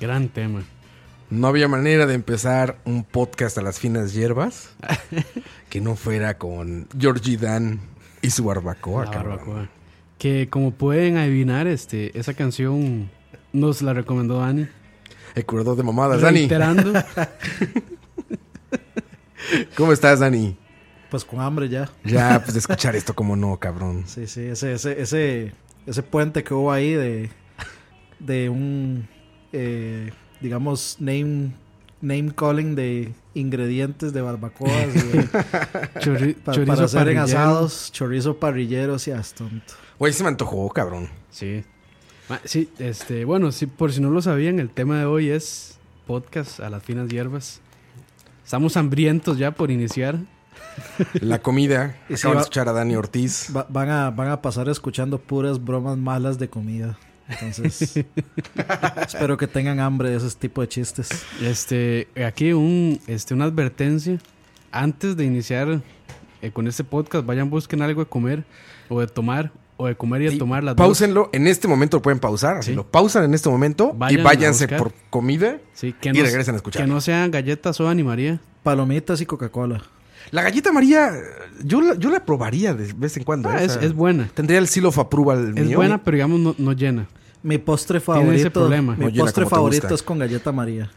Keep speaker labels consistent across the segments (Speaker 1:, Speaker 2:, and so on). Speaker 1: Gran tema.
Speaker 2: No había manera de empezar un podcast a las finas hierbas que no fuera con Georgie Dan y su barbacoa,
Speaker 1: La
Speaker 2: cabrón.
Speaker 1: barbacoa. Que como pueden adivinar, este, esa canción nos la recomendó Dani.
Speaker 2: El curador de mamadas. Dani,
Speaker 1: Reiterando.
Speaker 2: ¿cómo estás, Dani?
Speaker 3: Pues con hambre ya.
Speaker 2: Ya, pues de escuchar esto, como no, cabrón.
Speaker 3: Sí, sí, ese, ese, ese, ese puente que hubo ahí de, de un, eh, digamos, name, name calling de ingredientes de barbacoas y de- pa-
Speaker 1: chori-
Speaker 3: para,
Speaker 1: chorizo
Speaker 3: hacer en
Speaker 1: parrillero.
Speaker 3: asados, chorizo parrillero, sí, as tonto.
Speaker 2: Güey, se me antojó, cabrón.
Speaker 1: Sí. Ma- Sí, este, bueno, sí, por si no lo sabían, el tema de hoy es podcast a las finas hierbas. Estamos hambrientos ya por iniciar.
Speaker 2: La comida.
Speaker 3: Y
Speaker 2: Acaban
Speaker 3: si
Speaker 2: de
Speaker 3: va-
Speaker 2: escuchar a Dani Ortiz.
Speaker 3: Va- van, a, van a pasar escuchando puras bromas malas de comida. Entonces, espero que tengan hambre de ese tipo de chistes.
Speaker 1: Este, aquí un, este, una advertencia. Antes de iniciar eh, con este podcast, vayan busquen algo de comer o de tomar o de comer y de
Speaker 2: Y
Speaker 1: tomar las dos.
Speaker 2: Pausenlo, en este momento lo pueden pausar. así
Speaker 1: Sí.
Speaker 2: Lo pausan en este momento
Speaker 1: Vayan
Speaker 2: y
Speaker 1: a
Speaker 2: váyanse
Speaker 1: buscar.
Speaker 2: por comida.
Speaker 1: Sí, que
Speaker 2: Y
Speaker 1: no,
Speaker 2: regresen a escuchar.
Speaker 1: Que no sean galletas o animaría.
Speaker 3: Palomitas y Coca-Cola.
Speaker 2: La galleta María, yo la, yo la probaría de vez en cuando.
Speaker 1: Ah,
Speaker 2: ¿eh? O
Speaker 1: es,
Speaker 2: sea,
Speaker 1: es buena.
Speaker 2: Tendría el seal of approval
Speaker 1: Es
Speaker 2: mío.
Speaker 1: buena, pero digamos no, no llena.
Speaker 3: Mi postre
Speaker 1: Tiene
Speaker 3: favorito.
Speaker 1: ese problema.
Speaker 3: Mi
Speaker 2: Oye, la
Speaker 3: postre
Speaker 2: como te gusta.
Speaker 3: favorito es con galleta María.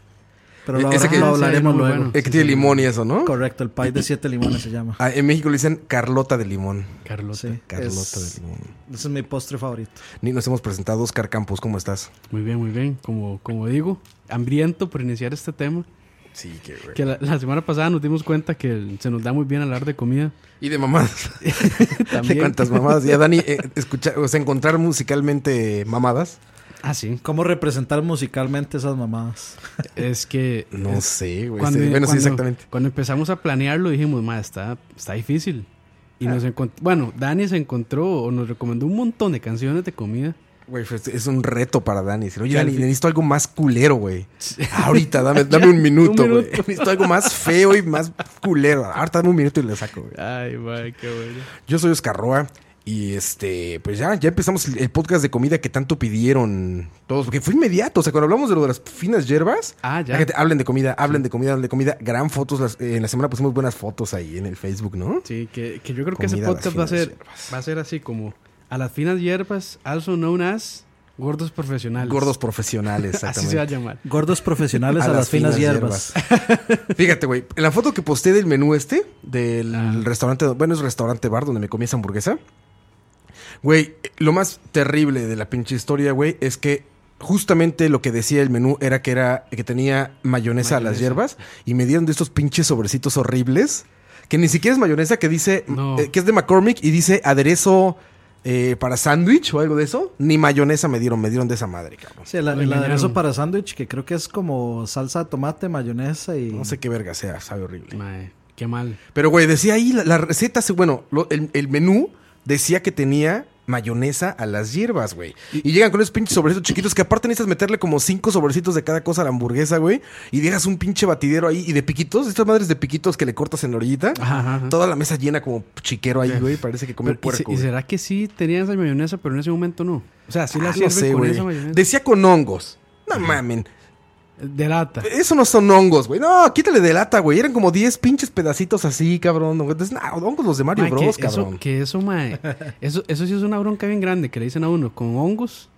Speaker 3: Pero lo,
Speaker 2: E- ese
Speaker 3: habla-
Speaker 2: que-
Speaker 3: lo
Speaker 2: Ah,
Speaker 1: sí,
Speaker 3: hablaremos
Speaker 1: muy
Speaker 3: luego.
Speaker 1: bueno.
Speaker 2: El que tiene limón y eso, ¿no?
Speaker 3: Correcto, el pie de siete limones se llama.
Speaker 2: Ah, en México le dicen Carlota de limón.
Speaker 1: Carlota.
Speaker 3: Sí,
Speaker 2: Carlota
Speaker 3: es-
Speaker 2: de limón.
Speaker 3: Ese es mi postre favorito.
Speaker 2: Ni nos hemos presentado, Oscar Campos, ¿cómo estás?
Speaker 1: Muy bien, muy bien. Como, como digo, hambriento por iniciar este tema.
Speaker 2: Sí, qué güey.
Speaker 1: Que la, la semana pasada nos dimos cuenta que el- se nos da muy bien hablar de comida.
Speaker 2: Y de mamadas.
Speaker 1: También.
Speaker 2: De cuántas mamadas. Ya, Dani, eh, escuchar, o sea, encontrar musicalmente mamadas.
Speaker 1: Ah, sí.
Speaker 3: ¿Cómo representar musicalmente esas mamadas?
Speaker 1: Es que.
Speaker 2: No
Speaker 1: es-
Speaker 2: sé, güey.
Speaker 1: cuando,
Speaker 2: sí, este, bueno, sí,
Speaker 1: cuando-
Speaker 2: exactamente.
Speaker 1: Cuando empezamos a planearlo, dijimos, ma, está, está difícil. Y nos
Speaker 2: Ah.
Speaker 1: encont- Bueno, Dani se encontró o nos recomendó un montón de canciones de comida.
Speaker 2: Güey, pues, es un reto para Dani. Decir, oye,
Speaker 1: Que al
Speaker 2: Dani,
Speaker 1: fin-
Speaker 2: necesito algo más culero, güey. Ahorita, dame, dame un minuto,
Speaker 1: un
Speaker 2: güey.
Speaker 1: minuto.
Speaker 2: Necesito algo más feo y más culero. Ahorita dame un minuto y le saco, güey.
Speaker 1: Ay, ma, qué bueno.
Speaker 2: Yo soy Oscar Roa. Y este, pues ya, ya empezamos el el podcast de comida que tanto pidieron todos, porque fue inmediato. O sea, cuando hablamos de lo de las finas hierbas,
Speaker 1: Ah, ya.
Speaker 2: la gente, hablen de comida, hablen de comida, hablen de comida. Gran fotos, las- eh, en la semana pusimos buenas fotos ahí en el Facebook, ¿no?
Speaker 1: Sí, que, que yo creo que ese
Speaker 2: Comida a las
Speaker 1: podcast va a
Speaker 2: finas
Speaker 1: ser
Speaker 2: hierbas.
Speaker 1: va a ser así como a las finas hierbas, also known as gordos profesionales.
Speaker 2: Gordos profesionales,
Speaker 1: Así
Speaker 2: exactamente.
Speaker 1: se va a llamar.
Speaker 3: Gordos profesionales a, las, finas, hierbas.
Speaker 2: hierbas. Fíjate, güey, en la foto que posté del menú este, del
Speaker 3: Ah.
Speaker 2: restaurante, bueno, es restaurante bar donde me comí esa hamburguesa. Güey, lo más terrible de la pinche historia, güey, es que justamente lo que decía el menú era que era que tenía mayonesa, a las
Speaker 1: Mayonesa.
Speaker 2: hierbas y me dieron de estos pinches sobrecitos horribles que ni siquiera es mayonesa que dice
Speaker 1: No.
Speaker 2: eh, que es de McCormick y dice aderezo eh, para sándwich o algo de eso, ni mayonesa me dieron, me dieron de esa madre, cabrón.
Speaker 3: Sí, la-
Speaker 1: Lo
Speaker 3: el aderezo
Speaker 1: engañaron.
Speaker 3: para sándwich, que creo que es como salsa de tomate, mayonesa y.
Speaker 2: No sé qué verga sea, sabe horrible.
Speaker 1: Mae, qué mal.
Speaker 2: Pero, güey, decía ahí la, la receta, sí, bueno, lo- el, el menú decía que tenía mayonesa a las hierbas, güey. Y llegan con esos pinches sobrecitos chiquitos que aparte necesitas meterle como cinco sobrecitos de cada cosa a la hamburguesa, güey. Y dejas un pinche batidero ahí y de piquitos, estas madres de piquitos que le cortas en la orillita.
Speaker 1: Ajá, ajá, ajá.
Speaker 2: Toda la mesa llena como chiquero ahí, güey. Parece que come
Speaker 1: Pero, ¿y se-
Speaker 2: puerco.
Speaker 1: ¿y,
Speaker 2: güey.
Speaker 1: será que sí tenían esa mayonesa, pero en ese momento no? O sea, sí la
Speaker 2: Ah,
Speaker 1: sirven
Speaker 2: no sé,
Speaker 1: con
Speaker 2: güey.
Speaker 1: esa mayonesa. De,
Speaker 2: Decía con hongos. No mamen.
Speaker 1: lata.
Speaker 2: Eso no son hongos, güey. No, quítale de lata, güey. Eran como 10 pinches pedacitos así, cabrón. Entonces, no, hongos los de Mario
Speaker 1: Mae,
Speaker 2: Bros,
Speaker 1: que eso-
Speaker 2: cabrón.
Speaker 1: que eso, mae, eso, eso sí es una bronca bien grande que le dicen a uno con hongos.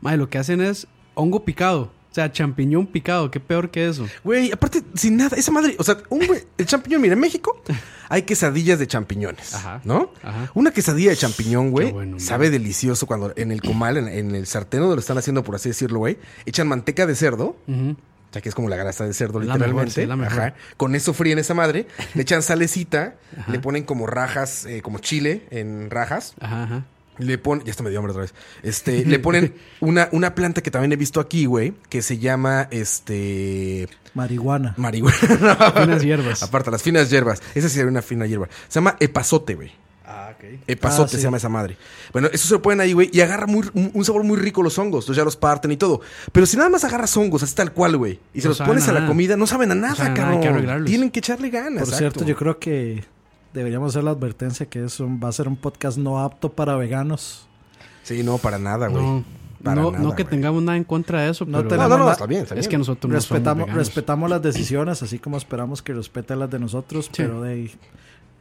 Speaker 1: Mae, lo que hacen es hongo picado. O sea, champiñón picado. Qué peor que eso.
Speaker 2: Güey, aparte, sin nada, esa madre, o sea, un güey, el champiñón, mira, en México hay quesadillas de champiñones,
Speaker 1: Ajá,
Speaker 2: ¿no?
Speaker 1: ajá.
Speaker 2: Una quesadilla de champiñón, güey,
Speaker 1: Qué bueno,
Speaker 2: sabe delicioso cuando en el comal, en, en el sartén donde lo están haciendo, por así decirlo, güey, echan manteca de cerdo,
Speaker 1: Ujú.
Speaker 2: o sea, que es como la grasa de cerdo,
Speaker 1: La
Speaker 2: literalmente.
Speaker 1: mejor, sí, la mejor.
Speaker 2: Ajá. Con eso fríen esa madre, le echan salecita, le ponen como rajas, eh, como chile en rajas,
Speaker 1: Ajá, ajá.
Speaker 2: le ponen, ya está medio hambre otra vez. Este, le ponen una, una planta que también he visto aquí, güey, que se llama este
Speaker 3: Marihuana.
Speaker 2: marihuana.
Speaker 1: Finas hierbas.
Speaker 2: Aparta, las finas hierbas. Esa sí sería una fina hierba. Se llama epazote, güey.
Speaker 3: Ah, ok.
Speaker 2: Epazote se llama esa madre. Bueno, eso se lo ponen ahí, güey, y agarra muy- un un sabor muy rico los hongos. Entonces ya los parten y todo. Pero si nada más agarras hongos, así tal cual, güey, y se
Speaker 1: No
Speaker 2: los
Speaker 1: saben
Speaker 2: pones
Speaker 1: a
Speaker 2: a la
Speaker 1: nada.
Speaker 2: comida, no saben a nada,
Speaker 1: saben a nada, hay
Speaker 2: cabrón.
Speaker 1: que arreglarlos.
Speaker 2: Tienen que echarle ganas.
Speaker 3: Por
Speaker 2: exacto.
Speaker 3: cierto, yo creo que deberíamos hacer la advertencia que eso va a ser un podcast no apto para veganos.
Speaker 2: Sí, no, para nada, güey.
Speaker 1: No,
Speaker 2: Para
Speaker 1: no,
Speaker 2: nada,
Speaker 1: no que
Speaker 2: güey.
Speaker 1: tengamos nada en contra de eso,
Speaker 3: No
Speaker 1: pero
Speaker 2: No,
Speaker 3: tenemos-
Speaker 2: no, no,
Speaker 3: Nada-
Speaker 2: está bien, está bien.
Speaker 1: es que nosotros no somos
Speaker 3: respetamos,
Speaker 1: veganos.
Speaker 3: respetamos las decisiones, así como esperamos que respeten las de nosotros, pero de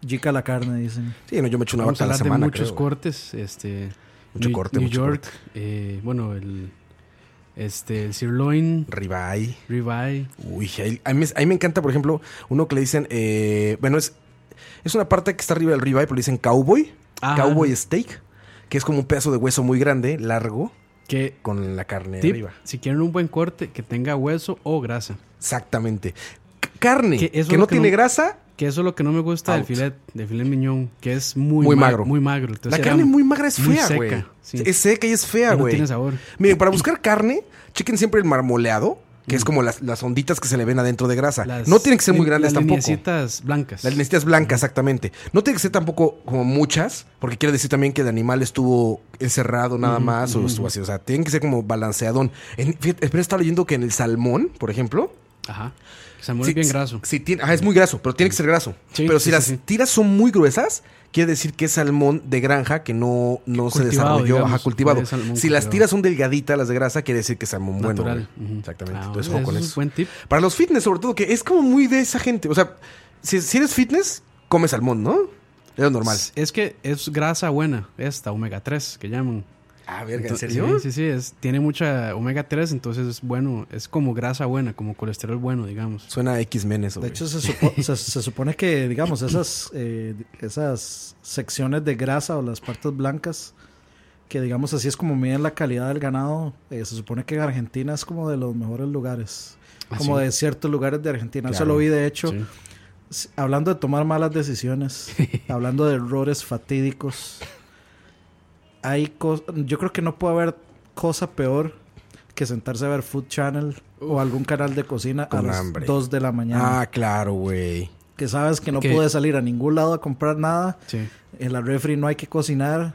Speaker 3: chica la carne, dicen.
Speaker 2: Sí, no, yo me echo una
Speaker 1: Vamos a
Speaker 2: vaca
Speaker 1: hablar
Speaker 2: a la
Speaker 1: de
Speaker 2: semana,
Speaker 1: muchos
Speaker 2: creo, güey.
Speaker 1: cortes. Este,
Speaker 2: Mucho
Speaker 1: New,
Speaker 2: corte,
Speaker 1: New
Speaker 2: mucho
Speaker 1: York, eh, bueno, el, este, el sirloin,
Speaker 2: Ribeye.
Speaker 1: ribeye.
Speaker 2: Uy, ahí- a mí, me- a mí me encanta, por ejemplo, uno que le dicen, eh, bueno, es, es una parte que está arriba del ribeye, pero le dicen cowboy,
Speaker 1: Ajá.
Speaker 2: cowboy steak, que es como un pedazo de hueso muy grande, largo,
Speaker 1: Que,
Speaker 2: con la carne
Speaker 1: tip,
Speaker 2: arriba.
Speaker 1: si quieren un buen corte, que tenga hueso o grasa.
Speaker 2: Exactamente. C- carne
Speaker 1: Que
Speaker 2: que,
Speaker 1: eso es lo
Speaker 2: no
Speaker 1: que
Speaker 2: tiene
Speaker 1: no-
Speaker 2: grasa,
Speaker 1: Que eso es lo que no me gusta del
Speaker 2: Out.
Speaker 1: filet, del filet miñón, que es muy,
Speaker 2: Muy
Speaker 1: ma-
Speaker 2: magro.
Speaker 1: Muy magro. Entonces
Speaker 2: la
Speaker 1: era
Speaker 2: carne muy magra es
Speaker 1: muy
Speaker 2: fea,
Speaker 1: seca,
Speaker 2: güey.
Speaker 1: sí.
Speaker 2: Es seca y es fea,
Speaker 1: Ya no
Speaker 2: güey.
Speaker 1: tiene sabor.
Speaker 2: Miren, para buscar carne, chequen siempre el marmoleado, que es como las, las onditas que se le ven adentro de grasa.
Speaker 1: Mm. las-
Speaker 2: no tienen que ser muy
Speaker 1: li- las
Speaker 2: grandes tampoco.
Speaker 1: lineecitas blancas.
Speaker 2: Las necesitas blancas, exactamente. No tiene que ser tampoco como muchas, porque quiere decir también que el animal estuvo encerrado nada más o estuvo así. O sea, tienen que ser como balanceadón. En, fíjate, apenas estaba leyendo que en el salmón, por ejemplo.
Speaker 1: Ajá. Salmón
Speaker 2: si-
Speaker 1: es bien graso.
Speaker 2: si tiene- ajá, es muy graso, pero tiene que ser graso.
Speaker 1: Sí,
Speaker 2: pero si
Speaker 1: sí, sí,
Speaker 2: las
Speaker 1: sí.
Speaker 2: tiras son muy gruesas, quiere decir que es salmón de granja que no, no se
Speaker 1: Cultivado,
Speaker 2: desarrolló,
Speaker 1: digamos,
Speaker 2: ajá, cultivado.
Speaker 1: es
Speaker 2: Si
Speaker 1: salmón
Speaker 2: las
Speaker 1: cultivado.
Speaker 2: tiras son delgaditas, las de grasa, quiere decir que es salmón
Speaker 1: natural.
Speaker 2: bueno. güey.
Speaker 1: Ujú.
Speaker 2: Exactamente.
Speaker 1: Ah,
Speaker 2: Entonces,
Speaker 1: bueno,
Speaker 2: ojo con
Speaker 1: eso
Speaker 2: eso.
Speaker 1: Es un buen tip.
Speaker 2: Para los fitness, sobre todo, que es como muy de esa gente. O sea, si, si eres fitness, comes salmón, ¿no? Es lo normal.
Speaker 1: Es- Es que es grasa buena, esta omega 3 que llaman.
Speaker 2: Ah, verga,
Speaker 1: Ento- Sí, sí, sí, es- tiene mucha omega 3, entonces es bueno, es como grasa buena, como colesterol bueno, digamos.
Speaker 2: Suena a X-Men eso.
Speaker 3: De
Speaker 2: güey.
Speaker 3: hecho, se, supo- se- se supone que, digamos, esas, eh, esas secciones de grasa o las partes blancas, que digamos así es como miden la calidad del ganado, eh, se supone que Argentina es como de los mejores lugares,
Speaker 1: Ah,
Speaker 3: como
Speaker 1: sí.
Speaker 3: de ciertos lugares de Argentina. Eso
Speaker 2: Claro.
Speaker 3: lo vi, de hecho,
Speaker 1: Sí.
Speaker 3: s- hablando de tomar malas decisiones, hablando de errores fatídicos. Hay cos- yo creo que no puede haber cosa peor que sentarse a ver Food Channel o algún canal de cocina a
Speaker 2: Con
Speaker 3: las
Speaker 2: hambre.
Speaker 3: 2 de la mañana
Speaker 2: ah, claro, güey.
Speaker 3: que sabes que no
Speaker 1: Que-
Speaker 3: puedes salir a ningún lado a comprar nada,
Speaker 1: Sí.
Speaker 3: en la refri no hay que cocinar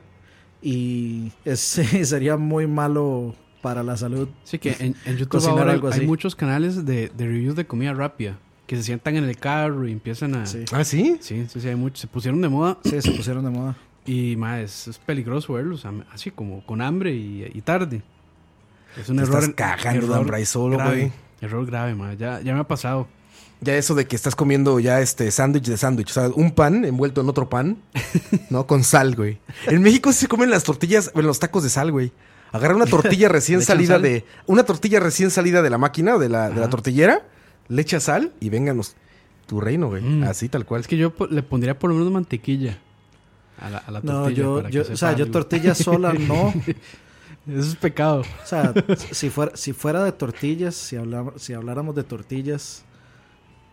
Speaker 3: y ese sería muy malo para la salud.
Speaker 1: Sí, que en, en YouTube
Speaker 3: Cocinar
Speaker 1: ahora
Speaker 3: algo
Speaker 1: hay
Speaker 3: así.
Speaker 1: muchos canales de, de reviews de comida rápida que se sientan en el carro y empiezan a.
Speaker 3: Sí.
Speaker 1: Sí,
Speaker 2: Ah, sí.
Speaker 1: sí, sí, hay muchos. Se pusieron de moda
Speaker 3: Sí, se pusieron de moda.
Speaker 1: y más, es, es peligroso verlos am- así como con hambre y, y tarde. Es un
Speaker 2: Te
Speaker 1: error.
Speaker 2: estás cagando de hambre ahí solo,
Speaker 1: grave,
Speaker 2: güey.
Speaker 1: Error grave, ma. Ya, ya me ha pasado.
Speaker 2: Ya eso de que estás comiendo ya este sándwich de sándwich. O sea, un pan envuelto en otro pan, ¿no? Con sal, güey. En México sí se comen las tortillas, bueno, los tacos de sal, güey. Agarra una tortilla recién
Speaker 1: ¿Le echan
Speaker 2: salida
Speaker 1: sal?
Speaker 2: de. Una tortilla recién salida de la máquina, de la, de la
Speaker 1: Ajá.
Speaker 2: tortillera, le echa sal y vénganos. Tu reino, güey.
Speaker 1: Mm.
Speaker 2: Así tal cual.
Speaker 1: Es que yo po- le pondría por lo menos mantequilla a la, a la tortilla.
Speaker 3: No, yo,
Speaker 1: para que
Speaker 3: yo,
Speaker 1: sepa
Speaker 3: o sea, yo
Speaker 1: algo.
Speaker 3: tortilla sola no. O
Speaker 1: Eso es pecado.
Speaker 3: sea, si fuera, si fuera de tortillas, si, hablam- si habláramos de tortillas,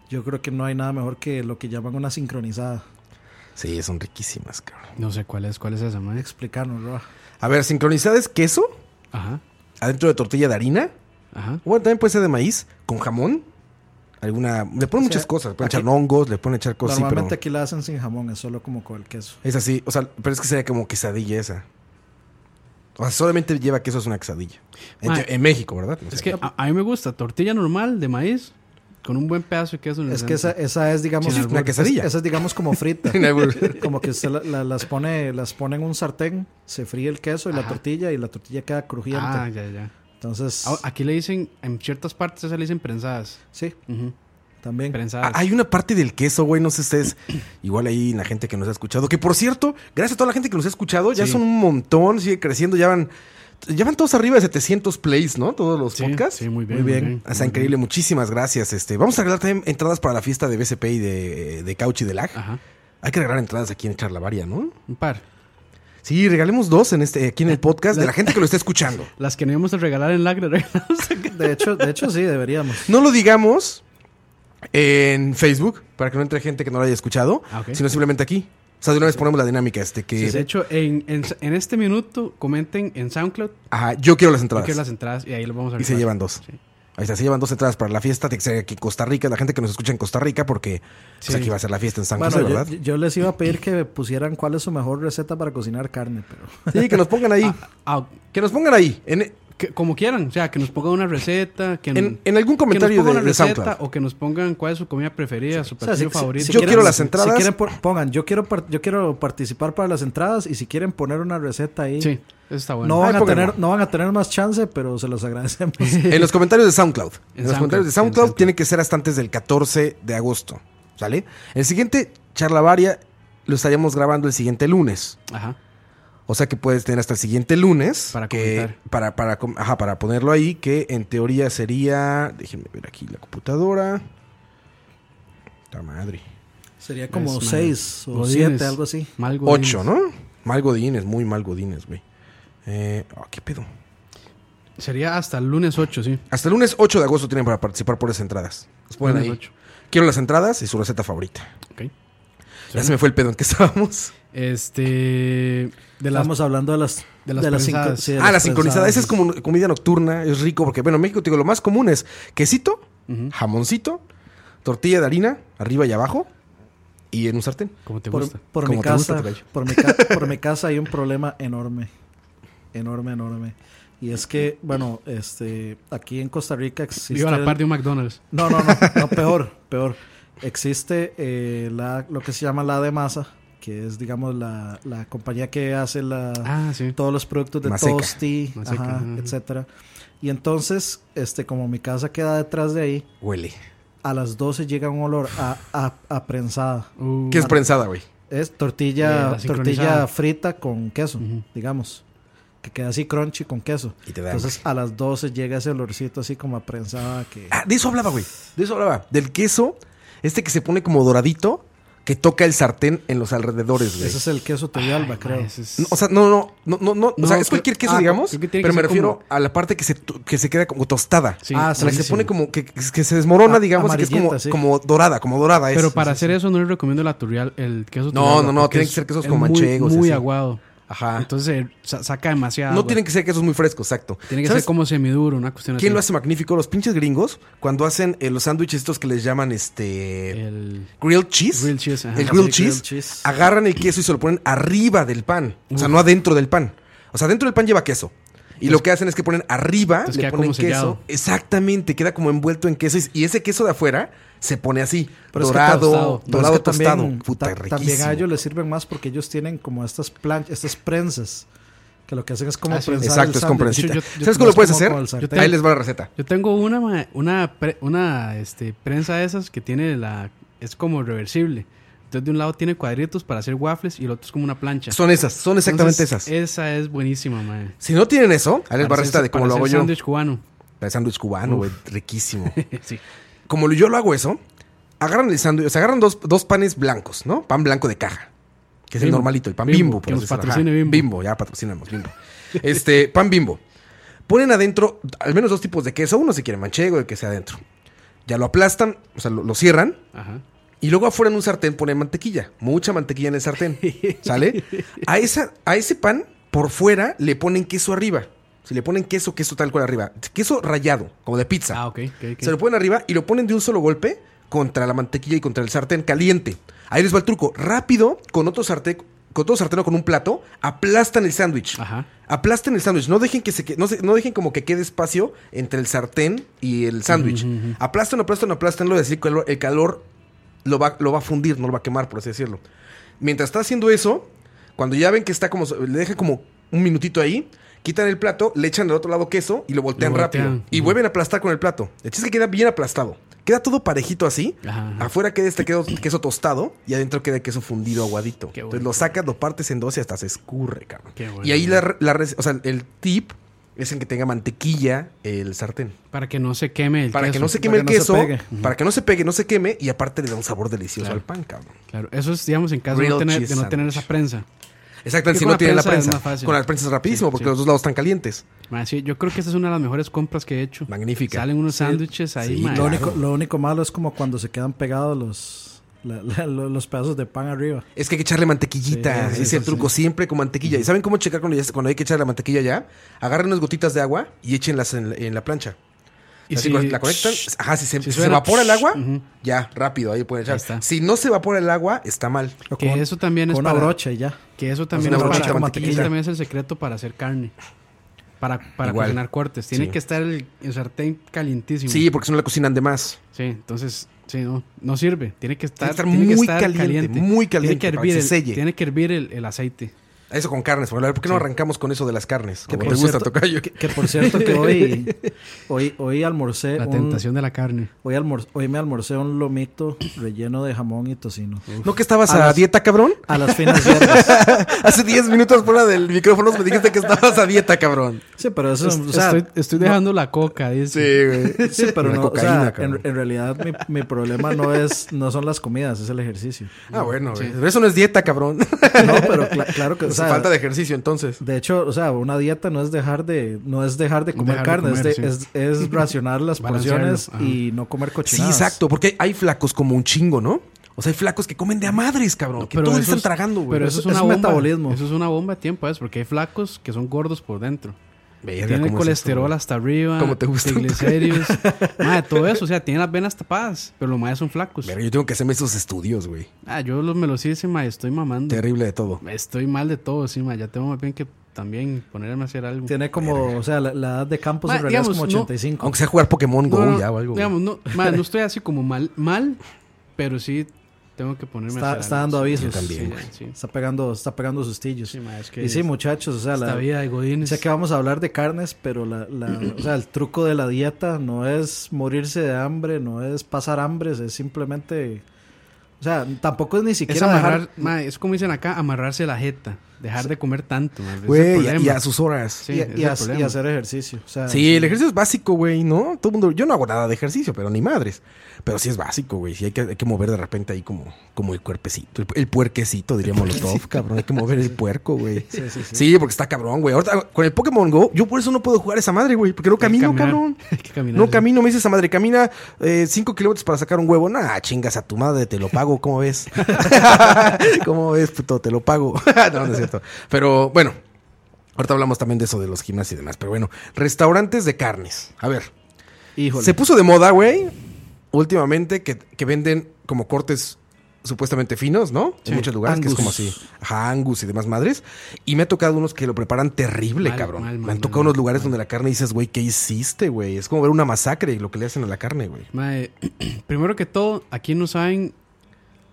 Speaker 3: yo creo que no hay nada mejor que lo que llaman una sincronizada.
Speaker 2: Sí, son riquísimas, cabrón.
Speaker 1: No sé cuál es, cuál es esa, ma.
Speaker 3: Explicarnos, Roa.
Speaker 2: A ver, sincronizada es queso
Speaker 1: Ajá,
Speaker 2: adentro de tortilla de harina.
Speaker 1: ajá.
Speaker 2: Bueno, también puede ser de maíz, con jamón. Alguna. Le ponen
Speaker 3: O
Speaker 2: muchas
Speaker 3: sea,
Speaker 2: cosas. Le pueden
Speaker 3: aquí-
Speaker 2: echar hongos, le pueden echar cosas. sí, pero-
Speaker 3: Normalmente aquí la hacen sin jamón, es solo como con el queso.
Speaker 2: Es así, o sea, pero es que sería como quesadilla esa. O sea, solamente lleva queso es una quesadilla. En,
Speaker 3: Ah.
Speaker 1: Ma-
Speaker 2: en México, ¿verdad? O
Speaker 1: Es
Speaker 2: sea,
Speaker 1: que a, a mí me gusta tortilla normal de maíz con un buen pedazo de queso en el
Speaker 3: Es que esa,
Speaker 1: centro.
Speaker 3: esa es, digamos,
Speaker 2: Sí, sí, una quesadilla.
Speaker 3: Esa es, digamos, como frita.
Speaker 2: en algún-
Speaker 3: como que usted la- la- las, pone, las pone en un sartén, se fríe el queso y la
Speaker 1: Ajá.
Speaker 3: tortilla y la tortilla queda crujiente.
Speaker 1: Ah, ya, ya.
Speaker 3: Entonces,
Speaker 2: ah,
Speaker 1: A- Aquí le dicen, en ciertas partes esa le dicen prensadas.
Speaker 3: sí,
Speaker 1: Ujú,
Speaker 3: también.
Speaker 1: Prensadas.
Speaker 2: Ah, hay una parte del queso, güey, no sé ustedes, igual ahí la gente que nos ha escuchado, que por cierto, gracias a toda la gente que nos ha escuchado, ya
Speaker 1: Sí.
Speaker 2: son un montón, sigue creciendo, ya van, ya van todos arriba de 700 plays, ¿no? Todos los
Speaker 1: Sí,
Speaker 2: podcasts.
Speaker 1: sí, muy bien,
Speaker 2: Muy bien.
Speaker 1: muy bien,
Speaker 2: Está
Speaker 1: muy bien.
Speaker 2: increíble, muchísimas gracias. Este, vamos a regalar también entradas para la fiesta de BCP y de, de Couch y de Lag.
Speaker 1: Ajá.
Speaker 2: Hay que regalar entradas aquí en Charlavaria, ¿no?
Speaker 1: Un par.
Speaker 2: Sí, regalemos dos en este, aquí en el podcast de la gente que lo está escuchando.
Speaker 1: Las que no íbamos a regalar en Lagra,
Speaker 3: De hecho, de hecho sí, deberíamos.
Speaker 2: No lo digamos en Facebook, para que no entre gente que no lo haya escuchado,
Speaker 1: Ah, ok.
Speaker 2: sino simplemente aquí. O sea, de una vez ponemos la dinámica, este, que...
Speaker 1: De hecho, en, en, en este minuto comenten en SoundCloud
Speaker 2: Ajá, yo quiero las
Speaker 1: yo
Speaker 2: entradas.
Speaker 1: quiero las entradas y ahí las vamos a
Speaker 2: Y se
Speaker 1: regalar.
Speaker 2: llevan dos.
Speaker 1: Sí.
Speaker 2: Ahí está, se llevan dos entradas para la fiesta, tiene que ser aquí en Costa Rica, la gente que nos escucha en Costa Rica, porque pues,
Speaker 1: Sí.
Speaker 2: aquí va a ser la fiesta en San José,
Speaker 3: Bueno, yo,
Speaker 2: ¿verdad?
Speaker 3: yo les iba a pedir que pusieran cuál es su mejor receta para cocinar carne, pero
Speaker 2: Sí, que nos pongan ahí.
Speaker 1: Ah,
Speaker 2: Que nos pongan ahí. En,
Speaker 1: que- como quieran, o sea, que nos pongan una receta, que,
Speaker 2: En, en algún
Speaker 1: que nos
Speaker 2: comentario
Speaker 1: pongan
Speaker 2: de,
Speaker 1: una
Speaker 2: de
Speaker 1: receta
Speaker 2: SoundCloud.
Speaker 1: o que nos pongan cuál es su comida preferida, su
Speaker 3: O sea,
Speaker 1: platillo favorito.
Speaker 2: Yo
Speaker 3: quieren-
Speaker 2: quiero las
Speaker 3: si-
Speaker 2: entradas.
Speaker 3: Si quieren, por- pongan, yo quiero, par- yo quiero participar para las entradas y si quieren poner una receta ahí,
Speaker 1: Sí, eso está bueno.
Speaker 3: no,
Speaker 2: Ahí
Speaker 3: van a
Speaker 2: pónganlo.
Speaker 3: tener, no van a tener más chance, pero se los agradecemos.
Speaker 2: En los comentarios de SoundCloud. En,
Speaker 1: En
Speaker 2: los
Speaker 1: SoundCloud,
Speaker 2: comentarios de
Speaker 1: en
Speaker 2: SoundCloud,
Speaker 1: SoundCloud.
Speaker 2: tiene que ser hasta antes del 14 de agosto. ¿Sale? El siguiente charla varia lo estaríamos grabando el siguiente lunes.
Speaker 1: Ajá.
Speaker 2: O sea que puedes tener hasta el siguiente lunes.
Speaker 1: Para
Speaker 2: que,
Speaker 1: comentar.
Speaker 2: para, para, com- ajá, para ponerlo ahí, que en teoría sería. Déjenme ver aquí la computadora. La madre.
Speaker 3: Sería como
Speaker 1: Es, man.
Speaker 3: 6 o
Speaker 1: Godines.
Speaker 3: 7, algo así.
Speaker 1: Mal godines.
Speaker 2: 8, ¿no? Mal Godines, muy mal Godines, güey. Eh, ah, ¿Qué pedo?
Speaker 1: Sería hasta el lunes 8, sí.
Speaker 2: Hasta el lunes 8 de agosto tienen para participar por esas entradas. Las ponen
Speaker 1: Lunes
Speaker 2: ahí.
Speaker 1: 8.
Speaker 2: Quiero las entradas y su receta favorita.
Speaker 1: Ok.
Speaker 2: Ya se me fue el pedo en que estábamos.
Speaker 1: Este. De las.
Speaker 3: Estamos hablando de las,
Speaker 1: de las
Speaker 3: sincro-
Speaker 1: prensadas.
Speaker 3: sí, de
Speaker 2: Ah, la
Speaker 3: las
Speaker 2: sincronizada.
Speaker 3: prensadas.
Speaker 2: Esa es como comida nocturna, es rico porque, bueno, en México, te digo, lo más común es quesito,
Speaker 1: Ujú.
Speaker 2: jamoncito, tortilla de harina, arriba y abajo, y en un sartén.
Speaker 1: Como te
Speaker 3: Por,
Speaker 1: gusta.
Speaker 3: por mi
Speaker 2: Como te gusta
Speaker 3: casa,
Speaker 2: tu gallo.
Speaker 3: por mi ca- por mi casa hay un problema enorme. Enorme, enorme. Y es que, bueno, este aquí en Costa Rica existe.
Speaker 1: Digo, a la
Speaker 3: el-
Speaker 1: par de un McDonald's.
Speaker 3: No, no, no, no, peor, peor. Existe eh, la, lo que se llama la de masa, que es, digamos, la, la compañía que hace la,
Speaker 1: Ah, sí.
Speaker 3: todos los productos de
Speaker 2: Maseca.
Speaker 3: Tosti,
Speaker 1: Maseca,
Speaker 3: ajá,
Speaker 1: ajá.
Speaker 3: etcétera. Y entonces, este, como mi casa queda detrás de ahí,
Speaker 2: Huele.
Speaker 3: a las 12 llega un olor a, a, a prensada.
Speaker 1: Uh,
Speaker 2: ¿Qué es prensada, güey?
Speaker 3: Es
Speaker 1: Eh,
Speaker 3: tortilla,
Speaker 1: la sincronizada.
Speaker 3: tortilla frita con queso,
Speaker 1: Ujú.
Speaker 3: digamos. Que queda así crunchy con queso.
Speaker 2: Y te da
Speaker 3: Entonces a las 12 llega ese olorcito así como a prensada que...
Speaker 2: Ah, de eso hablaba, güey. De eso hablaba. Del queso, este que se pone como doradito, que toca el sartén en los alrededores, güey.
Speaker 3: Ese es el queso Toyalba, creo.
Speaker 1: ese es-
Speaker 2: No, o sea, no, no, no, no, no, O
Speaker 1: No,
Speaker 2: sea, es
Speaker 1: creo-
Speaker 2: cualquier queso,
Speaker 1: ah,
Speaker 2: digamos.
Speaker 1: creo que tiene que
Speaker 2: Pero me
Speaker 1: ser
Speaker 2: refiero
Speaker 1: como-
Speaker 2: a la parte que se, to- que se queda como tostada.
Speaker 1: Sí,
Speaker 3: Ah,
Speaker 2: O sea, la que se
Speaker 1: buenísimo.
Speaker 2: pone como, que, que se desmorona,
Speaker 3: Ah,
Speaker 2: digamos, y que es como,
Speaker 3: amarillenta, sí.
Speaker 2: como dorada, como dorada. es.
Speaker 1: Pero para
Speaker 2: Sí, sí,
Speaker 1: hacer eso no les recomiendo la turrial, el queso
Speaker 2: No,
Speaker 1: turrialba,
Speaker 2: no, no,
Speaker 1: porque
Speaker 2: tienen
Speaker 1: es-
Speaker 2: que ser quesos
Speaker 1: es
Speaker 2: como
Speaker 1: muy-
Speaker 2: manchegos y
Speaker 1: Muy
Speaker 2: así.
Speaker 1: aguado.
Speaker 2: sí. Ajá.
Speaker 1: Entonces eh, sa- saca demasiado.
Speaker 2: Ah. no tienen que ser quesos muy frescos, exacto.
Speaker 1: Tiene que
Speaker 2: ¿Sabes
Speaker 1: ser como semiduro, una cuestión
Speaker 2: ¿Quién lo
Speaker 1: así.
Speaker 2: hace magnífico? Los pinches gringos, cuando hacen eh, los sándwiches estos que les llaman este.
Speaker 3: Eh,
Speaker 1: El.
Speaker 2: Grilled cheese.
Speaker 1: Grilled cheese, ajá.
Speaker 2: El grilled,
Speaker 3: Sí,
Speaker 2: cheese,
Speaker 3: grilled cheese.
Speaker 2: Agarran el queso y se lo ponen arriba del pan. O sea, no adentro del pan. O sea, dentro del pan lleva queso. Y lo que hacen es que ponen arriba,
Speaker 1: entonces
Speaker 2: le
Speaker 1: queda
Speaker 2: ponen
Speaker 1: como sellado.
Speaker 2: queso. Exactamente, queda como envuelto en queso. Y- Y ese queso de afuera se pone así,
Speaker 3: Pero es que
Speaker 2: dorado,
Speaker 1: tostado.
Speaker 3: Pero
Speaker 2: dorado
Speaker 3: es que
Speaker 2: tostado.
Speaker 3: también-
Speaker 2: Puta,
Speaker 3: ta-
Speaker 2: riquísimo.
Speaker 3: También a ellos les sirven más porque ellos tienen como estas planchas, estas prensas, que lo que hacen es como
Speaker 1: Ah, sí.
Speaker 3: prensar el
Speaker 2: Exacto, es con
Speaker 3: sándwich.
Speaker 2: prensita.
Speaker 1: Yo- yo- yo-
Speaker 2: ¿Sabes cómo lo
Speaker 3: es
Speaker 2: puedes
Speaker 3: como
Speaker 2: hacer?
Speaker 3: con el sartén.
Speaker 1: Yo te-
Speaker 2: Ahí les va la receta.
Speaker 1: Yo tengo una ma- una pre- una este prensa de esas que tiene la es como reversible. Entonces de un lado tiene cuadritos para hacer waffles y el otro es como una plancha.
Speaker 2: Son esas, son exactamente
Speaker 1: Entonces,
Speaker 3: eh,
Speaker 2: esas.
Speaker 1: Esa es buenísima, mae.
Speaker 2: si no tienen eso, ahí les va la
Speaker 1: Para
Speaker 2: receta
Speaker 1: hacer-
Speaker 2: de cómo
Speaker 1: para
Speaker 2: lo hago
Speaker 1: hacer
Speaker 2: yo.
Speaker 1: sándwich cubano.
Speaker 2: El sándwich cubano, güey, riquísimo.
Speaker 1: sí.
Speaker 2: como yo lo hago eso, agarran el sándwich, o sea, agarran dos, dos panes blancos, ¿no? Pan blanco de caja. Que es el
Speaker 1: Bimbo.
Speaker 2: normalito, el pan
Speaker 1: Bimbo,
Speaker 2: bimbo. por
Speaker 1: que nos
Speaker 2: así decirlo.
Speaker 1: patrocine
Speaker 2: Ajá.
Speaker 1: Bimbo.
Speaker 2: Bimbo, ya patrocinamos bimbo. Este, pan bimbo. Ponen adentro al menos dos tipos de queso. Uno si quiere manchego, el que sea adentro. Ya lo aplastan, o sea, lo, lo cierran.
Speaker 1: Ajá.
Speaker 2: Y luego afuera en un sartén ponen mantequilla. Mucha mantequilla en el sartén. ¿Sale? A, esa, a ese pan, por fuera, le ponen queso arriba. Si le ponen queso, queso tal cual arriba. Queso rallado, como de pizza.
Speaker 1: Ah, ok. ok, ok.
Speaker 2: Se lo ponen arriba y lo ponen de un solo golpe contra la mantequilla y contra el sartén caliente. Ahí les va el truco. Rápido, con otro sartén, con otro sartén o con un plato, aplastan el sándwich.
Speaker 1: Ajá.
Speaker 2: Aplasten el sándwich, no dejen que se que- no, se- no dejen como que quede espacio entre el sartén y el sándwich. Aplastan, aplastan, aplastanlo, es decir, calor- el calor lo va, lo va a fundir, no lo va a quemar, por así decirlo. Mientras está haciendo eso, cuando ya ven que está como, so- le dejan como un minutito ahí, quitan el plato, le echan al otro lado queso y lo voltean,
Speaker 1: Lo voltean.
Speaker 2: rápido. Y
Speaker 1: Ujú.
Speaker 2: vuelven a aplastar con el plato. El chiste es que queda bien aplastado. Queda todo parejito así.
Speaker 1: Ajá, ajá.
Speaker 2: Afuera queda este quedo- queso tostado y adentro queda el queso fundido aguadito.
Speaker 1: Qué
Speaker 2: Entonces
Speaker 1: bueno.
Speaker 2: lo sacas, lo partes en dos y hasta se escurre, cabrón.
Speaker 1: Qué bueno.
Speaker 2: Y ahí la, re- la re- o sea, el tip es en que tenga mantequilla el sartén.
Speaker 1: Para que no se queme el
Speaker 2: para que
Speaker 1: queso.
Speaker 2: no se queme
Speaker 3: para
Speaker 2: el
Speaker 3: que no se
Speaker 2: queso,
Speaker 3: pegue.
Speaker 2: para que no se pegue, no se queme y aparte le da un sabor delicioso
Speaker 1: Claro.
Speaker 2: al pan, cabrón.
Speaker 1: Claro, eso es digamos en caso de
Speaker 2: Grilled
Speaker 1: no tener,
Speaker 2: cheese
Speaker 1: de no tener esa
Speaker 2: sandwich.
Speaker 1: prensa.
Speaker 2: Exactamente,
Speaker 1: Que
Speaker 2: si
Speaker 1: con
Speaker 2: no
Speaker 1: la
Speaker 2: tienen la
Speaker 1: prensa es
Speaker 2: prensa.
Speaker 1: más fácil.
Speaker 2: Con la prensa es rapidísimo
Speaker 1: Sí,
Speaker 2: porque
Speaker 1: sí.
Speaker 2: los dos lados están calientes.
Speaker 1: Mae, sí, yo creo que esta es una de las mejores compras que he hecho.
Speaker 2: Magnífica.
Speaker 1: Salen unos sándwiches ahí,
Speaker 2: Sí,
Speaker 1: mae.
Speaker 2: claro.
Speaker 3: Lo, único, lo único malo es como cuando se quedan pegados los, la- la- lo- los pedazos de pan arriba.
Speaker 2: Es que hay que echarle mantequillita.
Speaker 3: Sí, sí,
Speaker 2: es el
Speaker 3: sí,
Speaker 2: truco, siempre con mantequilla. ¿Y saben cómo checar cuando, ya- cuando hay que echar la mantequilla ya? Agarren unas gotitas de agua y échenlas en, la- en la plancha.
Speaker 1: Y
Speaker 2: Así
Speaker 1: si-
Speaker 2: cuando la conectan. Ajá, si se,
Speaker 1: si
Speaker 2: si se
Speaker 1: suena,
Speaker 2: evapora el agua,
Speaker 1: ujú.
Speaker 2: ya, rápido, ahí pueden echar.
Speaker 1: Ahí está.
Speaker 2: Si no se evapora el agua, está mal.
Speaker 3: O
Speaker 1: Que
Speaker 3: con-
Speaker 1: eso también
Speaker 3: con
Speaker 1: es
Speaker 3: una
Speaker 1: para-
Speaker 3: brocha y ya.
Speaker 1: Que eso también
Speaker 2: una
Speaker 1: es
Speaker 2: brochita
Speaker 1: para
Speaker 2: de mantequilla.
Speaker 1: eso también es el secreto para hacer carne. Para, para
Speaker 2: Igual.
Speaker 1: cocinar cortes. Tiene
Speaker 2: Sí.
Speaker 1: que estar el, el sartén calientísimo.
Speaker 2: Sí, porque si no la cocinan de más.
Speaker 1: Sí, entonces, sí, no, no sirve. Tiene que estar,
Speaker 2: estar
Speaker 1: tiene que
Speaker 2: muy
Speaker 1: estar
Speaker 2: caliente, muy caliente
Speaker 1: Tiene que
Speaker 2: para que
Speaker 1: hervir,
Speaker 2: se
Speaker 1: el,
Speaker 2: selle.
Speaker 1: tiene que hervir el, el aceite.
Speaker 2: Eso con carnes, por, ¿por qué no arrancamos con eso de las carnes?
Speaker 3: Que
Speaker 2: Como
Speaker 3: por
Speaker 2: te gusta,
Speaker 3: cierto-
Speaker 2: Tocayo.
Speaker 3: Que, que por cierto que hoy, hoy, hoy almorcé.
Speaker 1: La
Speaker 3: un-
Speaker 1: tentación de la carne.
Speaker 3: hoy, almor- hoy me almorcé un lomito relleno de jamón y tocino.
Speaker 2: ¿No que estabas
Speaker 3: A
Speaker 2: a,
Speaker 3: las-
Speaker 2: dieta, cabrón?
Speaker 3: A las finas hierbas.
Speaker 2: Hace 10 minutos fuera del micrófono me dijiste que estabas a dieta, cabrón.
Speaker 3: Sí, pero eso.
Speaker 1: Es-
Speaker 3: o sea,
Speaker 1: estoy, estoy dejando la coca, dice.
Speaker 2: güey.
Speaker 3: Sí, pero
Speaker 2: La
Speaker 3: no, o
Speaker 2: cocaína,
Speaker 3: sea,
Speaker 2: cabrón.
Speaker 3: en, en realidad mi, mi problema no es no son las comidas, es el ejercicio.
Speaker 2: Ah, bueno, güey. Pero Eso no es dieta, cabrón.
Speaker 3: No, pero cla- claro que o
Speaker 2: Es
Speaker 3: sea,
Speaker 2: Pues falta de ejercicio, entonces.
Speaker 3: de hecho, o sea, una dieta no es dejar de no es dejar de comer
Speaker 1: Dejar de
Speaker 3: carne,
Speaker 1: comer,
Speaker 3: es, de-
Speaker 1: sí.
Speaker 3: es- es racionar las
Speaker 1: Balancearlo,
Speaker 3: porciones
Speaker 1: ajá.
Speaker 3: y no comer
Speaker 2: Sí,
Speaker 3: cochinadas.
Speaker 2: exacto, porque hay flacos como un chingo, ¿no? O sea, hay flacos que comen de a madres, cabrón. que
Speaker 1: pero
Speaker 2: todos
Speaker 1: eso
Speaker 2: están
Speaker 1: es-
Speaker 2: tragando, güey.
Speaker 1: Pero eso es,
Speaker 3: Es-
Speaker 1: una
Speaker 3: es
Speaker 1: bomba.
Speaker 3: metabolismo.
Speaker 1: Eso es una bomba de tiempo, es porque hay flacos que son gordos por dentro.
Speaker 2: Verga,
Speaker 1: tienen
Speaker 2: ¿cómo es
Speaker 1: colesterol
Speaker 2: esto,
Speaker 1: hasta arriba,
Speaker 2: ¿Cómo te gusta?
Speaker 1: triglicéridos, madre, todo eso, o sea, tienen las venas tapadas, pero los más son flacos.
Speaker 2: güey? Verga, yo tengo que hacerme esos estudios, güey.
Speaker 1: Ah, yo los me los hice, ma, estoy
Speaker 3: Mm.
Speaker 1: mamando.
Speaker 2: Terrible de todo.
Speaker 1: Estoy mal de todo, sí, ma, ya tengo más bien que también ponerme a hacer algo.
Speaker 3: Tiene como, o sea, la, la edad de Campos
Speaker 1: Ma,
Speaker 3: en realidad
Speaker 1: digamos,
Speaker 3: es como
Speaker 1: no-
Speaker 3: 85.
Speaker 2: Aunque sea jugar Pokémon
Speaker 1: No,
Speaker 2: Go
Speaker 1: no,
Speaker 2: ya o algo. güey.
Speaker 1: Digamos, no, ma, no estoy así como mal, mal, pero sí tengo que ponerme a
Speaker 3: Está,
Speaker 1: hacer
Speaker 3: está
Speaker 1: algo,
Speaker 3: dando
Speaker 1: sí.
Speaker 3: avisos.
Speaker 2: Yo también,
Speaker 1: Sí,
Speaker 2: güey.
Speaker 1: ya, sí.
Speaker 3: Está pegando está pegando sus tillos.
Speaker 1: Sí, ma, es que
Speaker 3: y sí, muchachos, o sea,
Speaker 1: esta
Speaker 3: la,
Speaker 1: vida de godines.
Speaker 3: Sé que vamos a hablar de carnes, pero la, la- o sea, el truco de la dieta no es morirse de hambre, no es pasar hambre, es simplemente... O sea, tampoco es ni
Speaker 1: Es
Speaker 3: siquiera
Speaker 1: amarrar,
Speaker 3: dejar...
Speaker 1: ma, es como dicen acá, amarrarse la jeta, dejar de comer tanto, ma, ese es el
Speaker 2: Güey, y a-
Speaker 1: problema.
Speaker 2: y a sus horas.
Speaker 1: Sí,
Speaker 3: y-
Speaker 1: ese es
Speaker 3: y,
Speaker 1: el
Speaker 3: hac- y
Speaker 1: problema.
Speaker 3: hacer ejercicio. O sea,
Speaker 2: Sí, el ejercicio es básico, güey, ¿no? Todo el mundo, yo no hago nada de ejercicio, pero ni madres. Pero sí es básico, güey. Sí hay que, hay que mover de repente ahí como, como el cuerpecito, el, el puerquecito, diríamos los top, cabrón. Hay que mover el puerco, güey. Sí,
Speaker 3: sí, sí.
Speaker 2: porque está cabrón, güey. Ahorita con el Pokémon Go, yo por eso no puedo jugar esa madre, güey. Porque no
Speaker 1: Hay que
Speaker 2: camino,
Speaker 1: caminar,
Speaker 2: cabrón.
Speaker 1: hay que caminar,
Speaker 2: No
Speaker 1: sí.
Speaker 2: camino, me dice esa madre, camina 5 kilómetros para sacar un huevo. Nah, chingas a tu madre, te lo pago, ¿cómo ves? ¿Cómo ves, puto? Te lo pago. no, no es cierto. Pero bueno, ahorita hablamos también de eso de los gimnasios y demás. Pero bueno, restaurantes de carnes. A ver,
Speaker 3: Híjole.
Speaker 2: se puso de moda, güey, últimamente que, que venden como cortes supuestamente finos, ¿no?
Speaker 1: Sí.
Speaker 2: En muchos lugares, que es como así,
Speaker 3: Angus.
Speaker 2: ajá, angus y demás madres. Y me ha tocado unos que lo preparan terrible,
Speaker 1: Mal,
Speaker 2: cabrón.
Speaker 1: mal,
Speaker 2: me
Speaker 1: mal,
Speaker 2: han tocado
Speaker 1: mal,
Speaker 2: unos lugares
Speaker 1: mal.
Speaker 2: donde la carne dices, güey, ¿qué hiciste, güey? Es como ver una masacre y lo que le hacen a la carne, güey.
Speaker 1: Mae, eh, primero que todo, aquí no saben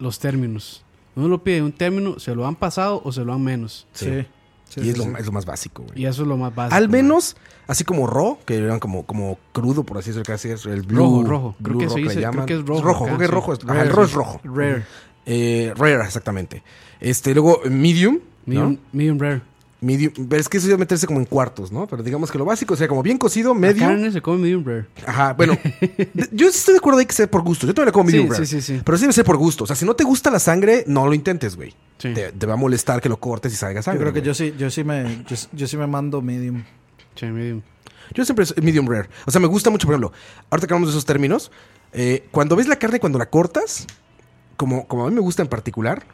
Speaker 1: los términos. Uno lo pide un término, se lo han pasado o se lo han menos.
Speaker 3: Sí. sí,
Speaker 2: y
Speaker 3: sí,
Speaker 2: es, lo,
Speaker 3: sí.
Speaker 2: es lo más básico, güey.
Speaker 1: Y eso es lo más básico.
Speaker 2: Al menos, así como raw, que eran como, como crudo, por así decirlo, casi es el blue.
Speaker 1: Rojo, rojo. Creo
Speaker 2: blue
Speaker 1: que se
Speaker 2: rock le
Speaker 1: dice- creo
Speaker 2: llaman.
Speaker 1: que es rojo
Speaker 2: Rojo, creo
Speaker 1: acá,
Speaker 2: que es
Speaker 1: sí.
Speaker 2: rojo. es- ajá, el rojo es rojo.
Speaker 3: Rare.
Speaker 2: Eh, rare, exactamente. Este, luego eh, medium. ¿no?
Speaker 1: Medium, medium rare.
Speaker 2: Medium, pero es que eso ya meterse como en cuartos, ¿no? Pero digamos que lo básico sea como bien cocido,
Speaker 1: La
Speaker 2: medio.
Speaker 1: carne se come medium rare.
Speaker 2: Ajá, bueno. de- yo sí estoy de acuerdo ahí que sea por gusto. Yo también le como
Speaker 1: Sí,
Speaker 2: medium rare.
Speaker 1: sí, sí, sí.
Speaker 2: Pero sí debe ser por gusto. O sea, si no te gusta la sangre, no lo intentes, güey.
Speaker 1: Sí.
Speaker 2: Te, te va a molestar que lo cortes y salga
Speaker 3: Yo
Speaker 2: sangre.
Speaker 3: creo que
Speaker 2: güey.
Speaker 3: yo sí, yo sí me, yo, yo sí me mando medium.
Speaker 1: Che, medium.
Speaker 2: Yo siempre soy medium rare. O sea, me gusta mucho, por ejemplo, ahorita que hablamos de esos términos, eh, cuando ves la carne, cuando la cortas, como, como a mí me gusta en particular,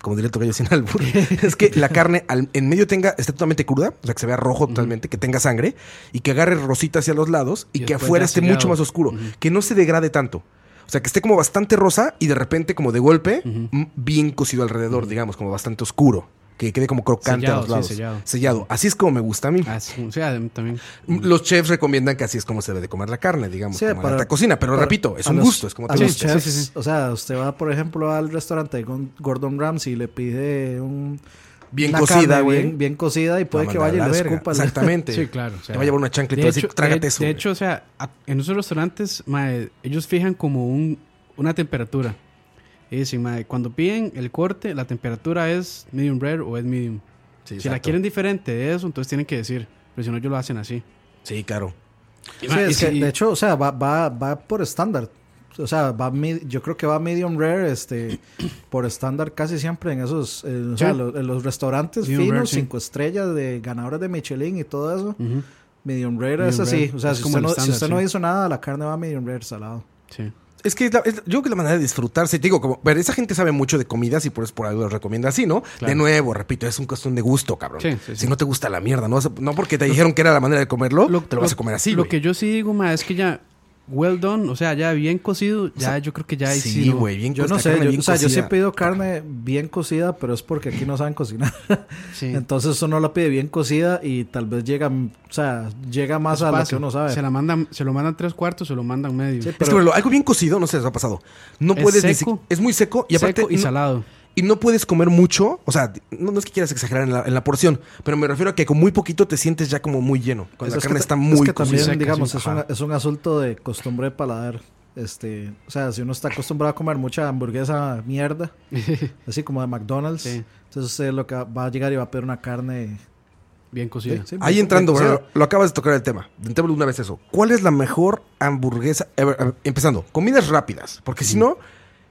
Speaker 2: como diría el tocayo sin albur, es que la carne al- en medio tenga, esté totalmente cruda, o sea, que se vea rojo totalmente, que tenga sangre, y que agarre rosita hacia los lados, y,
Speaker 1: Y
Speaker 2: que
Speaker 1: después
Speaker 2: afuera
Speaker 1: ya
Speaker 2: esté
Speaker 1: sellado.
Speaker 2: mucho más oscuro, que no se degrade tanto. O sea, que esté como bastante rosa y de repente, como de golpe, m- bien cocido alrededor, digamos, como bastante oscuro. Que quede como crocante
Speaker 1: Sellado,
Speaker 2: a los
Speaker 1: sí,
Speaker 2: lados.
Speaker 1: sellado.
Speaker 2: sellado. Así es como me gusta a mí.
Speaker 1: Ah, sí, o sea, también.
Speaker 2: Los chefs recomiendan que así es como se debe de comer la carne, digamos,
Speaker 3: Sí,
Speaker 2: como en
Speaker 3: para-
Speaker 2: alta cocina. Pero
Speaker 3: para-
Speaker 2: repito, es
Speaker 3: a
Speaker 2: un
Speaker 3: los-
Speaker 2: gusto, es como
Speaker 3: a
Speaker 2: te
Speaker 3: los
Speaker 2: gusta.
Speaker 3: chefs, O sea, usted va, por ejemplo, al restaurante de Gon- Gordon Ramsay y le pide un...
Speaker 2: Bien
Speaker 3: una
Speaker 2: cocida,
Speaker 3: carne
Speaker 2: güey.
Speaker 3: Bien, bien cocida y
Speaker 2: Te va a
Speaker 3: puede que
Speaker 2: mandar
Speaker 3: vaya
Speaker 2: a
Speaker 3: y
Speaker 2: la
Speaker 3: le
Speaker 2: verga.
Speaker 3: escupa. la-
Speaker 2: Exactamente.
Speaker 1: Sí, claro. o sea,
Speaker 2: Te va a llevar una chancla y te va a decir,
Speaker 1: de-
Speaker 2: trágate eso.
Speaker 1: De
Speaker 2: güey".
Speaker 1: hecho, o sea, a- en esos restaurantes, mae, ellos fijan como un, una temperatura. Y dicen, mae, cuando piden el corte, la temperatura es medium rare o es medium. si
Speaker 2: Sí,
Speaker 1: la
Speaker 2: exacto.
Speaker 1: quieren diferente de eso, entonces tienen que decir. Pero si no, ellos lo hacen así.
Speaker 2: Sí, claro.
Speaker 1: Y,
Speaker 3: Sí,
Speaker 1: mae,
Speaker 3: es
Speaker 1: y
Speaker 3: que,
Speaker 1: si-
Speaker 3: de hecho, o sea, va, va, va por estándar. O sea, va mid- yo creo que va medium rare este, por estándar casi siempre en esos, eh,
Speaker 1: Sí.
Speaker 3: o sea, lo- en los restaurantes
Speaker 1: Medium
Speaker 3: finos,
Speaker 1: rare, sí.
Speaker 3: cinco estrellas de ganadores de Michelin y todo eso.
Speaker 1: Ujú,
Speaker 3: Medium rare es
Speaker 1: Medium
Speaker 3: así.
Speaker 1: rare.
Speaker 3: O sea,
Speaker 1: Es
Speaker 3: si
Speaker 1: como
Speaker 3: usted,
Speaker 1: el
Speaker 3: no, si
Speaker 1: estándar,
Speaker 3: usted no
Speaker 1: sí.
Speaker 3: hizo nada, la carne va medium rare salado.
Speaker 1: sí.
Speaker 2: Es que es la- es- yo creo que la manera de disfrutarse, te digo, como, pero esa gente sabe mucho de comidas y por eso por algo lo recomienda así, ¿no? De
Speaker 1: Claro.
Speaker 2: nuevo, repito, es un cuestión de gusto, cabrón.
Speaker 1: Sí, sí,
Speaker 2: Si
Speaker 1: sí.
Speaker 2: no te gusta la mierda, no, Oh, vas a- no porque te dijeron que era la manera de comerlo, te lo, vas a comer así.
Speaker 1: Lo
Speaker 2: güey.
Speaker 1: que yo sí digo, ma, es que ya well done, o sea, ya bien cocido, ya yo creo que ya ahí sí.
Speaker 2: Sí,
Speaker 1: no.
Speaker 2: güey, bien
Speaker 3: Yo no
Speaker 2: la
Speaker 3: sé,
Speaker 2: Pues carne
Speaker 3: yo,
Speaker 2: bien
Speaker 3: o sea, yo sí he
Speaker 2: cocida.
Speaker 3: pedido carne bien cocida, pero es porque aquí no saben cocinar.
Speaker 1: Sí.
Speaker 3: Entonces uno la pide bien cocida y tal vez llega, o sea, llega más a la que
Speaker 1: Fácil.
Speaker 3: uno sabe.
Speaker 1: Se, la mandan, se lo mandan tres cuartos, se lo mandan medio.
Speaker 3: Sí,
Speaker 2: Es
Speaker 3: pero-
Speaker 2: que bueno, algo bien cocido, no se les ha pasado. No
Speaker 1: Es
Speaker 2: puedes ni
Speaker 1: seco.
Speaker 2: si- es muy seco y aparte
Speaker 1: Seco y
Speaker 2: no-
Speaker 1: salado.
Speaker 2: y no puedes comer mucho, o sea, no, no es que quieras exagerar en la, en la porción, pero me refiero a que con muy poquito te sientes ya como muy lleno. Cuando
Speaker 3: Eso
Speaker 2: la
Speaker 3: es que
Speaker 2: carne
Speaker 3: ta-
Speaker 2: está
Speaker 3: es
Speaker 2: muy
Speaker 3: que también,
Speaker 1: seca,
Speaker 3: digamos,
Speaker 1: sí.
Speaker 3: es, una- es un asunto de costumbre de paladar. Este, o sea, si uno está acostumbrado a comer mucha hamburguesa mierda, así como de McDonald's,
Speaker 1: Sí.
Speaker 3: entonces usted lo que va- va a llegar y va a pedir una carne.
Speaker 1: Bien cocido.
Speaker 3: sí,
Speaker 2: Ahí
Speaker 3: bien-
Speaker 2: entrando,
Speaker 3: o sea,
Speaker 2: ¿verdad? lo acabas de tocar el tema. Entremos de una vez eso. ¿Cuál es la mejor hamburguesa? ever? A ver, empezando, comidas rápidas. Porque si no,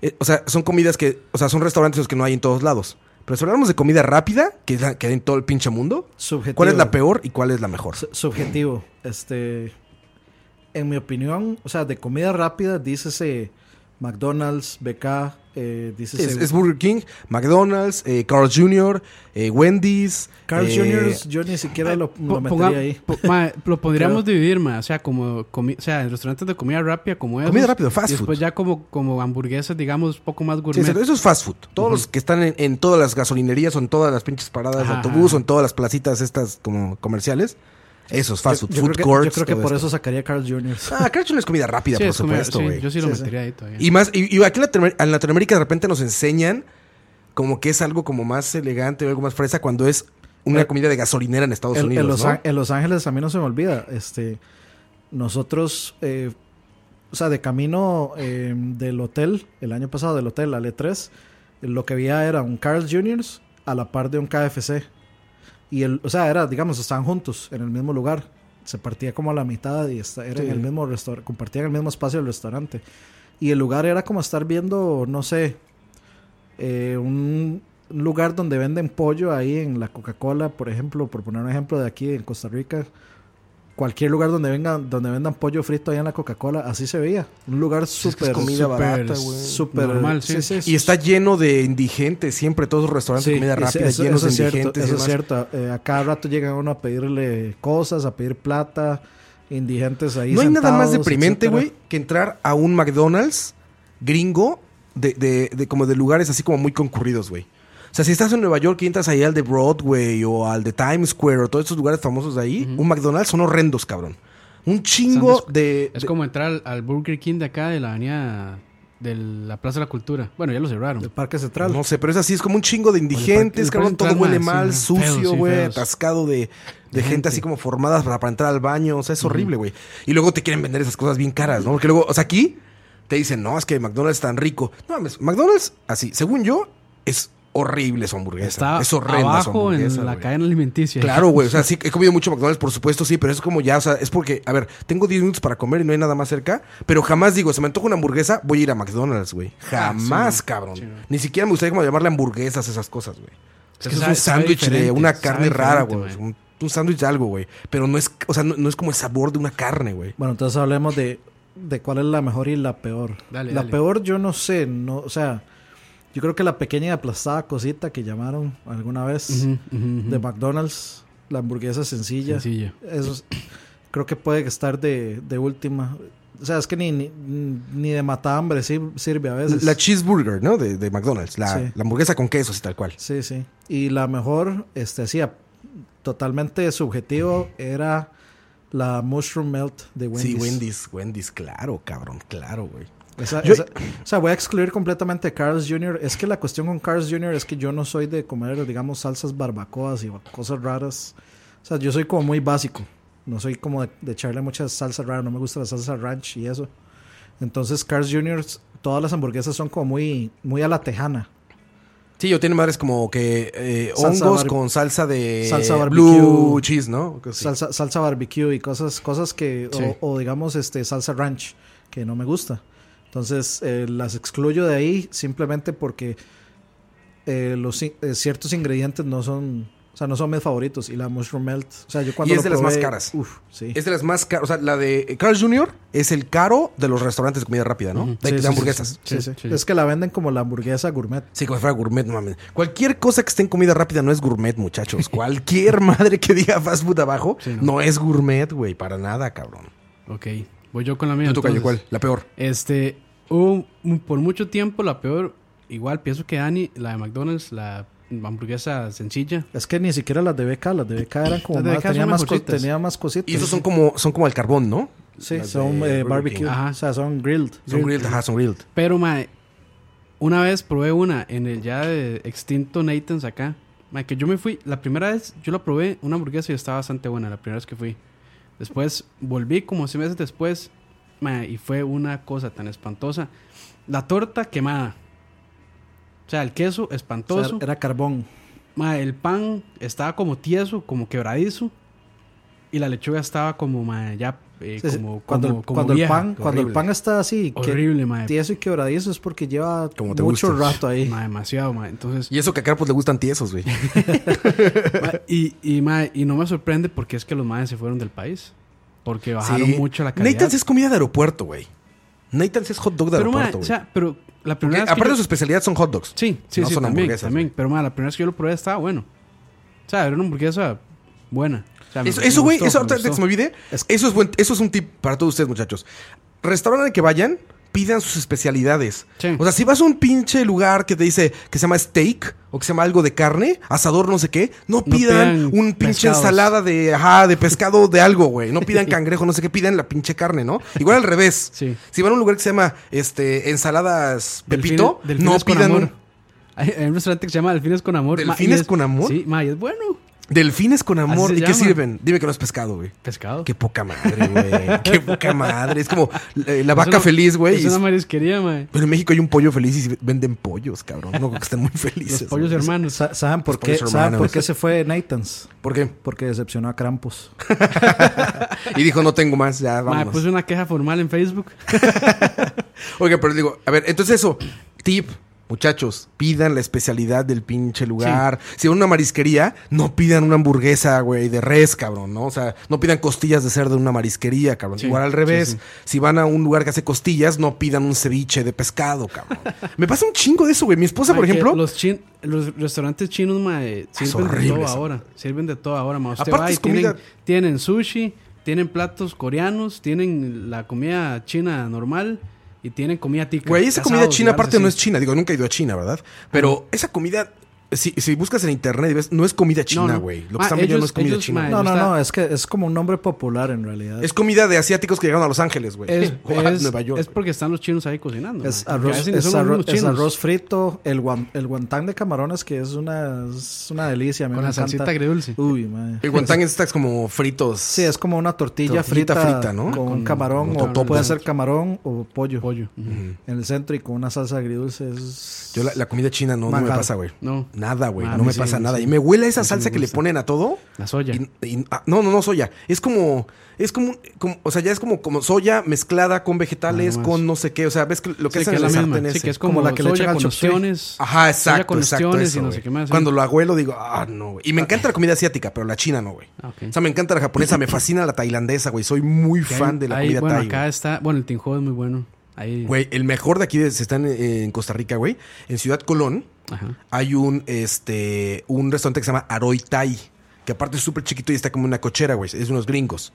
Speaker 2: eh, o sea, son comidas que, o sea, son restaurantes los que no hay en todos lados. Pero si hablamos de comida rápida, que es la que hay en todo el pinche mundo,
Speaker 3: subjetivo.
Speaker 2: ¿cuál es la peor y cuál es la mejor?
Speaker 3: Su- subjetivo. Este, en mi opinión, o sea, de comida rápida, dícese McDonald's, BK, eh, dícese.
Speaker 2: Es, es Burger King, McDonald's, eh, Carl Jr., eh, Wendy's.
Speaker 3: Carl
Speaker 2: eh,
Speaker 3: Jr. yo ni siquiera lo, lo
Speaker 1: Po-
Speaker 3: metería
Speaker 1: ponga-
Speaker 3: ahí.
Speaker 1: po- ma, lo podríamos
Speaker 3: Creo.
Speaker 1: dividir, ma. O sea, como comi- o sea, en restaurantes de comida rápida, como esos.
Speaker 2: Comida rápida, fast
Speaker 1: Y después
Speaker 2: food.
Speaker 1: ya como, como hamburguesas, digamos, poco más
Speaker 2: Sí,
Speaker 1: gourmet.
Speaker 2: exacto, eso es fast food. Todos los que están en, en todas las gasolinerías o en todas las pinches paradas de
Speaker 1: Ajá.
Speaker 2: autobús o en todas las placitas estas como comerciales. Eso es fast
Speaker 3: Yo-
Speaker 2: food.
Speaker 3: yo,
Speaker 2: food
Speaker 3: creo que,
Speaker 2: courts.
Speaker 3: yo creo que
Speaker 2: todo
Speaker 3: por
Speaker 2: esto.
Speaker 3: eso sacaría Carl Jr.
Speaker 2: Ah, creo que no es comida rápida,
Speaker 1: Sí,
Speaker 2: por
Speaker 1: es como-
Speaker 2: supuesto,
Speaker 1: sí,
Speaker 2: güey.
Speaker 1: yo sí lo
Speaker 3: Sí, sí.
Speaker 1: metería ahí todavía.
Speaker 2: Y más, y, y aquí en, Latinoam- en Latinoamérica de repente nos enseñan como que es algo como más elegante o algo más fresa cuando es una
Speaker 3: El-
Speaker 2: comida de gasolinera en Estados
Speaker 3: en, en
Speaker 2: Unidos.
Speaker 3: los,
Speaker 2: ¿no?
Speaker 3: Á- en Los Ángeles a mí no se me olvida. Este, nosotros, eh, o sea, de camino eh, del hotel, el año pasado del hotel, al E3, lo que había era un Carl Jr. a la par de un KFC. Y el, o sea, era, digamos, estaban juntos en el mismo lugar. Se partía como a la mitad y esta- era en el mismo restaurante, compartían el mismo espacio del restaurante. Y el lugar era como estar viendo, no sé, eh, un un lugar donde venden pollo ahí en la Coca-Cola, por ejemplo, por poner un ejemplo de aquí en Costa Rica. Cualquier lugar donde vengan, donde vendan pollo frito ahí en la Coca-Cola, así se veía. Un lugar
Speaker 2: Es que es
Speaker 3: súper,
Speaker 2: comida
Speaker 1: súper-
Speaker 2: barata, güey.
Speaker 3: súper
Speaker 1: Normal, sí.
Speaker 2: Y está lleno de indigentes siempre, todos los restaurantes
Speaker 3: Sí,
Speaker 2: de comida
Speaker 3: eso-
Speaker 2: rápida
Speaker 3: eso-
Speaker 2: llenos
Speaker 3: eso
Speaker 2: de
Speaker 3: es cierto,
Speaker 2: indigentes. y
Speaker 3: Eso es
Speaker 2: demás.
Speaker 3: cierto. Eh, a cada rato llegan uno a pedirle cosas, a pedir plata, indigentes ahí.
Speaker 2: No hay nada más
Speaker 3: sentados,
Speaker 2: deprimente,
Speaker 3: etcétera.
Speaker 2: güey, que entrar a un McDonald's gringo de, de- de como de lugares así como muy concurridos, güey. O sea, si estás en Nueva York y entras ahí al de Broadway o al de Times Square o todos esos lugares famosos de ahí, un McDonald's son horrendos, cabrón. Un chingo
Speaker 1: Son
Speaker 2: de...
Speaker 1: Es
Speaker 2: de-
Speaker 1: como entrar al, al Burger King de acá, de la avenida de la Plaza de la Cultura. Bueno, ya lo cerraron.
Speaker 3: Del Parque Central.
Speaker 2: No sé, pero es así, es como un chingo de
Speaker 1: Oye,
Speaker 2: indigentes,
Speaker 1: pa- pueden
Speaker 2: cabrón, todo
Speaker 1: entrar
Speaker 2: huele
Speaker 1: más,
Speaker 2: mal,
Speaker 1: sí, feos,
Speaker 2: sucio,
Speaker 1: sí,
Speaker 2: güey,
Speaker 1: feos.
Speaker 2: atascado de, de gente. así como formada para, para entrar al baño, o sea, es horrible, güey. Y luego te quieren vender esas cosas bien caras, ¿no? Porque luego, o sea, aquí te dicen, no, es que McDonald's es tan rico. No, mames, McDonald's, así, según yo, es horrible su hamburguesa.
Speaker 1: Está
Speaker 2: es horrenda su
Speaker 1: abajo en
Speaker 2: hamburguesa,
Speaker 1: la
Speaker 2: güey.
Speaker 1: cadena alimenticia.
Speaker 2: Claro, güey. O sea, sí, he comido mucho McDonald's, por supuesto, sí, pero es como ya, o sea, es porque, a ver, tengo 10 minutos para comer y no hay nada más cerca, pero jamás digo, se me antoja una hamburguesa, voy a ir a McDonald's, güey.
Speaker 1: Ah,
Speaker 2: Jamás, cabrón. Ni siquiera me gustaría como llamarle hamburguesas esas cosas, güey.
Speaker 1: que
Speaker 2: Es que eso es
Speaker 1: sabe- sabe
Speaker 2: un sándwich de
Speaker 1: diferente,
Speaker 2: una
Speaker 1: sabe
Speaker 2: carne rara,
Speaker 1: diferente,
Speaker 2: güey.
Speaker 1: güey.
Speaker 2: Un, un sándwich de algo, güey. Pero no es, o sea, no, no es como el sabor de una carne, güey.
Speaker 3: Bueno, entonces hablemos de, de cuál es la mejor y la peor.
Speaker 1: Dale,
Speaker 3: la
Speaker 1: dale.
Speaker 3: peor yo no sé, no, o sea, yo creo que la pequeña y aplastada cosita que llamaron alguna vez
Speaker 1: Ujú, ujú, ujú.
Speaker 3: de McDonald's, la hamburguesa sencilla.
Speaker 1: Sencilla.
Speaker 3: Eso es- creo que puede estar de, de última. O sea, es que ni, ni, ni de matambre sir- sirve a veces.
Speaker 2: La cheeseburger, ¿no? De, de McDonald's. La,
Speaker 3: Sí.
Speaker 2: la hamburguesa con queso, así tal cual.
Speaker 3: Sí, sí. Y la mejor, este, sí, a- totalmente subjetivo, era la Mushroom Melt de Wendy's.
Speaker 2: Sí, Wendy's, Wendy's, claro, cabrón, claro, güey.
Speaker 3: Esa-
Speaker 2: Yo-
Speaker 3: esa- o sea, voy a excluir completamente a Carl's Jr. Es que la cuestión con Carl's Jr. es que yo no soy de comer, digamos, salsas barbacoas y cosas raras. O sea, yo soy como muy básico. No soy como de, de echarle muchas salsas raras. No me gusta la salsa ranch y eso. Entonces, Carl's Jr., todas las hamburguesas son como muy, muy a la tejana.
Speaker 2: Sí, yo tiene madres como que eh,
Speaker 3: Salsa
Speaker 2: hongos
Speaker 3: bar-
Speaker 2: con salsa de
Speaker 3: Salsa barbecue.
Speaker 2: blue cheese, ¿no? Que sí.
Speaker 3: Salsa, salsa barbecue y cosas, cosas que, o-
Speaker 1: Sí.
Speaker 3: o, digamos, este, salsa ranch, que no me gusta. Entonces, eh, las excluyo de ahí simplemente porque eh, los in- eh, ciertos ingredientes no son, o sea, no son mis favoritos. Y la mushroom melt, o sea, yo cuando
Speaker 2: Y es
Speaker 3: lo
Speaker 2: de las
Speaker 3: probé,
Speaker 2: más caras.
Speaker 3: Uf, sí.
Speaker 2: Es de las más caras. O sea, la de Carl Jr. es el caro de los restaurantes de comida rápida, ¿no? De,
Speaker 3: Sí,
Speaker 2: de
Speaker 3: sí, sí,
Speaker 2: hamburguesas.
Speaker 3: sí,
Speaker 2: Sí,
Speaker 3: sí,
Speaker 1: Sí,
Speaker 3: sí.
Speaker 1: sí.
Speaker 3: Es que la venden como la hamburguesa gourmet.
Speaker 2: como si fuera gourmet, no mames. Cualquier cosa que esté en comida rápida no es gourmet, muchachos. Cualquier madre que diga fast food abajo
Speaker 1: Sí,
Speaker 2: no.
Speaker 1: no.
Speaker 2: es gourmet, güey. Para nada, cabrón.
Speaker 1: Ok. Voy yo con la mía.
Speaker 2: Tú toca
Speaker 1: entonces.
Speaker 2: cuál, la peor.
Speaker 1: Este, hubo un- por mucho tiempo la peor, igual pienso que Annie, la de McDonald's, la hamburguesa sencilla.
Speaker 3: Es que ni siquiera las de BK, las de BK eran como
Speaker 1: Las de
Speaker 3: más,
Speaker 1: BK son
Speaker 3: tenía, más co-
Speaker 1: mejorcitas.
Speaker 3: tenía más cositas.
Speaker 2: Y esos son como, son como al carbón, ¿no?
Speaker 3: sí,
Speaker 2: las
Speaker 3: son
Speaker 2: de
Speaker 3: eh,
Speaker 2: Burger
Speaker 3: barbecue,
Speaker 2: King.
Speaker 1: Ajá.
Speaker 3: o sea, son grilled.
Speaker 2: Son grilled, ajá, son grilled.
Speaker 1: Pero, mae, una vez probé una en el ya de extinto Nathan's acá. Mae, que yo me fui, la primera vez yo la probé, una hamburguesa y estaba bastante buena, la primera vez que fui. Después volví como seis meses después, mae, y fue una cosa tan espantosa. La torta quemada. O sea, el queso
Speaker 3: O sea,
Speaker 1: espantoso.
Speaker 3: era carbón.
Speaker 1: Ma, el pan estaba como tieso, como quebradizo. Y la lechuga estaba como, ma, ya, eh,
Speaker 3: Sí, sí.
Speaker 1: como,
Speaker 3: cuando el-
Speaker 1: como- como
Speaker 3: cuando el
Speaker 1: vieja.
Speaker 3: pan, cuando el
Speaker 2: horrible.
Speaker 3: pan está así, que
Speaker 1: Horrible, ma,
Speaker 3: tieso y quebradizo es porque lleva
Speaker 2: Como te
Speaker 3: mucho
Speaker 2: gusta.
Speaker 3: rato ahí.
Speaker 1: ma, demasiado, ma. Entonces,
Speaker 2: Y eso que a Carpos le gustan tiesos, güey.
Speaker 1: ma, y, y, ma, y no me sorprende porque es que los madres se fueron del país. Porque bajaron
Speaker 2: Sí.
Speaker 1: mucho la calidad.
Speaker 2: Nathan's es comida de aeropuerto, güey. Nathan's es hot dog de
Speaker 1: pero, ma,
Speaker 2: aeropuerto,
Speaker 1: o
Speaker 2: güey.
Speaker 1: sea, pero la
Speaker 2: Porque
Speaker 1: primera vez que yo-
Speaker 2: aparte de su especialidad son hot dogs.
Speaker 1: Sí, sí,
Speaker 2: no
Speaker 1: sí,
Speaker 2: son
Speaker 1: también,
Speaker 2: hamburguesas,
Speaker 1: también. Pero, ma, la primera vez que yo lo probé estaba bueno. O sea, era una hamburguesa buena. O sea, Ah, me-
Speaker 2: Eso,
Speaker 1: me
Speaker 2: eso, güey,
Speaker 1: gustó,
Speaker 2: eso
Speaker 1: me
Speaker 2: ahorita
Speaker 1: gustó.
Speaker 2: que se me olvide. Eso es, buen- eso es un tip para todos ustedes, muchachos. Restaurante al que vayan, pidan sus especialidades.
Speaker 1: Sí.
Speaker 2: O sea, si vas a un pinche lugar que te dice que se llama steak o que se llama algo de carne, asador, no sé qué, no pidan,
Speaker 1: pidan
Speaker 2: un pinche
Speaker 1: pescados.
Speaker 2: ensalada de, ajá, de pescado de algo, güey. No pidan cangrejo, no sé qué, pidan la pinche carne, ¿no? Igual al revés.
Speaker 1: Sí.
Speaker 2: Si van a un lugar que se llama este ensaladas
Speaker 1: Delfine-
Speaker 2: Pepito,
Speaker 1: Delfines
Speaker 2: no
Speaker 1: con
Speaker 2: pidan
Speaker 1: amor.
Speaker 2: un-
Speaker 1: Hay, hay un restaurante que se llama Delfines con Amor. ma, y
Speaker 2: ¿Delfines con amor?
Speaker 1: Sí, ma, y es bueno.
Speaker 2: delfines con amor.
Speaker 1: se
Speaker 2: ¿Y qué
Speaker 1: llama.
Speaker 2: sirven? Dime que no es pescado, güey.
Speaker 1: Pescado.
Speaker 2: Qué poca madre, güey. Qué poca madre. Es como eh, la
Speaker 1: Es
Speaker 2: vaca
Speaker 1: una-
Speaker 2: feliz, güey.
Speaker 1: Es una marisquería, ma.
Speaker 2: Pero en México hay un pollo feliz y venden pollos, cabrón. No creo que estén muy
Speaker 1: Los
Speaker 2: felices.
Speaker 1: pollos
Speaker 2: güey.
Speaker 1: hermanos.
Speaker 3: Sa- ¿Saben por
Speaker 2: Los
Speaker 3: qué,
Speaker 2: pollos
Speaker 3: ¿saben por
Speaker 2: hermanos.
Speaker 3: qué se fue Nathan's?
Speaker 2: ¿Por qué?
Speaker 3: Porque decepcionó a Krampus.
Speaker 2: Y dijo, no tengo más, ya
Speaker 1: Ma, pues,
Speaker 2: vámonos.
Speaker 1: puse una queja formal en Facebook.
Speaker 2: Oiga, pero digo, a ver, entonces eso, tip. Muchachos, pidan la especialidad del pinche lugar. Si van a una marisquería, no pidan una hamburguesa, güey, de res, cabrón, ¿no? O sea, no pidan costillas de cerdo en una marisquería, cabrón.
Speaker 1: Sí,
Speaker 2: Igual al
Speaker 1: sí,
Speaker 2: revés.
Speaker 1: sí.
Speaker 2: Si van a un lugar que hace costillas, no pidan un ceviche de pescado, cabrón. Me pasa un chingo de eso, güey. Mi esposa,
Speaker 1: Ma,
Speaker 2: por
Speaker 1: que
Speaker 2: ejemplo,
Speaker 1: Los, chin- los restaurantes chinos, ma, eh, sirven de
Speaker 2: horrible
Speaker 1: todo
Speaker 2: esa
Speaker 1: ahora. Sirven de todo ahora, ma. Usted
Speaker 2: Aparte
Speaker 1: va y
Speaker 2: es comida-
Speaker 1: tienen, tienen sushi, tienen platos coreanos, tienen la comida china normal y tienen comida tica.
Speaker 2: Güey, esa comida
Speaker 1: Asados,
Speaker 2: china
Speaker 1: lugares
Speaker 2: aparte no es
Speaker 1: así.
Speaker 2: china. Digo, nunca he ido a China, ¿verdad? Pero esa comida, si, si buscas en internet y ves, no es comida china,
Speaker 1: no.
Speaker 2: güey. Lo que
Speaker 1: Ma,
Speaker 2: están vendiendo no
Speaker 1: ellos-
Speaker 2: es comida
Speaker 1: ellos,
Speaker 2: china.
Speaker 1: ma,
Speaker 2: güey.
Speaker 3: No, no,
Speaker 1: está-
Speaker 3: no, es que es como un nombre popular en realidad.
Speaker 2: Es comida de asiáticos que llegaron a Los Ángeles, güey.
Speaker 1: Es,
Speaker 2: O a
Speaker 1: es-
Speaker 2: Nueva York.
Speaker 1: es porque están los chinos ahí cocinando.
Speaker 3: Es
Speaker 1: ma. Porque a
Speaker 3: arroz,
Speaker 1: veces ni
Speaker 3: es
Speaker 1: son los
Speaker 3: arroz-
Speaker 1: mismos
Speaker 3: es
Speaker 1: chinos.
Speaker 3: arroz frito, el, guan- el guantán de camarones, que es una, es una delicia. a mí
Speaker 1: Con
Speaker 3: me
Speaker 1: la salsita
Speaker 3: encanta.
Speaker 1: agridulce.
Speaker 3: Uy, madre.
Speaker 2: El guantán está como fritos.
Speaker 3: Sí, es como una tortilla
Speaker 2: Tortillita
Speaker 3: frita,
Speaker 2: frita, ¿no?
Speaker 3: con,
Speaker 1: Con
Speaker 3: camarón, o
Speaker 1: totopo.
Speaker 3: puede ser camarón o pollo,
Speaker 1: Pollo.
Speaker 3: en el centro y con una salsa agridulce. Es...
Speaker 2: Yo la, la comida china no, no me
Speaker 3: Manjar.
Speaker 2: pasa, güey.
Speaker 1: No.
Speaker 2: Nada, güey.
Speaker 1: Ah, a
Speaker 2: no
Speaker 1: mí
Speaker 2: me
Speaker 1: sí,
Speaker 2: pasa
Speaker 1: a mí
Speaker 2: nada.
Speaker 1: sí.
Speaker 2: Y me huele a esa
Speaker 1: A mí sí
Speaker 2: salsa
Speaker 1: me
Speaker 2: que le
Speaker 1: gusta.
Speaker 2: ponen a todo.
Speaker 1: La soya.
Speaker 2: Y- y- ah, no, no, no, soya. Es como, es como, como- o sea, ya es como, como soya mezclada con vegetales,
Speaker 1: Nada más.
Speaker 2: con no sé qué. O sea, ves que lo que
Speaker 1: Ah, Sí,
Speaker 2: hacen
Speaker 1: que es
Speaker 2: en
Speaker 1: la
Speaker 2: el
Speaker 1: misma.
Speaker 2: sartén
Speaker 1: Sí,
Speaker 2: ese.
Speaker 1: que es como,
Speaker 3: Como la
Speaker 1: la
Speaker 3: que
Speaker 1: que
Speaker 3: le echan
Speaker 1: soya
Speaker 3: al
Speaker 1: con
Speaker 3: chop suey.
Speaker 1: opciones.
Speaker 2: Ajá,
Speaker 1: Soya
Speaker 2: exacto,
Speaker 1: con
Speaker 2: exacto.
Speaker 1: opciones
Speaker 2: eso,
Speaker 1: y no
Speaker 2: güey.
Speaker 1: sé qué más. ¿eh? sí.
Speaker 2: Cuando lo agüelo digo, ah, no, güey. Y me encanta la comida asiática, pero la china no, güey.
Speaker 1: Ah, ok.
Speaker 2: O sea, me encanta la japonesa, me fascina la tailandesa, güey. Soy muy
Speaker 1: Que
Speaker 2: fan
Speaker 1: hay-
Speaker 2: de la
Speaker 1: hay-
Speaker 2: comida
Speaker 1: Bueno,
Speaker 2: thai.
Speaker 1: acá
Speaker 2: güey.
Speaker 1: está... Bueno, el tinjo es muy bueno. Ahí...
Speaker 2: Güey, el mejor de aquí de- se está en, en Costa Rica, güey. En Ciudad Colón
Speaker 1: Ajá.
Speaker 2: hay un, este, un restaurante que se llama Aroy Thai. Que aparte es súper chiquito y está como en una cochera, güey. Es unos gringos.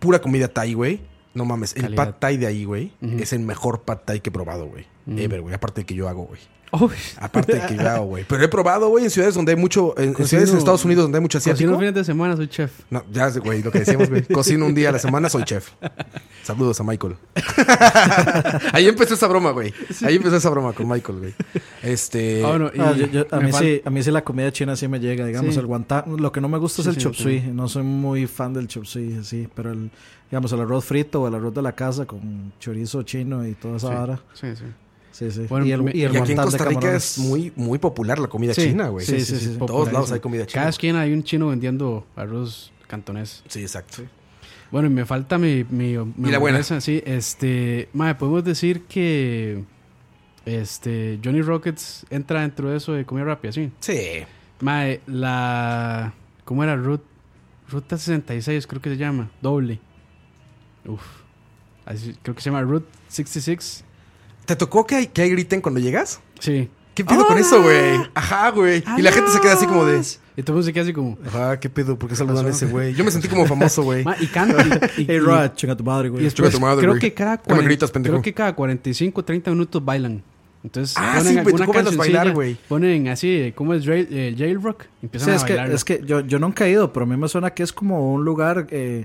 Speaker 2: Pura comida thai, güey. No mames. El
Speaker 1: Calidad.
Speaker 2: pad thai de ahí, güey, es el mejor pad thai que he probado, güey.
Speaker 1: Mm.
Speaker 2: Ever, güey. Aparte del que yo hago, güey.
Speaker 1: Uy.
Speaker 2: Aparte de que yo hago, güey. Pero he probado, güey, en ciudades donde hay mucho. En, en
Speaker 1: Cocino-
Speaker 2: ciudades en Estados Unidos donde hay mucho
Speaker 1: Cocino
Speaker 2: asiático.
Speaker 1: fines de semana, soy chef.
Speaker 2: No, ya, sé, güey, lo que decíamos, güey. Cocino un día a la semana, soy chef. Saludos a Michael. Ahí empezó esa broma, güey. Ahí empezó esa broma con Michael, güey. Este.
Speaker 1: Ah, bueno, y
Speaker 3: Ah, yo- yo- a,
Speaker 1: me
Speaker 3: mí
Speaker 1: fal-
Speaker 3: sí, a mí sí la comida china sí me llega, digamos,
Speaker 1: Sí.
Speaker 3: el guantán. Lo que no me gusta
Speaker 1: Sí,
Speaker 3: es el
Speaker 1: sí,
Speaker 3: chop
Speaker 1: yo
Speaker 3: suey, no soy muy fan del chop suey, sí, pero el, digamos, el arroz frito o el arroz de la casa con chorizo chino y toda esa vara.
Speaker 1: Sí, sí.
Speaker 3: Sí, sí.
Speaker 1: Bueno,
Speaker 3: y el,
Speaker 1: me-
Speaker 3: y el
Speaker 2: y aquí en
Speaker 3: guantán de
Speaker 2: Costa Rica
Speaker 3: camarones.
Speaker 2: es muy, muy popular la comida
Speaker 1: Sí,
Speaker 2: china, güey.
Speaker 3: sí,
Speaker 2: Sí,
Speaker 3: sí, sí.
Speaker 1: es
Speaker 2: todos
Speaker 1: popular,
Speaker 2: lados
Speaker 1: sí.
Speaker 2: hay comida china.
Speaker 1: Cada esquina hay un chino vendiendo arroz cantonés.
Speaker 2: exacto.
Speaker 1: Bueno, y me falta mi... mi, mi
Speaker 2: Y la buena.
Speaker 1: hamburguesa, Sí, este... Madre, podemos decir que... Este... Johnny Rockets entra dentro de eso de comida rápida, sí.
Speaker 2: Sí.
Speaker 1: Mae, la. ¿Cómo era? Rut- Ruta 66, creo que se llama. Doble. Uf. Así, creo que se llama Route 66.
Speaker 2: ¿Te tocó que hay, que ahí griten cuando llegas?
Speaker 1: Sí.
Speaker 2: ¿Qué pedo con
Speaker 1: ¡Hola!
Speaker 2: eso, güey? Ajá, güey. Y la gente se queda así como de.
Speaker 1: Alas. Y todo el mundo se queda así como.
Speaker 2: Ajá, qué pedo, ¿por qué saludan a ese güey? Yo me sentí como famoso, güey.
Speaker 1: "Ma, Y canta. Y, y-
Speaker 3: Hey,
Speaker 1: y-
Speaker 3: Rod, chinga tu madre,
Speaker 1: y
Speaker 3: güey.
Speaker 1: después,
Speaker 2: Chinga tu madre,
Speaker 1: creo,
Speaker 2: güey.
Speaker 1: que cada
Speaker 2: ¿Qué me
Speaker 1: 40
Speaker 2: gritas, pendejo?
Speaker 1: creo que cada 45, 30 minutos bailan. Entonces,
Speaker 2: Ah, sí, güey,
Speaker 1: alguna
Speaker 2: tocó verlos bailar,
Speaker 1: cancioncilla,
Speaker 2: güey.
Speaker 1: Ponen así, ¿cómo es jail, eh, jailrock? Y
Speaker 3: O
Speaker 1: empiezan
Speaker 3: sea, es
Speaker 1: a
Speaker 3: que,
Speaker 1: bailar.
Speaker 3: es que yo, yo nunca he ido, pero a mí me suena que es como un lugar eh,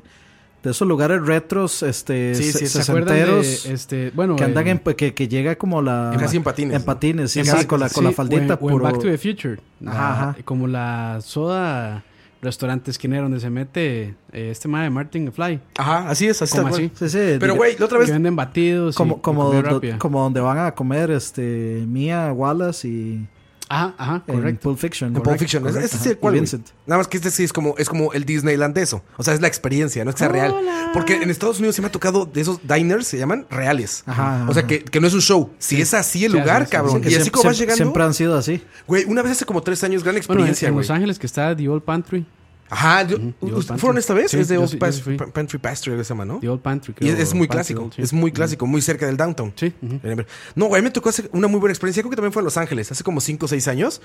Speaker 3: de esos lugares retros, este,
Speaker 2: Sí,
Speaker 3: se-
Speaker 2: sí,
Speaker 1: ¿Se acuerdan de,
Speaker 3: sesenteros,
Speaker 1: este, bueno,
Speaker 3: que andan
Speaker 1: eh,
Speaker 3: en, que, que llega como la...
Speaker 2: Casi en patines.
Speaker 3: En patines, sí,
Speaker 1: en
Speaker 3: sí,
Speaker 1: Back-
Speaker 3: con la, con la
Speaker 1: sí, o en-
Speaker 3: faldita.
Speaker 1: o en
Speaker 3: puro-
Speaker 1: Back to the Future. la-
Speaker 3: Ajá, ajá.
Speaker 1: Como la soda restaurante esquinero donde se mete eh, este madre de Martin Fly.
Speaker 2: Ajá, así es, así
Speaker 1: ¿Cómo
Speaker 2: tal cual.
Speaker 1: así?
Speaker 3: Sí, sí.
Speaker 2: Pero,
Speaker 3: diga-
Speaker 2: güey, la otra
Speaker 1: Que
Speaker 2: vez.
Speaker 1: venden batidos. y-
Speaker 3: como,
Speaker 1: y
Speaker 3: como,
Speaker 1: comida
Speaker 3: do-
Speaker 1: rápida.
Speaker 3: como donde van a comer este Mia, Wallace y
Speaker 1: Ajá, ajá,
Speaker 3: en
Speaker 1: correcto.
Speaker 3: Pulp Fiction.
Speaker 2: En Pulp
Speaker 3: correcto,
Speaker 2: Fiction, ese-
Speaker 3: correcto,
Speaker 2: ese es
Speaker 3: ajá.
Speaker 2: el cual,
Speaker 3: Y
Speaker 2: güey.
Speaker 3: Vincent.
Speaker 2: Nada más que este sí es como, es como el Disneyland de eso. O sea, es la experiencia, no es que sea real. Porque en Estados Unidos se me ha tocado de esos diners, se llaman reales.
Speaker 3: Ajá,
Speaker 2: O sea,
Speaker 3: ajá.
Speaker 2: que, que no es un show. Si es así el
Speaker 1: Sí,
Speaker 2: lugar,
Speaker 1: sí, sí,
Speaker 2: cabrón.
Speaker 3: Dicen que
Speaker 2: y así
Speaker 3: siempre-
Speaker 2: como vas
Speaker 3: siempre-
Speaker 2: llegando.
Speaker 3: Siempre han sido así.
Speaker 2: Güey, una vez hace como tres años,
Speaker 1: Bueno,
Speaker 2: gran
Speaker 1: en,
Speaker 2: experiencia,
Speaker 1: en
Speaker 2: güey.
Speaker 1: Los Ángeles que está The Old Pantry.
Speaker 2: Ajá,
Speaker 1: Ujú, The
Speaker 2: yo-
Speaker 1: Old
Speaker 2: ¿ustedes
Speaker 1: Pantry.
Speaker 2: ¿fueron esta vez?
Speaker 1: Sí,
Speaker 2: es de
Speaker 1: yo
Speaker 2: Old
Speaker 1: sí- yo
Speaker 2: Pas-
Speaker 1: sí fui.
Speaker 2: Pa- Pantry Pastry, algo se llama, ¿no?
Speaker 1: The Old Pantry,
Speaker 2: Y
Speaker 1: creo,
Speaker 2: es, es muy
Speaker 1: Pantry
Speaker 2: clásico,
Speaker 1: Old, sí.
Speaker 2: es muy clásico, muy cerca del downtown.
Speaker 1: Sí, ujú.
Speaker 2: No, güey, me tocó hacer una muy buena experiencia. Creo que también fue en Los Ángeles, hace como 5 o 6 años.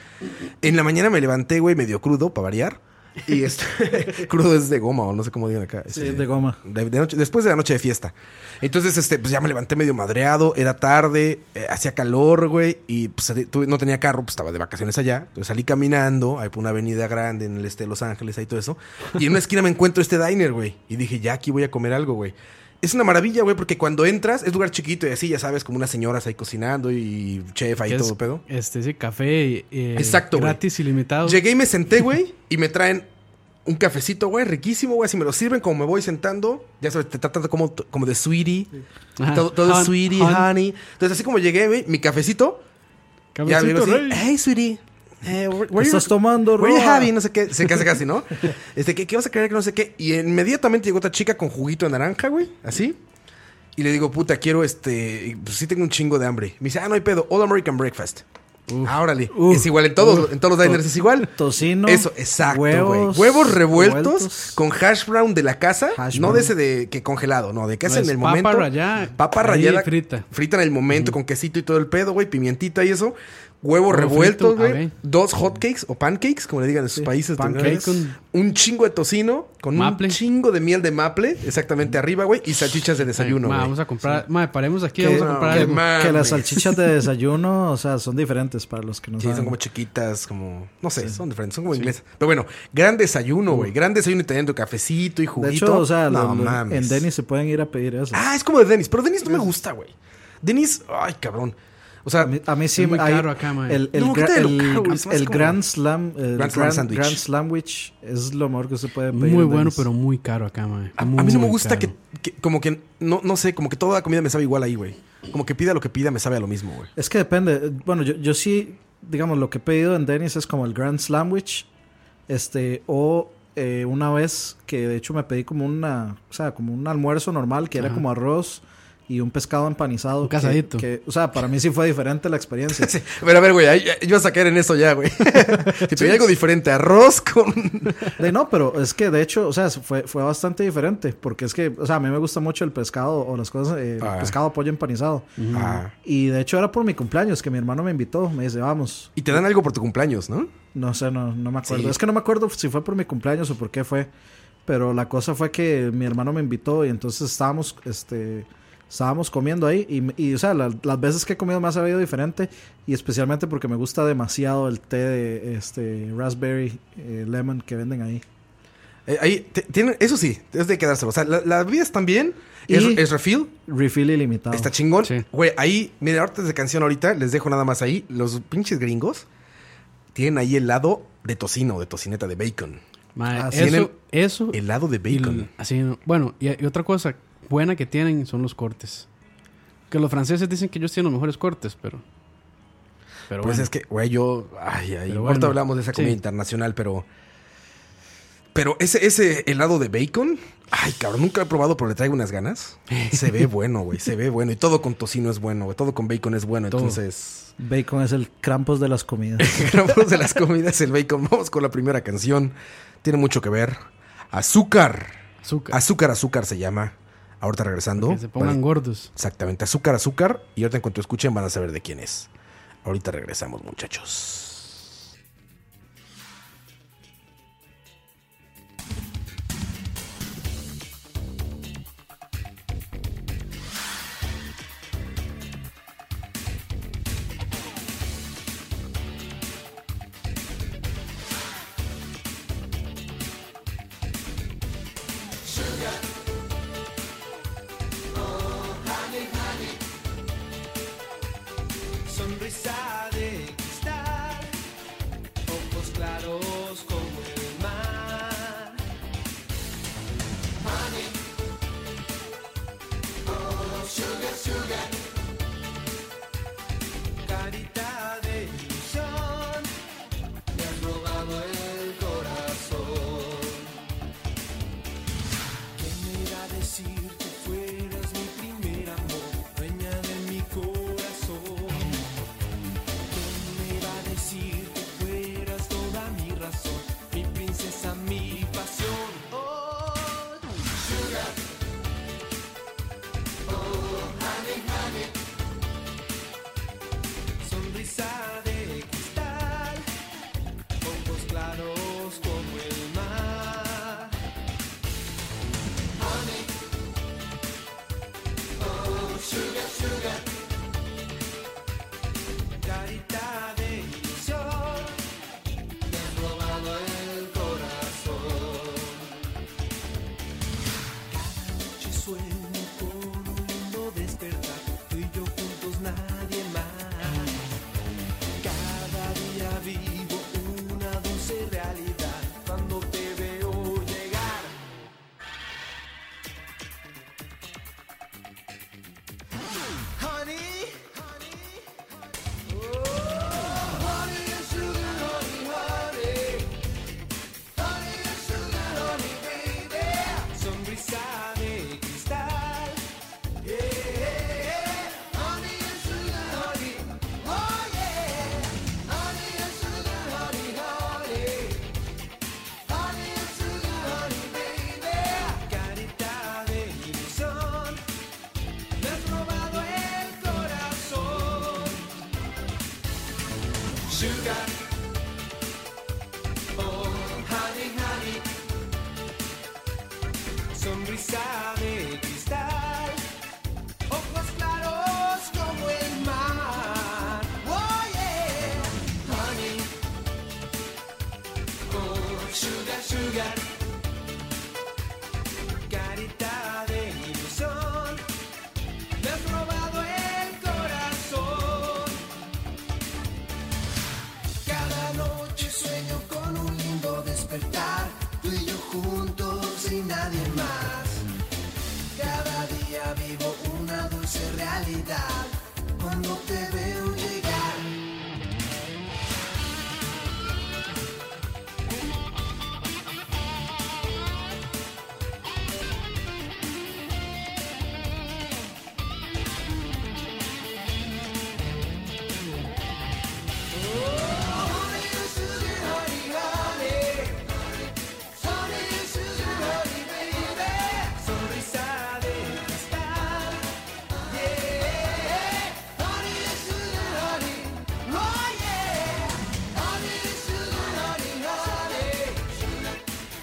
Speaker 2: En la mañana me levanté, güey, medio crudo, para variar. Y este, crudo es de goma, o no sé cómo digan acá.
Speaker 3: Sí,
Speaker 2: Este,
Speaker 3: de goma.
Speaker 2: de- de noche- después de la noche de fiesta. Entonces, este, pues ya me levanté medio madreado, era tarde, eh, hacía calor, güey, y pues eh, tuve- no tenía carro, pues estaba de vacaciones allá. Entonces salí caminando, hay una avenida grande en el este de Los Ángeles, ahí todo eso. Y en una esquina me encuentro este diner, güey. Y dije, ya aquí voy a comer algo, güey. Es una maravilla, güey, porque cuando entras es lugar chiquito y así, ya sabes, como unas señoras ahí cocinando y chef ahí
Speaker 1: Que
Speaker 2: todo
Speaker 1: es,
Speaker 2: pedo.
Speaker 1: Este, ese café eh,
Speaker 2: Exacto, güey.
Speaker 1: gratis, ilimitado.
Speaker 2: Llegué y me senté, güey, y me traen un cafecito, güey, riquísimo, güey. Si me lo sirven, como me voy sentando, ya sabes, te tratan como, como de sweetie.
Speaker 1: Ajá.
Speaker 2: Todo, todo
Speaker 1: Hon-
Speaker 2: sweetie,
Speaker 1: hon-
Speaker 2: honey. Entonces, así como llegué, güey, mi cafecito. Ya me
Speaker 1: Cabecito
Speaker 2: digo así,
Speaker 1: rey.
Speaker 2: hey, sweetie. eh, where- where
Speaker 3: Estás
Speaker 2: you-
Speaker 3: tomando
Speaker 2: where you
Speaker 3: roa.
Speaker 2: having?" No sé qué, se casi casi, ¿no? Este, ¿qué, ¿qué vas a creer que no sé qué? Y inmediatamente llegó otra chica con juguito de naranja, güey, así. Y le digo, puta, quiero este. y, Pues sí, tengo un chingo de hambre. Me dice, ah, no hay pedo, All American Breakfast. Ah, órale.
Speaker 3: Uf.
Speaker 2: es igual en todos, en todos los diners, es igual.
Speaker 3: Tocino.
Speaker 2: Eso, exacto, güey. Huevos,
Speaker 3: Huevos,
Speaker 2: revueltos,
Speaker 3: revueltos.
Speaker 2: con hash brown de la casa.
Speaker 3: Hash
Speaker 2: no
Speaker 3: brown.
Speaker 2: de ese de que congelado, no, de casa
Speaker 1: No,
Speaker 2: en
Speaker 1: es
Speaker 2: el
Speaker 1: papa
Speaker 2: momento.
Speaker 1: rallada,
Speaker 2: Papa
Speaker 1: ahí
Speaker 2: rallada.
Speaker 1: frita.
Speaker 2: Frita en el momento con quesito y todo el pedo, güey. Pimientita y eso. Huevos
Speaker 1: Huevo
Speaker 2: revueltos,
Speaker 1: frito, a
Speaker 2: güey.
Speaker 1: ver.
Speaker 2: Dos hotcakes o pancakes, como le digan en sus países.
Speaker 1: pancake
Speaker 2: ¿no?
Speaker 1: con-
Speaker 2: Un chingo de tocino con
Speaker 1: Maple.
Speaker 2: un chingo de miel de maple, exactamente arriba, güey. Y salchichas de desayuno,
Speaker 1: Ma,
Speaker 2: güey.
Speaker 1: vamos a comprar. ma, paremos aquí.
Speaker 3: Que-
Speaker 1: Vamos a
Speaker 2: no,
Speaker 1: comprar
Speaker 2: que
Speaker 1: algo.
Speaker 2: ma-
Speaker 3: Que
Speaker 2: Mames.
Speaker 3: las salchichas de desayuno, o sea, son diferentes para los que no
Speaker 2: Sí, son
Speaker 3: saben.
Speaker 2: como chiquitas, como. No sé, son diferentes, son como inglesas. Pero bueno, gran desayuno, güey. Gran desayuno y teniendo cafecito y juguito.
Speaker 3: de hecho, o sea,
Speaker 2: no,
Speaker 3: lo- lo-
Speaker 2: mames.
Speaker 3: en Denny se pueden ir a pedir eso.
Speaker 2: Ah, es como de Dennis, pero Dennis no me gusta, güey. Dennis, ay, cabrón. O sea,
Speaker 3: A mí, a mí sí
Speaker 1: Es muy
Speaker 3: hay-
Speaker 1: caro acá, mae.
Speaker 3: El, el,
Speaker 2: No,
Speaker 3: gra-
Speaker 2: quítale lo
Speaker 3: el-
Speaker 2: caro, güey, se me hace
Speaker 3: el
Speaker 2: como-
Speaker 3: Grand Slam, el
Speaker 2: Grand
Speaker 3: Grand,
Speaker 2: Slam sandwich.
Speaker 3: Grand Slam Witch es lo mejor que se puede pedir.
Speaker 1: Muy
Speaker 3: en
Speaker 1: bueno,
Speaker 3: Denny's.
Speaker 1: pero muy caro acá, ma.
Speaker 2: a, a
Speaker 1: Muy,
Speaker 2: mí no me
Speaker 1: muy
Speaker 2: gusta
Speaker 1: caro.
Speaker 2: que, que- como que, no, no sé, como que toda la comida me sabe igual ahí, güey. Como que pida lo que pida, me sabe a lo mismo, güey.
Speaker 3: Es que depende. Bueno, yo, yo sí, digamos, lo que he pedido en Denny's es como el Grand Slam Witch. Este, o eh, una vez que de hecho me pedí como una, o sea, como un almuerzo normal que era
Speaker 1: Ajá.
Speaker 3: como arroz y un pescado empanizado.
Speaker 1: Un
Speaker 3: que-
Speaker 1: casadito.
Speaker 3: Que, o sea, para mí sí fue diferente la experiencia.
Speaker 2: Sí, pero a ver, güey, ahí- yo iba a sacar en eso ya, güey. Si pedí algo diferente, arroz con.
Speaker 3: De no, pero es que de hecho, o sea, fue, fue bastante diferente. Porque es que, o sea, a mí me gusta mucho el pescado o las cosas, eh,
Speaker 2: Ah.
Speaker 3: pescado, pollo empanizado.
Speaker 2: Ah.
Speaker 3: Y de hecho era por mi cumpleaños que mi hermano me invitó. Me dice, vamos.
Speaker 2: Y te dan algo por tu cumpleaños, ¿no?
Speaker 3: No sé, no, no me acuerdo.
Speaker 2: Sí.
Speaker 3: Es que no me acuerdo si fue por mi cumpleaños o por qué fue. Pero la cosa fue que mi hermano me invitó y entonces estábamos, este, estábamos comiendo ahí. Y, y, o sea, la- las veces que he comido me ha sabido diferente. Y especialmente porque me gusta demasiado el té de este, raspberry eh, lemon que venden ahí.
Speaker 2: Eh, ahí te- tienen, eso sí, es de quedárselo. O sea, la, la bebida está bien,
Speaker 3: Y-
Speaker 2: es, es refill,
Speaker 3: Refill ilimitado.
Speaker 2: está chingón.
Speaker 1: Sí.
Speaker 2: Güey, ahí, mira, ahorita de canción ahorita, les dejo nada más ahí. Los pinches gringos tienen ahí helado de tocino, de tocineta, de bacon.
Speaker 1: Ma,
Speaker 3: Así
Speaker 2: en
Speaker 1: eso, eso.
Speaker 2: Helado de
Speaker 1: y
Speaker 2: bacon.
Speaker 1: el- así, no. bueno, y, y otra cosa buena que tienen son los cortes. Que los franceses dicen que ellos tienen los mejores cortes, pero. Pero
Speaker 2: pues
Speaker 1: bueno.
Speaker 2: es que, güey, yo. Ay, ay.
Speaker 1: Pero
Speaker 2: Ahorita
Speaker 1: bueno,
Speaker 2: hablamos de esa comida
Speaker 1: sí.
Speaker 2: internacional, pero. Pero ese, ese helado de bacon. Ay, cabrón, nunca lo he probado, pero le traigo unas ganas. Se ve bueno, güey. Se ve bueno. Y todo con tocino es bueno, güey. Todo con bacon es bueno.
Speaker 1: Todo.
Speaker 2: Entonces.
Speaker 3: Bacon es el Krampus de las comidas.
Speaker 2: Grabamos de las comidas el bacon. Vamos con la primera canción. Tiene mucho que ver. Azúcar.
Speaker 1: azúcar.
Speaker 2: Azúcar, azúcar se llama. Ahorita regresando.
Speaker 1: que se pongan
Speaker 2: Vale.
Speaker 1: gordos.
Speaker 2: Exactamente, azúcar, azúcar. Y ahorita en cuanto escuchen van a saber de quién es. Ahorita regresamos, muchachos.
Speaker 4: Oh, Oh, Sugar. Oh, honey, honey. Sonrisa de cristal. Ojos claros como el mar. Oh, yeah. Honey. Oh, sugar, sugar. Carita de ilusión. Me has robado el corazón. Cada noche sueño con un lindo despertar, tú y yo juntos sin nadie más. Cada día vivo una dulce realidad cuando te veo llegar. Sonrisa de cristal, yeah. Honey, sugar, honey, oh yeah. Honey, sugar, honey, honey.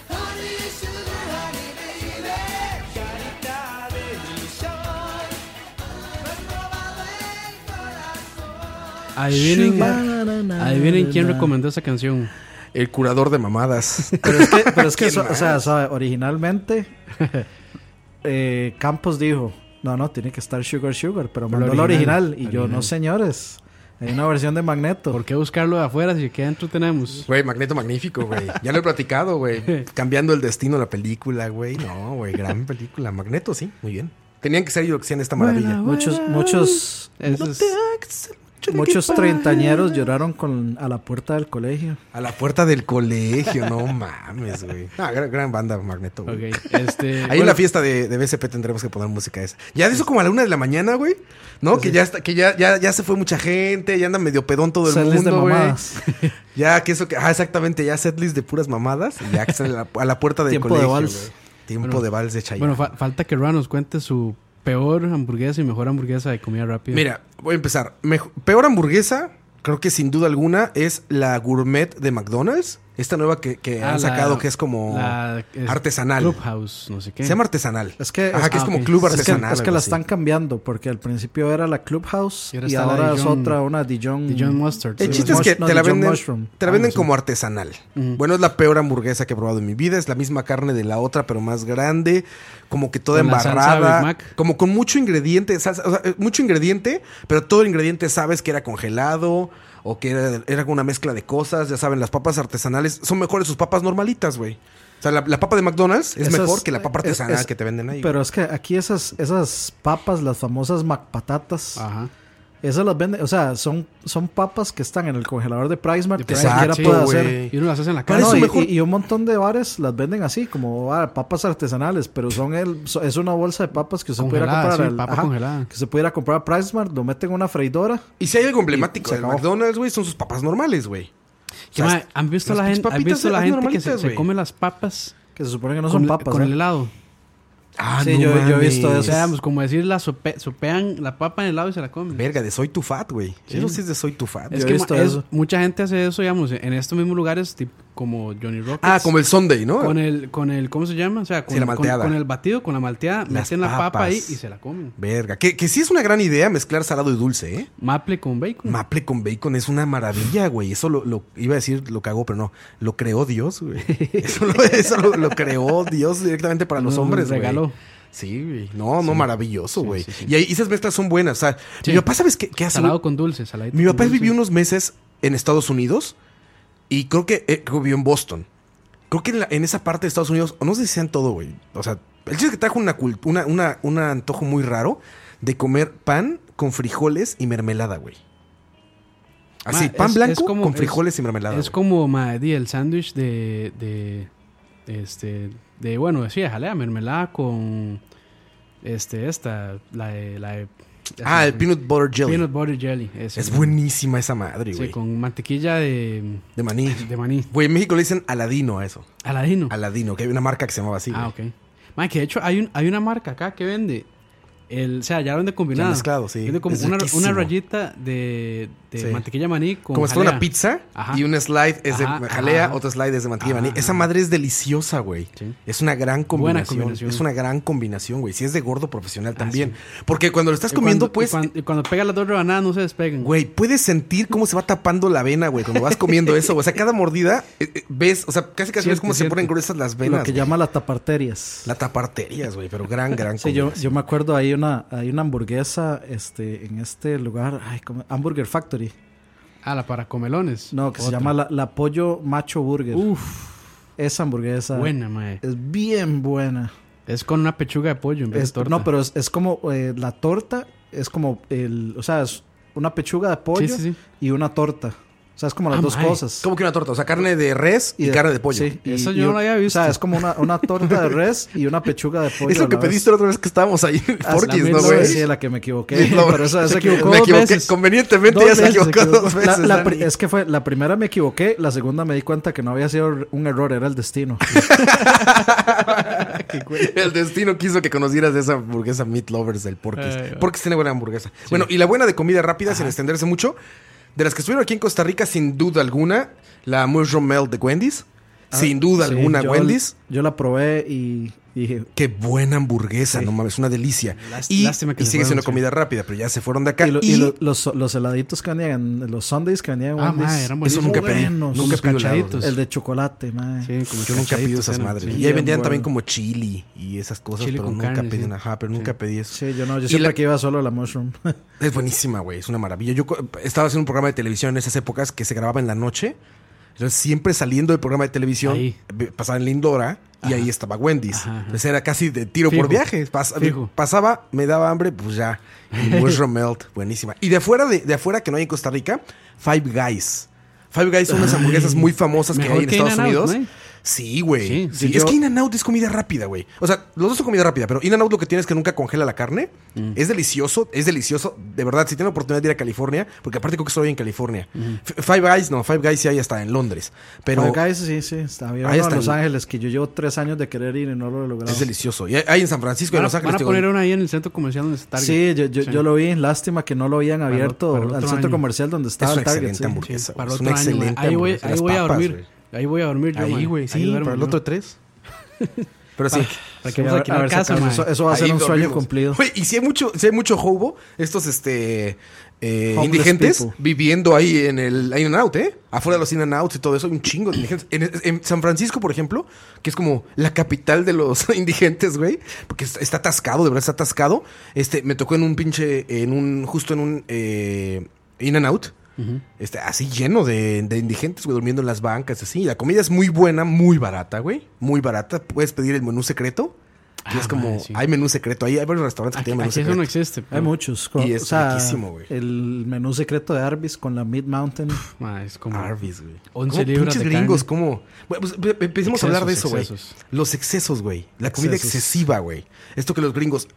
Speaker 4: Honey, sugar, honey, baby. Carita de ilusión, me has robado el corazón.
Speaker 1: Adivinen, adivinen quién recomendó esa canción.
Speaker 2: El curador de mamadas.
Speaker 3: Pero es que, pero es que
Speaker 2: ¿Quién
Speaker 3: eso- o sea,
Speaker 2: más?
Speaker 3: sabe, originalmente eh, Campos dijo, no, no, tiene que estar Sugar Sugar, pero mandó la
Speaker 1: original,
Speaker 3: original, y yo, no señores, hay una versión de Magneto.
Speaker 1: ¿Por qué buscarlo de afuera si aquí adentro tenemos?
Speaker 2: Güey, Magneto Magnífico, güey. Ya lo he platicado, güey. Cambiando el destino la película, güey. No, güey, gran película. Magneto, sí, muy bien. Tenían que ser ellos que hacían esta maravilla.
Speaker 3: Muchos, muchos,
Speaker 1: Eso es-
Speaker 3: muchos treintañeros lloraron con, a la puerta del colegio.
Speaker 2: A la puerta del colegio, no mames, güey. Ah, gran, gran banda, Magneto, güey.
Speaker 1: ok, este,
Speaker 2: Ahí en
Speaker 1: bueno,
Speaker 2: la fiesta de, de BCP tendremos que poner música esa. Ya de eso como a la una de la mañana, güey. No, que ya está, que ya, ya, ya se fue mucha gente, ya anda medio pedón todo el
Speaker 3: Sales de
Speaker 2: mundo, güey.
Speaker 3: mamadas.
Speaker 2: Ya que eso que, ah, exactamente, ya setlist de puras mamadas, y ya que sale a la, a la puerta del
Speaker 3: Tiempo de
Speaker 2: colegio.
Speaker 3: vals.
Speaker 2: güey. Tiempo de vals de Chayanne.
Speaker 1: bueno, fa- falta que Ra nos cuente su peor hamburguesa y mejor hamburguesa de comida rápida.
Speaker 2: Mira, voy a empezar. Mejo- peor hamburguesa, creo que sin duda alguna, es la gourmet de McDonald's. Esta nueva que, que
Speaker 1: Ah,
Speaker 2: han
Speaker 1: la-
Speaker 2: sacado que es como
Speaker 1: la- es-
Speaker 2: artesanal.
Speaker 1: Clubhouse, no sé qué.
Speaker 2: Se llama artesanal.
Speaker 3: Es que-
Speaker 2: Ajá,
Speaker 3: es-
Speaker 2: que es
Speaker 1: ah,
Speaker 2: como
Speaker 1: ok. Es
Speaker 2: club
Speaker 3: Es que,
Speaker 2: artesanal.
Speaker 3: es que
Speaker 2: algo
Speaker 3: la
Speaker 2: así.
Speaker 3: están cambiando, porque al principio era la Clubhouse
Speaker 1: Y ahora
Speaker 3: y ahora,
Speaker 1: está la
Speaker 3: es
Speaker 1: Dijon-
Speaker 3: otra, una Dijon.
Speaker 1: Dijon Mustard.
Speaker 2: El
Speaker 1: sí.
Speaker 2: chiste es
Speaker 3: Mush-
Speaker 2: que
Speaker 3: no,
Speaker 2: te la
Speaker 3: Dijon
Speaker 2: venden,
Speaker 3: mushroom.
Speaker 2: te la venden como artesanal. Bueno, es la peor hamburguesa que he probado en mi vida. Es la misma carne de la otra, pero más grande. Como que toda
Speaker 1: Con la salsa
Speaker 2: embarrada.
Speaker 1: Big Mac.
Speaker 2: Como con mucho ingrediente. salsa- o sea, eh, mucho ingrediente, pero todo el ingrediente sabes que era congelado o que era, era una mezcla de cosas. Ya saben, las papas artesanales son mejores sus papas normalitas, güey. O sea, la, la papa de McDonald's es
Speaker 3: Esas-
Speaker 2: mejor que la papa
Speaker 3: es-
Speaker 2: artesanal
Speaker 3: es-
Speaker 2: que te venden ahí.
Speaker 3: Pero es que aquí esas, esas papas, las famosas macpatatas,
Speaker 2: Ah.
Speaker 1: Ajá.
Speaker 3: esas las venden, o sea, son, son papas que están en el congelador de Price Mart, que
Speaker 1: Price Mart,
Speaker 3: cualquiera
Speaker 1: sí,
Speaker 3: puede
Speaker 2: güey.
Speaker 3: hacer.
Speaker 1: Y uno las hace en la
Speaker 3: Ah,
Speaker 1: cara.
Speaker 3: no,
Speaker 2: eso
Speaker 3: y,
Speaker 2: mejor-
Speaker 3: y- y un montón de bares las venden así, como ah, papas artesanales, pero son el, so- es una bolsa de papas que usted pudiera
Speaker 1: Congelada,
Speaker 3: comprar.
Speaker 1: sí,
Speaker 3: al-
Speaker 1: papa congelada.
Speaker 3: Que se pudiera comprar a Price Mart, lo meten en una freidora.
Speaker 2: y si hay algo emblemático
Speaker 3: se
Speaker 2: del
Speaker 3: acabó.
Speaker 2: McDonald's, güey, son sus papas normales, güey.
Speaker 1: Que,
Speaker 2: O sea,
Speaker 1: mae, ¿Han visto
Speaker 2: las
Speaker 1: la gente,
Speaker 2: pinches
Speaker 1: ¿han
Speaker 2: papitas
Speaker 1: visto la
Speaker 2: las
Speaker 1: gente que se,
Speaker 2: normalitas,
Speaker 1: se
Speaker 2: güey?
Speaker 1: come las papas
Speaker 3: Que se supone que no
Speaker 1: con,
Speaker 3: son
Speaker 1: el-
Speaker 3: papas.
Speaker 1: con
Speaker 3: ¿eh?
Speaker 1: el helado?
Speaker 2: Ah,
Speaker 3: Sí, yo- yo he visto
Speaker 1: O
Speaker 2: mames.
Speaker 3: eso.
Speaker 1: sea, pues, como decir, la sope- sopean la papa en el helado y se la comen.
Speaker 2: Verga, de soy tu fat, güey. Eso sí es de soy tu fat.
Speaker 1: Es
Speaker 3: Yo he
Speaker 1: que ma-
Speaker 3: visto
Speaker 1: es-
Speaker 3: eso.
Speaker 1: mucha gente hace eso, digamos, en estos mismos lugares, tipo, como Johnny Rockets.
Speaker 2: Ah, como el Sunday, ¿no?
Speaker 1: Con el, con el, ¿cómo se llama? O sea, con,
Speaker 2: Sí, la
Speaker 1: con-
Speaker 2: malteada.
Speaker 1: con el batido, con la malteada,
Speaker 2: Las
Speaker 1: meten la papa
Speaker 2: papas.
Speaker 1: ahí y se la comen.
Speaker 2: Verga. Que, que sí es una gran idea mezclar salado y dulce, ¿eh?
Speaker 1: Maple con bacon.
Speaker 2: Maple con bacon es una maravilla, güey. Eso lo, lo- iba a decir, lo cagó, pero no. Lo creó Dios, güey. Eso lo, eso lo- lo creó Dios directamente para los
Speaker 1: Nos
Speaker 2: hombres, güey.
Speaker 1: regaló.
Speaker 2: Sí, güey. No, no, maravilloso,
Speaker 1: Sí,
Speaker 2: güey.
Speaker 1: sí, sí.
Speaker 2: Y ahí esas mezclas son buenas. O sea,
Speaker 1: Sí.
Speaker 2: mi papá, ¿sabes qué, qué hace?
Speaker 1: Salado
Speaker 2: güey?
Speaker 1: con dulce, saladito.
Speaker 2: Mi
Speaker 1: con
Speaker 2: papá
Speaker 1: dulce.
Speaker 2: vivió unos meses en Estados Unidos y creo que eh, creo que vivió en Boston. Creo que en, la- en esa parte de Estados Unidos, o no sé si sean todo, güey. O sea, el chiste es que trajo una, cult- una, una- un antojo muy raro de comer pan con frijoles y mermelada, güey. Así,
Speaker 1: Ma,
Speaker 2: pan
Speaker 1: es-
Speaker 2: blanco
Speaker 1: es como-
Speaker 2: con
Speaker 1: es-
Speaker 2: frijoles y mermelada.
Speaker 1: Es
Speaker 2: güey.
Speaker 1: como, mae, di, el sándwich de, de, este, de, bueno, decía, jalea, mermelada con, este, esta, la de, la de-
Speaker 2: ah, el peanut butter jelly.
Speaker 1: peanut butter jelly. ese,
Speaker 2: es
Speaker 1: mae.
Speaker 2: buenísima esa madre,
Speaker 1: Sí,
Speaker 2: güey.
Speaker 1: con mantequilla de,
Speaker 2: De maní.
Speaker 1: de maní.
Speaker 2: Güey, en México le dicen aladino a eso.
Speaker 1: Aladino.
Speaker 2: Aladino, que hay una marca que se llamaba así.
Speaker 1: ah,
Speaker 2: güey.
Speaker 1: ok. Mae, que de hecho hay, un, hay una marca acá que vende. El, o sea, ya vende combinado.
Speaker 2: mezclado, sí.
Speaker 1: Vende como
Speaker 2: Es
Speaker 1: una,
Speaker 2: riquísimo.
Speaker 1: una rayita de, de
Speaker 2: Sí.
Speaker 1: mantequilla maní con
Speaker 2: Como si fuera una
Speaker 1: jalea.
Speaker 2: pizza
Speaker 1: Ajá.
Speaker 2: y un slide es de
Speaker 1: Ajá,
Speaker 2: jalea,
Speaker 1: ajá.
Speaker 2: otro slide es de mantequilla de maní.
Speaker 1: Ajá.
Speaker 2: Esa madre es deliciosa, güey.
Speaker 1: Sí.
Speaker 2: Es una gran
Speaker 1: Buena
Speaker 2: combinación.
Speaker 1: combinación. Ah,
Speaker 2: Es una gran combinación, güey. Si es de gordo profesional también. Porque cuando lo estás comiendo,
Speaker 1: y cuando,
Speaker 2: pues,
Speaker 1: y cuan- y cuando, pega las dos rebanadas no se despegan.
Speaker 2: güey, puedes sentir cómo se va tapando la vena, güey, cuando vas comiendo eso. O sea, cada mordida eh, eh, ves, o sea, casi casi ves
Speaker 1: Siente,
Speaker 2: cómo se
Speaker 1: siente.
Speaker 2: ponen gruesas las venas.
Speaker 3: Lo que
Speaker 2: güey.
Speaker 3: llama las taparterias.
Speaker 2: La taparterias, güey, pero gran, gran
Speaker 3: Sí, yo, yo me acuerdo, hay una, hay una hamburguesa este, en este lugar, ay, ¿cómo? Hamburger Factory.
Speaker 1: Ah, la para comelones.
Speaker 3: No, que se
Speaker 1: Otra.
Speaker 3: llama la, la Pollo Macho Burger.
Speaker 1: Uf,
Speaker 3: Esa hamburguesa
Speaker 1: buena, mae.
Speaker 3: es bien buena.
Speaker 1: Es con una pechuga de pollo en vez
Speaker 3: Es-
Speaker 1: de torta.
Speaker 3: no, pero es, es como eh, la torta, es como el, o sea, es una pechuga de pollo
Speaker 1: sí, sí.
Speaker 3: y una torta. O sea, es como las
Speaker 1: Ah,
Speaker 3: dos
Speaker 1: mae.
Speaker 3: cosas.
Speaker 2: Como que una torta, o sea, carne de res y,
Speaker 3: de-
Speaker 2: carne de pollo.
Speaker 3: sí,
Speaker 1: Eso yo no lo había visto.
Speaker 3: O sea, es como una, una torta de res y una pechuga de pollo.
Speaker 2: Es
Speaker 3: a
Speaker 2: lo
Speaker 3: la
Speaker 2: que
Speaker 3: vez.
Speaker 2: pediste la otra vez que estábamos ahí en
Speaker 3: Ah,
Speaker 2: Porky's,
Speaker 3: la
Speaker 2: ¿no,
Speaker 3: misma
Speaker 2: güey?
Speaker 3: vez, Sí, la que me equivoqué.
Speaker 2: Sí, no,
Speaker 3: pero esa,
Speaker 2: se
Speaker 3: esa que-
Speaker 1: equivocó
Speaker 2: me
Speaker 1: dos
Speaker 2: equivoqué.
Speaker 1: veces.
Speaker 2: Convenientemente
Speaker 3: Dos
Speaker 2: ya se
Speaker 3: veces
Speaker 2: equivocó
Speaker 3: me
Speaker 2: dos
Speaker 3: equivoqué. La-
Speaker 2: veces.
Speaker 3: la
Speaker 2: Dani.
Speaker 3: pri- es que fue, la primera me equivoqué, la segunda me di cuenta que no había sido un error, era el destino.
Speaker 2: El destino quiso que conocieras de esa hamburguesa Meat Lovers del Porky's.
Speaker 1: Ay, güey.
Speaker 2: Porky's tiene buena hamburguesa. Bueno, y la buena de comida rápida, sin extenderse mucho, de las que estuvieron aquí en Costa Rica, sin duda alguna, la Mushroom Melt de Wendy's. sin duda
Speaker 3: Ah, Sí,
Speaker 2: alguna,
Speaker 3: yo-
Speaker 2: Wendy's.
Speaker 3: Yo la probé y dije,
Speaker 2: Qué buena hamburguesa, no mames, una delicia.
Speaker 1: Lás-
Speaker 2: y
Speaker 1: lástima que
Speaker 2: y
Speaker 1: se
Speaker 2: sigue
Speaker 1: fueron,
Speaker 2: siendo
Speaker 1: sí.
Speaker 2: comida rápida, pero ya se fueron de acá.
Speaker 3: Y, lo-
Speaker 2: y
Speaker 3: y lo- los, los heladitos que venían, los sundaes que venían en
Speaker 1: Ah,
Speaker 3: Wendy's,
Speaker 1: mae, eran
Speaker 2: eso
Speaker 1: buenísimos.
Speaker 2: nunca pedí.
Speaker 3: buenos,
Speaker 2: Nunca
Speaker 1: unos
Speaker 2: pedí un helado,
Speaker 1: cachaditos.
Speaker 2: güey.
Speaker 3: el de chocolate, mae.
Speaker 1: Sí, como
Speaker 2: Yo nunca pedí
Speaker 1: cachaditos
Speaker 2: esas
Speaker 1: eran,
Speaker 2: madres.
Speaker 1: sí.
Speaker 2: y ahí vendían
Speaker 3: bueno.
Speaker 2: también como chili y esas cosas,
Speaker 1: Chili
Speaker 2: pero
Speaker 1: con
Speaker 2: nunca
Speaker 1: carne,
Speaker 2: pedí
Speaker 1: sí.
Speaker 2: una, ajá, pero nunca pedí eso.
Speaker 3: Sí, yo no, yo
Speaker 2: Y
Speaker 3: siempre
Speaker 2: la-
Speaker 3: que iba solo a la mushroom.
Speaker 2: Es buenísima, güey. Es una maravilla. Yo co- estaba haciendo un programa de televisión en esas épocas que se grababa en la noche. Entonces, siempre saliendo del programa de televisión,
Speaker 1: Ahí.
Speaker 2: ve- pasaba en Lindora y ahí estaba Wendy's.
Speaker 1: Ajá, ajá.
Speaker 2: Entonces, era casi de tiro
Speaker 1: Fijo.
Speaker 2: por viaje. Pas-
Speaker 1: Fijo.
Speaker 2: Pasaba, me daba hambre, pues ya. Y Mushroom Melt, buenísima. Y de afuera, de, de afuera que no hay en Costa Rica, Five Guys. Five Guys son unas hamburguesas muy famosas que
Speaker 1: mejor
Speaker 2: hay en
Speaker 1: que
Speaker 2: Estados
Speaker 1: In-N-Out,
Speaker 2: Unidos.
Speaker 1: ¿no?
Speaker 2: Sí, güey.
Speaker 1: Sí,
Speaker 2: Sí,
Speaker 1: yo-
Speaker 2: es que In-N-Out es comida rápida, güey. O sea, los dos son comida rápida, pero In-N-Out lo que tiene es que nunca congela la carne.
Speaker 1: Mm.
Speaker 2: Es delicioso, es delicioso. De verdad, si tienen oportunidad de ir a California, porque aparte creo que estoy en California.
Speaker 1: Mm.
Speaker 2: F- Five Guys, no, Five Guys sí hay hasta en Londres. Pero
Speaker 3: Five Guys, sí, sí, está bien.
Speaker 2: Ahí
Speaker 3: Uno
Speaker 2: está
Speaker 3: en Los
Speaker 2: el-
Speaker 3: Ángeles, que yo llevo tres años de querer ir y no lo he logrado.
Speaker 2: es delicioso. Y hay, hay en San Francisco, y en
Speaker 1: Van a,
Speaker 2: Los Ángeles.
Speaker 1: van a
Speaker 2: te-
Speaker 1: poner una ahí en el centro comercial donde está Target.
Speaker 3: Sí, yo, yo, yo lo vi, lástima que no lo habían
Speaker 1: el-
Speaker 3: abierto
Speaker 1: para el otro
Speaker 3: al centro
Speaker 1: año.
Speaker 3: comercial donde
Speaker 2: Es
Speaker 3: estaba
Speaker 2: una
Speaker 3: el Target.
Speaker 2: excelente
Speaker 3: sí.
Speaker 2: hamburguesa. güey.
Speaker 1: para
Speaker 2: es
Speaker 1: otro
Speaker 2: una
Speaker 1: año, mae.
Speaker 2: excelente
Speaker 1: Ahí voy,
Speaker 2: hamburguesa.
Speaker 1: ahí
Speaker 2: Las
Speaker 1: voy a
Speaker 2: papas,
Speaker 1: dormir.
Speaker 2: güey.
Speaker 1: Ahí voy a dormir yo,
Speaker 2: Ahí,
Speaker 1: mae.
Speaker 2: güey, sí,
Speaker 1: Ahí duermo
Speaker 2: para el
Speaker 1: yo.
Speaker 2: otro tres. Pero sí.
Speaker 1: Para que
Speaker 3: Sí, a
Speaker 1: vamos
Speaker 3: ver-
Speaker 1: aquí
Speaker 3: a
Speaker 1: a la
Speaker 3: ver si
Speaker 1: casa,
Speaker 3: acaso.
Speaker 1: mae.
Speaker 3: Eso, eso va a ser
Speaker 2: Ahí
Speaker 3: un sueño
Speaker 2: dormimos.
Speaker 3: cumplido.
Speaker 2: Oye, y si hay mucho, si hay mucho hobo, estos este eh,
Speaker 3: Homeless
Speaker 2: indigentes
Speaker 3: people.
Speaker 2: viviendo ahí en el in and out, ¿eh? Afuera de los in and outs y todo eso, hay un chingo de indigentes. En, en San Francisco, por ejemplo, que es como la capital de los indigentes, güey, porque está, está atascado, de verdad está atascado. Este, me tocó en un pinche, en un, justo en un eh, in and out. Este, así lleno de, de indigentes, güey, durmiendo en las bancas, así. La comida es muy buena, muy barata, güey. Muy barata. Puedes pedir el menú secreto. Que
Speaker 1: Ah,
Speaker 2: es como,
Speaker 1: madre, sí.
Speaker 2: hay menú secreto. Ahí hay varios restaurantes que
Speaker 1: Aquí,
Speaker 2: tienen menú
Speaker 1: aquí eso no
Speaker 2: secreto.
Speaker 1: existe.
Speaker 3: Hay
Speaker 1: pero,
Speaker 3: muchos.
Speaker 2: Y es
Speaker 3: o sea,
Speaker 2: riquísimo, güey.
Speaker 3: El menú secreto de Arby's con la Mid Mountain.
Speaker 1: mae, es como
Speaker 2: Arby's, güey.
Speaker 1: 11
Speaker 2: ¿Cómo
Speaker 1: libras
Speaker 2: pinches
Speaker 1: de
Speaker 2: gringos, ¿cómo? Bueno, pues, pe- pe- empecemos a hablar de eso,
Speaker 1: Excesos,
Speaker 2: güey.
Speaker 1: excesos.
Speaker 2: Los excesos, güey. La comida
Speaker 3: Excesos.
Speaker 2: excesiva, güey. Esto que los gringos...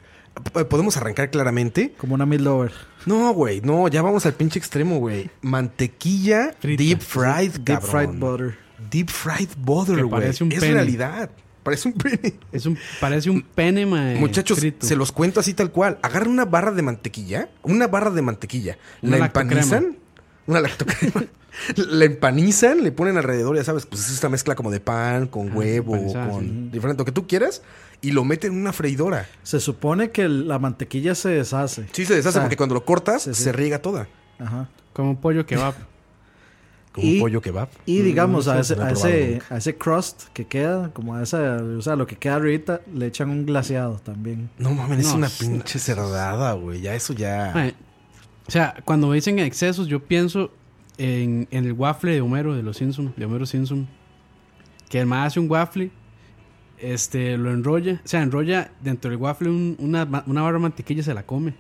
Speaker 2: p- ¿Podemos arrancar claramente?
Speaker 3: Como una Mid Lover.
Speaker 2: No, güey. No, ya vamos al pinche extremo, güey. Mantequilla
Speaker 1: Frita.
Speaker 2: deep fried,
Speaker 3: Deep
Speaker 2: cabrón.
Speaker 3: Fried Butter.
Speaker 2: Deep fried butter,
Speaker 1: Que
Speaker 2: güey. Es
Speaker 1: parece un pene.
Speaker 2: realidad. Parece un pene.
Speaker 1: Es un, parece un pene, mae.
Speaker 2: Muchachos,
Speaker 1: frito.
Speaker 2: se los cuento así tal cual. Agarran una barra de mantequilla, una barra de mantequilla,
Speaker 1: Una
Speaker 2: la
Speaker 1: lactocrema.
Speaker 2: empanizan, una lactocrema, la empanizan, le ponen alrededor, ya sabes, pues es esta mezcla como de pan, con huevo,
Speaker 1: empanizada,
Speaker 2: con diferente, lo que tú quieras, y lo meten en una freidora.
Speaker 3: Se supone que el- la mantequilla se deshace.
Speaker 2: Sí, se deshace
Speaker 3: O sea,
Speaker 2: porque cuando lo cortas,
Speaker 3: sí, sí.
Speaker 2: se riega toda.
Speaker 3: Ajá.
Speaker 1: Como un pollo kebab.
Speaker 2: Como
Speaker 3: Y-
Speaker 2: un pollo kebab.
Speaker 3: Y digamos, a,
Speaker 2: eso
Speaker 3: ese,
Speaker 2: no he
Speaker 3: a,
Speaker 2: probado
Speaker 3: ese, a ese crust que queda, como a esa, o sea, lo que queda ahorita, le echan un glaseado también.
Speaker 2: No mames, es
Speaker 1: No,
Speaker 2: una
Speaker 1: es-
Speaker 2: pinche cerdada, güey. Ya eso ya.
Speaker 1: Mae, O sea, cuando me dicen excesos, yo pienso en, en el waffle de Homero, de los Simpson, de Homero Simpson. Que el más hace un waffle, este, lo enrolla, o sea, enrolla dentro del waffle un- una, ma- una barra de mantequilla y se la come.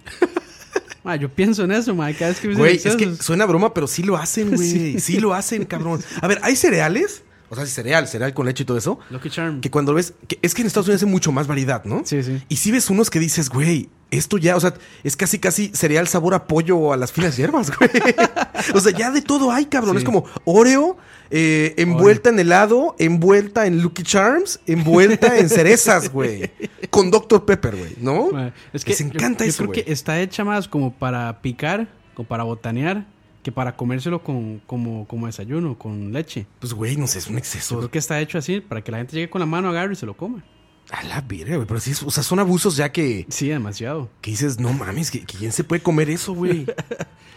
Speaker 1: Mae, yo pienso en eso, mae, cada vez que me dicen
Speaker 2: Güey, es
Speaker 1: excesos.
Speaker 2: que suena broma, pero sí lo hacen, güey. Sí. lo hacen, cabrón. A ver, ¿hay cereales? O sea, cereal, cereal con leche y todo eso.
Speaker 1: Lucky Charm.
Speaker 2: Que cuando ves. que es que en Estados Unidos hay mucho más variedad, ¿no?
Speaker 1: Sí, sí.
Speaker 2: Y si ves unos que dices, güey, esto ya, o sea, es casi, casi cereal sabor a pollo o a las finas hierbas, güey. o sea, ya de todo hay, cabrón.
Speaker 1: Sí.
Speaker 2: Es como Oreo, eh, envuelta en helado, envuelta en Lucky Charms, envuelta en cerezas, güey. Con Dr. Pepper, güey, ¿no?
Speaker 1: Mae, es
Speaker 2: Uh, Les encanta
Speaker 1: yo, yo
Speaker 2: eso,
Speaker 1: creo
Speaker 2: güey.
Speaker 1: que está hecha más como para picar, como para botanear, que para comérselo con, como, como desayuno, con leche.
Speaker 2: Pues, güey, no sé, es un
Speaker 1: Yo
Speaker 2: exceso.
Speaker 1: creo que está hecho así, para que la gente llegue con la mano, agarre y se lo coma.
Speaker 2: A la verga, güey. Pero sí, es- o sea, son abusos ya que,
Speaker 1: Sí, demasiado.
Speaker 2: que dices, no mames, que, que ¿quién se puede comer eso, güey?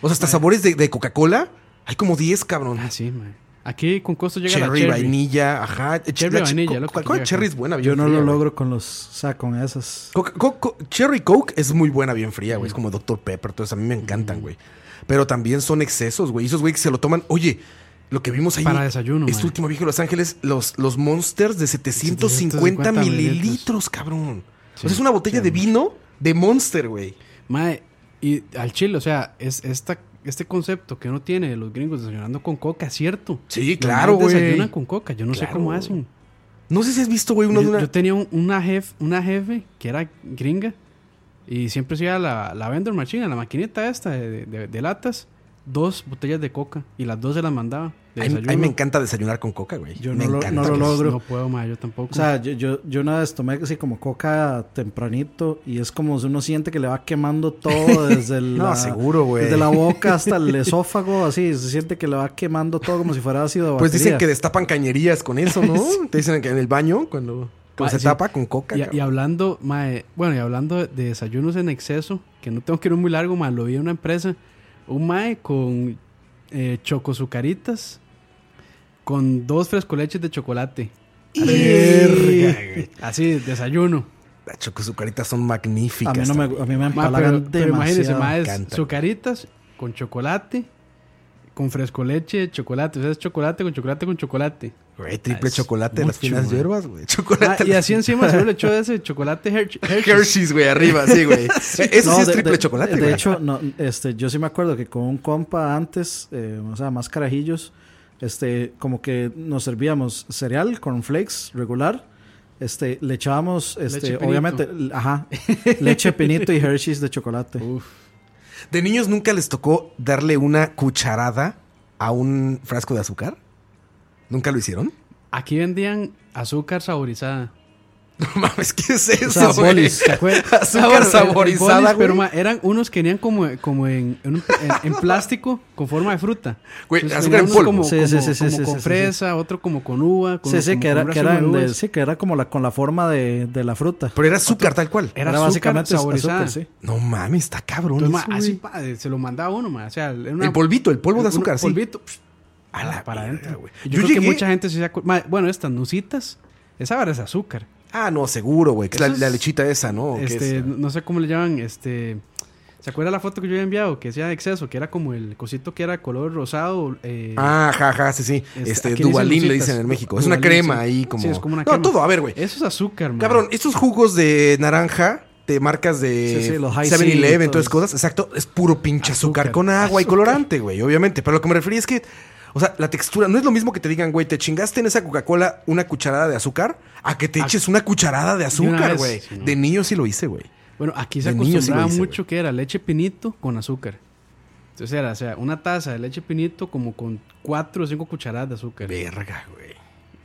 Speaker 2: O sea, hasta sabores de, de Coca-Cola, hay como 10, cabrón.
Speaker 1: Ah, sí, man. Aquí con costo llega
Speaker 2: Cherry,
Speaker 1: la cherry.
Speaker 2: vainilla, ajá. eh,
Speaker 1: Cherry,
Speaker 2: la chi-
Speaker 1: vainilla,
Speaker 2: co-
Speaker 1: loco,
Speaker 2: ¿Cuál,
Speaker 1: que
Speaker 2: cuál
Speaker 1: llega
Speaker 2: cherry
Speaker 1: con-
Speaker 2: es buena, bien
Speaker 3: Yo no
Speaker 2: fría,
Speaker 3: lo
Speaker 2: güey?
Speaker 3: logro con los. O sea, con esas.
Speaker 2: Coca- co- co- cherry Coke es muy buena, bien fría, güey. Es como Dr. Pepper, todas a mí me
Speaker 1: Mm.
Speaker 2: encantan, güey. Pero también son excesos, güey. Y Esos güey que se lo toman. Oye, lo que vimos ahí.
Speaker 1: Para desayuno,
Speaker 2: Este
Speaker 1: man.
Speaker 2: último viaje a Los Ángeles, los, los monsters de 750,
Speaker 1: 750
Speaker 2: mililitros,
Speaker 1: mililitros.
Speaker 2: cabrón.
Speaker 1: Sí,
Speaker 2: o sea, es una botella
Speaker 1: sí,
Speaker 2: de
Speaker 1: man.
Speaker 2: vino de monster, güey.
Speaker 1: Mae, y al chile, o sea, es esta, este concepto que uno tiene de los gringos desayunando con coca, es cierto.
Speaker 2: Sí,
Speaker 1: Los
Speaker 2: claro,
Speaker 1: maes
Speaker 2: güey.
Speaker 1: Desayunan con coca, yo no sé
Speaker 2: Claro.
Speaker 1: cómo hacen.
Speaker 2: No sé si has visto, güey, uno de
Speaker 1: yo,
Speaker 2: una.
Speaker 1: yo tenía un- una, jef- una jefe que era gringa y siempre se iba a la, la vendor machine, a la maquinita esta de, de- de latas, dos botellas de coca y las dos se las mandaba. de
Speaker 2: A mí- a mí
Speaker 1: desayuno.
Speaker 2: me encanta desayunar con coca, güey.
Speaker 3: Yo
Speaker 2: me
Speaker 3: no lo-
Speaker 2: encanta.
Speaker 3: no lo
Speaker 2: güey.
Speaker 3: logro.
Speaker 1: No puedo, mae, yo tampoco.
Speaker 3: O sea, yo, yo, yo una vez tomé así como coca tempranito y es como si uno siente que le va quemando todo desde el.
Speaker 2: No,
Speaker 3: la-
Speaker 2: seguro, güey.
Speaker 3: Desde la boca hasta el esófago, así. Se siente que le va quemando todo como si fuera ácido de
Speaker 2: Pues dicen
Speaker 3: batería.
Speaker 2: que destapan cañerías con eso, ¿no? Te dicen que en el baño, cuando, cuando
Speaker 1: Ah,
Speaker 2: se
Speaker 1: sí.
Speaker 2: tapa con coca.
Speaker 1: Y- y,
Speaker 2: cabrón.
Speaker 1: hablando, mae, bueno, y hablando de desayunos en exceso, que no tengo que ir muy largo, mae, lo vi en una empresa, un mae con eh, chocosucaritas, con dos frescoleches de chocolate.
Speaker 2: Verga, güey.
Speaker 1: Así, desayuno.
Speaker 2: Las chocosucaritas son
Speaker 3: A
Speaker 2: magníficas.
Speaker 3: mí, no me, a mí me
Speaker 1: Mae,
Speaker 3: empalagan
Speaker 1: pero, pero imagínese,
Speaker 3: demasiado.
Speaker 1: mae, es
Speaker 2: Encanta.
Speaker 1: sucaritas con chocolate, con frescoleche, chocolate, o sea, es chocolate con chocolate con chocolate.
Speaker 2: Güey, triple
Speaker 1: Es
Speaker 2: chocolate de las
Speaker 1: mucho,
Speaker 2: finas
Speaker 1: güey.
Speaker 2: hierbas, güey.
Speaker 1: Ah,
Speaker 2: Chocolate.
Speaker 1: y así encima se le echó ese chocolate Hershey.
Speaker 2: Hershey's, güey, arriba, sí, güey. Eso
Speaker 3: No,
Speaker 2: sí es
Speaker 3: de-
Speaker 2: triple
Speaker 3: de-
Speaker 2: chocolate,
Speaker 3: De,
Speaker 2: güey.
Speaker 3: hecho, no, este, yo sí me acuerdo que con un compa antes, eh, o sea, más carajillos, este, como que nos servíamos cereal, cornflakes, regular. Este, le echábamos,
Speaker 1: Leche
Speaker 3: este,
Speaker 1: Pinito. Uh,
Speaker 3: obviamente, l- ajá, leche pinito y Hershey's de chocolate.
Speaker 2: de niños nunca les tocó darle una cucharada a un frasco de azúcar. ¿Nunca lo hicieron?
Speaker 1: Aquí vendían azúcar saborizada.
Speaker 2: No mames, ¿qué es eso,
Speaker 3: O sea,
Speaker 2: güey?
Speaker 3: bolis.
Speaker 1: ¿Te acuerdas? Ah,
Speaker 2: Azúcar
Speaker 1: bueno, el- el
Speaker 2: saborizada,
Speaker 1: bolis,
Speaker 2: güey.
Speaker 1: Pero ma, eran unos que venían como, como en, en, un- en- en plástico con forma de fruta.
Speaker 2: Güey,
Speaker 1: Entonces,
Speaker 2: azúcar
Speaker 1: tenían
Speaker 2: en
Speaker 1: unos
Speaker 2: polvo.
Speaker 1: Como,
Speaker 3: Sí,
Speaker 1: como-
Speaker 3: sí, sí, sí,
Speaker 1: como
Speaker 3: sí,
Speaker 1: con
Speaker 3: sí, sí.
Speaker 1: fresa, otro como con uva. Con,
Speaker 3: Sí, sí,
Speaker 1: como
Speaker 3: que
Speaker 1: con
Speaker 3: era,
Speaker 1: un
Speaker 3: que
Speaker 1: racimo
Speaker 3: eran
Speaker 1: de
Speaker 3: de-
Speaker 1: uvas.
Speaker 3: sí, que era como la, con la forma de, de la fruta.
Speaker 2: Pero era azúcar tal cual.
Speaker 1: Era azúcar saborizada.
Speaker 3: azúcar, sí.
Speaker 2: No mames, está cabrón.
Speaker 1: Entonces, ma,
Speaker 2: eso, güey.
Speaker 1: así pa, eh, se lo mandaba uno, ma. O sea, era una-
Speaker 2: el polvito, el polvo de
Speaker 1: un-
Speaker 2: azúcar,
Speaker 1: un
Speaker 2: sí.
Speaker 1: polvito, psh,
Speaker 2: A la
Speaker 1: para
Speaker 2: verga,
Speaker 1: adentro.
Speaker 2: güey.
Speaker 1: Yo,
Speaker 2: Yo
Speaker 1: creo que
Speaker 2: llegué-
Speaker 1: mucha gente se acu- ma, Bueno, estas nucitas, esa vara es azúcar.
Speaker 2: Ah, no, seguro, güey. que es La,
Speaker 1: Eso es-
Speaker 2: la lechita esa, ¿no? ¿Qué
Speaker 1: Este,
Speaker 2: es?
Speaker 1: no no sé cómo le llaman, este... ¿Se acuerda la foto que yo había enviado? Que decía de exceso, que era como el cosito que era color rosado. eh,
Speaker 2: Ah, ja, ja, sí, sí.
Speaker 1: Este,
Speaker 2: Este,
Speaker 1: aquí
Speaker 2: Dubalín
Speaker 1: dicen
Speaker 2: le
Speaker 1: lucitas.
Speaker 2: dicen en México. Es una
Speaker 1: Dubalín,
Speaker 2: crema
Speaker 1: sí.
Speaker 2: ahí
Speaker 1: Sí,
Speaker 2: como.
Speaker 1: es como una
Speaker 2: no,
Speaker 1: crema.
Speaker 2: todo, a ver, güey.
Speaker 1: Eso es azúcar, man.
Speaker 2: Cabrón, estos jugos de naranja, de marcas de
Speaker 3: Sí, sí, los Hi-C
Speaker 2: 7-Eleven,
Speaker 3: y todo
Speaker 2: todas esas
Speaker 3: eso.
Speaker 2: cosas, exacto, es puro pinche azúcar,
Speaker 1: Azúcar.
Speaker 2: con agua y colorante, güey, obviamente. Pero lo que me refería es que, o sea, la textura, no es lo mismo que te digan, güey, te chingaste en esa Coca-Cola una cucharada de azúcar, a que te
Speaker 1: A-
Speaker 2: eches una cucharada de
Speaker 1: una
Speaker 2: azúcar,
Speaker 1: vez,
Speaker 2: güey.
Speaker 1: sí, no.
Speaker 2: De niño sí lo hice, güey.
Speaker 1: Bueno, aquí se
Speaker 2: De niño sí lo
Speaker 1: acostumbraba
Speaker 2: hice,
Speaker 1: mucho que era leche pinito con azúcar. Entonces era, o sea, una taza de leche pinito como con cuatro o cinco cucharadas de azúcar.
Speaker 2: Verga, güey.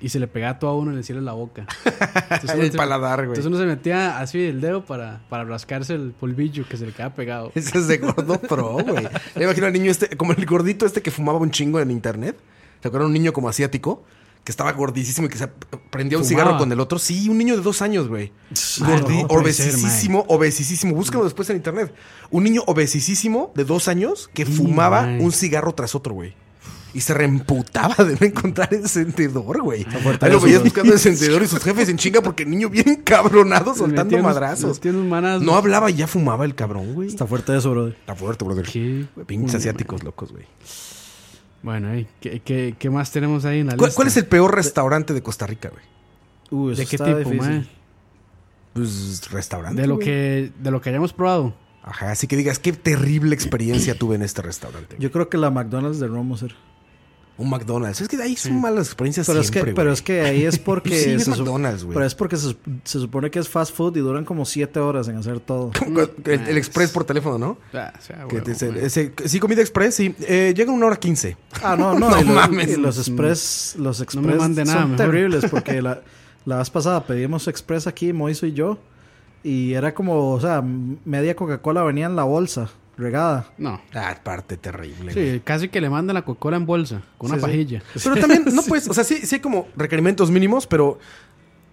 Speaker 1: Y se le pegaba todo a uno y le cierra la boca. Entonces,
Speaker 2: El
Speaker 1: uno se-
Speaker 2: paladar, güey.
Speaker 1: Entonces uno se metía así el dedo para, para rascarse el polvillo que se le quedaba pegado.
Speaker 2: Ese es de gordo pro, güey. Me imagino al niño este, como el gordito este que fumaba un chingo en internet. ¿Se acuerdan? Un niño como asiático que estaba gordísimo y que se prendía un
Speaker 1: Fumaba.
Speaker 2: cigarro con el otro. Sí, un niño de dos años, güey. Gordi-
Speaker 1: no puede ser,
Speaker 2: obesísimo, obesísimo. Búscalo después en internet. Un niño obesísimo de dos años que fumaba
Speaker 1: mae.
Speaker 2: un cigarro tras otro, güey. Y se reemputaba de no encontrar el encendedor, güey. Ahí lo
Speaker 3: eso,
Speaker 2: veías
Speaker 3: güey.
Speaker 2: buscando el encendedor y sus jefes en chinga porque el niño bien cabronado soltando
Speaker 1: Metía unos-
Speaker 2: madrazos.
Speaker 1: metía unos manas-
Speaker 2: No hablaba y ya fumaba el cabrón, güey.
Speaker 3: Está fuerte eso, brother.
Speaker 2: Está fuerte, brother.
Speaker 1: Qué
Speaker 2: Pinches
Speaker 1: culo,
Speaker 2: asiáticos locos, güey.
Speaker 1: Bueno, ey, ¿qué, qué, qué más tenemos ahí en la
Speaker 2: ¿Cuál,
Speaker 1: lista?
Speaker 2: cuál es el peor restaurante de Costa Rica, güey?
Speaker 3: Uy,
Speaker 1: Uh,
Speaker 3: eso
Speaker 1: ¿De qué
Speaker 3: está
Speaker 1: tipo,
Speaker 3: difícil.
Speaker 1: mae?
Speaker 2: Pues restaurante.
Speaker 1: De lo
Speaker 2: güey.
Speaker 1: que, de lo que hayamos probado.
Speaker 2: Ajá, así que digas, qué terrible experiencia tuve en este restaurante. güey.
Speaker 3: Yo creo que la McDonald's de Romoser.
Speaker 2: Un McDonald's. Es que de ahí son malas experiencias
Speaker 3: Pero
Speaker 2: siempre,
Speaker 3: es que, pero es que ahí es porque
Speaker 2: Sí, es
Speaker 3: se, su-
Speaker 2: McDonald's, güey.
Speaker 3: pero es porque se, sup- se supone que es fast food y duran como 7 horas en hacer todo.
Speaker 2: El, el express por teléfono, ¿no?
Speaker 1: Ah, o sea,
Speaker 2: Que
Speaker 1: huevo,
Speaker 2: te dice,
Speaker 1: mae.
Speaker 2: ese- sí, comida express, sí. Eh, llega una hora quince.
Speaker 3: Ah, no, no,
Speaker 2: No
Speaker 3: y los,
Speaker 2: mames.
Speaker 3: y los express, los
Speaker 1: No me
Speaker 3: express
Speaker 1: mande nada,
Speaker 3: son
Speaker 1: mejor.
Speaker 3: terribles porque la, la vez pasada pedimos express aquí, Moiso y yo, y era como, o sea, media Coca-Cola venía en la bolsa. regada.
Speaker 1: No.
Speaker 2: Ah, parte terrible. güey.
Speaker 1: Sí, casi que le manda la Coca-Cola en bolsa, con una
Speaker 3: Sí, sí.
Speaker 1: pajilla.
Speaker 2: Pero también, no puedes, o sea, sí, sí hay como requerimientos mínimos, pero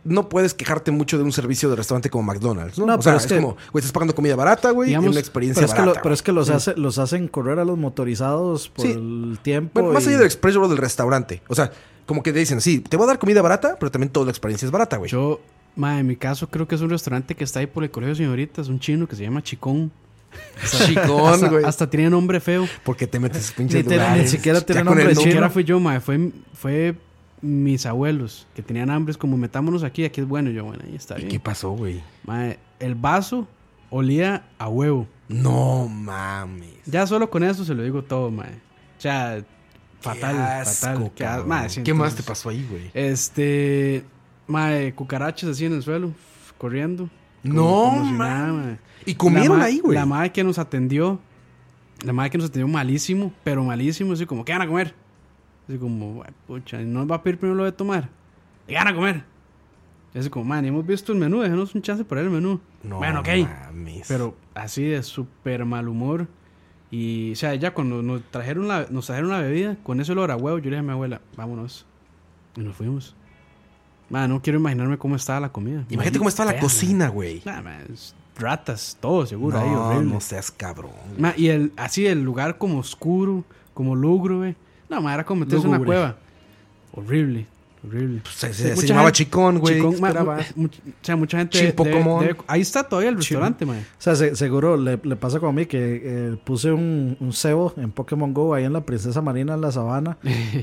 Speaker 2: no puedes quejarte mucho de un servicio de restaurante como McDonald's, ¿no?
Speaker 3: No,
Speaker 2: o sea,
Speaker 3: pero
Speaker 2: es,
Speaker 3: es que-
Speaker 2: como, güey, estás pagando comida barata, güey, y
Speaker 1: Digamos,
Speaker 2: una
Speaker 3: Pero
Speaker 2: experiencia
Speaker 3: es, que lo-
Speaker 2: barata.
Speaker 3: pero
Speaker 2: güey.
Speaker 3: es que los, hace, los hacen correr a los motorizados por
Speaker 2: Sí.
Speaker 3: el tiempo.
Speaker 2: Bueno, más
Speaker 3: y-
Speaker 2: allá del express roll del restaurante. O sea, como que te dicen, sí, te voy a dar comida barata, pero también toda la experiencia es barata, güey.
Speaker 1: Yo, ma, en mi caso creo que es un restaurante que está ahí por el colegio de señoritas, un chino que se llama Chicón.
Speaker 2: Chicón,
Speaker 1: Hasta,
Speaker 2: güey.
Speaker 1: hasta tiene nombre feo.
Speaker 2: Porque te metes
Speaker 3: Ni
Speaker 2: pinches
Speaker 3: tiene- ni
Speaker 2: lugares.
Speaker 3: siquiera
Speaker 2: Ya
Speaker 3: tiene
Speaker 2: con
Speaker 3: nombre
Speaker 2: el
Speaker 3: de
Speaker 1: Ni
Speaker 2: nombre-
Speaker 1: siquiera
Speaker 3: chino.
Speaker 1: fui yo, ma, fue, fue mis abuelos que tenían hambre, es como metámonos aquí, aquí es bueno. Y Yo, bueno, ahí está
Speaker 2: ¿Y
Speaker 1: bien.
Speaker 2: qué pasó, güey?
Speaker 1: Ma, el vaso olía a huevo.
Speaker 2: No mames.
Speaker 1: Ya solo con eso se lo digo todo, mae. O sea, fatal,
Speaker 2: Qué asco,
Speaker 1: fatal. Qué,
Speaker 2: cabrón.
Speaker 1: mae, sí,
Speaker 2: ¿Qué más te
Speaker 1: entonces,
Speaker 2: pasó ahí, güey?
Speaker 1: Este, mae, cucarachas así en el suelo, f- corriendo. como-
Speaker 2: No,
Speaker 1: como si
Speaker 2: mames.
Speaker 1: nada, mae.
Speaker 2: Y
Speaker 1: La
Speaker 2: comieron
Speaker 1: ma-
Speaker 2: ahí, güey.
Speaker 1: La madre que nos atendió, la madre que nos atendió malísimo, pero malísimo, así como, ¿qué van a comer? Así como, "Ay, pucha, ¿no nos va a pedir primero lo de tomar? ¿Qué van a comer? Y así como, man, hemos visto el menú, déjenos un chance para el menú.
Speaker 2: No
Speaker 1: bueno, ok.
Speaker 2: mames.
Speaker 1: Pero así de súper mal humor. Y, o sea, ya cuando nos trajeron la, nos trajeron la bebida, con ese olor a huevo, yo le dije a mi abuela, vámonos. Y nos fuimos. Ma, no quiero imaginarme cómo estaba la comida.
Speaker 2: Imagínate cómo estaba la
Speaker 1: Fea,
Speaker 2: cocina, güey.
Speaker 1: ma. Nah, ma, es- ratas, todo seguro, ahí
Speaker 2: No,
Speaker 1: horrible.
Speaker 2: no seas cabrón. güey.
Speaker 1: Ma, y el, así el lugar como oscuro, como lúgubre. No, ma, era como meterse en una
Speaker 3: Lúgubre.
Speaker 1: cueva. Horrible, horrible.
Speaker 2: Pues Se,
Speaker 1: Sí,
Speaker 2: se- se
Speaker 1: mucha
Speaker 2: llamaba
Speaker 1: gente-
Speaker 2: Chicón, güey.
Speaker 1: Chicón, ma,
Speaker 2: Esperaba.
Speaker 1: mu- o sea, mucha gente. debe-
Speaker 2: Chimpocomón.
Speaker 1: debe- ahí está todavía el restaurante, ma.
Speaker 3: O sea, se- seguro le, le pasa como a mí que eh, puse un, un cebo en Pokémon Go ahí en la Princesa Marina en la Sabana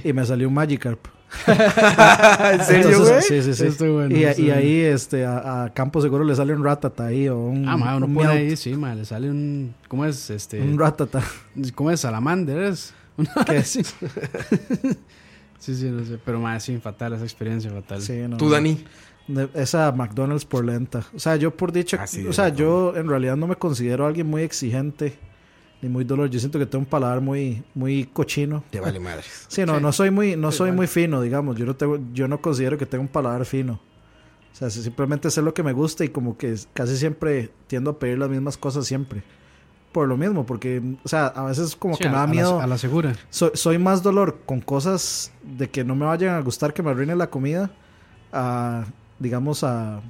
Speaker 3: y me salió un Magikarp.
Speaker 2: ¿En serio,
Speaker 3: Entonces,
Speaker 2: güey?
Speaker 3: Sí, sí, sí.
Speaker 1: Estoy bueno,
Speaker 3: y,
Speaker 1: estoy
Speaker 3: y
Speaker 1: bueno.
Speaker 3: ahí este, a, a Campo seguro le sale un Ratata ahí o un,
Speaker 1: Ah, ma, uno
Speaker 3: un
Speaker 1: pone
Speaker 3: Meowth,
Speaker 1: ahí, sí, ma, le sale un. ¿Cómo es? Este.
Speaker 3: un Ratata.
Speaker 1: ¿Cómo es? Salamander, ¿es? ¿Qué? sí. sí, sí, no sé. Pero, ma, sí, fatal, esa experiencia fatal.
Speaker 3: Sí, no,
Speaker 2: Tú,
Speaker 3: no.
Speaker 2: Dani.
Speaker 3: De- Esa McDonald's por lenta. O sea, yo por dicha.
Speaker 2: Ah, sí, de
Speaker 3: o sea, yo en realidad no me considero alguien muy exigente ni muy dolor. Yo siento que tengo un paladar muy, muy cochino.
Speaker 2: Te vale madres.
Speaker 3: Sí, no, no soy muy, no soy muy fino, digamos. Yo no tengo, yo no considero que tenga un paladar fino. O sea, si simplemente sé lo que me gusta y como que es- casi siempre tiendo a pedir las mismas cosas siempre. Por lo mismo, porque, o sea, a veces como
Speaker 1: Sí,
Speaker 3: que
Speaker 1: a-
Speaker 3: me da
Speaker 1: a la-
Speaker 3: miedo.
Speaker 1: a la segura.
Speaker 3: So- soy más dolor con cosas de que no me vayan a gustar, que me arruine la comida, a, digamos, a,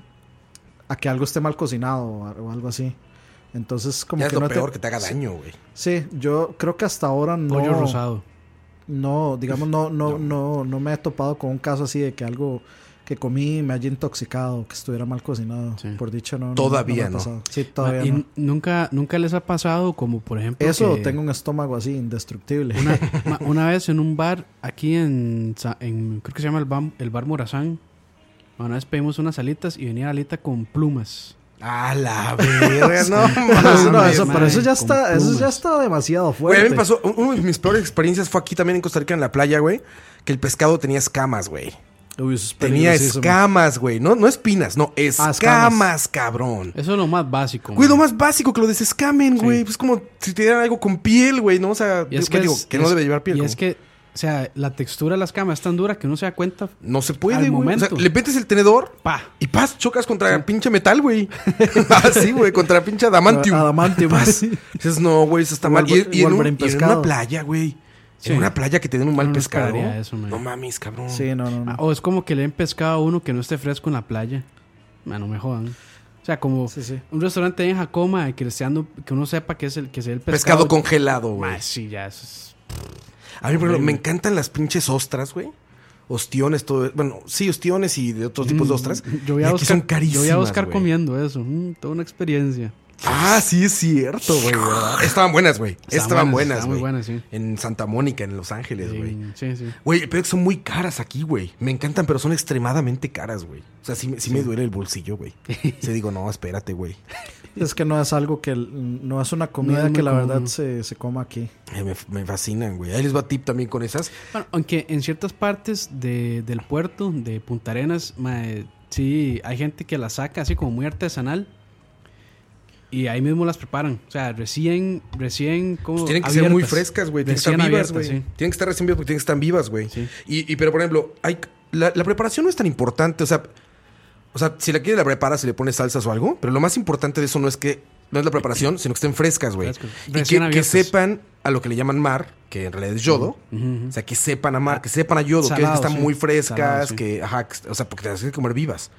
Speaker 3: a que algo esté mal cocinado o, a- o algo así. Entonces, como
Speaker 2: Ya
Speaker 3: que
Speaker 2: es lo
Speaker 3: no te-
Speaker 2: peor que te haga daño, güey.
Speaker 3: Sí, yo creo que hasta ahora no.
Speaker 1: Pollo rosado.
Speaker 3: No, digamos, no, no, no, no me he topado con un caso así de que algo que comí me haya intoxicado, que estuviera mal cocinado.
Speaker 1: Sí.
Speaker 3: Por dicho, no. no-
Speaker 2: Todavía
Speaker 3: me ha
Speaker 2: no.
Speaker 3: pasado. Sí,
Speaker 1: Ma,
Speaker 3: todavía
Speaker 1: y
Speaker 3: no.
Speaker 1: nunca, nunca les ha pasado como, por ejemplo.
Speaker 3: Eso,
Speaker 1: que
Speaker 3: tengo un estómago así, indestructible.
Speaker 1: Una, ma, una vez en un bar aquí en, Sa- en- creo que se llama el bar, el bar Morazán. ma, Una vez pedimos unas alitas y venía la alita con plumas.
Speaker 2: A la verga, no
Speaker 3: Eso, no,
Speaker 2: mames.
Speaker 3: eso, pero
Speaker 1: madre,
Speaker 3: eso ya
Speaker 1: con
Speaker 3: está, eso ya
Speaker 1: plumas.
Speaker 3: está demasiado
Speaker 2: Güey, a
Speaker 3: fuerte.
Speaker 2: mí me pasó. un- Una de mis peores experiencias fue aquí también en Costa Rica, en la playa, güey. Que el pescado tenía escamas, güey.
Speaker 3: Uy, eso es
Speaker 2: Tenía
Speaker 3: peligrosísimo.
Speaker 2: escamas, güey. No, no espinas, no.
Speaker 1: Ah,
Speaker 2: Escamas,
Speaker 3: escamas.
Speaker 2: cabrón.
Speaker 1: Eso es lo más básico.
Speaker 2: Güey,
Speaker 1: ma.
Speaker 2: lo más básico que lo desescamen, güey. Pues como si te dieran algo con piel, güey, ¿no? O sea,
Speaker 1: Y es
Speaker 2: yo-
Speaker 1: que,
Speaker 2: digo,
Speaker 1: es-
Speaker 2: que no
Speaker 1: es-
Speaker 2: debe llevar piel.
Speaker 1: Y
Speaker 2: ¿no?
Speaker 1: es que, o sea, la textura de las camas es tan dura que uno se da cuenta.
Speaker 2: no se puede,
Speaker 1: al
Speaker 2: güey. O sea,
Speaker 1: momento.
Speaker 2: le metes el tenedor
Speaker 1: Pa.
Speaker 2: y paz, chocas contra pinche metal, güey. Así, güey, contra pinche adamantium.
Speaker 3: Adamantium.
Speaker 2: Paz. Dices, no, güey, eso está mal. Y,
Speaker 3: Wolver-
Speaker 2: y en un-
Speaker 3: Wolverine
Speaker 2: y en una
Speaker 3: pescado.
Speaker 2: playa, güey.
Speaker 1: Sí.
Speaker 2: En una playa que te den un mal
Speaker 1: Uno no
Speaker 2: pescado.
Speaker 1: esperaría eso, man.
Speaker 2: no mames, cabrón.
Speaker 3: Sí, no,
Speaker 2: Mm.
Speaker 3: no, no.
Speaker 1: O es como que le den pescado a uno que no esté fresco en la playa. Ma, no me jodan. O sea, como
Speaker 3: Sí, sí.
Speaker 1: un restaurante en Jacoma eh, que, le esté dando- que uno sepa que es el, que sea el pescado.
Speaker 2: pescado congelado, güey.
Speaker 1: Ma, sí, ya, eso es-
Speaker 2: A mí, por ejemplo, me encantan las pinches ostras, güey. Ostiones, todo. Bueno, sí, ostiones y de otros tipos de ostras.
Speaker 1: Mm, Yo voy a
Speaker 2: Y aquí
Speaker 1: buscar,
Speaker 2: son
Speaker 1: yo
Speaker 2: carísimas.
Speaker 1: voy a buscar
Speaker 2: güey.
Speaker 1: comiendo eso. Mm, toda una experiencia.
Speaker 2: Ah, sí, es cierto, güey, ¿verdad? Estaban buenas, güey.
Speaker 1: Estaban
Speaker 2: Estaban
Speaker 1: buenas,
Speaker 2: buenas,
Speaker 1: estaban muy
Speaker 2: güey.
Speaker 1: buenas, sí.
Speaker 2: En Santa Mónica, en Los Ángeles, güey.
Speaker 1: Sí, sí, sí.
Speaker 2: Güey, pero son muy caras aquí, güey. Me encantan, pero son extremadamente caras, güey. O sea, sí, me- sí me duele el bolsillo, güey. Se digo, no, espérate, güey.
Speaker 3: Es que no es algo que no es una comida
Speaker 1: No es muy
Speaker 3: que la
Speaker 1: común,
Speaker 3: verdad
Speaker 1: no.
Speaker 3: se, se coma aquí.
Speaker 2: Eh, Me, me fascinan, güey. Ahí les va tip también con esas.
Speaker 1: Bueno, aunque en ciertas partes de- del puerto, de Punta Arenas, mae, sí, hay gente que las saca así como muy artesanal. Y ahí mismo las preparan. O sea, recién, recién como
Speaker 2: Pues tienen que ser
Speaker 1: abiertas.
Speaker 2: muy frescas, güey. Tienen que
Speaker 1: Recién
Speaker 2: estar vivas, güey.
Speaker 1: abiertas, sí.
Speaker 2: Tienen que estar recién vivas porque tienen que estar vivas, güey.
Speaker 1: Sí.
Speaker 2: Y, y, pero, por ejemplo, hay, la, la preparación no es tan importante. O sea, o sea, si la quieres la preparas y le pones salsas o algo. Pero lo más importante de eso no es que No es la preparación, sino que estén frescas, güey.
Speaker 1: Frescas.
Speaker 2: Y que,
Speaker 1: Recién
Speaker 2: que
Speaker 1: abiertas.
Speaker 2: sepan a lo que le llaman mar, que en realidad es yodo. O sea, que sepan a mar, que sepan a yodo, que
Speaker 1: Salado,
Speaker 2: están
Speaker 1: sí.
Speaker 2: muy frescas,
Speaker 1: Salado, sí.
Speaker 2: que, ajá, que- o sea, porque te las tienes que comer vivas.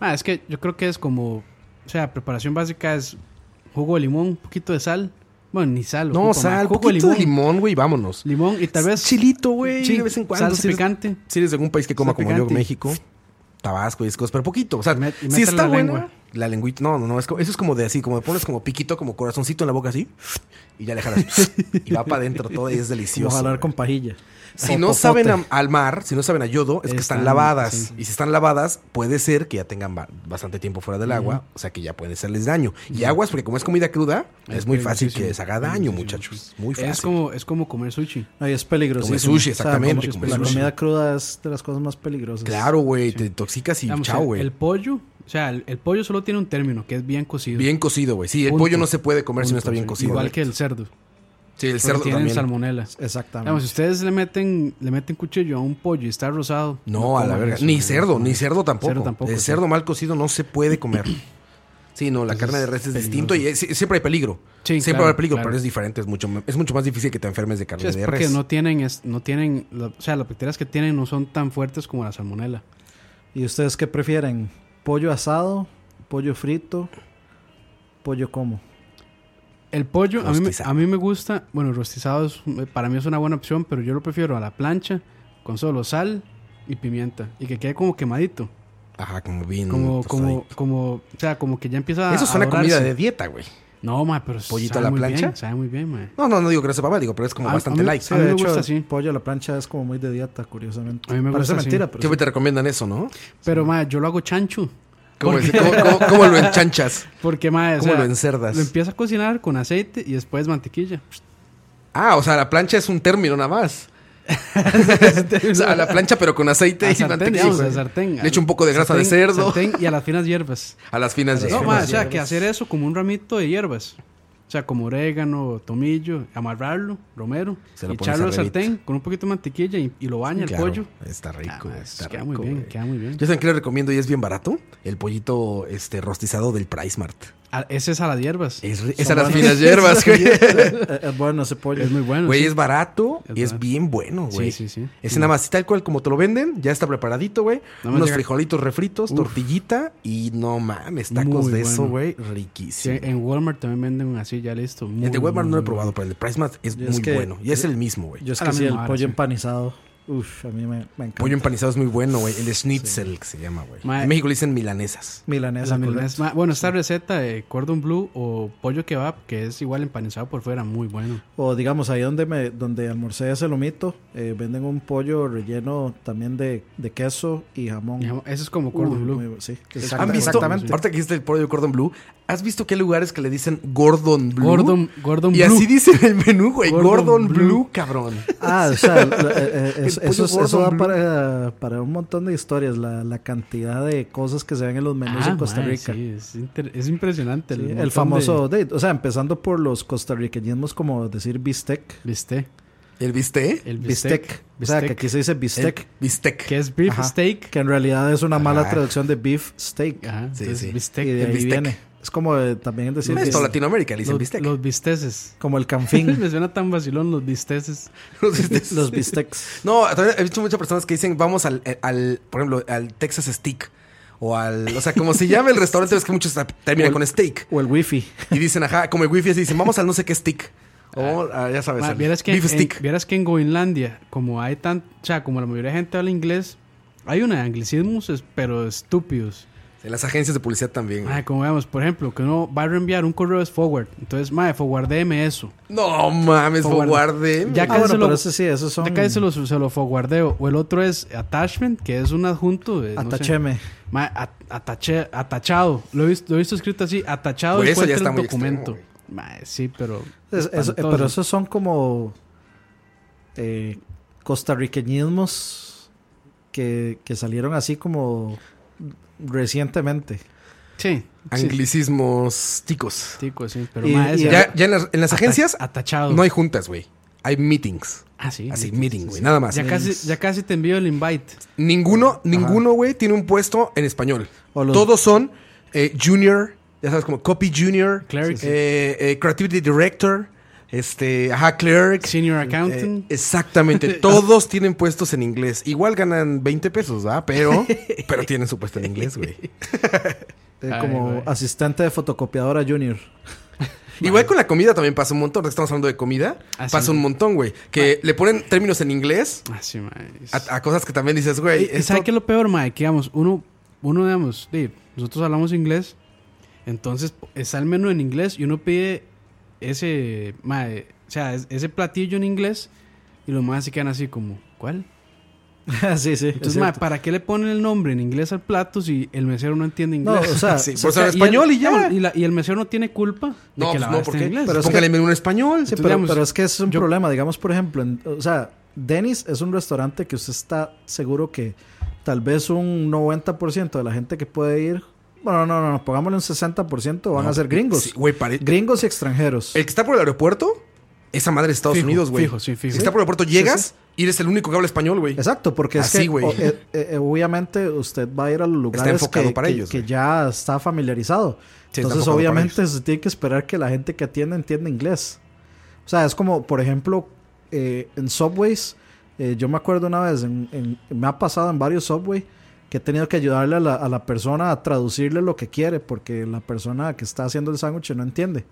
Speaker 1: Ah, es que yo creo que es como. O sea, preparación básica es jugo de limón, un poquito de sal. Bueno, ni sal.
Speaker 2: No,
Speaker 1: ocupa, ma,
Speaker 2: sal,
Speaker 1: jugo
Speaker 2: poquito de limón, güey, vámonos.
Speaker 1: Limón y tal vez.
Speaker 2: Chilito, güey,
Speaker 1: Sí,
Speaker 2: de vez en cuando.
Speaker 1: salsa
Speaker 2: si eres-
Speaker 1: picante.
Speaker 2: Si eres de algún país que coma
Speaker 1: Salsa
Speaker 2: como yo,
Speaker 1: picante.
Speaker 2: México, Tabasco y esas cosas, pero poquito. O sea,
Speaker 1: Y met- y
Speaker 2: si
Speaker 1: métela
Speaker 2: está
Speaker 1: la
Speaker 2: buena,
Speaker 1: lengua.
Speaker 2: la lengüita. No, no, no. es co- eso es como de así, como pones como piquito, como corazoncito en la boca así. Y ya le jalas. y va para adentro todo y es
Speaker 3: Como
Speaker 2: delicioso.
Speaker 3: jalar
Speaker 2: güey.
Speaker 3: con pajilla.
Speaker 2: Si
Speaker 3: O
Speaker 2: no
Speaker 3: popote.
Speaker 2: saben a- al mar, si no saben a yodo, es que están,
Speaker 1: Están-
Speaker 2: lavadas.
Speaker 1: sí.
Speaker 2: Y si están lavadas, puede ser que ya tengan ba- bastante tiempo fuera del agua, o sea que ya puede hacerles daño. Y aguas, porque como es comida cruda, es, muy fácil que
Speaker 1: peligrosísimo,
Speaker 2: les haga daño,
Speaker 1: peligrosísimo.
Speaker 2: muchachos. Muy fácil.
Speaker 1: Es como, es como comer sushi.
Speaker 3: No, y es peligroso.
Speaker 2: Como el sushi, exactamente,
Speaker 1: como el
Speaker 3: la
Speaker 1: sushi.
Speaker 3: comida cruda es de las cosas más peligrosas.
Speaker 2: Claro, güey, te intoxicas y
Speaker 1: Digamos,
Speaker 2: chao,
Speaker 1: el-
Speaker 2: güey.
Speaker 1: El, pollo, o sea, el, el pollo solo tiene un término, que es bien cocido.
Speaker 2: Bien cocido, güey. Sí, el
Speaker 1: Punto.
Speaker 2: pollo no se puede comer si no
Speaker 1: Punto,
Speaker 2: está bien
Speaker 1: sí.
Speaker 2: cocido.
Speaker 1: Igual
Speaker 2: güey.
Speaker 1: que el cerdo.
Speaker 2: Sí, el
Speaker 1: Cerdo
Speaker 2: cerdo
Speaker 1: tienen
Speaker 2: también.
Speaker 1: salmonela.
Speaker 3: Exactamente.
Speaker 1: Digamos, si ustedes le meten, le meten cuchillo a un pollo y está rosado.
Speaker 2: No, a la
Speaker 1: coman
Speaker 2: verga.
Speaker 1: eso,
Speaker 2: Ni
Speaker 1: no
Speaker 2: cerdo,
Speaker 1: coman
Speaker 2: ni
Speaker 1: eso.
Speaker 2: cerdo tampoco.
Speaker 1: Cerdo tampoco,
Speaker 2: el
Speaker 1: sí. Pues
Speaker 2: cerdo mal cocido no se puede comer. Sí, no, la carne de res es
Speaker 1: peligroso.
Speaker 2: distinto y es- sí, siempre hay peligro.
Speaker 1: Sí,
Speaker 2: siempre
Speaker 1: claro,
Speaker 2: va a haber peligro,
Speaker 1: claro.
Speaker 2: pero es diferente. Es mucho, me- es mucho más difícil que te enfermes de
Speaker 1: Sí,
Speaker 2: carne
Speaker 1: es
Speaker 2: de
Speaker 1: porque
Speaker 2: res.
Speaker 1: no tienen, es- no tienen, la- o sea, las bacterias que tienen no son tan fuertes como la salmonela.
Speaker 3: ¿Y ustedes qué prefieren? ¿Pollo asado? ¿Pollo frito? ¿Pollo como?
Speaker 1: El pollo, a mí, me,
Speaker 2: Rostizado.
Speaker 1: a mí me gusta, bueno, el rostizado es- eh, para mí es una buena opción, pero yo lo prefiero a la plancha con solo sal y pimienta y que quede como quemadito,
Speaker 2: Ajá, como bien.
Speaker 1: como, como,
Speaker 2: tostadito.
Speaker 1: como, o sea, como que ya empieza a.
Speaker 2: Mm, pues Eso es una
Speaker 1: dorarse.
Speaker 2: comida de dieta, güey.
Speaker 1: No, ma, pero
Speaker 2: ¿Pollito
Speaker 1: sabe
Speaker 2: a la
Speaker 1: muy
Speaker 2: plancha?
Speaker 1: bien, sabe muy bien, ma.
Speaker 2: No, no, no digo que no sepa mal, digo, pero es como
Speaker 1: A- Ah,
Speaker 2: bastante
Speaker 1: a mí-
Speaker 2: light.
Speaker 1: a mí me gusta así.
Speaker 3: pollo a la plancha es como muy de dieta, curiosamente.
Speaker 1: A mí me
Speaker 3: Parece
Speaker 1: gusta así.
Speaker 3: mentira, pero
Speaker 2: Siempre
Speaker 3: sí.
Speaker 2: te recomiendan eso, ¿no?
Speaker 1: Pero, ma, yo lo hago chancho.
Speaker 2: ¿Cómo,
Speaker 1: Porque-
Speaker 2: cómo- cómo- cómo lo enchanchas?
Speaker 1: Porque, ma, o
Speaker 2: ¿Cómo
Speaker 1: sea,
Speaker 2: lo encerdas?
Speaker 1: Lo empieza a cocinar con aceite y después mantequilla.
Speaker 2: Ah, o sea, la plancha es un término nada más. o sea, a la plancha, pero con aceite
Speaker 1: A
Speaker 2: y
Speaker 1: sartén,
Speaker 2: mantequilla.
Speaker 1: digamos,
Speaker 2: güey.
Speaker 1: a sartén.
Speaker 2: Le echo un poco de grasa de
Speaker 1: Sartén-
Speaker 2: cerdo.
Speaker 1: sartén y a las finas hierbas.
Speaker 2: A las finas de.
Speaker 1: No, ma, o sea, que hacer eso como un ramito de hierbas. O sea, como orégano, tomillo, amarrarlo, romero,
Speaker 2: Se lo
Speaker 1: y
Speaker 2: pones
Speaker 1: echarlo al
Speaker 2: arribita.
Speaker 1: sartén con un poquito de mantequilla y, y lo baña
Speaker 2: Claro,
Speaker 1: el pollo.
Speaker 2: Está
Speaker 1: Ah,
Speaker 2: rico,
Speaker 1: ma,
Speaker 2: está
Speaker 1: queda
Speaker 2: rico.
Speaker 1: muy bien,
Speaker 2: güey.
Speaker 1: queda muy bien.
Speaker 2: Yo saben que le recomiendo y es bien barato. El pollito este rostizado del Price Mart.
Speaker 1: Ah, ese es a las hierbas. Es,
Speaker 2: Es, es a las finas hierbas, güey.
Speaker 3: Eh, Es bueno ese pollo.
Speaker 1: muy bueno.
Speaker 2: Güey,
Speaker 1: sí.
Speaker 2: es barato
Speaker 1: Es
Speaker 2: y es
Speaker 1: barato.
Speaker 2: bien bueno,
Speaker 1: Sí,
Speaker 2: güey.
Speaker 1: sí, sí.
Speaker 2: Es nada más tal cual como te lo venden, ya está preparadito, güey.
Speaker 1: Nada más
Speaker 2: Unos
Speaker 1: llega-
Speaker 2: frijolitos refritos, tortillita y no mames, tacos
Speaker 1: Muy
Speaker 2: de eso,
Speaker 1: bueno.
Speaker 2: güey,
Speaker 1: Sí,
Speaker 2: riquísimo.
Speaker 1: en Walmart también venden así, ya listo. muy,
Speaker 2: El de Webmar
Speaker 1: muy,
Speaker 2: no lo he
Speaker 1: muy
Speaker 2: probado, pero el de Price Mart es
Speaker 3: Yo
Speaker 2: muy
Speaker 3: es que-
Speaker 2: bueno. Y es el mismo, güey.
Speaker 3: Yo es
Speaker 1: A
Speaker 3: que
Speaker 1: Ah, la
Speaker 3: sí, el
Speaker 1: misma hora,
Speaker 3: pollo
Speaker 1: sí.
Speaker 3: empanizado. Uf, a mí me, me encanta.
Speaker 2: Pollo empanizado es muy bueno, güey. El schnitzel que se llama, güey.
Speaker 1: Ma-
Speaker 2: En México le dicen milanesas.
Speaker 1: bueno. La
Speaker 3: Milanesa.
Speaker 1: milanesa-
Speaker 3: correcto.
Speaker 1: ma, bueno, esta receta de cordon bleu o pollo kebab, que es igual empanizado por fuera, muy bueno.
Speaker 3: O digamos, ahí donde me donde almorcé ese lomito, eh, venden un pollo relleno también de, de queso y jamón.
Speaker 1: Y jam- Eso es como
Speaker 3: Uh,
Speaker 1: cordon bleu.
Speaker 3: muy bu- sí,
Speaker 2: ¿Han
Speaker 3: exacta-
Speaker 2: visto?
Speaker 3: exactamente.
Speaker 2: Ahorita que hiciste el pollo de Gordon Blue, ¿has visto que hay lugares que le dicen Gordon Blue?
Speaker 1: Gordon, Gordon
Speaker 2: Y
Speaker 1: bleu.
Speaker 2: así dice en el menú, güey. Gordon,
Speaker 1: Gordon
Speaker 2: Blue,
Speaker 1: Blue.
Speaker 2: cabrón.
Speaker 3: Ah, o sea, la- eh, eh, es-
Speaker 2: El pollo
Speaker 3: eso, es- eso da
Speaker 2: Gordon Blue.
Speaker 3: para, para un montón de historias, la, la cantidad de cosas que se ven en los menús
Speaker 1: Ah,
Speaker 3: en Costa
Speaker 1: mae,
Speaker 3: Rica.
Speaker 1: sí, es, inter- es impresionante.
Speaker 3: Sí,
Speaker 1: montón
Speaker 3: el famoso, de- o sea, empezando por los costarriqueñismos como decir bistec,
Speaker 1: de bistec.
Speaker 2: ¿El bistec?
Speaker 1: El bistec.
Speaker 3: bistec, o sea,
Speaker 1: bistec,
Speaker 3: que aquí se dice
Speaker 2: El
Speaker 3: bistec,
Speaker 2: bistec.
Speaker 1: que es beef
Speaker 3: Ajá.
Speaker 1: steak.
Speaker 3: que en realidad es una mala
Speaker 2: Ajá.
Speaker 3: traducción de beef steak.
Speaker 1: Ajá,
Speaker 2: Sí,
Speaker 1: entonces,
Speaker 2: sí.
Speaker 1: Ah, bistec.
Speaker 3: Y de
Speaker 2: El
Speaker 3: ahí
Speaker 2: bistec.
Speaker 3: viene. Es como eh, también decir
Speaker 2: Es toda
Speaker 3: bistec,
Speaker 2: Latinoamérica, le dicen
Speaker 1: Los,
Speaker 2: bistec.
Speaker 1: los bisteces.
Speaker 3: como el canfín,
Speaker 1: Me suena tan vacilón los bisteces.
Speaker 2: Los bistecs.
Speaker 3: los bistecs.
Speaker 2: No, también he visto muchas personas que dicen, vamos al, eh, al, por ejemplo, al Texas Steak. O al, o sea, como se llama el restaurante, ves que muchos terminan con steak.
Speaker 3: O el wifi.
Speaker 2: Y dicen, ajá, como el wifi, así dicen, vamos al no sé qué stick. O, ah, ya sabes,
Speaker 1: Ma,
Speaker 2: al
Speaker 1: vieras, que
Speaker 2: beef
Speaker 1: en,
Speaker 2: stick.
Speaker 1: vieras que en Groenlandia, como hay tan, o sea, como la mayoría de gente habla inglés, hay una de anglicismos, es- pero estúpidos.
Speaker 2: En las agencias de publicidad también. güey.
Speaker 1: Ma, como veamos, por ejemplo, que uno va a reenviar un correo es forward. Entonces, madre, forwardéme eso.
Speaker 2: No mames,
Speaker 1: Forward.
Speaker 2: guarde.
Speaker 1: Oh, Ya
Speaker 3: Ah,
Speaker 1: casi
Speaker 3: bueno,
Speaker 1: lo-
Speaker 3: pero eso sí, esos son
Speaker 1: Ya casi se lo, se lo forwardeo. O el otro es attachment, que es un adjunto. eh, no sé.
Speaker 3: atacheme.
Speaker 1: Ma, at- atache- atachado. Lo he visto, lo he visto escrito así, atachado
Speaker 2: Güey, eso
Speaker 1: después
Speaker 2: ya está
Speaker 1: del
Speaker 2: muy
Speaker 1: documento.
Speaker 2: extremo,
Speaker 1: Ma, sí, pero.
Speaker 3: Es- es- eh,
Speaker 1: espantoso.
Speaker 3: pero esos son como eh, costarriqueñismos que, que salieron así como recientemente.
Speaker 1: Sí. sí,
Speaker 2: Anglicismos ticos.
Speaker 1: tico, sí, pero
Speaker 3: Y-
Speaker 1: ma,
Speaker 3: y
Speaker 1: ese-
Speaker 2: Ya, ya en las, en las
Speaker 1: ata-
Speaker 2: agencias
Speaker 1: Atachado.
Speaker 2: no hay juntas, güey. Hay meetings.
Speaker 1: ah, sí.
Speaker 2: Así,
Speaker 1: sí,
Speaker 2: meeting,
Speaker 1: sí,
Speaker 2: güey.
Speaker 1: sí.
Speaker 2: Nada más.
Speaker 1: Ya casi, ya casi te envío el invite.
Speaker 2: Ninguno, ninguno, güey, tiene un puesto en español.
Speaker 3: O los-
Speaker 2: Todos son eh, junior, ya sabes, como Copy Junior,
Speaker 1: Clerks.
Speaker 2: eh, eh, Creativity Director, este, ajá, Clerk.
Speaker 1: Senior
Speaker 2: Eh,
Speaker 1: accountant.
Speaker 2: exactamente, todos tienen puestos en inglés. Igual ganan 20 pesos, ¿ah? Pero, pero tienen su puesto en inglés, güey.
Speaker 3: Eh,
Speaker 1: Ay,
Speaker 3: como
Speaker 1: güey.
Speaker 3: asistente de fotocopiadora junior.
Speaker 2: Igual con la comida también pasa un montón. Estamos hablando de comida.
Speaker 1: Ah, sí.
Speaker 2: pasa un montón, güey. Que le ponen términos en inglés
Speaker 1: Ah, sí, mae, es-
Speaker 2: a, a cosas que también dices, güey.
Speaker 1: ¿Y
Speaker 2: esto-
Speaker 1: sabe qué es lo peor, mae? Que digamos, uno, uno digamos, di, nosotros hablamos inglés, entonces está el menú en inglés y uno pide ese, mae, o sea, es- ese platillo en inglés y los más se quedan así como, ¿cuál?
Speaker 3: sí, sí. es
Speaker 1: Entonces, mae,
Speaker 3: cierto.
Speaker 1: ¿para qué le ponen el nombre en inglés al plato si el mesero no entiende
Speaker 3: no, o
Speaker 1: inglés?
Speaker 3: sea,
Speaker 2: Sí,
Speaker 1: O
Speaker 2: por
Speaker 1: sea,
Speaker 2: ser
Speaker 1: el-
Speaker 2: español
Speaker 1: Ah,
Speaker 2: y ya.
Speaker 1: Y, la- y el mesero no tiene culpa de
Speaker 2: No,
Speaker 1: que
Speaker 2: pues
Speaker 1: la
Speaker 2: no,
Speaker 1: vada esté
Speaker 2: porque
Speaker 1: en inglés.
Speaker 3: Pero es
Speaker 2: póngale menú en español.
Speaker 3: Sí,
Speaker 1: Entonces,
Speaker 3: pero,
Speaker 1: digamos,
Speaker 3: pero es que es un
Speaker 1: yo-
Speaker 3: problema. Digamos, por ejemplo, en- o sea, Dennis es un restaurante que usted está seguro que tal vez un 90% de la gente que puede ir, bueno, no, no, no pongámosle un 60% van a ser gringos.
Speaker 2: Sí, Güey,
Speaker 1: eh,
Speaker 2: pare-
Speaker 3: gringos y extranjeros.
Speaker 2: El que está por el aeropuerto, esa madre de Estados
Speaker 1: Fijo,
Speaker 2: Unidos, güey.
Speaker 1: fijo, sí, fijo.
Speaker 2: Si está por el aeropuerto, llegas y eres el único que habla español, güey.
Speaker 3: Exacto, porque es
Speaker 2: Así,
Speaker 3: que
Speaker 2: güey.
Speaker 3: o- eh, eh, obviamente usted va a ir a los lugares
Speaker 2: enfocado
Speaker 3: que,
Speaker 2: para
Speaker 3: que-
Speaker 2: ellos,
Speaker 3: que
Speaker 2: güey.
Speaker 3: ya está familiarizado.
Speaker 2: Sí, está
Speaker 3: Entonces,
Speaker 2: enfocado para
Speaker 3: obviamente, se tiene que esperar que la gente que atienda entienda inglés. O sea, es como, por ejemplo, eh, en Subways, eh, yo me acuerdo una vez, en- en- me ha pasado en varios Subway, que he tenido que ayudarle a la, a la persona a traducirle lo que quiere, porque la persona que está haciendo el sándwich no entiende.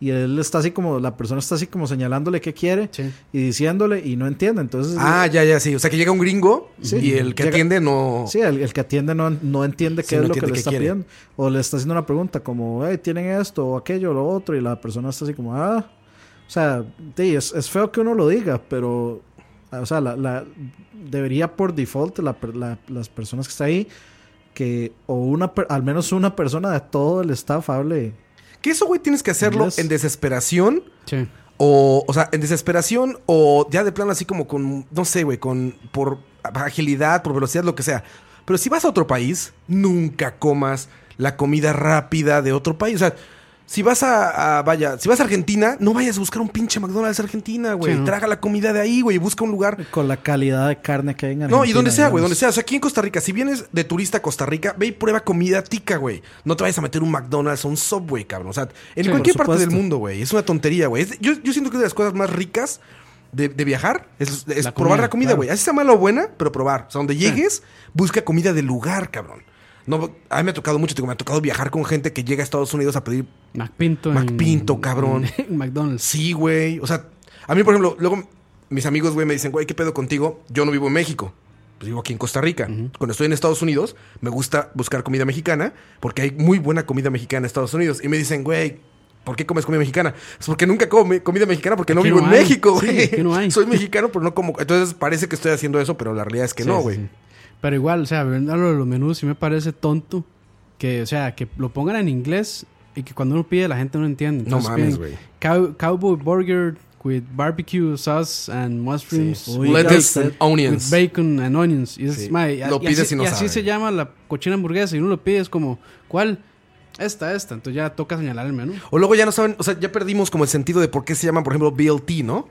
Speaker 3: Y él está así como, la persona está así como señalándole qué quiere
Speaker 1: Sí.
Speaker 3: y diciéndole y no entiende. Entonces,
Speaker 2: Ah, ya, ya, sí. O sea, que llega un gringo
Speaker 3: Sí.
Speaker 2: y el que
Speaker 3: Llega-
Speaker 2: atiende no.
Speaker 3: Sí, el, el que atiende no, no entiende qué
Speaker 2: Sí,
Speaker 3: es
Speaker 2: no
Speaker 3: lo que
Speaker 2: entiende
Speaker 3: le
Speaker 2: qué
Speaker 3: está
Speaker 2: quiere.
Speaker 3: pidiendo. O le está haciendo una pregunta como, hey, tienen esto o aquello o lo otro. Y la persona está así como, ah. O sea, sí, es, es feo que uno lo diga, pero. O sea, la, la- debería por default la per- la- las personas que están ahí que o una per- al menos una persona de todo el staff hable
Speaker 2: Que eso, güey, tienes que hacerlo
Speaker 3: Inglés.
Speaker 2: en desesperación.
Speaker 1: Sí.
Speaker 2: O, o sea, en desesperación o ya de plano así como con, no sé, güey, con, por agilidad, por velocidad, lo que sea. Pero si vas a otro país, nunca comas la comida rápida de otro país. O sea, si vas a, a- vaya, si vas a Argentina, no vayas a buscar un pinche McDonald's Argentina, güey.
Speaker 1: Sí, ¿no?
Speaker 2: Traga la comida de ahí, güey, y busca un lugar
Speaker 3: con la calidad de carne que hay en Argentina.
Speaker 2: no, y donde sea, güey,
Speaker 3: digamos.
Speaker 2: donde sea. O sea, aquí en Costa Rica, si vienes de turista a Costa Rica, ve y prueba comida tica, güey. No te vayas a meter un McDonald's o un Subway, cabrón. O sea, en
Speaker 1: Sí,
Speaker 2: cualquier
Speaker 3: por
Speaker 2: parte del
Speaker 3: supuesto.
Speaker 2: mundo, güey. Es una tontería, güey. Es- Yo, yo siento que es de las cosas más ricas de, de viajar es, es
Speaker 1: La
Speaker 2: probar
Speaker 1: comida,
Speaker 2: la comida,
Speaker 1: claro.
Speaker 2: güey. Así sea mala o buena, pero probar. O sea, donde llegues, busca comida del lugar, cabrón. No, a mí me ha tocado mucho, te digo, me ha tocado viajar con gente que llega a Estados Unidos a pedir
Speaker 1: McPinto.
Speaker 2: McPinto, cabrón.
Speaker 1: en McDonald's.
Speaker 2: Sí, güey. O sea, a mí, por ejemplo, luego mis amigos, güey, me dicen, güey, ¿qué pedo contigo? Yo no vivo en México. Pues vivo aquí en Costa Rica. Cuando estoy en Estados Unidos, me gusta buscar comida mexicana porque hay muy buena comida mexicana en Estados Unidos. Y me dicen, güey, ¿por qué comes comida mexicana? Es porque nunca come comida mexicana porque no
Speaker 1: Aquí
Speaker 2: vivo
Speaker 1: no
Speaker 2: en
Speaker 1: hay.
Speaker 2: México,
Speaker 1: Sí,
Speaker 2: güey.
Speaker 1: aquí no hay.
Speaker 2: Soy mexicano, pero no como. Entonces parece que estoy haciendo eso, pero la realidad es que
Speaker 1: Sí,
Speaker 2: no,
Speaker 1: sí,
Speaker 2: güey.
Speaker 1: sí. Pero igual, o sea, viendo lo de los menús sí me parece tonto que, o sea, que lo pongan en inglés y que cuando uno pide la gente no entiende.
Speaker 2: No
Speaker 1: Entonces piden
Speaker 2: mames, güey.
Speaker 1: cow- cowboy burger with barbecue sauce and mushrooms
Speaker 3: Sí. Uy,
Speaker 2: Lettuce
Speaker 3: ya
Speaker 2: and
Speaker 3: sé.
Speaker 2: onions.
Speaker 1: with bacon and onions. Y es,
Speaker 2: Sí.
Speaker 1: mae, y-
Speaker 2: Lo
Speaker 1: y
Speaker 2: pides
Speaker 1: así,
Speaker 2: y no
Speaker 1: y así
Speaker 2: sabe.
Speaker 1: se llama la cochina hamburguesa y uno lo pide es como, ¿cuál? Esta, esta. Entonces ya toca señalar el menú.
Speaker 2: O luego ya no saben, o sea, ya perdimos como el sentido de por qué se llaman, por ejemplo, BLT, ¿no?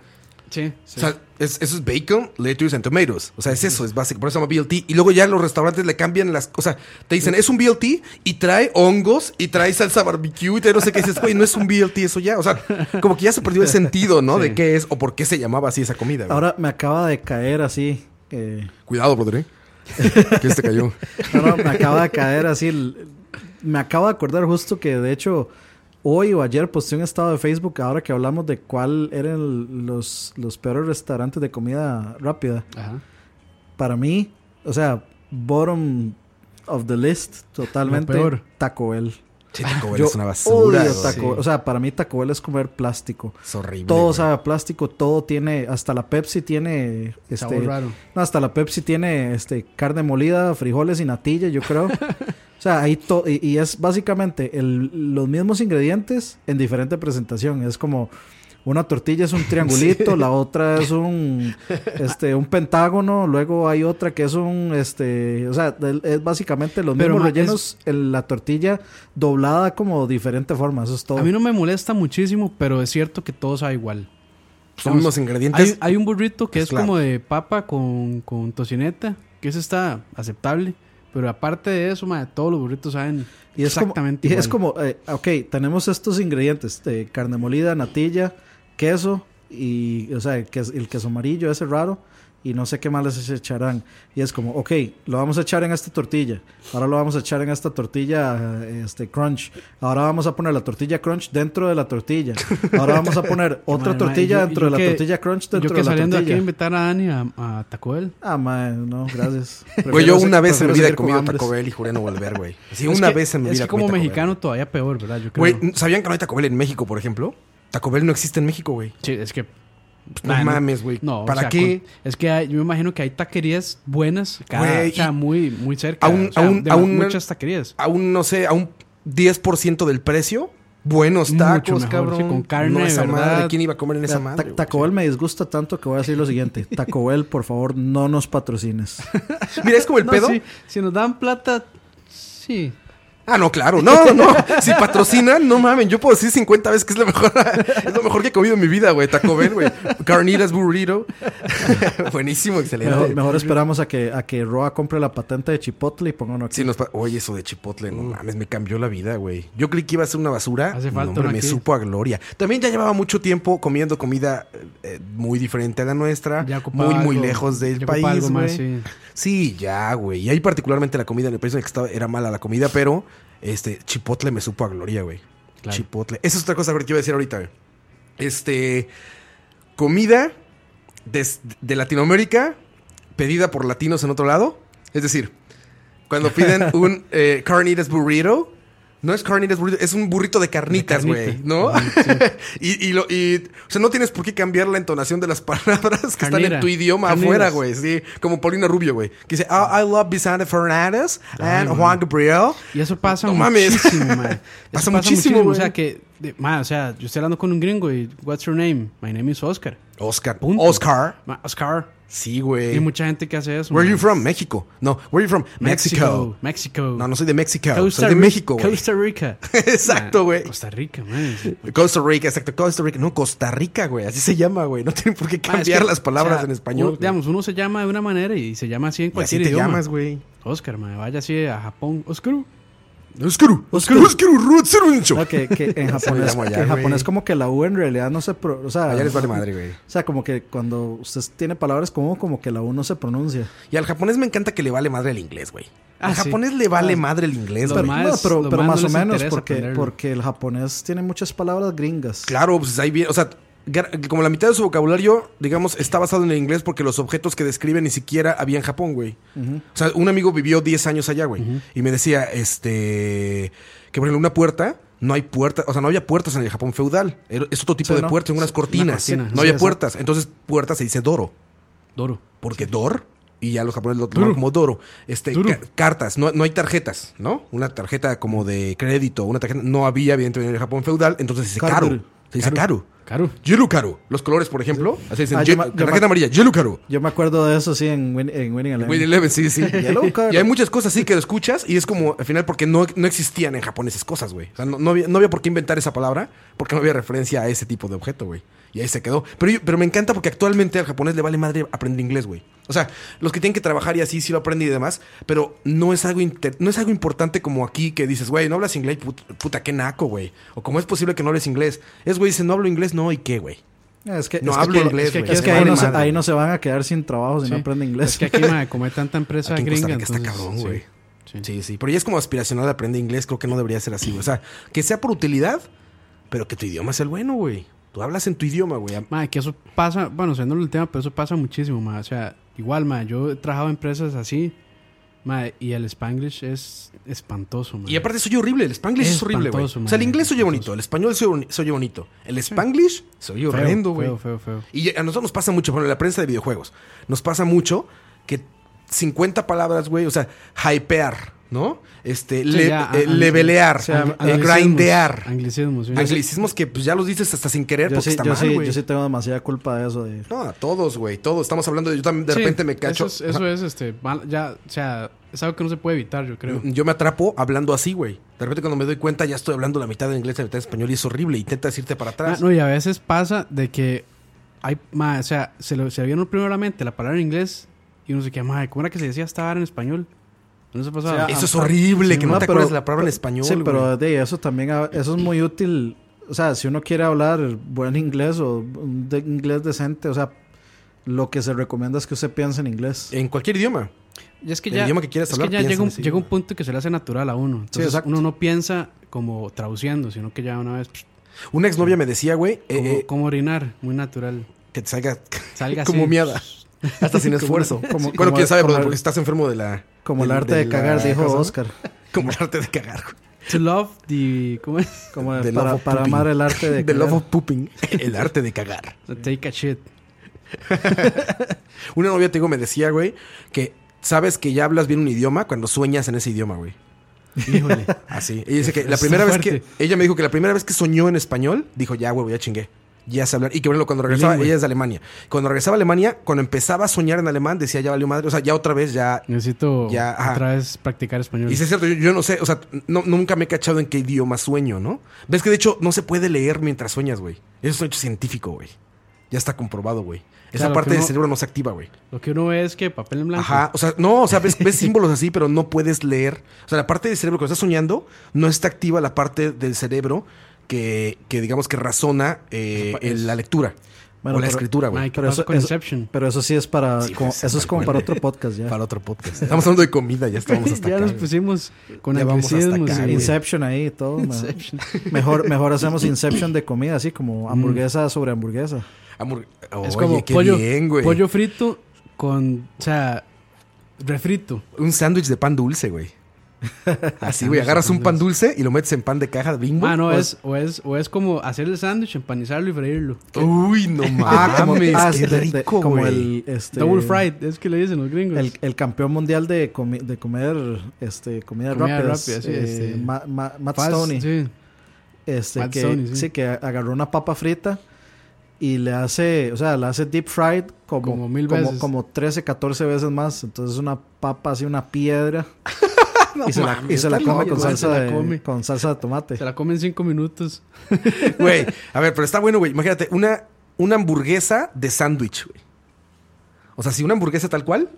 Speaker 1: Sí, sí.
Speaker 2: O sea, es- eso es bacon, lettuce and tomatoes. O sea, es eso, es básico. Por eso se llama BLT. Y luego ya los restaurantes le cambian las... O sea, te dicen, es un BLT y trae hongos y trae salsa barbecue y trae no sé qué. Y dices, güey, no es un BLT eso ya. O sea, como que ya se perdió el sentido, ¿no? De qué es o por qué se llamaba así esa comida. güey.
Speaker 3: Ahora me acaba de caer así. eh,
Speaker 2: Cuidado, brother. ¿eh? que este cayó.
Speaker 3: No, no, me acaba de caer así. el- Me acabo de acordar justo que de hecho hoy o ayer posté un estado de Facebook ahora que hablamos de cuál eran los, los peores restaurantes de comida rápida.
Speaker 1: Ajá.
Speaker 3: Para mí, o sea, bottom of the list totalmente
Speaker 1: Lo peor.
Speaker 3: Taco Bell.
Speaker 2: Che, Taco Bell
Speaker 3: Yo
Speaker 2: es una basura.
Speaker 3: odio
Speaker 2: güey.
Speaker 3: Taco Bell. O sea, para mí Taco Bell es comer plástico.
Speaker 2: Es horrible.
Speaker 3: Todo
Speaker 2: güey.
Speaker 3: sabe a plástico, todo tiene, hasta la Pepsi tiene
Speaker 1: Sabor
Speaker 3: este,
Speaker 1: raro.
Speaker 3: no, hasta la Pepsi tiene este carne molida, frijoles y natilla, yo creo. o sea, ahí to- y, y es básicamente el- los mismos ingredientes en diferente presentación. Es como una tortilla es un triangulito, la otra es un este un pentágono, luego hay otra que es un este, o sea, del- es básicamente los
Speaker 1: Pero,
Speaker 3: mismos
Speaker 1: ma,
Speaker 3: rellenos, en la tortilla doblada como diferente forma, eso es todo.
Speaker 1: A mí no me molesta muchísimo, pero es cierto que todo sabe igual.
Speaker 2: Son los mismos ingredientes.
Speaker 1: Hay, hay un burrito que es
Speaker 2: Esclavos.
Speaker 1: como de papa con, con tocineta, que ese está aceptable. Pero Pero aparte de eso, madre, todos los burritos saben
Speaker 3: Y es
Speaker 1: exactamente
Speaker 3: como, y
Speaker 1: igual.
Speaker 3: es como eh, ok, tenemos estos ingredientes, eh, carne molida, natilla, queso y, o sea, el queso, el queso amarillo ese raro y no sé qué más les echarán. Y es como, ok, lo vamos a echar en esta tortilla, ahora lo vamos a echar en esta tortilla eh, este crunch, ahora vamos a poner la tortilla crunch dentro de la tortilla, ahora vamos a poner otra
Speaker 1: Madre, madre,
Speaker 3: tortilla
Speaker 1: yo-
Speaker 3: dentro
Speaker 1: yo
Speaker 3: de
Speaker 1: que-
Speaker 3: la tortilla crunch
Speaker 1: Yo
Speaker 3: dentro
Speaker 1: que
Speaker 3: de la
Speaker 1: saliendo aquí a
Speaker 3: tortilla.
Speaker 1: invitar a Dani a, a Taco Bell.
Speaker 3: Ah, madre, no, gracias.
Speaker 2: Güey, yo
Speaker 3: Prefiero se-
Speaker 2: una vez en mi vida he
Speaker 3: prefiero seguir con
Speaker 2: comido
Speaker 3: hambres.
Speaker 2: Taco Bell y juré no volver, güey. Sí,
Speaker 1: Es
Speaker 2: una
Speaker 1: que-
Speaker 2: vez en mi
Speaker 1: Es
Speaker 2: vida
Speaker 1: que como
Speaker 2: comí Taco Bell.
Speaker 1: mexicano todavía peor, ¿verdad? Yo creo.
Speaker 2: Güey, ¿sabían que no hay Taco Bell en México, por ejemplo? Taco Bell no existe en México, güey.
Speaker 1: Sí, es que.
Speaker 2: pues, no
Speaker 1: Nah,
Speaker 2: mames, güey.
Speaker 1: No, o
Speaker 2: ¿Para
Speaker 1: sea,
Speaker 2: qué?
Speaker 1: con- es que hay- yo me imagino que hay taquerías buenas, cada,
Speaker 2: Güey,
Speaker 1: o sea,
Speaker 2: y-
Speaker 1: muy, muy cerca.
Speaker 2: aún-
Speaker 1: o sea,
Speaker 2: aún-
Speaker 1: de ma-
Speaker 2: aún-
Speaker 1: muchas taquerías.
Speaker 2: A un, no sé, a un 10% del precio. Buenos
Speaker 1: Mucho
Speaker 2: tacos,
Speaker 1: mejor,
Speaker 2: cabrón.
Speaker 1: sí, con carne,
Speaker 2: no, esa
Speaker 1: ¿verdad?
Speaker 2: madre. ¿Quién iba a comer en esa
Speaker 3: Mira,
Speaker 2: madre?
Speaker 3: Ta-
Speaker 2: güey?
Speaker 3: Taco Bell me disgusta tanto que voy a decir lo siguiente. Taco Bell, por favor, no nos patrocines.
Speaker 2: Mira, es como el
Speaker 1: No,
Speaker 2: pedo.
Speaker 1: sí, si nos dan plata, sí.
Speaker 2: Ah, no, claro. No, no. Si patrocinan, no mamen. Yo puedo decir 50 veces que es lo mejor, es lo mejor que he comido en mi vida, güey. Taco Bell, güey. Carnitas burrito. Buenísimo, excelente.
Speaker 3: Mejor, mejor esperamos a que, a que Roa compre la patente de Chipotle y ponga uno aquí.
Speaker 2: Sí, nos pa- Oye, eso de Chipotle, no mames, me cambió la vida, güey. Yo creí que iba a ser una basura.
Speaker 1: Hace
Speaker 2: No,
Speaker 1: falta
Speaker 2: hombre,
Speaker 1: una
Speaker 2: me
Speaker 1: aquí.
Speaker 2: supo a gloria. También ya llevaba mucho tiempo comiendo comida eh, eh, muy diferente a la nuestra.
Speaker 1: Ya ocupaba
Speaker 2: muy, muy
Speaker 1: algo-
Speaker 2: lejos del
Speaker 1: ya ocupaba
Speaker 2: país,
Speaker 1: algo más,
Speaker 2: güey. Sí.
Speaker 1: sí.
Speaker 2: ya, güey. Y ahí particularmente la comida en el país en el que estaba era mala la comida, pero este Chipotle me supo a gloria, güey.
Speaker 1: Claro.
Speaker 2: Chipotle. Esa es otra cosa que iba a decir ahorita, güey. Este, comida des- de Latinoamérica pedida por latinos en otro lado. Es decir, cuando piden un eh, carnitas burrito, no es carnitas burrito, es un burrito de carnitas,
Speaker 1: De carnita.
Speaker 2: güey, ¿no? y, y, lo, y, o sea, no tienes por qué cambiar la entonación de las palabras que están en
Speaker 1: Carnera.
Speaker 2: tu idioma
Speaker 1: Carneras.
Speaker 2: afuera, güey, sí. Como Paulina Rubio, güey, que dice, "Oh, I love Vicente Fernández and Juan Gabriel.
Speaker 1: Y eso pasa
Speaker 2: No mames.
Speaker 1: muchísimo, mae. Eso
Speaker 2: Pasa muchísimo,
Speaker 1: O
Speaker 2: güey.
Speaker 1: sea, que, de- mae, o sea, yo estoy hablando con un gringo y, what's your name? My name is Oscar.
Speaker 2: Oscar.
Speaker 1: Punto.
Speaker 2: Oscar.
Speaker 1: Ma- Oscar.
Speaker 2: Sí,
Speaker 1: Y
Speaker 2: güey.
Speaker 1: mucha gente que hace eso.
Speaker 2: Where
Speaker 1: mae.
Speaker 2: are you from? México. No, where are you from? Mexico.
Speaker 1: México. México.
Speaker 2: No, no soy de México.
Speaker 1: Costa
Speaker 2: soy de
Speaker 1: Ri-
Speaker 2: México, güey.
Speaker 1: Costa Rica.
Speaker 2: Exacto,
Speaker 1: Ma,
Speaker 2: güey.
Speaker 1: Costa Rica, mae.
Speaker 2: Costa Rica, exacto. Costa Rica. No, Costa Rica, güey. Así se llama, güey. No tienen por qué
Speaker 1: Ma,
Speaker 2: cambiar
Speaker 1: Ah, es que,
Speaker 2: las palabras
Speaker 1: o sea,
Speaker 2: en español.
Speaker 1: uno-
Speaker 2: güey.
Speaker 1: digamos, uno se llama de una manera y se llama así en
Speaker 2: y así
Speaker 1: cualquier
Speaker 2: te
Speaker 1: idioma.
Speaker 2: llamas, güey.
Speaker 1: Oscar, mae. Vaya así a Japón. Oscar.
Speaker 2: Oscaru, Oscaru, Oscaru, Rutseruncho.
Speaker 3: No, que, que en japonés,
Speaker 2: llamo allá,
Speaker 3: que en
Speaker 2: güey.
Speaker 3: japonés como que la U en realidad no se... pro- o sea,
Speaker 2: Allá les vale madre, güey.
Speaker 3: O sea, como que cuando usted tiene palabras como, como que la U no se pronuncia.
Speaker 2: Y al japonés me encanta que le vale madre el inglés, güey.
Speaker 1: Ah,
Speaker 2: al
Speaker 1: sí.
Speaker 2: japonés le vale madre el inglés,
Speaker 1: Lo
Speaker 2: güey.
Speaker 1: más-
Speaker 3: no, pero,
Speaker 1: Ah, lo
Speaker 3: pero
Speaker 1: más
Speaker 3: más
Speaker 1: no
Speaker 3: o
Speaker 1: les
Speaker 3: menos
Speaker 1: interesa
Speaker 3: porque,
Speaker 1: aprenderlo.
Speaker 3: porque el japonés tiene muchas palabras gringas.
Speaker 2: Claro, pues ahí viene. O sea, gar- como la mitad de su vocabulario, digamos, está basado en el inglés porque los objetos que describe ni siquiera había en Japón, güey. O sea, un amigo vivió 10 años allá, güey. Y me decía, este. Que por ejemplo, una puerta. No hay puertas, o sea, no había puertas en el Japón feudal. Era- Es otro tipo
Speaker 3: Sí,
Speaker 2: de
Speaker 3: no.
Speaker 2: puertas, unas
Speaker 3: Sí,
Speaker 2: cortinas.
Speaker 1: cortina.
Speaker 2: No
Speaker 1: Sí,
Speaker 2: había
Speaker 1: exacto.
Speaker 2: puertas. Entonces, puertas se dice doro.
Speaker 1: Doro.
Speaker 2: Porque Dor, y ya los japoneses lo toman
Speaker 1: Duro.
Speaker 2: como Doro. Este,
Speaker 1: Duro.
Speaker 2: ca- cartas, no, no hay tarjetas, ¿no? Una tarjeta como de crédito, una tarjeta. No había, evidentemente, en el Japón feudal, entonces se dice
Speaker 3: Caro.
Speaker 2: caro. Se dice caro.
Speaker 1: Caro.
Speaker 2: Yellow caro. Los colores, por ejemplo. Así dicen,
Speaker 3: Ah,
Speaker 2: ye-
Speaker 3: yo ma- yo
Speaker 2: tarjeta
Speaker 3: ma-
Speaker 2: amarilla, yellow caro.
Speaker 3: Yo me acuerdo de eso, sí, en, Win- en Winning Eleven.
Speaker 2: Win Eleven, sí, sí.
Speaker 3: Yellow caro.
Speaker 2: Y hay muchas cosas así que lo escuchas y es como, al final, porque no, no existían en Japón esas cosas, güey. O sea, no, no había, no había por qué inventar esa palabra porque no había referencia a ese tipo de objeto, güey. Y ahí se quedó. Pero, yo- pero me encanta porque actualmente al japonés le vale madre aprender inglés, güey. O sea, los que tienen que trabajar y así sí lo aprenden y demás, pero no es algo, inter- no es algo importante como aquí que dices, güey, no hablas inglés, Put- puta, qué naco, güey. O cómo es posible que no hables inglés. Es, güey, dice, no hablo inglés, no, ¿y qué, güey?
Speaker 3: Es que,
Speaker 2: No
Speaker 3: es que
Speaker 2: hablo
Speaker 3: por-
Speaker 2: inglés,
Speaker 3: es que,
Speaker 2: güey.
Speaker 3: es que
Speaker 2: Me
Speaker 3: ahí,
Speaker 2: vale
Speaker 3: no se,
Speaker 2: madre.
Speaker 3: ahí no se van a quedar sin trabajo si no
Speaker 1: Sí.
Speaker 3: aprenden inglés.
Speaker 1: Es que aquí, mae, como hay tanta empresa
Speaker 2: Aquí en Costa
Speaker 1: gringa.
Speaker 2: Rica está
Speaker 1: entonces,
Speaker 2: cabrón,
Speaker 1: sí.
Speaker 2: güey.
Speaker 1: Sí.
Speaker 2: Sí, sí. Pero ya es como aspiracional aprende inglés, creo que no debería ser así, güey. O sea, que sea por utilidad, pero que tu idioma sea el bueno, güey. Tú hablas en tu idioma, güey.
Speaker 1: Madre, que eso pasa, bueno, siendo el tema, pero eso pasa muchísimo, madre. O sea, igual, madre, yo he trabajado en empresas así, madre, y el Spanglish es espantoso, madre.
Speaker 2: Y aparte soy horrible, el spanglish es,
Speaker 1: Es
Speaker 2: horrible, güey. O
Speaker 1: espantoso,
Speaker 2: sea, el
Speaker 1: man,
Speaker 2: inglés soy
Speaker 1: espantoso.
Speaker 2: bonito, el español soy, soy bonito. El spanglish soy
Speaker 1: Feo,
Speaker 2: horrendo, güey.
Speaker 1: Feo, feo, feo.
Speaker 2: Y a nosotros nos pasa mucho, bueno, en la prensa de videojuegos, nos pasa mucho que 50 palabras, güey, o sea, hypear, ¿no? Este, le-
Speaker 1: ya,
Speaker 2: eh,
Speaker 1: a- a-
Speaker 2: levelear,
Speaker 1: o sea,
Speaker 2: eh,
Speaker 1: anglicismos,
Speaker 2: grindear.
Speaker 1: Anglicismos, sí.
Speaker 2: Anglicismos que pues, ya los dices hasta sin querer
Speaker 3: yo,
Speaker 2: porque
Speaker 3: sí,
Speaker 2: está
Speaker 3: yo,
Speaker 2: mal,
Speaker 3: sí,
Speaker 2: güey.
Speaker 3: yo sí tengo demasiada culpa de eso. De,
Speaker 2: No, a todos, güey, todos. Estamos hablando de. Yo también de
Speaker 1: Sí,
Speaker 2: repente me cacho.
Speaker 1: Eso es, eso es, este, mal- ya, o sea, es algo que no se puede evitar, yo creo.
Speaker 2: Yo me atrapo hablando así, güey. De repente cuando me doy cuenta ya estoy hablando la mitad en inglés, la mitad en español y es horrible. Intentas irte para
Speaker 1: Ah,
Speaker 2: atrás.
Speaker 1: no, y a veces pasa de que hay, ma, o sea, se, lo, se vio primeramente la palabra en inglés y uno se queda, madre, ¿cómo era que se decía esta vara en español? ¿No les ha
Speaker 3: O
Speaker 1: pasado?
Speaker 3: sea,
Speaker 2: Ah, Eso es horrible, que no,
Speaker 3: ah, No,
Speaker 2: te
Speaker 3: pero-
Speaker 2: acuerdas la palabra en español.
Speaker 3: Sí,
Speaker 2: güey.
Speaker 3: pero de eso también ha- eso es muy útil. O sea, si uno quiere hablar buen inglés o un de- inglés decente, o sea, lo que se recomienda es que usted piense en inglés.
Speaker 2: En cualquier idioma.
Speaker 1: ah, Y es que
Speaker 2: El
Speaker 1: ya,
Speaker 2: idioma que quieras
Speaker 1: es
Speaker 2: hablar,
Speaker 1: ya
Speaker 2: piensa
Speaker 1: llega un,
Speaker 2: en ese
Speaker 1: llega un
Speaker 2: idioma.
Speaker 1: punto que se le hace natural a uno. Entonces
Speaker 3: exacto.
Speaker 1: uno no piensa como traduciendo, sino que ya una vez psh,
Speaker 2: Una exnovia me decía, güey, eh,
Speaker 1: como,
Speaker 2: eh,
Speaker 1: como orinar, muy natural.
Speaker 2: que te salga,
Speaker 1: Salga así.
Speaker 2: como miada. Hasta sin esfuerzo.
Speaker 3: como-
Speaker 2: bueno,
Speaker 3: como-
Speaker 2: quién sabe,
Speaker 3: como
Speaker 2: brother,
Speaker 3: el-
Speaker 2: porque estás enfermo de la.
Speaker 3: Como el
Speaker 2: del-
Speaker 3: arte de,
Speaker 2: la
Speaker 3: cagar, dijo
Speaker 2: cosa, ¿no?
Speaker 3: Oscar.
Speaker 2: Como el arte de cagar, güey.
Speaker 1: To love the ¿cómo es?
Speaker 3: Como
Speaker 2: The love
Speaker 3: para,
Speaker 2: of
Speaker 3: para
Speaker 2: pooping.
Speaker 3: amar el arte de
Speaker 2: The
Speaker 3: cagar.
Speaker 2: love of pooping. El arte de cagar.
Speaker 1: Take a shit.
Speaker 2: Una novia, te digo, me decía, güey, que sabes que ya hablas bien un idioma cuando sueñas en ese idioma, güey.
Speaker 1: Híjole.
Speaker 2: Así. Ella dice que la
Speaker 1: Está
Speaker 2: primera vez
Speaker 1: fuerte.
Speaker 2: que. Ella me dijo que la primera vez que soñó en español, dijo, ya, güey, ya chingué. Ya sé hablar. Y que bueno, cuando regresaba,
Speaker 1: Bilingüe.
Speaker 2: ella es de Alemania. Cuando regresaba a Alemania, cuando empezaba a soñar en alemán, decía, ya valió madre. O sea, ya otra vez, ya.
Speaker 1: Necesito
Speaker 2: Ya, ajá.
Speaker 1: otra vez practicar español.
Speaker 2: Y sí es cierto, yo, yo no sé, o sea, no- nunca me he cachado en qué idioma sueño, ¿no? Ves que de hecho no se puede leer mientras sueñas, güey. Eso es un hecho científico, güey. Ya está comprobado, güey. Esa
Speaker 1: Claro,
Speaker 2: parte
Speaker 1: que
Speaker 2: del
Speaker 1: uno-
Speaker 2: cerebro no se activa, güey.
Speaker 1: Lo que uno ve es que papel en blanco.
Speaker 2: Ajá, o sea, no, o sea, ves, ves símbolos así, pero no puedes leer. O sea, la parte del cerebro que estás soñando no está activa la parte del cerebro que, que digamos que razona eh,
Speaker 1: Eso pa- es-
Speaker 2: en la lectura
Speaker 3: Bueno,
Speaker 2: o la
Speaker 3: pero-
Speaker 2: escritura, güey.
Speaker 1: Mae, ¿qué
Speaker 3: Pero
Speaker 1: pasó
Speaker 3: eso-
Speaker 1: con
Speaker 3: eso-
Speaker 1: Inception?
Speaker 3: Pero eso sí es para.
Speaker 2: Sí,
Speaker 3: como-
Speaker 2: pues,
Speaker 3: eso es como para otro podcast ya.
Speaker 2: Para otro podcast. Estamos hablando de comida, ya estamos hasta
Speaker 1: ya
Speaker 2: acá,
Speaker 1: nos
Speaker 2: güey.
Speaker 1: pusimos con
Speaker 2: Ya vamos hasta
Speaker 1: anglicismos.
Speaker 2: acá,
Speaker 1: y-
Speaker 2: güey.
Speaker 3: Inception ahí y todo. ma.
Speaker 1: Inception.
Speaker 3: Mejor, mejor hacemos Inception de comida, así
Speaker 2: Mm.
Speaker 3: como hamburguesa sobre hamburguesa.
Speaker 2: Hamburg-
Speaker 1: Es
Speaker 2: Oye,
Speaker 1: como
Speaker 2: qué
Speaker 1: pollo,
Speaker 2: bien, güey.
Speaker 1: pollo frito con, o sea, refrito.
Speaker 2: Un sándwich de pan dulce, güey. Así, güey, agarras un pan dulce y lo metes en pan de caja de Pues, bimbo.
Speaker 1: Ah, no,
Speaker 2: O-
Speaker 1: es, o, es, o es como hacer el sándwich, empanizarlo y freírlo.
Speaker 2: Uy, no
Speaker 3: Ah, como-
Speaker 2: mames,
Speaker 3: ah,
Speaker 2: qué
Speaker 3: de- de-
Speaker 2: rico,
Speaker 3: como
Speaker 2: güey.
Speaker 3: el este,
Speaker 1: Double fried, pues. es que le dicen los gringos.
Speaker 3: El, el campeón mundial de, comi- de comer este comida
Speaker 1: Comida
Speaker 3: rápida,
Speaker 1: rápida, sí,
Speaker 3: eh,
Speaker 1: este.
Speaker 3: Ma- Ma- Matt
Speaker 1: Fast,
Speaker 3: Stoney,
Speaker 1: sí.
Speaker 3: este,
Speaker 1: Matt
Speaker 3: que,
Speaker 1: Stoney, sí.
Speaker 3: sí. que agarró una papa frita y le hace, o sea, le hace deep fried como,
Speaker 1: Como mil
Speaker 3: como,
Speaker 1: veces.
Speaker 3: como 13, 14 veces más, entonces una papa así una piedra y se, la,
Speaker 2: mames,
Speaker 3: y se la
Speaker 2: está
Speaker 3: come
Speaker 2: loco,
Speaker 3: con
Speaker 1: güey, se
Speaker 3: salsa
Speaker 1: la
Speaker 3: de,
Speaker 1: come.
Speaker 3: con salsa de tomate.
Speaker 1: Se la comen cinco minutos.
Speaker 2: Güey, a ver, pero está bueno, güey. Imagínate, una, una hamburguesa de sándwich, güey. O sea, si una hamburguesa tal cual,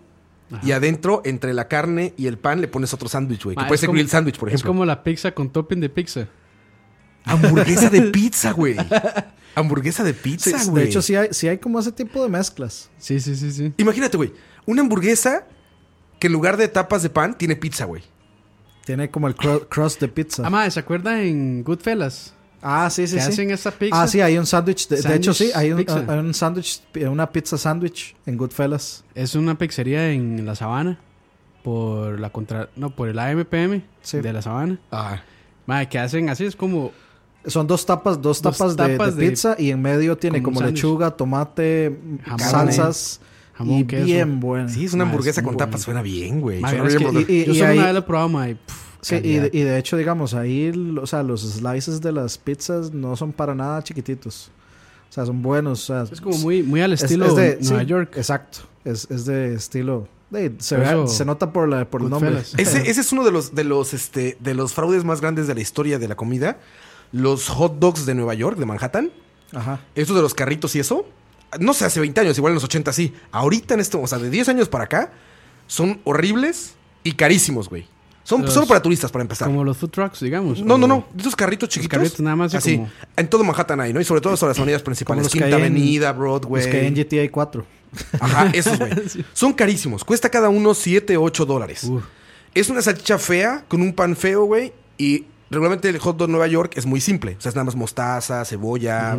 Speaker 2: y adentro, entre la carne y el pan, le pones otro sándwich, güey. Que
Speaker 3: Ah,
Speaker 1: Ma, Ah,
Speaker 2: puede
Speaker 1: es
Speaker 2: ser
Speaker 1: como-
Speaker 2: grill sándwich, por
Speaker 1: Es
Speaker 2: ejemplo.
Speaker 1: como la pizza con topping de pizza.
Speaker 2: Hamburguesa de pizza, güey. Hamburguesa de
Speaker 3: Sí,
Speaker 2: pizza, güey.
Speaker 3: de hecho, sí hay, sí hay como ese tipo de mezclas.
Speaker 1: Sí, sí, sí, sí.
Speaker 2: Imagínate, güey. Una hamburguesa que en lugar de tapas de pan, tiene pizza, güey.
Speaker 3: Tiene como el cru- crust de pizza.
Speaker 1: Ah, mae, ¿se acuerdan en Goodfellas?
Speaker 3: Ah, sí, sí,
Speaker 1: que
Speaker 3: sí.
Speaker 1: hacen esta pizza.
Speaker 3: Ah, sí, hay un sándwich. De, de
Speaker 1: Sándwich,
Speaker 3: hecho, sí, hay un,
Speaker 1: pizza.
Speaker 3: hay un sándwich, eh, una pizza sándwich en Goodfellas.
Speaker 1: Es una pizzería en La Sabana. Por la contra... No, por el AMPM
Speaker 3: Sí.
Speaker 1: de La Sabana.
Speaker 2: Ah.
Speaker 1: Mae, que hacen así, es como...
Speaker 3: Son dos tapas, dos
Speaker 1: Dos
Speaker 3: tapas, de,
Speaker 1: tapas
Speaker 3: de
Speaker 1: de-
Speaker 3: pizza y en medio tiene
Speaker 1: como un
Speaker 3: como,
Speaker 1: sándwich.
Speaker 3: lechuga, tomate,
Speaker 1: Jamón, eh,
Speaker 3: salsas
Speaker 1: jamón,
Speaker 3: y
Speaker 1: queso.
Speaker 3: bien buena.
Speaker 2: Sí, es una
Speaker 1: Ma, es
Speaker 2: hamburguesa
Speaker 1: muy
Speaker 2: con
Speaker 1: bueno.
Speaker 2: tapas. Suena bien, güey.
Speaker 1: Mae,
Speaker 2: Suena
Speaker 1: es
Speaker 2: bien,
Speaker 1: que-
Speaker 2: brother.
Speaker 1: y- yo
Speaker 3: y
Speaker 1: solo
Speaker 3: ahí-
Speaker 1: una vez lo probaba, mae. pff,
Speaker 3: Sí, y,
Speaker 1: calidad.
Speaker 3: de- y de hecho, digamos, ahí, o sea, los slices de las pizzas no son para nada chiquititos. O sea, son buenos. o sea,
Speaker 1: Es como muy, muy al estilo Nueva
Speaker 3: sí,
Speaker 1: York.
Speaker 3: Exacto. Es, es de estilo. de- se,
Speaker 1: Por
Speaker 3: ve-
Speaker 1: eso-
Speaker 3: se nota por, la, por el nombre.
Speaker 1: Goodfellas.
Speaker 2: Ese, ese es uno de los, de, los, este, de los fraudes más grandes de la historia de la comida. Los hot dogs de Nueva York, de Manhattan.
Speaker 3: Ajá.
Speaker 2: Estos de los carritos y eso. No sé, hace 20 años, igual en los 80 sí. Ahorita en esto, o sea, de 10 años para acá, son horribles y carísimos, güey. Son
Speaker 1: Los-
Speaker 2: solo para turistas, para empezar.
Speaker 1: Como los food trucks, digamos.
Speaker 2: No,
Speaker 1: o-
Speaker 2: no, no. Estos carritos chiquitos.
Speaker 1: Pues carritos nada más de
Speaker 2: así.
Speaker 1: como-
Speaker 2: En todo Manhattan hay, ¿no? Y sobre todo sobre las avenidas
Speaker 3: Como
Speaker 2: principales.
Speaker 3: los que
Speaker 2: Quinta
Speaker 3: hay en-
Speaker 2: Avenida, Broadway.
Speaker 3: Los que hay en GTA 4.
Speaker 2: Ajá, esos, güey. Son carísimos. Cuesta cada uno 7, 8 dólares.
Speaker 1: Uf.
Speaker 2: Es una salchicha fea con un pan feo, güey. Y regularmente el hot dog Nueva York es muy simple. O sea, es nada más mostaza, cebolla,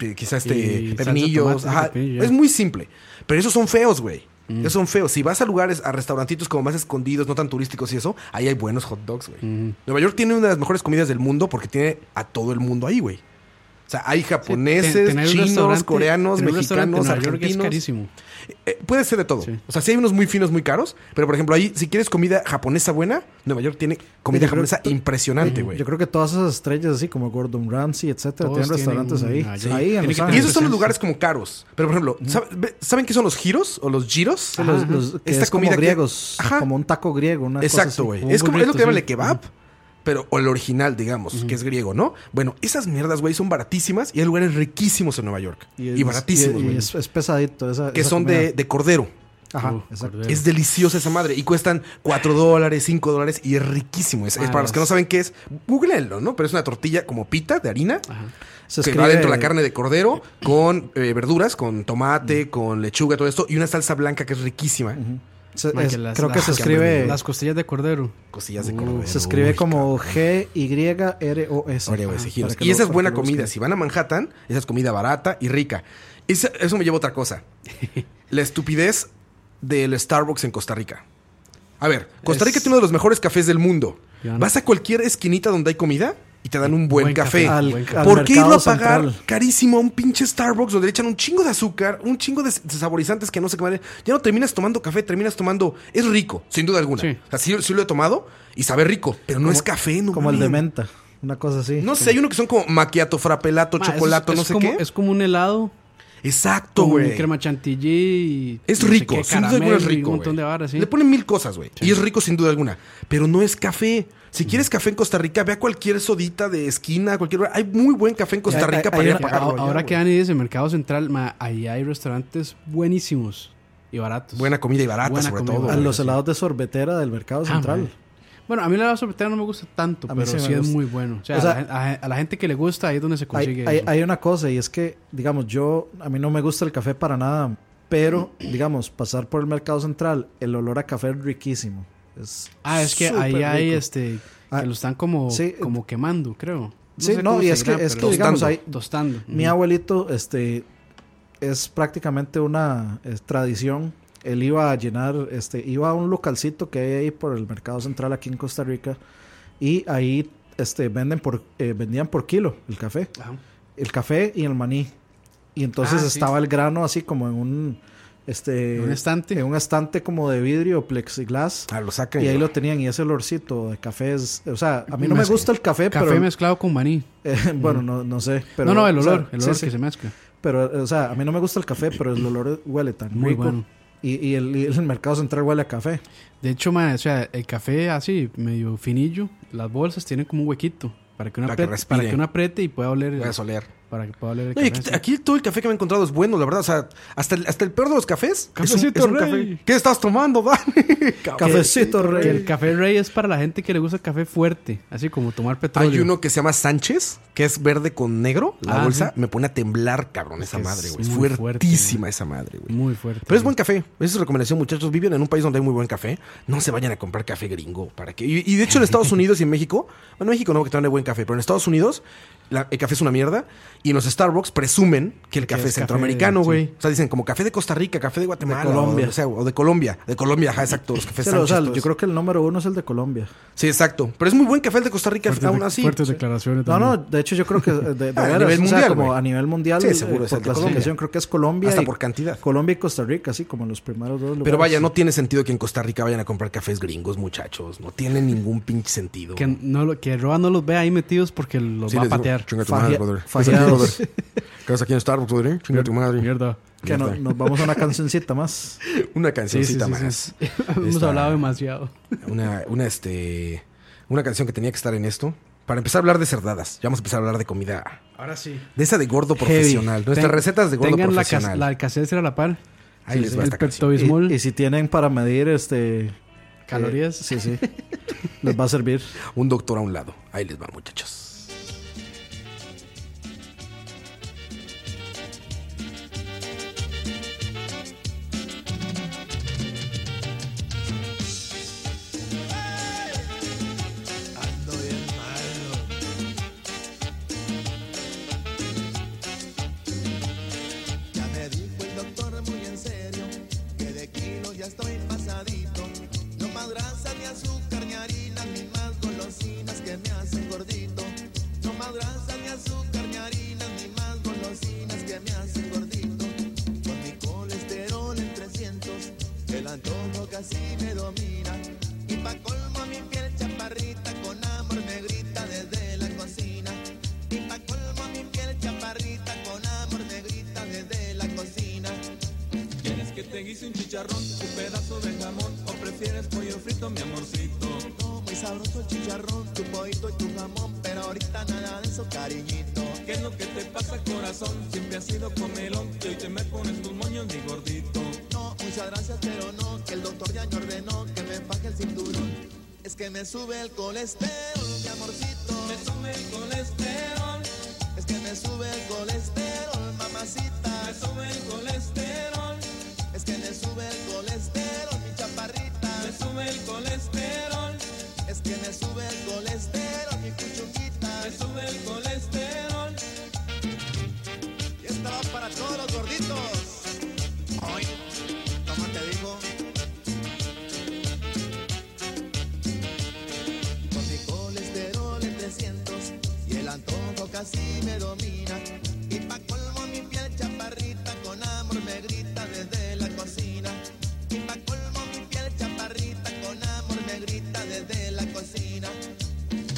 Speaker 2: eh, quizás
Speaker 1: Y
Speaker 2: este,
Speaker 1: salsa
Speaker 2: pepinillos.
Speaker 1: tomate,
Speaker 2: ajá.
Speaker 1: pepinillo, ya. Mm.
Speaker 2: Es muy simple. Pero esos son feos, güey. Esos son feos. Si vas a lugares, a restaurantitos como más escondidos, no tan turísticos y eso, ahí hay buenos hot dogs, güey. Nueva York tiene una de las mejores comidas del mundo porque tiene a todo el mundo ahí, güey. O sea, hay japoneses,
Speaker 1: Te- tener un
Speaker 2: chinos,
Speaker 1: restaurante-
Speaker 2: coreanos,
Speaker 1: tener un restaurante
Speaker 2: mexicanos,
Speaker 1: en Nueva York Es
Speaker 2: argentinos.
Speaker 1: carísimo.
Speaker 2: Eh, puede ser de todo.
Speaker 1: Sí.
Speaker 2: O sea, sí hay unos muy finos, muy caros. Pero, por ejemplo, ahí, si quieres comida japonesa buena, Nueva York tiene comida
Speaker 3: Yo creo
Speaker 2: japonesa
Speaker 3: que-
Speaker 2: impresionante, güey.
Speaker 3: Yo creo que todas esas estrellas, así como Gordon Ramsay, etcétera,
Speaker 1: Todos
Speaker 3: tienen
Speaker 1: tienen
Speaker 3: restaurantes
Speaker 1: un-
Speaker 3: ahí.
Speaker 1: ah,
Speaker 2: Sí.
Speaker 1: ya.
Speaker 3: Ahí en
Speaker 1: Tiene
Speaker 3: Los
Speaker 1: que
Speaker 2: Y
Speaker 1: tener
Speaker 3: Ángeles.
Speaker 2: esos son los
Speaker 1: presencia.
Speaker 2: lugares como caros. Pero, por ejemplo, ¿sabe- ve- ¿saben qué son los giros o los giros?
Speaker 3: Sí, los- los- que
Speaker 2: Esta
Speaker 3: es como
Speaker 2: comida que-
Speaker 3: griegos,
Speaker 2: Ajá.
Speaker 3: como un taco griego, una cosa así.
Speaker 2: Exacto, güey.
Speaker 1: Un
Speaker 2: Es, como- es lo
Speaker 1: burrito,
Speaker 2: que llaman
Speaker 1: sí.
Speaker 2: el kebab, pero o el original, digamos, que es griego, ¿no? Bueno, esas mierdas, güey, son baratísimas y hay lugares riquísimos en Nueva York. Y,
Speaker 3: es-
Speaker 2: baratísimos,
Speaker 3: y- y
Speaker 2: güey.
Speaker 3: es, es pesadito esa
Speaker 2: Que
Speaker 3: esa
Speaker 2: son
Speaker 3: comida.
Speaker 2: de, de cordero.
Speaker 3: Ajá,
Speaker 1: Uh,
Speaker 3: exacto.
Speaker 1: cordero.
Speaker 2: Ah, Es deliciosa esa madre. Y cuestan 4 dólares, 5 dólares y es riquísimo. Es, es
Speaker 1: Ah,
Speaker 2: para los que no
Speaker 1: es-
Speaker 2: saben qué es, googleenlo, ¿no? Pero es una tortilla como pita de harina.
Speaker 1: Ajá.
Speaker 3: Ah, Se
Speaker 2: que va
Speaker 3: escribe-
Speaker 2: dentro la carne de cordero con eh, verduras, con tomate, con lechuga, todo esto. Y una salsa blanca que es riquísima.
Speaker 3: se-
Speaker 1: Ma,
Speaker 3: es-
Speaker 1: que las-
Speaker 3: creo que
Speaker 1: las-
Speaker 3: se escribe.
Speaker 1: Las costillas de cordero.
Speaker 2: Cosillas de
Speaker 1: Uh,
Speaker 2: cordero.
Speaker 3: Se escribe
Speaker 2: Uy,
Speaker 3: como G-Y-R-O-S.
Speaker 2: Oreo, ese
Speaker 3: Ajá,
Speaker 2: giros.
Speaker 3: para que
Speaker 2: Y
Speaker 3: lo-
Speaker 2: esa es
Speaker 3: para
Speaker 2: buena
Speaker 3: que lo
Speaker 2: comida.
Speaker 3: busquen.
Speaker 2: Si van a Manhattan, esa es comida barata y rica. Esa- eso me lleva a otra cosa. La estupidez del Starbucks en Costa Rica. A ver, Costa
Speaker 1: Es-
Speaker 2: Rica tiene uno de los mejores cafés del mundo.
Speaker 1: Ya no.
Speaker 2: Vas a cualquier esquinita donde hay comida y te dan un buen,
Speaker 1: Buen
Speaker 2: café.
Speaker 1: café.
Speaker 3: Al-
Speaker 1: Buen
Speaker 3: al
Speaker 2: ¿Por qué irlo a
Speaker 3: mercado
Speaker 2: pagar
Speaker 3: central.
Speaker 2: carísimo a un pinche Starbucks donde le echan un chingo de azúcar, un chingo de s- de saborizantes que no sé qué madre? Ya no terminas tomando café, terminas tomando. Es rico, sin duda alguna.
Speaker 1: Sí.
Speaker 2: Así sí lo he tomado y sabe rico, pero no es café, no
Speaker 3: Como el de
Speaker 2: mames.
Speaker 3: menta. Una cosa así.
Speaker 2: No sé, hay uno que son como maquiato, frapelato,
Speaker 1: Este. Ma, eso es-
Speaker 2: chocolato,
Speaker 1: es
Speaker 2: no sé
Speaker 1: como,
Speaker 2: qué.
Speaker 1: Es como un helado
Speaker 2: Exacto,
Speaker 1: con
Speaker 2: güey.
Speaker 1: crema chantilly y
Speaker 2: Es
Speaker 1: no sé
Speaker 2: rico,
Speaker 1: qué,
Speaker 2: sin duda alguna es
Speaker 1: caramelo y
Speaker 2: rico.
Speaker 1: Un montón de
Speaker 2: güey.
Speaker 1: varas, sí.
Speaker 2: Le ponen mil cosas, güey. Y es rico sin duda alguna. Pero no es café. Si quieres café en Costa Rica, ve a cualquier sodita de esquina, cualquier lugar. Hay muy buen café en Costa
Speaker 3: Hay-
Speaker 2: Rica
Speaker 3: hay-
Speaker 2: para
Speaker 3: hay
Speaker 2: ir a
Speaker 3: una-
Speaker 2: pagarlo. allá,
Speaker 1: Ahora
Speaker 2: güey.
Speaker 1: que Dani dice Mercado Central, ma, ahí hay restaurantes buenísimos y baratos.
Speaker 2: Buena comida y barata,
Speaker 1: Buena
Speaker 2: sobre
Speaker 1: comida
Speaker 2: todo.
Speaker 1: barata.
Speaker 3: A
Speaker 2: güey.
Speaker 3: los helados de sorbetera del mercado
Speaker 1: Ah,
Speaker 3: central.
Speaker 1: ma. Bueno, a mí la helado sorbetera no me gusta tanto,
Speaker 3: A mí
Speaker 1: pero
Speaker 3: sí
Speaker 1: sí,
Speaker 3: me
Speaker 1: es
Speaker 3: gusta.
Speaker 1: muy bueno. O sea,
Speaker 3: O sea,
Speaker 1: a, la, gen- a- a la gente que le gusta, ahí es donde se
Speaker 3: Hay,
Speaker 1: consigue.
Speaker 3: hay-
Speaker 1: eso.
Speaker 3: hay una cosa y es que, digamos, yo, a mí no me gusta el café para nada, pero, digamos, pasar por el mercado central, el olor a café es riquísimo. Es
Speaker 1: ah, es que ahí
Speaker 3: súper
Speaker 1: hay
Speaker 3: rico.
Speaker 1: este.
Speaker 3: Ah,
Speaker 1: que lo están como,
Speaker 3: sí.
Speaker 1: como quemando, creo.
Speaker 3: Sí,
Speaker 1: sé
Speaker 3: no,
Speaker 1: cómo
Speaker 3: y
Speaker 1: se
Speaker 3: es que-
Speaker 1: dirá,
Speaker 3: es que,
Speaker 1: pero-
Speaker 3: digamos,
Speaker 1: tostando.
Speaker 3: hay-
Speaker 1: Tostando.
Speaker 3: Mi
Speaker 1: Ujú.
Speaker 3: abuelito, este, es prácticamente una eh, tradición. Él iba a llenar, este, iba a un localcito que hay ahí por el mercado central aquí en Costa Rica y ahí, este, venden por, eh, vendían por kilo el café,
Speaker 1: Ajá.
Speaker 3: el café y el maní. Y
Speaker 1: Ah,
Speaker 3: entonces
Speaker 1: sí.
Speaker 3: estaba el grano así como en un, este,
Speaker 1: En un estante.
Speaker 3: en un estante como de vidrio o plexiglas.
Speaker 2: Ah, lo sacan.
Speaker 3: Y ahí
Speaker 2: güey.
Speaker 3: lo tenían y ese olorcito de café es, o sea, a mí no me
Speaker 1: Mezcla.
Speaker 3: gusta el café,
Speaker 1: Café
Speaker 3: pero
Speaker 1: mezclado con maní.
Speaker 3: eh, bueno, no, no sé. Pero,
Speaker 1: no, no, el
Speaker 3: o sea,
Speaker 1: olor. el
Speaker 3: sí,
Speaker 1: olor
Speaker 3: sí.
Speaker 1: que se mezcla.
Speaker 3: Pero, o sea, a mí no me gusta el café, pero el olor huele tan
Speaker 1: Muy
Speaker 3: rico.
Speaker 1: bueno.
Speaker 3: Y, y el, y el mercado central huele a café.
Speaker 1: De hecho, ma, o sea, el café así, medio finillo, las bolsas tienen como un huequito para que una
Speaker 2: Para que
Speaker 1: apriete,
Speaker 2: respire.
Speaker 1: para que uno apriete y pueda oler.
Speaker 2: Voy a solear.
Speaker 1: Para que pueda oler el
Speaker 2: No, y
Speaker 1: café.
Speaker 2: aquí,
Speaker 1: sí.
Speaker 2: aquí todo el café que me he encontrado es bueno, la verdad. O sea, hasta el, hasta el peor de los cafés. es un-
Speaker 1: Cafecito
Speaker 2: es un
Speaker 1: Rey.
Speaker 2: café. ¿Qué estás tomando, Dan?
Speaker 3: Cafecito,
Speaker 1: Que
Speaker 3: rey.
Speaker 1: el café rey es para la gente que le gusta el café fuerte, así como tomar petróleo.
Speaker 2: Hay uno que se llama Sánchez, que es verde con negro, la
Speaker 1: Ah,
Speaker 2: bolsa.
Speaker 1: sí.
Speaker 2: Me pone a temblar, cabrón, esa
Speaker 1: que
Speaker 2: madre,
Speaker 1: es
Speaker 2: güey. Es
Speaker 1: muy fuerte,
Speaker 2: fuertísima esa madre, güey.
Speaker 1: muy fuerte.
Speaker 2: Pero es buen café. Esa es recomendación, muchachos. Viven en un país donde hay muy buen café. No se vayan a comprar café gringo. ¿Para qué? Y, y de hecho, en Estados Unidos y en México, bueno, en México no, que también hay buen café, pero en Estados Unidos la- el café es una mierda. Y en los Starbucks presumen que el
Speaker 1: Que
Speaker 2: café
Speaker 1: es
Speaker 2: es
Speaker 1: café
Speaker 2: centroamericano,
Speaker 1: de-
Speaker 2: güey.
Speaker 1: sí.
Speaker 2: O sea, dicen como café de Costa Rica, café de Guatemala,
Speaker 3: De Colombia.
Speaker 2: O, de, o sea, o de Colombia. De Colombia, ajá, exacto. Los cafés
Speaker 3: Pero, o sea,
Speaker 2: Sánchez, todo
Speaker 3: yo
Speaker 2: eso.
Speaker 3: creo que el número uno es el de Colombia.
Speaker 2: Sí, exacto. Pero es muy buen café el de Costa Rica,
Speaker 1: Fuertes
Speaker 2: aún
Speaker 1: de-
Speaker 2: así.
Speaker 1: Fuertes declaraciones.
Speaker 3: No, no,
Speaker 1: también.
Speaker 3: de hecho yo creo que de, de
Speaker 2: Ah, a
Speaker 3: veras,
Speaker 2: nivel
Speaker 3: o sea,
Speaker 2: mundial,
Speaker 3: como
Speaker 2: güey.
Speaker 3: a nivel mundial, eh,
Speaker 2: Sí, seguro, es
Speaker 3: por
Speaker 2: el de Colombia.
Speaker 3: clasificación creo que es Colombia
Speaker 2: Hasta
Speaker 3: y-
Speaker 2: por cantidad.
Speaker 3: Colombia y Costa Rica, sí, como los primeros dos
Speaker 2: Pero
Speaker 3: lugares.
Speaker 2: vaya, no tiene sentido que en Costa Rica vayan a comprar cafés gringos, muchachos. No tiene ningún pinche sentido.
Speaker 1: Que, no, lo- que Roa no los vea ahí metidos porque los
Speaker 2: Sí,
Speaker 1: va a
Speaker 2: les digo,
Speaker 1: patear.
Speaker 2: Chinga tu
Speaker 3: Falla-
Speaker 2: madre, brother.
Speaker 3: fallados.
Speaker 2: Chinga tu madre, brother. ¿Qué haces aquí en Starbucks, brother? eh, Chinga tu madre.
Speaker 1: Mierda.
Speaker 3: Que no- nos vamos a una cancioncita más.
Speaker 2: Una
Speaker 1: Sí, sí, sí,
Speaker 2: cancioncita
Speaker 1: sí,
Speaker 2: más.
Speaker 1: sí. Hemos
Speaker 2: Esta-
Speaker 1: hablado demasiado.
Speaker 2: Una, una, este, una canción que tenía que estar en esto. Para empezar a hablar de cerdadas. Ya vamos a empezar a hablar de comida.
Speaker 1: Ahora sí.
Speaker 2: De esa de gordo profesional. Nuestras recetas de gordo
Speaker 1: Tengan la, cas-
Speaker 2: profesional.
Speaker 1: la Alcacelser a la par.
Speaker 2: Ahí les va
Speaker 1: el
Speaker 2: esta canción. Eh,
Speaker 3: Y,
Speaker 1: Pepto-Bismol,
Speaker 3: y si tienen para medir este
Speaker 1: calorías.
Speaker 3: eh, sí, sí. Les va a servir.
Speaker 2: Un doctor a un lado. Ahí les va, muchachos.
Speaker 4: Ando bien malo. Ya me dijo el doctor muy en serio que de kilo ya estoy pasadito. No más grasa ni azúcar ni harina ni más golosinas que me hacen gordito. No más grasa ni azúcar ni harina ni más golosinas que me hacen gordito. Con mi colesterol en 300 el antojo casi me domina. Y pa' colmo mi piel chaparrita con amor me grita desde la cocina. Y pa' colmo mi piel chaparrita con amor me grita desde la cocina.
Speaker 5: ¿Quieres que te guise un chicharrón, un pedazo de jamón o prefieres pollo frito, mi amorcito?
Speaker 4: No, muy sabroso el chicharrón, tu pollito y tu jamón, pero ahorita nada de eso, cariñito.
Speaker 5: ¿Qué es lo que te pasa, corazón? Siempre has sido comelón y hoy te me pones tus moños, mi gordito.
Speaker 4: No,
Speaker 5: Pues Muchas gracias, pero no, que el doctor ya me ordenó que me baje el cinturón. Es que me sube el colesterol, mi amorcito. Me sube el colesterol. Es que me sube el colesterol, mamacita. Me sube el colesterol. Es que me sube el colesterol, mi chaparrita. Me sube el colesterol. Es que me sube el colesterol, mi cuchuquita. Me sube el colesterol. Y esta va para todos los gorditos. Hoy, como te digo, con mi colesterol en 300 y el antojo casi me domina. Y pa' colmo mi piel chaparrita con amor me grita desde la cocina. Y pa' colmo mi piel chaparrita con amor me grita desde la cocina.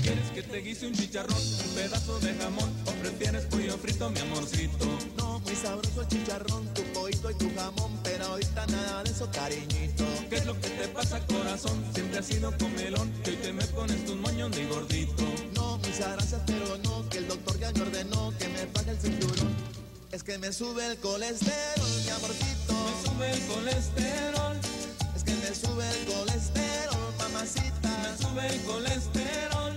Speaker 5: ¿Quieres que te guise un chicharrón, un pedazo de jamón o prefieres pollo frito, mi amorcito? No, muy sabroso el chicharrón, tu pollito y tu jamón, pero ahorita nada de eso, cariñito. ¿Qué es lo que te pasa, corazón? Siempre has sido comelón, que hoy te me pones tus moños de gordito. No, muchas gracias, pero no, que el doctor ya me ordenó que me baje el cinturón. Es que me sube el colesterol, mi amorcito. Me sube el colesterol. Es que me sube el colesterol, mamacita. Me sube el colesterol.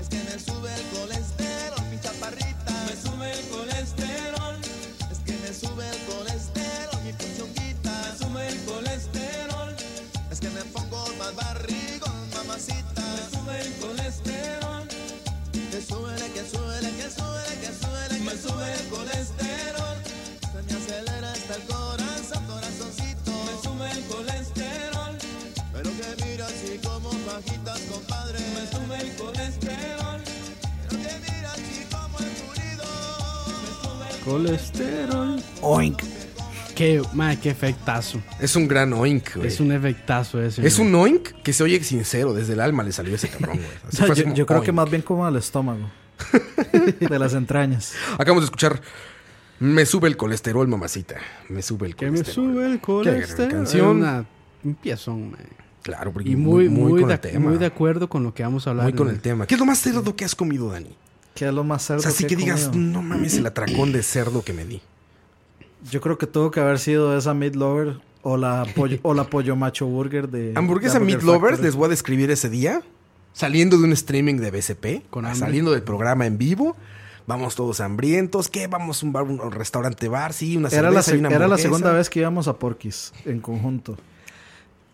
Speaker 5: Es que me sube el colesterol, mi chaparrita. Me sube el colesterol. Es que me sube el colesterol, mi puchonguita. Me sube el colesterol. Es que me pongo más barrigón, mamacita. Me sube el colesterol. Que suele, que suele, que suele, que suele, me sube el colesterol. Se me acelera hasta el corazón, corazoncito. Me sube el colesterol. Pero que mira así como bajitas, compadre. Me sube el colesterol. Pero que mira así como el pulido. Me sube el
Speaker 1: Colesterol.
Speaker 3: Oink.
Speaker 1: Qué, madre, qué efectazo.
Speaker 2: Es un gran oink, güey.
Speaker 1: Es un efectazo ese.
Speaker 2: Es
Speaker 1: mae.
Speaker 2: un oink que se oye sincero, desde el alma le salió ese cabrón, güey. Así
Speaker 3: O sea,
Speaker 2: fue así
Speaker 3: yo,
Speaker 2: como
Speaker 3: yo creo que
Speaker 2: oink.
Speaker 3: más bien como al estómago. de las entrañas.
Speaker 2: Acabamos de escuchar Me sube el colesterol, mamacita. Me sube el
Speaker 1: Que me
Speaker 2: colesterol.
Speaker 1: sube el
Speaker 2: este, Qué gran
Speaker 1: colesterol.
Speaker 2: canción.
Speaker 1: Es una- un piezón, mae.
Speaker 2: Claro, porque
Speaker 1: Y muy, muy,
Speaker 2: con
Speaker 1: de,
Speaker 2: el tema.
Speaker 1: muy de acuerdo con lo que vamos a hablar.
Speaker 2: Muy con
Speaker 1: en-
Speaker 2: el tema. ¿Qué es lo más cerdo que has comido, Dani?
Speaker 3: Que es lo más cerdo
Speaker 2: O sea, así
Speaker 3: he
Speaker 2: que digas,
Speaker 3: comido.
Speaker 2: no mames, el atracón de cerdo que me di. "Mm".
Speaker 3: Yo creo que tuvo que haber sido esa Meat Lover o la pollo, o la pollo macho burger de.
Speaker 2: Hamburguesa
Speaker 3: de
Speaker 2: Meat
Speaker 3: Hamburger
Speaker 2: Lovers,
Speaker 3: Factory.
Speaker 2: les voy a describir ese día. Saliendo de un streaming de BCP,
Speaker 1: Con
Speaker 2: a-
Speaker 1: hambre.
Speaker 2: saliendo del programa en vivo. Vamos todos hambrientos. ¿Qué? Vamos a un bar, un restaurante bar, sí, una
Speaker 3: Era la,
Speaker 2: cerveza y
Speaker 3: se-
Speaker 2: una
Speaker 3: era la
Speaker 2: hamburguesa.
Speaker 3: segunda vez que íbamos a Porky's en conjunto.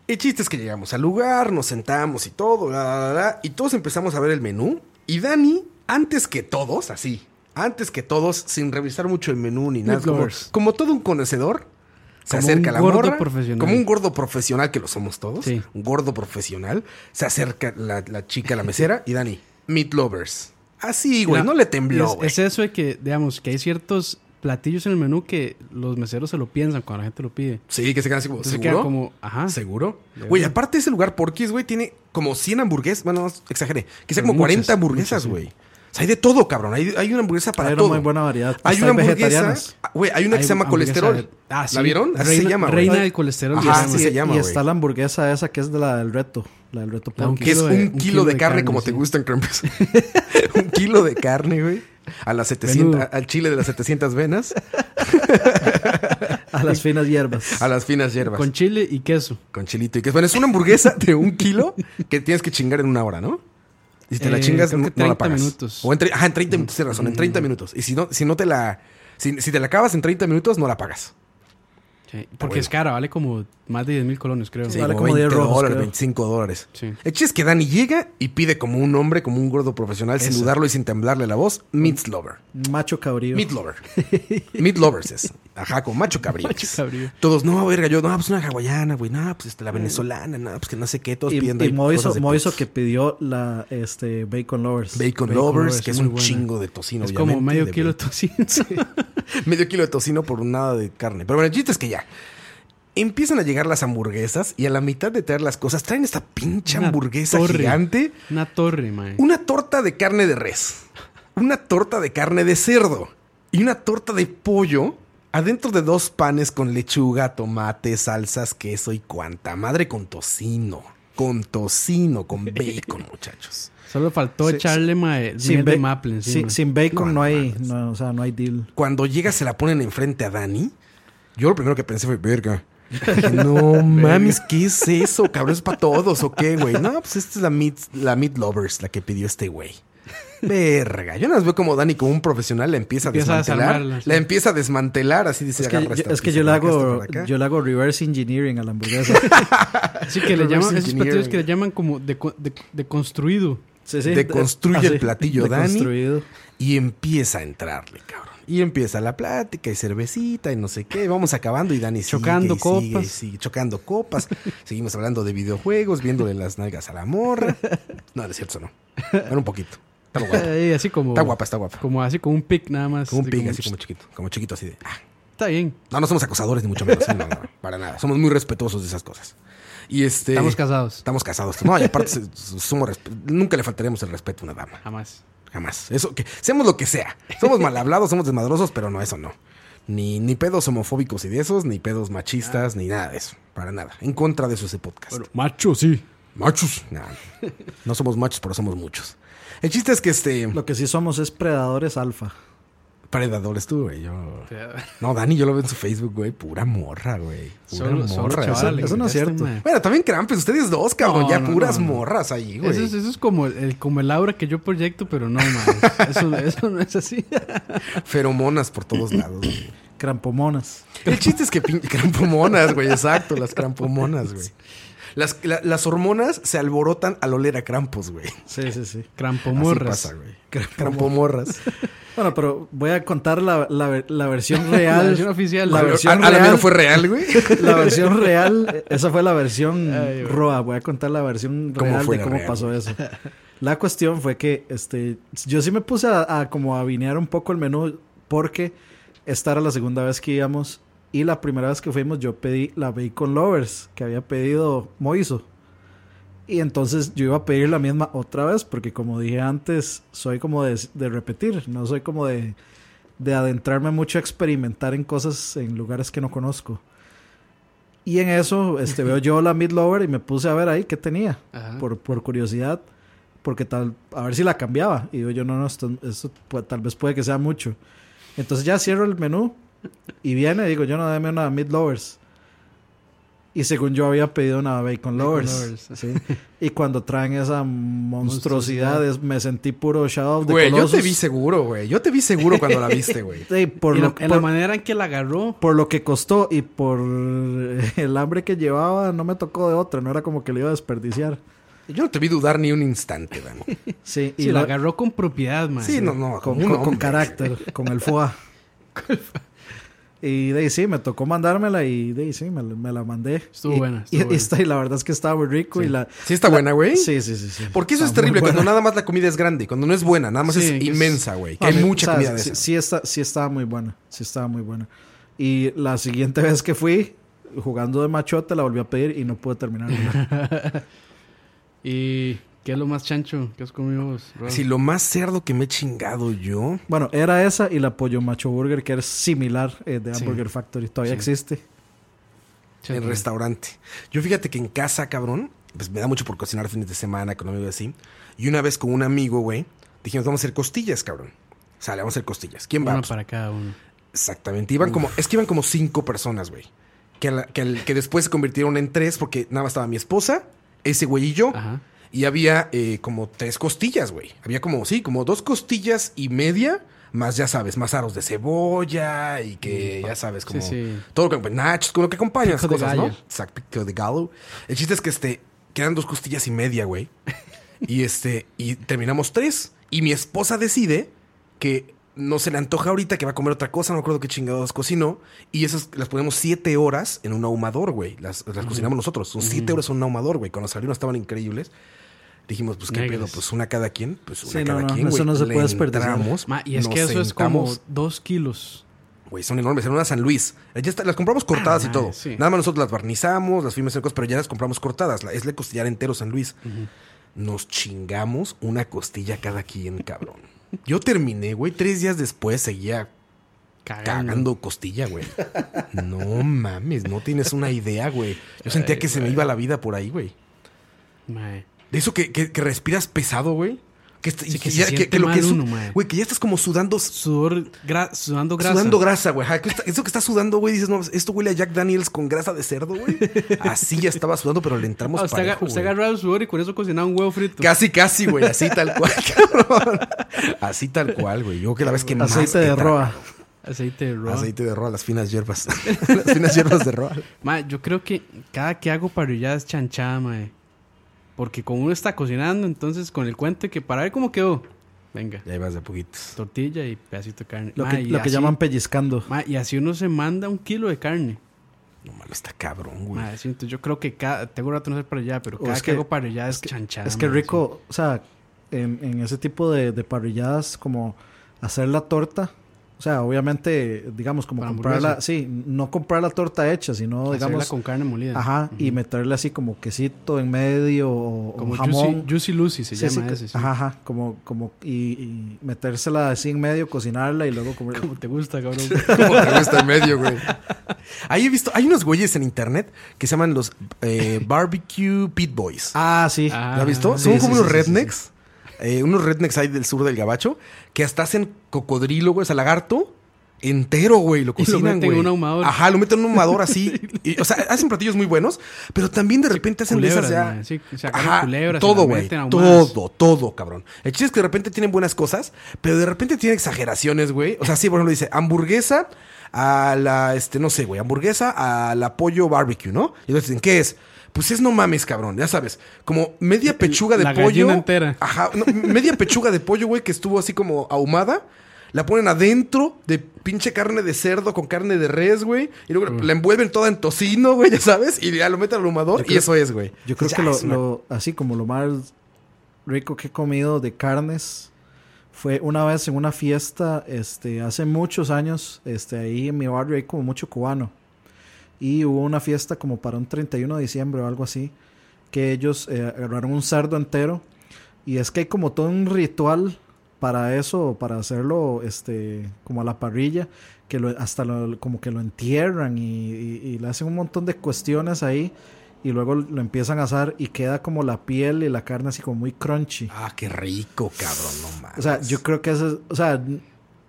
Speaker 2: El chiste es que llegamos al lugar, nos sentamos y todo, la, la, la, la, y todos empezamos a ver el menú. Y Dani, antes que todos, así, antes que todos, sin revisar mucho el menú ni nada,
Speaker 1: Meat
Speaker 2: como,
Speaker 1: lovers.
Speaker 2: como todo un conocedor, se
Speaker 1: Como
Speaker 2: acerca
Speaker 1: un
Speaker 2: a la
Speaker 1: gordo
Speaker 2: morra,
Speaker 1: profesional.
Speaker 2: como un gordo profesional que lo somos todos,
Speaker 1: Sí.
Speaker 2: un gordo profesional, se acerca la, la chica a la mesera y Dani, meat lovers. Así, güey,
Speaker 1: Mira,
Speaker 2: no le tembló,
Speaker 1: es-
Speaker 2: güey.
Speaker 1: Es, eso de que, digamos, que hay ciertos platillos en el menú que los meseros se lo piensan cuando la gente lo pide.
Speaker 2: Sí, que se quedan así como,
Speaker 1: Entonces
Speaker 2: ¿seguro?
Speaker 1: queda como, ajá.
Speaker 2: ¿Seguro?
Speaker 1: De
Speaker 2: Güey,
Speaker 1: verdad.
Speaker 2: aparte ese lugar Porky's, güey, tiene como 100 hamburguesas. Bueno, no, exageré. Quizá
Speaker 1: Pero
Speaker 2: como
Speaker 1: muchas, muchas,
Speaker 2: 40 hamburguesas,
Speaker 1: sí.
Speaker 2: güey. O sea, hay de todo, cabrón. Hay, hay una hamburguesa para
Speaker 3: Hay una
Speaker 2: todo.
Speaker 3: muy buena
Speaker 2: Hay
Speaker 3: variedad. Hasta
Speaker 2: una
Speaker 3: hay
Speaker 2: hamburguesa.
Speaker 3: vegetarianas.
Speaker 2: ah, Güey, hay una que
Speaker 1: Hay
Speaker 2: se llama
Speaker 1: hamburguesa
Speaker 2: colesterol.
Speaker 1: de- ah, sí.
Speaker 2: ¿La vieron? Así se
Speaker 1: Reina-
Speaker 2: llama,
Speaker 1: Reina
Speaker 2: güey.
Speaker 1: del colesterol,
Speaker 2: Ajá,
Speaker 1: digamos.
Speaker 2: así
Speaker 3: y,
Speaker 2: se llama,
Speaker 3: Ah, y
Speaker 2: güey.
Speaker 3: está la hamburguesa esa que es de la del reto. La del reto
Speaker 1: La un
Speaker 3: Porky's.
Speaker 2: Que es
Speaker 1: kilo
Speaker 2: un
Speaker 1: de-
Speaker 2: kilo, de, carne, como
Speaker 1: sí.
Speaker 2: te gustan, Crumpets. un kilo de carne, güey. A las 700,
Speaker 1: Menudo.
Speaker 2: al chile de las 700 venas,
Speaker 3: A las finas hierbas.
Speaker 2: a las finas hierbas.
Speaker 1: Con
Speaker 2: Con,
Speaker 1: chile y queso.
Speaker 2: chilito. Y que, bueno, es una hamburguesa de un kilo que tienes que chingar en una hora, ¿no? Y si te la
Speaker 1: Eh,
Speaker 2: chingas,
Speaker 1: creo
Speaker 2: no,
Speaker 1: que
Speaker 2: no la
Speaker 1: 30
Speaker 2: pagas.
Speaker 1: minutos.
Speaker 2: O en tre- ajá, en 30 minutos, tienes razón, en 30 minutos. Y si no, si no te la. Si, si te la acabas en 30 minutos, no la pagas.
Speaker 1: Sí, porque
Speaker 2: Ah, bueno.
Speaker 1: es cara, vale como más de 10 mil colones, creo.
Speaker 2: Sí,
Speaker 3: vale
Speaker 2: como,
Speaker 3: como
Speaker 2: 20
Speaker 3: 10 rojos,
Speaker 2: dólares,
Speaker 3: creo.
Speaker 2: 25 dólares.
Speaker 1: Sí.
Speaker 2: El chiste es que Dani llega y pide como un hombre, como un gordo profesional, sin dudarlo y sin temblarle la voz, Meat Lover.
Speaker 3: Macho cabrío.
Speaker 2: Meat Lover. Meat Lovers es. Ajá, con macho cabrío.
Speaker 1: Macho cabrío.
Speaker 2: Todos, no, verga, yo, no, pues una hawaiana, güey, no, pues este, la venezolana, no, pues que no sé qué, todos
Speaker 3: Y,
Speaker 2: pidiendo
Speaker 3: y
Speaker 2: ahí
Speaker 3: Moiso,
Speaker 2: cosas de
Speaker 3: Moiso
Speaker 2: putos.
Speaker 3: que pidió la este, Bacon Lovers.
Speaker 2: Bacon,
Speaker 1: Bacon
Speaker 2: Lovers,
Speaker 1: Lovers,
Speaker 2: que es
Speaker 1: muy
Speaker 2: un
Speaker 1: buena.
Speaker 2: chingo de tocino,
Speaker 1: es como
Speaker 2: obviamente,
Speaker 1: medio
Speaker 2: de
Speaker 1: kilo de tocino.
Speaker 2: Medio kilo de tocino por nada de carne. Pero bueno, el chiste es que ya. Empiezan a llegar las hamburguesas y a la mitad de traer las cosas traen esta pinche
Speaker 1: Una
Speaker 2: hamburguesa
Speaker 1: torre.
Speaker 2: gigante.
Speaker 1: Una torre, mae.
Speaker 2: Una torta de carne de res. Una torta de carne de cerdo. Y una torta de pollo adentro de dos panes con lechuga, tomate, salsas, queso y cuanta madre con tocino. Con tocino, con bacon, muchachos.
Speaker 1: Solo faltó
Speaker 3: Sí,
Speaker 1: echarle, mae, miel de
Speaker 3: ba-
Speaker 1: maple
Speaker 3: sin-
Speaker 1: encima.
Speaker 3: sin bacon
Speaker 2: Con
Speaker 3: no hay,
Speaker 2: maple.
Speaker 3: no, o sea, no hay deal.
Speaker 2: Cuando llega se la ponen enfrente a Dani. Yo lo primero que pensé fue, verga, Dije, No mames, ¿qué es eso, cabrón? ¿Es para todos o qué, güey? No, pues esta es la Meat, la meat Lovers, la que pidió este güey. Verga, yo no las veo como Dani, como un profesional, la empieza,
Speaker 1: Empieza a
Speaker 2: a desmantelar.
Speaker 1: desarmarla, sí.
Speaker 2: la empieza a desmantelar, así dice.
Speaker 3: Es que,
Speaker 2: agarra
Speaker 3: yo,
Speaker 2: esta
Speaker 3: es que
Speaker 2: pieza
Speaker 3: yo le
Speaker 2: para acá, esta
Speaker 3: hago,
Speaker 2: para acá.
Speaker 3: yo le hago reverse engineering a la hamburguesa.
Speaker 1: Sí, que le llaman, esos
Speaker 2: Reverse
Speaker 1: platillos
Speaker 2: engineering.
Speaker 1: que le llaman como de, co- de- de construido.
Speaker 3: Sí, sí.
Speaker 2: Deconstruye el platillo, Dani.
Speaker 3: deconstruido.
Speaker 2: Y empieza a entrarle, cabrón. Y empieza la plática y cervecita y no sé qué. Vamos acabando y Dani sigue,
Speaker 1: Chocando
Speaker 2: y sigue, y
Speaker 1: copas.
Speaker 2: sigue, chocando copas. Seguimos hablando de videojuegos, viéndole las nalgas a la morra. No, no es cierto, eso no. Era un poquito. Está muy guapa.
Speaker 1: Eh, así como.
Speaker 2: Está guapa, está guapa.
Speaker 1: Como así, como un pic nada más.
Speaker 2: Como un pig, así
Speaker 1: "Ch,
Speaker 2: como chiquito. Como chiquito, así de. ah.
Speaker 1: Está bien.
Speaker 2: No, no somos acosadores, ni mucho menos. ¿eh? No, no, para nada. Somos muy respetuosos de esas cosas. Y este.
Speaker 1: Estamos casados.
Speaker 2: Estamos casados. No, y aparte, se- somos resp- nunca le faltaremos el respeto a una dama.
Speaker 1: Jamás.
Speaker 2: Jamás. Eso que seamos lo que sea. Somos mal hablados, somos desmadrosos, pero no eso no. Ni, ni pedos homofóbicos y de esos, ni pedos machistas, ni nada de eso. Para nada. En contra de eso ese podcast.
Speaker 1: macho, sí.
Speaker 2: machos. Nah, no somos machos, pero somos muchos. El chiste es que este.
Speaker 3: Lo que sí somos es predadores alfa.
Speaker 2: Predadores tú, güey. Yo. No, Dani, yo lo veo en su Facebook, güey. Pura morra, güey. Pura
Speaker 1: Solo, solo
Speaker 2: morra.
Speaker 1: chavala le
Speaker 3: eso no es
Speaker 1: gritaste,
Speaker 3: cierto.
Speaker 1: ma.
Speaker 2: Bueno, también crampes, ustedes dos, cabrón.
Speaker 1: No,
Speaker 2: ya
Speaker 1: no, no,
Speaker 2: puras
Speaker 1: no.
Speaker 2: morras ahí, güey.
Speaker 1: Eso es, eso es como, el, el- como el aura que yo proyecto, pero no, man. Eso, eso no es así.
Speaker 2: Feromonas por todos lados, güey.
Speaker 3: Crampomonas.
Speaker 2: El chiste es que pin- crampomonas, güey. Exacto, las crampomonas, güey. Las, la- las hormonas se alborotan al oler a crampos, güey.
Speaker 3: Sí, sí, sí.
Speaker 1: Crampomorras.
Speaker 2: Así pasa, güey. Crampomorras.
Speaker 3: Bueno, pero voy a contar la, la- la versión
Speaker 1: La
Speaker 3: real.
Speaker 1: versión oficial.
Speaker 3: La
Speaker 1: A-
Speaker 3: versión
Speaker 2: a, a la
Speaker 3: real.
Speaker 2: mera fue real, güey.
Speaker 3: La versión real, esa fue la versión
Speaker 1: Ay, güey.
Speaker 3: roa. Voy a contar la versión
Speaker 2: ¿Cómo
Speaker 3: real
Speaker 2: fue
Speaker 3: de
Speaker 2: la
Speaker 3: cómo
Speaker 2: real?
Speaker 3: pasó eso. La cuestión fue que este, yo sí me puse a, a como avinear un poco el menú porque esta era la segunda vez que íbamos y la primera vez que fuimos yo pedí la Bacon Lovers que había pedido Moiso. Y entonces yo iba a pedir la misma otra vez porque como dije antes, soy como de, de repetir, no soy como de, de adentrarme mucho a experimentar en cosas en lugares que no conozco. Y en eso este, veo yo la Meat Lover y me puse a ver ahí qué tenía,
Speaker 1: Ajá.
Speaker 3: por, por curiosidad, porque tal, a ver si la cambiaba. Y digo yo, no, no, esto, esto pu- tal vez puede que sea mucho. Entonces ya cierro el menú y viene, digo yo, no, dame una Meat Lovers. Y según yo había pedido una Bacon Lovers.
Speaker 1: Lovers.
Speaker 3: sí. Y cuando traen esa monstruosidad,
Speaker 1: Monstruosidad.
Speaker 3: es- me sentí puro Shadow of the
Speaker 2: Güey, yo
Speaker 3: Colossus.
Speaker 2: te vi seguro, güey. Yo te vi seguro cuando la viste, güey.
Speaker 3: Sí, por,
Speaker 1: Y la-
Speaker 3: lo,
Speaker 1: en la
Speaker 3: por-
Speaker 1: manera en que la agarró.
Speaker 3: por lo que costó y por el hambre que llevaba, no me tocó de otra. No era como que le iba a desperdiciar.
Speaker 2: Yo no te vi dudar ni un instante, Dani.
Speaker 3: Sí, y
Speaker 1: Sí, la
Speaker 3: lo-
Speaker 1: agarró con propiedad, man.
Speaker 2: Sí, no, no. como
Speaker 3: con,
Speaker 2: un
Speaker 3: con- con
Speaker 2: hombre.
Speaker 3: carácter, con el foie. Y de ahí sí, me tocó mandármela y de ahí sí, me, la- me la mandé.
Speaker 1: Estuvo
Speaker 3: Y-
Speaker 1: buena,
Speaker 3: Y,
Speaker 1: estuvo buena.
Speaker 3: está- y la verdad es que estaba muy rico y la...
Speaker 2: Sí está buena, güey.
Speaker 3: Sí, sí, sí. sí.
Speaker 2: Porque eso
Speaker 3: Está
Speaker 2: es terrible
Speaker 3: muy buena.
Speaker 2: cuando nada más la comida es grande, cuando no es buena, nada más
Speaker 1: Sí, que
Speaker 2: es
Speaker 1: es-
Speaker 2: inmensa, güey. Que
Speaker 3: No,
Speaker 2: hay
Speaker 3: sí,
Speaker 2: mucha
Speaker 3: o sea,
Speaker 2: comida de
Speaker 3: sí,
Speaker 2: esa.
Speaker 3: sí está, sí estaba muy buena. Sí estaba muy buena. Y la siguiente vez que fui, jugando de machote, la volví a pedir y no pude terminar.
Speaker 1: ¿Y qué es lo más chancho que has comido vos, Rob?
Speaker 2: Si lo más cerdo que me he chingado yo.
Speaker 3: bueno, era esa y la pollo macho burger, que era similar eh, de
Speaker 1: Sí.
Speaker 3: Hamburger Factory. Todavía
Speaker 1: Sí.
Speaker 3: existe.
Speaker 2: En
Speaker 1: Chancho.
Speaker 2: restaurante. Yo fíjate que en casa, cabrón, pues me da mucho por cocinar fines de semana, con amigos así. Y una vez con un amigo, güey, dijimos, vamos a hacer costillas, cabrón. Sale, vamos a hacer costillas. ¿Quién va?
Speaker 1: Una
Speaker 2: Pues,
Speaker 1: para cada uno.
Speaker 2: Exactamente. Iban como, es que iban como cinco personas, güey. Que, a la- que, al- que después se convirtieron en tres porque nada más estaba mi esposa, ese güey y yo.
Speaker 1: Ajá.
Speaker 2: Y había eh, como tres costillas, güey. Había como, sí, como dos costillas y media, más ya sabes, más aros de cebolla y que ya sabes, como
Speaker 1: Mm, sí.
Speaker 2: todo lo que nachos, con lo que acompaña las
Speaker 1: Pico de
Speaker 2: cosas, ¿no?
Speaker 1: gallo.
Speaker 2: Exacto, pico de gallo. El chiste es que este, quedan dos costillas y media, güey. y este, y terminamos tres. Y mi esposa decide que no se le antoja ahorita que va a comer otra cosa, no me acuerdo qué chingados cocinó. Y esas las ponemos siete horas en un ahumador, güey. Las, las cocinamos nosotros. Son siete horas en un ahumador, güey. Cuando salieron estaban increíbles. Dijimos, pues qué
Speaker 1: Negras.
Speaker 2: pedo, pues una cada quien, pues una
Speaker 3: Sí, no,
Speaker 2: cada
Speaker 3: no,
Speaker 2: quien.
Speaker 3: eso
Speaker 2: güey.
Speaker 3: no se
Speaker 2: Le
Speaker 3: puede desperdiciar.
Speaker 2: entramos,
Speaker 1: Ma, y es
Speaker 2: nos
Speaker 1: que eso es como
Speaker 2: sentamos.
Speaker 1: dos kilos.
Speaker 2: Güey, son enormes. Eran una San Luis. Ya está- las compramos cortadas
Speaker 1: Ah,
Speaker 2: y todo.
Speaker 1: sí.
Speaker 2: Nada más nosotros las barnizamos, las fuimos en cosas, pero ya las compramos cortadas. La- es la costillar entero San Luis. Nos chingamos una costilla cada quien, cabrón. Yo terminé, güey. Tres días después seguía
Speaker 1: Cagando.
Speaker 2: cagando costilla, güey. No mames, no tienes una idea, güey. Yo sentía que se me iba la vida por ahí, güey.
Speaker 1: Ma,
Speaker 2: De eso que, que- que respiras pesado, güey. Que, est-
Speaker 1: Sí, que
Speaker 2: que
Speaker 1: se
Speaker 2: ya- que-
Speaker 1: siente
Speaker 2: que lo que
Speaker 1: mal
Speaker 2: es-
Speaker 1: uno, mae.
Speaker 2: Güey, que ya estás como sudando
Speaker 1: Sudor, gra- sudando grasa.
Speaker 2: Sudando grasa, güey. Ajá, que está- Eso que está sudando, güey, dices, no, pues, esto huele a Jack Daniels con grasa de cerdo, güey. Así ya estaba sudando, pero le entramos
Speaker 1: Ah, usted, aga-
Speaker 2: parejo,
Speaker 1: usted
Speaker 2: güey.
Speaker 1: agarraba el sudor y con eso cocinaba un huevo frito.
Speaker 2: Casi, casi, güey. Así tal cual, cabrón. Así tal cual, güey. Yo que la vez que más
Speaker 3: Aceite
Speaker 2: que
Speaker 3: de
Speaker 2: tra-
Speaker 3: roa.
Speaker 1: Aceite de roa.
Speaker 2: Aceite de roa, las finas hierbas. las finas hierbas de roa.
Speaker 1: Ma, yo creo que cada que hago parrillada es chanchada, mae. Porque como uno está cocinando, entonces con el cuento que para ver cómo quedó. Venga,
Speaker 2: Ya ibas de a poquitos.
Speaker 1: tortilla y pedacito de carne.
Speaker 3: Lo
Speaker 1: Ma,
Speaker 3: que,
Speaker 1: y
Speaker 3: lo que
Speaker 1: así-
Speaker 3: llaman pellizcando.
Speaker 1: ma, y así uno se manda un kilo de carne.
Speaker 2: No malo, está cabrón, güey.
Speaker 1: Ma, así, entonces yo creo que cada. Tengo rato no hacer parrillada, pero
Speaker 3: O
Speaker 1: cada
Speaker 3: es
Speaker 1: que,
Speaker 3: que-
Speaker 1: hago parrillada es, chanchada.
Speaker 3: Es que
Speaker 1: ma,
Speaker 3: rico, o sea, en, en ese tipo de, de parrilladas, como hacer la torta. O sea, obviamente, digamos, como
Speaker 1: Para
Speaker 3: comprarla,
Speaker 1: hamburguesa.
Speaker 3: sí, no comprar la torta hecha, sino,
Speaker 1: sí. Hacerla
Speaker 3: digamos,
Speaker 1: con carne molida.
Speaker 3: ajá, y meterle así como quesito en medio o, o
Speaker 1: Como
Speaker 3: jamón.
Speaker 1: Juicy, Juicy Lucy se
Speaker 3: Sí, sí,
Speaker 1: llama
Speaker 3: que-
Speaker 1: ese. sí.
Speaker 3: Ajá, ajá, como, como, y, y metérsela así en medio, cocinarla y luego comer.
Speaker 1: Como te gusta, cabrón.
Speaker 2: Como te gusta en medio, güey. Ahí he visto, hay unos güeyes en internet que se llaman los eh, Barbecue Pit Boys.
Speaker 3: Ah, sí.
Speaker 1: Ah,
Speaker 2: ¿Lo has visto?
Speaker 1: sí,
Speaker 2: Son
Speaker 1: sí,
Speaker 2: como
Speaker 1: sí,
Speaker 2: unos
Speaker 1: sí, sí,
Speaker 2: rednecks. eh, unos rednecks ahí del sur del Gabacho. Que hasta hacen cocodrilo, güey. O sea, lagarto. Entero, güey. Lo cocinan,
Speaker 1: meten en
Speaker 2: güey.
Speaker 1: un ahumador.
Speaker 2: Ajá, lo meten en un ahumador así. y, o sea, hacen platillos muy buenos. Pero también de repente hacen
Speaker 1: Culebras,
Speaker 2: de esas ya.
Speaker 1: man, sí, se agarran culebras, se
Speaker 2: todo,
Speaker 1: las
Speaker 2: güey.
Speaker 1: meten ahumadas.
Speaker 2: Todo, todo, cabrón. El chiste es que de repente tienen buenas cosas. Pero de repente tienen exageraciones, güey. O sea, sí, por ejemplo, dice hamburguesa a la, este, no sé, güey. Hamburguesa al apoyo barbecue, ¿no? Y entonces dicen, ¿qué es? Pues es no mames, cabrón, ya sabes, como media pechuga de
Speaker 1: la
Speaker 2: pollo.
Speaker 1: gallina entera.
Speaker 2: Ajá, no, media pechuga de pollo, güey, que estuvo así como ahumada. La ponen adentro de pinche carne de cerdo con carne de res, güey. Y luego la envuelven toda en tocino, güey, ya sabes. Y ya lo meten al ahumador.
Speaker 3: Mm. Yo creo-
Speaker 2: y eso es, güey.
Speaker 3: Yo creo
Speaker 2: Ya,
Speaker 3: que lo,
Speaker 2: es una-
Speaker 3: lo- así como lo más rico que he comido de carnes fue una vez en una fiesta, este, hace muchos años, este, ahí en mi barrio hay como mucho cubano. Y hubo una fiesta como para un 31 de diciembre o algo así, que ellos eh, agarraron un cerdo entero. Y es que hay como todo un ritual para eso, para hacerlo este, como a la parrilla, que lo, hasta lo- como que lo entierran y, y- y le hacen un montón de cuestiones ahí y luego lo empiezan a asar y queda como la piel y la carne así como muy crunchy.
Speaker 2: Ah, qué rico, cabrón, no mames.
Speaker 3: O sea, yo creo que eso, es- o sea, n-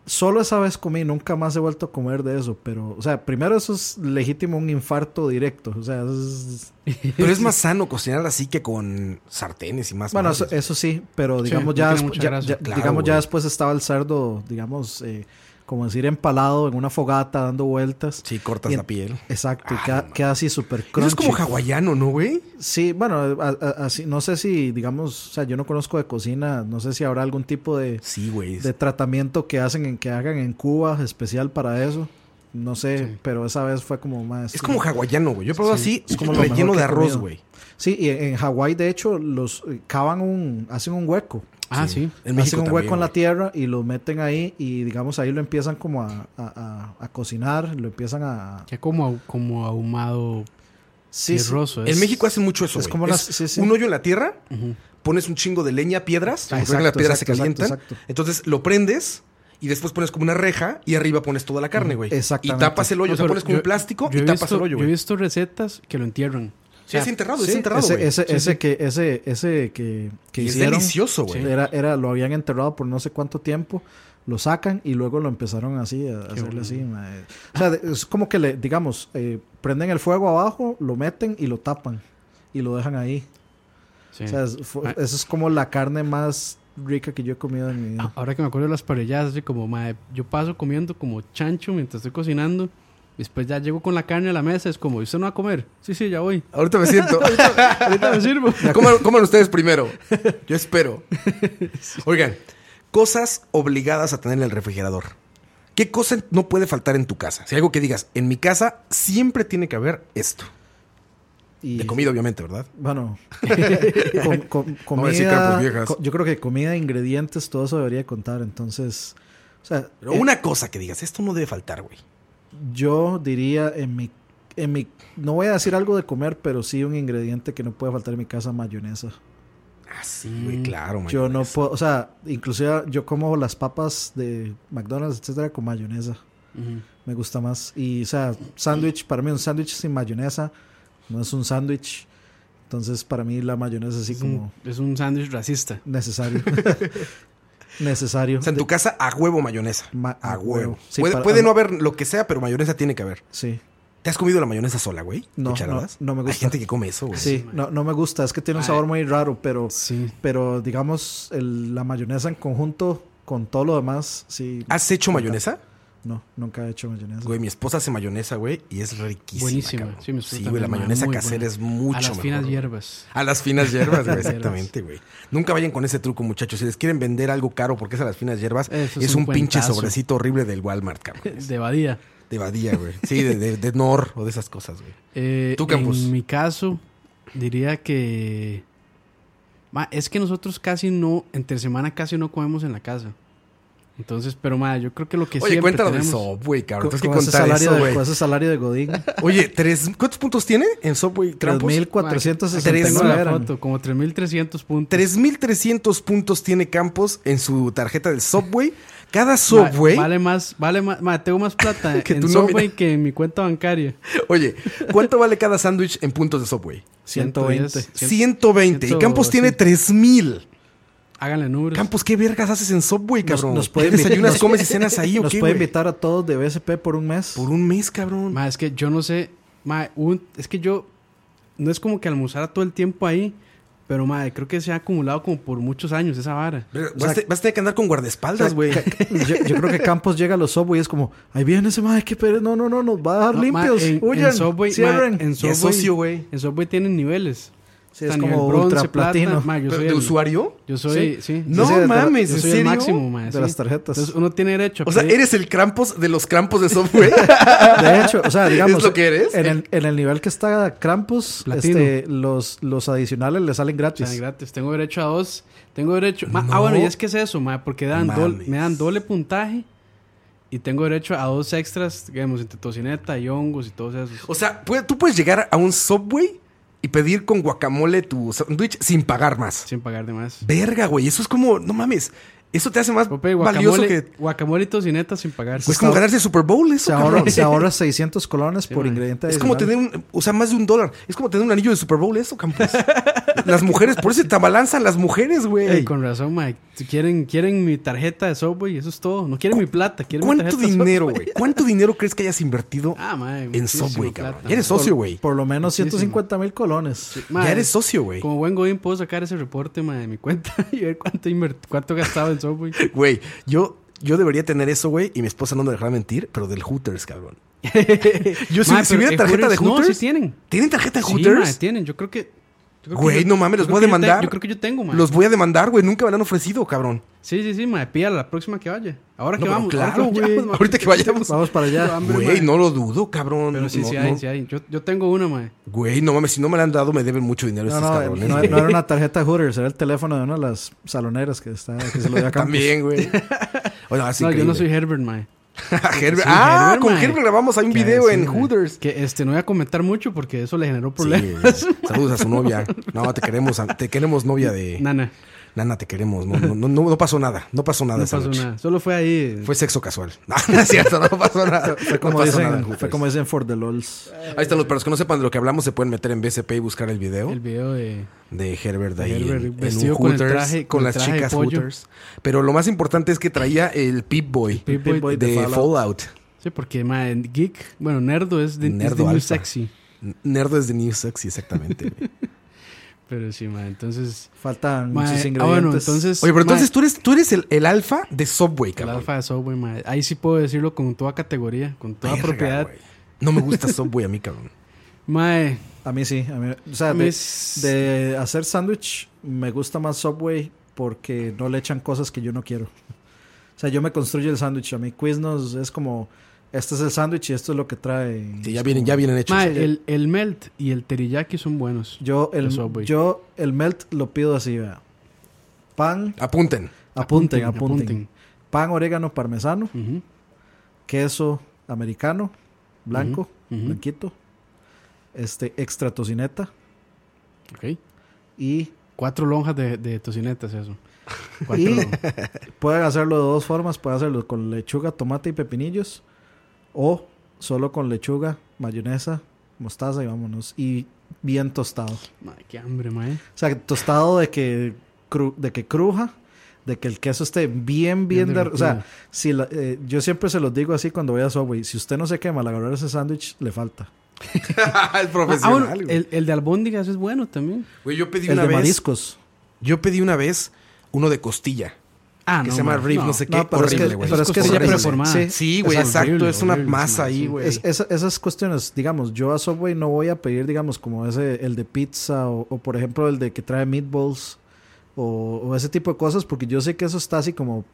Speaker 3: solo esa vez comí, nunca más he vuelto a comer de eso, pero, o sea, primero eso es legítimo un infarto directo, o sea, eso es-
Speaker 2: Pero es más sano cocinar así que con sartenes y más.
Speaker 3: bueno,
Speaker 2: madres.
Speaker 3: eso, eso sí, pero
Speaker 1: Sí,
Speaker 3: digamos
Speaker 1: no
Speaker 3: ya,
Speaker 1: tiene
Speaker 3: despu-
Speaker 1: mucha
Speaker 3: ya-
Speaker 1: grasa.
Speaker 3: ya-
Speaker 2: Claro,
Speaker 3: digamos ya
Speaker 2: güey.
Speaker 3: después estaba el cerdo, digamos, eh, como decir empalado en una fogata dando vueltas.
Speaker 2: Sí, cortas
Speaker 3: Y en-
Speaker 2: la piel.
Speaker 3: Exacto, y
Speaker 2: Ah,
Speaker 3: queda,
Speaker 2: no,
Speaker 3: queda así súper
Speaker 2: Eso
Speaker 3: crunchy.
Speaker 2: es como hawaiano, ¿no, güey?
Speaker 3: Sí, bueno, a- a- así, no sé si, digamos, o sea, yo no conozco de cocina, no sé si habrá algún tipo de,
Speaker 2: Sí, güey.
Speaker 3: de tratamiento que hacen en que hagan en Cuba especial para eso. No sé, pero esa vez fue como más.
Speaker 2: Es como hawaiano, güey. Yo he probado así,
Speaker 3: es como lo mejor
Speaker 2: relleno
Speaker 3: que
Speaker 2: de
Speaker 3: he
Speaker 2: arroz,
Speaker 3: comido.
Speaker 2: güey.
Speaker 3: Sí, y en en Hawái de hecho los eh, cavan un hacen un hueco.
Speaker 1: Ah, sí.
Speaker 2: En
Speaker 3: hacen
Speaker 2: México
Speaker 3: un
Speaker 2: también,
Speaker 3: hueco en la
Speaker 2: güey.
Speaker 3: tierra y lo meten ahí y digamos ahí lo empiezan como a, a- a- a cocinar, lo empiezan a...
Speaker 1: Ya como, como ahumado
Speaker 3: Sí, sí.
Speaker 1: tierroso.
Speaker 2: En
Speaker 1: es-
Speaker 2: México hacen mucho eso.
Speaker 3: es
Speaker 2: güey.
Speaker 3: como las- sí, sí.
Speaker 2: Un hoyo en la tierra, pones un chingo de leña, piedras,
Speaker 3: Ah,
Speaker 2: porque creo que las
Speaker 3: exacto,
Speaker 2: piedras
Speaker 3: exacto,
Speaker 2: se calientan.
Speaker 3: exacto, exacto.
Speaker 2: Entonces lo prendes y después pones como una reja y arriba pones toda la carne, güey.
Speaker 3: Exactamente.
Speaker 2: Y tapas el hoyo,
Speaker 1: No,
Speaker 2: o sea,
Speaker 1: pero
Speaker 2: pones como
Speaker 1: yo-
Speaker 2: un plástico
Speaker 1: yo
Speaker 2: y
Speaker 1: he
Speaker 2: tapas
Speaker 1: visto-
Speaker 2: el hoyo,
Speaker 1: Yo he
Speaker 2: güey.
Speaker 1: visto recetas que lo entierran. O
Speaker 2: Sí,
Speaker 1: sea,
Speaker 2: es enterrado,
Speaker 3: Sí,
Speaker 2: es Ah, enterrado,
Speaker 3: ese,
Speaker 2: güey.
Speaker 3: ese,
Speaker 1: Sí,
Speaker 3: ese
Speaker 1: sí.
Speaker 3: que ese ese que, que
Speaker 2: Y es
Speaker 3: hicieron
Speaker 2: delicioso, güey.
Speaker 3: era, era lo habían enterrado por no sé cuánto tiempo lo sacan y luego lo empezaron así a hacerle
Speaker 1: bueno.
Speaker 3: así mae. o sea de- es como que le digamos eh, prenden el fuego abajo lo meten y lo tapan y lo dejan ahí
Speaker 1: sí.
Speaker 3: o sea es- fue-
Speaker 1: Ah.
Speaker 3: eso es como la carne más rica que yo he comido en mi vida
Speaker 2: Ah,
Speaker 1: Ahora que me acuerdo de las parrilladas, así como, mae, yo paso comiendo como chancho mientras estoy cocinando. Después ya llego con la carne a la mesa, es como, "¿Y ¿usted no va a comer? Sí, sí, ya voy.
Speaker 2: Ahorita me siento.
Speaker 1: Ahorita me sirvo.
Speaker 2: coman, coman ustedes primero. Yo espero. Oigan, cosas obligadas a tener en el refrigerador. ¿Qué cosa no puede faltar en tu casa? Si hay algo que digas, en mi casa siempre tiene que haber esto.
Speaker 3: y
Speaker 2: De comida, obviamente, ¿verdad?
Speaker 3: bueno com- com-
Speaker 2: No voy a decir
Speaker 3: comida
Speaker 2: campos viejas.
Speaker 3: co- yo creo que comida ingredientes todo eso debería contar entonces o sea
Speaker 2: Pero
Speaker 3: eh,
Speaker 2: una cosa que digas, esto no debe faltar, güey.
Speaker 3: Yo diría en mi, en mi, no voy a decir algo de comer, pero sí un ingrediente que no puede faltar en mi casa, mayonesa.
Speaker 2: Ah, sí, güey, claro, man.
Speaker 3: Yo no puedo, o sea, inclusive yo como las papas de McDonald's, etcétera, con mayonesa.
Speaker 1: Ujú.
Speaker 3: Me gusta más. Y, o sea, sándwich, para mí un sándwich sin mayonesa no es un sándwich. Entonces, para mí la mayonesa es así
Speaker 1: Es un-
Speaker 3: como
Speaker 1: Es un sándwich racista.
Speaker 3: necesario. necesario.
Speaker 2: O sea, en tu casa, a huevo mayonesa.
Speaker 3: Ma-
Speaker 2: a huevo.
Speaker 3: Sí,
Speaker 2: puede
Speaker 3: para-
Speaker 2: puede
Speaker 3: a-
Speaker 2: no haber lo que sea, pero mayonesa tiene que haber.
Speaker 3: Sí.
Speaker 2: ¿Te has comido la mayonesa sola, güey?
Speaker 3: No,
Speaker 2: ¿Cucharadas?
Speaker 3: no, no me
Speaker 2: Hay
Speaker 3: gusta.
Speaker 2: gente que come eso, güey.
Speaker 3: Sí, no, no me gusta. Es que tiene un
Speaker 1: Ay.
Speaker 3: sabor muy raro, pero,
Speaker 1: Sí.
Speaker 3: pero digamos, el- la mayonesa en conjunto con todo lo demás, sí.
Speaker 2: ¿Has hecho mayonesa?
Speaker 3: No, nunca he hecho mayonesa.
Speaker 2: Ah. Güey, mi esposa hace mayonesa, güey, y es riquísima.
Speaker 1: Buenísima.
Speaker 2: cabrón.
Speaker 1: Sí, me gusta
Speaker 2: güey, la
Speaker 1: también, ma,
Speaker 2: mayonesa
Speaker 1: muy
Speaker 2: casera
Speaker 1: buena.
Speaker 2: es mucho
Speaker 1: A las
Speaker 2: mejor,
Speaker 1: finas
Speaker 2: güey.
Speaker 1: hierbas.
Speaker 2: A las finas hierbas, güey,
Speaker 1: Hierbas.
Speaker 2: exactamente, güey. Nunca vayan con ese truco, muchachos. Si les quieren vender algo caro porque es a las finas hierbas,
Speaker 1: Eso es
Speaker 2: es un
Speaker 1: un
Speaker 2: pinche
Speaker 1: cuentazo.
Speaker 2: sobrecito horrible del Walmart, cabrón.
Speaker 1: De Badía.
Speaker 2: De Badía, güey. Sí, de, de, de Nor o de esas cosas, güey.
Speaker 1: Eh,
Speaker 2: Tú, Campos.
Speaker 1: En mi caso, diría que. Ma, es que nosotros casi no, entre semana casi no comemos en la casa. Entonces, pero ma, yo creo que lo que
Speaker 2: Oye,
Speaker 1: siempre
Speaker 2: cuéntalo de
Speaker 1: tenemos-
Speaker 2: Subway,
Speaker 3: Co-
Speaker 2: cabrón. Tienes que
Speaker 3: con ese
Speaker 2: contar
Speaker 3: salario
Speaker 2: eso,
Speaker 3: de-
Speaker 2: güey.
Speaker 3: con ese salario de Godín,
Speaker 2: Oye, tres, ¿cuántos puntos tiene en Subway, Trampos?
Speaker 3: 3.469
Speaker 1: Tengo la
Speaker 3: eran.
Speaker 1: foto, como 3.300 puntos.
Speaker 2: 3.300 puntos tiene Campos en su tarjeta del Subway. Cada Subway...
Speaker 1: Ma- vale más, vale más, ma, tengo más plata
Speaker 2: Que
Speaker 1: en
Speaker 2: tu
Speaker 1: Subway
Speaker 2: nómina.
Speaker 1: que en mi cuenta bancaria.
Speaker 2: Oye, ¿cuánto vale cada sándwich en puntos de Subway?
Speaker 3: 120.
Speaker 1: 110.
Speaker 2: 120. y Campos tiene 3000.
Speaker 1: Háganle números.
Speaker 2: Campos, ¿qué vergas haces en Subway,
Speaker 3: Nos-
Speaker 2: cabrón?
Speaker 3: nos
Speaker 2: ¿Qué
Speaker 3: puede invi-
Speaker 2: desayunas,
Speaker 3: nos-
Speaker 2: comes y cenas ahí o
Speaker 3: Nos
Speaker 2: qué,
Speaker 3: puede
Speaker 2: güey?
Speaker 3: invitar a todos de BSP por un mes.
Speaker 2: Por un mes, cabrón.
Speaker 1: Ma, es que yo no sé. ma, un- es que yo. No es como que almorzara todo el tiempo ahí. Pero ma, creo que se ha acumulado como por muchos años esa vara.
Speaker 2: Pero vas,
Speaker 3: o sea,
Speaker 2: a te- vas a tener que andar con
Speaker 3: O sea,
Speaker 2: guardaespaldas, güey.
Speaker 3: ca- ca- yo, yo creo que Campos llega a los Subway y es como, ahí viene ese madre, qué pereza, no, no, no, nos va a dar
Speaker 1: No, ma,
Speaker 3: limpios,
Speaker 1: en- en
Speaker 3: huyan,
Speaker 1: Subway, ma,
Speaker 3: cierren.
Speaker 1: en
Speaker 2: Y es
Speaker 1: Subway-
Speaker 2: socio, güey.
Speaker 1: En Subway tienen niveles.
Speaker 3: Sí, es
Speaker 1: Está nivel
Speaker 3: como ultra platino.
Speaker 1: ma, yo
Speaker 2: ¿Pero
Speaker 1: soy
Speaker 2: ¿De
Speaker 1: el-
Speaker 2: usuario?
Speaker 1: Yo soy, sí.
Speaker 2: No
Speaker 3: sí, de- de-
Speaker 2: mames,
Speaker 1: yo
Speaker 2: ¿en
Speaker 1: soy
Speaker 2: serio?
Speaker 1: el máximo, ma, ¿Eh?
Speaker 3: De
Speaker 1: sí.
Speaker 3: las tarjetas.
Speaker 1: Entonces uno tiene derecho a
Speaker 2: O sea,
Speaker 1: pedir-
Speaker 2: eres el Krampus de los Krampos de Subway.
Speaker 3: De hecho, o sea, digamos,
Speaker 2: ¿Es lo que eres?
Speaker 3: En, el, en el nivel que está Krampus,
Speaker 1: Platino.
Speaker 3: este, los, los adicionales le salen
Speaker 1: o
Speaker 3: gratis.
Speaker 1: sea, gratis. Tengo derecho a dos. Tengo derecho. ma,
Speaker 2: No.
Speaker 1: Ah, bueno, y es que es eso, ma, porque dan dol-
Speaker 2: Mames.
Speaker 1: me dan doble puntaje. Y tengo derecho a dos extras, digamos, entre tocineta y hongos y todos esos.
Speaker 2: o sea, puede- tú puedes llegar a un Subway y pedir con guacamole tu sándwich sin pagar más.
Speaker 1: Sin pagar de más.
Speaker 2: Verga, güey. Eso es como, no mames. Eso te hace más
Speaker 1: Pope,
Speaker 2: valioso
Speaker 1: guacamole,
Speaker 2: que.
Speaker 1: guacamole y tocineta sin pagar.
Speaker 2: Pues Es como ganarse el Super Bowl, eso.
Speaker 3: Se ahorra,
Speaker 2: cabrón.
Speaker 3: se ahorra 600 colones por
Speaker 1: ma.
Speaker 3: ingrediente
Speaker 2: Es como tener
Speaker 3: adicional.
Speaker 2: un, o sea, más de un dólar. Es como tener un anillo de Super Bowl, eso, Campos. las mujeres, por eso se te abalanzan las mujeres,
Speaker 1: Ey,
Speaker 2: güey.
Speaker 1: con razón, Mike. Si quieren, quieren mi tarjeta de Subway, eso es todo. No quieren mi plata, quieren mi
Speaker 2: ¿Cuánto
Speaker 1: tarjeta de
Speaker 2: dinero,
Speaker 1: Subway.
Speaker 2: güey? ¿Cuánto dinero crees que hayas invertido
Speaker 1: Ah, mae,
Speaker 2: en
Speaker 1: muchísima
Speaker 2: Subway, cabrón?
Speaker 1: plata,
Speaker 2: Ya eres
Speaker 1: mae.
Speaker 2: socio, güey.
Speaker 3: Por lo menos
Speaker 1: Muchísimo.
Speaker 3: 150 mil colones.
Speaker 1: Mae,
Speaker 2: Ya eres socio, güey.
Speaker 1: Como buen Godín puedo sacar ese reporte, mae, de mi cuenta y ver cuánto invert- cuánto gastaba en Subway.
Speaker 2: Güey, yo, yo debería tener eso, güey, y mi esposa no me dejará mentir, pero del Hooters, cabrón. Yo, si-
Speaker 1: Mae,
Speaker 2: si
Speaker 1: pero
Speaker 2: hubiera
Speaker 1: en
Speaker 2: tarjeta de
Speaker 1: No, sí
Speaker 2: Hooters-
Speaker 1: tienen.
Speaker 2: ¿Tienen tarjeta de
Speaker 1: Sí,
Speaker 2: Hooters?
Speaker 1: mae, tienen. Yo creo que... yo creo que
Speaker 2: Güey,
Speaker 1: yo-
Speaker 2: no mames,
Speaker 1: yo
Speaker 2: los
Speaker 1: creo
Speaker 2: voy
Speaker 1: que yo
Speaker 2: a
Speaker 1: te-
Speaker 2: demandar.
Speaker 1: Yo creo que yo tengo, mae.
Speaker 2: Los voy a demandar, güey. Nunca me la han ofrecido, cabrón.
Speaker 1: Sí, sí, sí, mae. Pídala la próxima que vaya. Ahora que
Speaker 2: No, pero
Speaker 1: vamos. ahora
Speaker 2: claro,
Speaker 1: que
Speaker 2: güey.
Speaker 1: vayamos, mae.
Speaker 2: Ahorita que vayamos.
Speaker 3: Vamos para allá.
Speaker 2: Güey, no lo dudo, cabrón.
Speaker 1: Pero sí,
Speaker 2: No,
Speaker 1: sí
Speaker 2: no.
Speaker 1: hay, sí hay. Yo, yo tengo una, mae.
Speaker 2: Güey, no mames, si no me la han dado, me deben mucho dinero
Speaker 3: No,
Speaker 2: estos
Speaker 3: no,
Speaker 2: cabrones.
Speaker 3: no,
Speaker 2: güey.
Speaker 3: no era una tarjeta de Hooters, era el teléfono de una de las saloneras que, está, que se lo dio a Campos.
Speaker 2: También, güey. O sea, es
Speaker 1: no, yo no
Speaker 2: increíble.
Speaker 1: soy Herbert, mae.
Speaker 2: Herbert-
Speaker 1: soy
Speaker 2: ah,
Speaker 1: Herbert,
Speaker 2: con
Speaker 1: mae.
Speaker 2: Herbert grabamos ahí un
Speaker 1: Claro,
Speaker 2: video
Speaker 1: sí,
Speaker 2: en
Speaker 1: mae.
Speaker 2: Hooters.
Speaker 1: Que este, no voy a comentar mucho porque eso le generó
Speaker 2: Sí,
Speaker 1: problemas.
Speaker 2: güey. saludos a su novia. No, te queremos, te queremos novia de
Speaker 1: Nana,
Speaker 2: Nana, te queremos. No, no, no, no pasó nada, no pasó nada
Speaker 1: no
Speaker 2: esa
Speaker 1: pasó
Speaker 2: noche.
Speaker 1: nada. Solo fue ahí.
Speaker 2: Fue sexo casual. No, no es cierto, no pasó nada.
Speaker 3: Fue como,
Speaker 2: No pasó nada en
Speaker 3: dicen,
Speaker 2: Hooters.
Speaker 3: fue como dicen For the LOLs.
Speaker 2: Ahí están los para los que no sepan de lo que hablamos, se pueden meter en BCP y buscar el video
Speaker 1: el video de.
Speaker 2: de Herbert ahí
Speaker 1: Herbert
Speaker 2: en- en,
Speaker 1: vestido
Speaker 2: un
Speaker 1: con el
Speaker 2: Hooters,
Speaker 1: traje- con
Speaker 2: con
Speaker 1: el
Speaker 2: las
Speaker 1: traje de
Speaker 2: chicas
Speaker 1: pollo.
Speaker 2: Hooters. Pero lo más importante es que traía el Pip Boy,
Speaker 1: Pip Boy
Speaker 2: de,
Speaker 3: de
Speaker 2: Fallout.
Speaker 3: Fallout.
Speaker 1: Sí, porque ma, en geek, bueno, nerdo es de, es
Speaker 2: Nerdo
Speaker 1: de muy
Speaker 2: alfa.
Speaker 1: sexy.
Speaker 2: Nerdo es de New Sexy, exactamente. güey.
Speaker 1: Pero sí, ma, entonces.
Speaker 3: Faltan
Speaker 1: ma,
Speaker 3: muchos
Speaker 1: ah,
Speaker 3: ingredientes.
Speaker 1: bueno, entonces.
Speaker 2: Oye, pero
Speaker 1: ma,
Speaker 2: entonces tú eres, tú eres el, el alfa de Subway,
Speaker 1: El
Speaker 2: cabrón.
Speaker 1: alfa de Subway, ma, Ahí sí puedo decirlo con toda categoría, con toda
Speaker 2: Verga,
Speaker 1: propiedad.
Speaker 2: güey. No me gusta Subway a mí, cabrón.
Speaker 1: Mae,
Speaker 3: A mí sí. A mí, o sea,
Speaker 1: Me
Speaker 3: de,
Speaker 1: es-
Speaker 3: de hacer sándwich, me gusta más Subway porque no le echan cosas que yo no quiero. O sea, yo me construyo el sándwich. A mí Quiznos es como, este es el sándwich y esto es lo que trae.
Speaker 2: Sí, ya vienen, ya vienen hechos.
Speaker 1: ma, el, el melt y el teriyaki son buenos.
Speaker 3: Yo el,
Speaker 1: De Subway.
Speaker 3: yo el melt lo pido así, vea. Pan,
Speaker 2: Apunten.
Speaker 3: apunten, apunten. Pan, orégano, parmesano,
Speaker 1: Ujú,
Speaker 3: queso americano, blanco,
Speaker 1: ujú.
Speaker 3: blanquito, este, extra tocineta
Speaker 1: ok.
Speaker 3: y
Speaker 1: Cuatro lonjas de, de tocinetas, eso. Cuatro
Speaker 3: Y
Speaker 1: lonjas.
Speaker 3: pueden hacerlo de dos formas. Pueden hacerlo con lechuga, tomate y pepinillos. O solo con lechuga, mayonesa, mostaza y vámonos. Y bien tostado. O
Speaker 1: Madre, qué hambre, eh. Ah, mae.
Speaker 3: sea, tostado de que, cru- de que cruja, de que el queso esté bien, bien...
Speaker 1: Bien
Speaker 3: der- o sea,
Speaker 1: derretido.
Speaker 3: si la- eh, yo siempre se los digo así cuando voy a Subway. Si usted no se quema al agarrar ese sándwich, le falta.
Speaker 2: es
Speaker 1: Ah,
Speaker 2: profesional.
Speaker 1: ah, bueno,
Speaker 2: güey.
Speaker 1: el, el de albóndigas es bueno también.
Speaker 2: Güey, yo pedí
Speaker 3: El
Speaker 2: una
Speaker 3: de
Speaker 2: vez.
Speaker 3: mariscos.
Speaker 2: Yo pedí una vez uno de costilla.
Speaker 1: Ah,
Speaker 2: Que se llama
Speaker 1: mae,
Speaker 2: Riff, no sé qué.
Speaker 3: No, pero es que-
Speaker 2: horrible, güey.
Speaker 3: pero es que
Speaker 1: es
Speaker 3: sí,
Speaker 1: ya
Speaker 2: Horrible.
Speaker 1: preformada.
Speaker 3: sí.
Speaker 2: Sí, güey,
Speaker 1: Es
Speaker 2: exacto.
Speaker 1: horrible,
Speaker 2: es una
Speaker 1: horrible,
Speaker 2: masa
Speaker 1: sí,
Speaker 2: ahí,
Speaker 1: sí.
Speaker 2: güey.
Speaker 3: Es- esa- esas cuestiones, digamos, yo a Subway no voy a pedir, digamos, como ese, el de pizza o, o, por ejemplo el de que trae meatballs o, o ese tipo de cosas, porque yo sé que eso está así como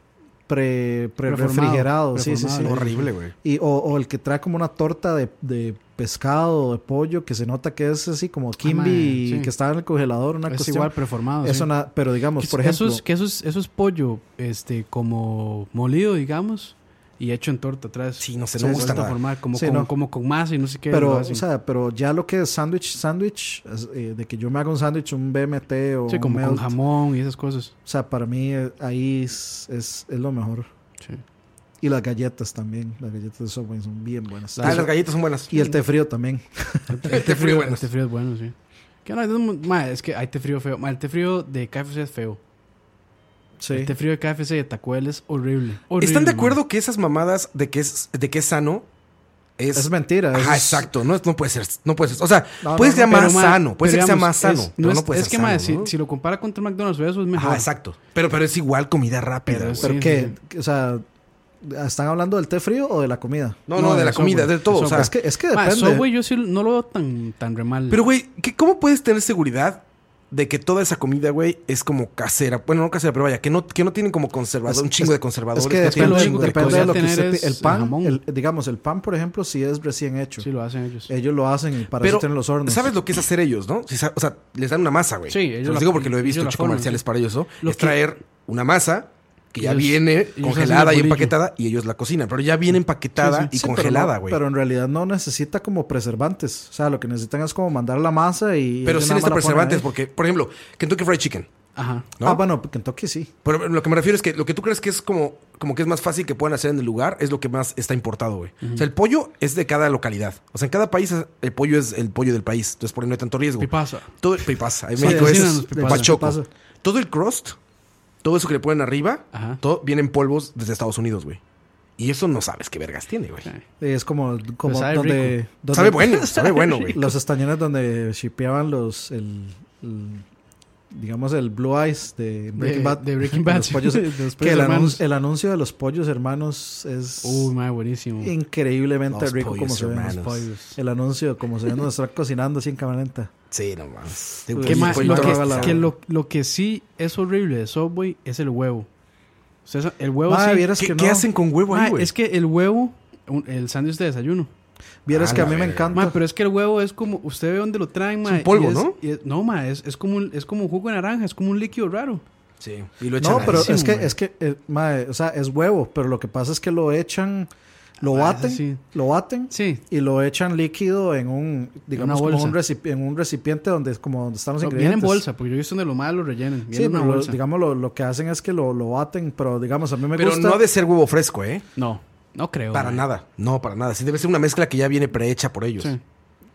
Speaker 3: pre, pre-
Speaker 1: Preformado,
Speaker 3: refrigerado, sí, sí, sí.
Speaker 1: preformado.
Speaker 2: Horrible, güey.
Speaker 3: Y, o, o el que trae como una torta de, de pescado o de pollo que se nota que es así como kimbi
Speaker 1: mae, Ah, sí.
Speaker 3: que está en el congelador, una
Speaker 1: es
Speaker 3: cuestión.
Speaker 1: igual preformado.
Speaker 3: eso
Speaker 1: sí.
Speaker 3: na- pero digamos, por ejemplo,
Speaker 1: Eso es, que eso es, eso es pollo este, como molido, digamos, y hecho en torta atrás.
Speaker 2: Sí, no sé, no me gusta
Speaker 1: vuelta
Speaker 2: nada.
Speaker 1: formal, como,
Speaker 3: Sí,
Speaker 1: con,
Speaker 3: no.
Speaker 1: como con masa y no sé qué.
Speaker 3: pero,
Speaker 1: lo
Speaker 3: o
Speaker 1: hacen.
Speaker 3: sea, pero ya lo que es sándwich, sándwich, es, eh, de que yo me haga un sándwich, un BMT o
Speaker 1: Sí,
Speaker 3: un
Speaker 1: como con
Speaker 3: melt,
Speaker 1: jamón y esas cosas.
Speaker 3: O sea, para mí eh, ahí es, es, es lo mejor.
Speaker 1: Sí.
Speaker 3: Y las galletas también. Las galletas de Subway son bien buenas.
Speaker 2: Ah, las galletas son buenas.
Speaker 3: y el té frío también.
Speaker 2: El té frío,
Speaker 1: El
Speaker 2: buenas.
Speaker 1: té frío es bueno, sí. Que no, es, un- ma, es que hay té frío feo. Ma, el té frío de KFC es feo.
Speaker 3: Sí.
Speaker 1: El té frío de KFC de Tacuel es horrible. horrible,
Speaker 2: ¿Están de
Speaker 1: ma.
Speaker 2: acuerdo que esas mamadas de que es, de que es sano es.
Speaker 3: Es mentira.
Speaker 2: Ajá,
Speaker 3: es-
Speaker 2: exacto. No, es- no puede ser. No puede ser. O sea,
Speaker 3: No, no,
Speaker 2: puede
Speaker 3: no,
Speaker 2: ser más
Speaker 1: Pero, ma,
Speaker 2: sano. Puede ser
Speaker 1: pero
Speaker 2: que sea
Speaker 1: digamos,
Speaker 2: más sano.
Speaker 1: es-
Speaker 2: pero
Speaker 1: no
Speaker 2: no
Speaker 1: es-
Speaker 2: puede
Speaker 1: es
Speaker 2: ser
Speaker 1: que,
Speaker 2: sano,
Speaker 1: ma,
Speaker 2: ¿no?
Speaker 1: si, si lo compara contra McDonald's, eso es mejor.
Speaker 2: Ajá, exacto. Pero, pero es igual comida rápida.
Speaker 1: Pero
Speaker 2: güey.
Speaker 1: sí.
Speaker 3: Pero que, o sea, ¿están hablando del té frío o de la comida?
Speaker 2: No, no,
Speaker 1: no,
Speaker 2: de la
Speaker 1: de
Speaker 2: comida,
Speaker 1: Subway,
Speaker 2: de todo.
Speaker 1: de
Speaker 2: O sea,
Speaker 1: Subway.
Speaker 3: Es que, es que
Speaker 1: Ma,
Speaker 3: depende.
Speaker 1: Subway yo sí no lo veo tan, tan re mal.
Speaker 2: Pero, güey, ¿qué- ¿cómo puedes tener seguridad de que toda esa comida, güey, es como casera? Bueno, no casera, pero vaya, que no, que no tienen como conservador,
Speaker 3: Es-
Speaker 2: un chingo de conservadores.
Speaker 3: es que
Speaker 2: no tienen
Speaker 3: depende,
Speaker 2: un
Speaker 1: lo-
Speaker 2: chingo de
Speaker 3: depende
Speaker 2: cosas.
Speaker 3: de lo que
Speaker 1: tener
Speaker 3: usted
Speaker 1: es
Speaker 3: pi- El pan,
Speaker 1: jamón.
Speaker 3: el- digamos, el pan, por ejemplo, si es recién hecho.
Speaker 1: Sí, lo hacen ellos.
Speaker 2: eh,
Speaker 3: Ellos lo hacen y para
Speaker 2: Pero,
Speaker 3: eso tienen los hornos.
Speaker 2: ¿sabes lo que es hacer ellos, no? Si sa- o sea, les dan una masa, güey.
Speaker 1: Sí, ellos
Speaker 2: Se los
Speaker 1: la-
Speaker 2: digo porque lo he
Speaker 1: ellos
Speaker 2: visto en
Speaker 1: la
Speaker 2: chicos
Speaker 1: forman,
Speaker 2: comerciales
Speaker 1: sí.
Speaker 2: para ellos, ¿no?
Speaker 1: Lo
Speaker 2: es
Speaker 1: que-
Speaker 2: traer una masa que ya
Speaker 1: Ellos-
Speaker 2: viene
Speaker 1: ellos hacen el
Speaker 2: congelada y
Speaker 1: bolillo.
Speaker 2: empaquetada y ellos la cocinan. Pero ya viene empaquetada
Speaker 3: Sí,
Speaker 2: y
Speaker 3: pero no-
Speaker 2: congelada, güey.
Speaker 3: Pero,
Speaker 2: Pero,
Speaker 3: en realidad no necesita como preservantes. O sea, lo que necesitan es como mandar la masa y. ellos
Speaker 2: sí
Speaker 3: nada
Speaker 2: necesita
Speaker 3: más la ponen
Speaker 2: preservantes
Speaker 3: ahí.
Speaker 2: porque, por ejemplo, Kentucky Fried Chicken,
Speaker 1: Ajá.
Speaker 2: ¿no?
Speaker 3: Ah, bueno, Kentucky sí.
Speaker 2: Pero lo que me refiero es que lo que tú crees que es como, como que es más fácil que puedan hacer en el lugar es lo que más está importado, güey. O sea, el pollo es de cada localidad. O sea, en cada país el pollo es el pollo del país. Entonces, por ahí no hay tanto riesgo.
Speaker 1: Pipasa.
Speaker 2: Todo el pipas. En
Speaker 1: Sí,
Speaker 2: México
Speaker 1: sí,
Speaker 2: es
Speaker 1: los pipas.
Speaker 2: pachoco.
Speaker 3: Pasa.
Speaker 2: Todo el crust, todo eso que le ponen arriba,
Speaker 1: Ajá.
Speaker 2: todo viene en polvos desde Estados Unidos, güey. Y eso no sabes qué vergas tiene, güey.
Speaker 1: Sí.
Speaker 3: Eh, Es como, como
Speaker 1: Pues sabe
Speaker 3: donde, donde-
Speaker 2: Sabe bueno, sabe bueno, güey.
Speaker 3: Los estañones donde shipeaban los. El, el- digamos, el Blue Eyes de Breaking
Speaker 1: De-
Speaker 3: Bad.
Speaker 1: de Breaking Bad,
Speaker 3: los pollos-
Speaker 1: sí, de los
Speaker 3: que el,
Speaker 1: pollos hermanos.
Speaker 3: anun- el anuncio de los pollos hermanos es
Speaker 1: Uy, madre, buenísimo.
Speaker 3: increíblemente
Speaker 2: Los
Speaker 3: rico como
Speaker 2: pollos
Speaker 3: se ven.
Speaker 2: hermanos.
Speaker 1: Pollos.
Speaker 3: El anuncio, como se ven, nos están cocinando así en cámara lenta.
Speaker 2: Sí, no más.
Speaker 3: Uy,
Speaker 1: Que
Speaker 3: Sí,
Speaker 1: ma- lo,
Speaker 3: pollo torta, la-
Speaker 1: que, que lo, lo que sí es horrible de Subway es el huevo. O sea, esa- el huevo
Speaker 3: Ah,
Speaker 1: sí.
Speaker 3: vieras
Speaker 2: ¿Qué,
Speaker 3: que no.
Speaker 2: qué hacen con huevo
Speaker 1: Ma,
Speaker 2: ahí, güey?
Speaker 1: Ah, es que el huevo, un- el sándwich de desayuno.
Speaker 3: Vieras
Speaker 2: Ah,
Speaker 3: que a
Speaker 2: la
Speaker 3: mí me
Speaker 2: verga.
Speaker 3: encanta.
Speaker 1: Ma, pero es que el huevo es como, usted ve dónde lo traen, ma.
Speaker 2: un polvo,
Speaker 1: y es-
Speaker 2: ¿no?
Speaker 1: y es- no, ma, es, es como un, es como un jugo de naranja, es como un líquido raro.
Speaker 2: Sí. Y lo echan
Speaker 3: No,
Speaker 2: ahí.
Speaker 3: pero
Speaker 1: rarísimo,
Speaker 3: es que,
Speaker 1: mae.
Speaker 3: es que, eh, mae, o sea, es huevo, pero lo que pasa es que lo echan, lo
Speaker 1: Ah,
Speaker 3: baten,
Speaker 1: sí.
Speaker 3: lo baten
Speaker 1: Sí.
Speaker 3: y lo echan líquido en un, digamos, como
Speaker 1: bolsa.
Speaker 3: un recipiente, en un recipiente donde, como donde están los
Speaker 1: No, viene
Speaker 3: ingredientes.
Speaker 1: en bolsa, porque yo he visto donde lo más lo rellenan. Viene
Speaker 3: Sí,
Speaker 1: en una
Speaker 3: pero lo-
Speaker 1: bolsa.
Speaker 3: digamos, lo, lo que hacen es que lo, lo baten, pero digamos, a mí me
Speaker 2: Pero
Speaker 3: gusta.
Speaker 2: no ha de ser huevo fresco, ¿eh?
Speaker 1: No, no creo.
Speaker 2: Para
Speaker 1: ma.
Speaker 2: nada. No, para nada. Sí debe ser una mezcla que ya viene prehecha por ellos.
Speaker 1: Sí.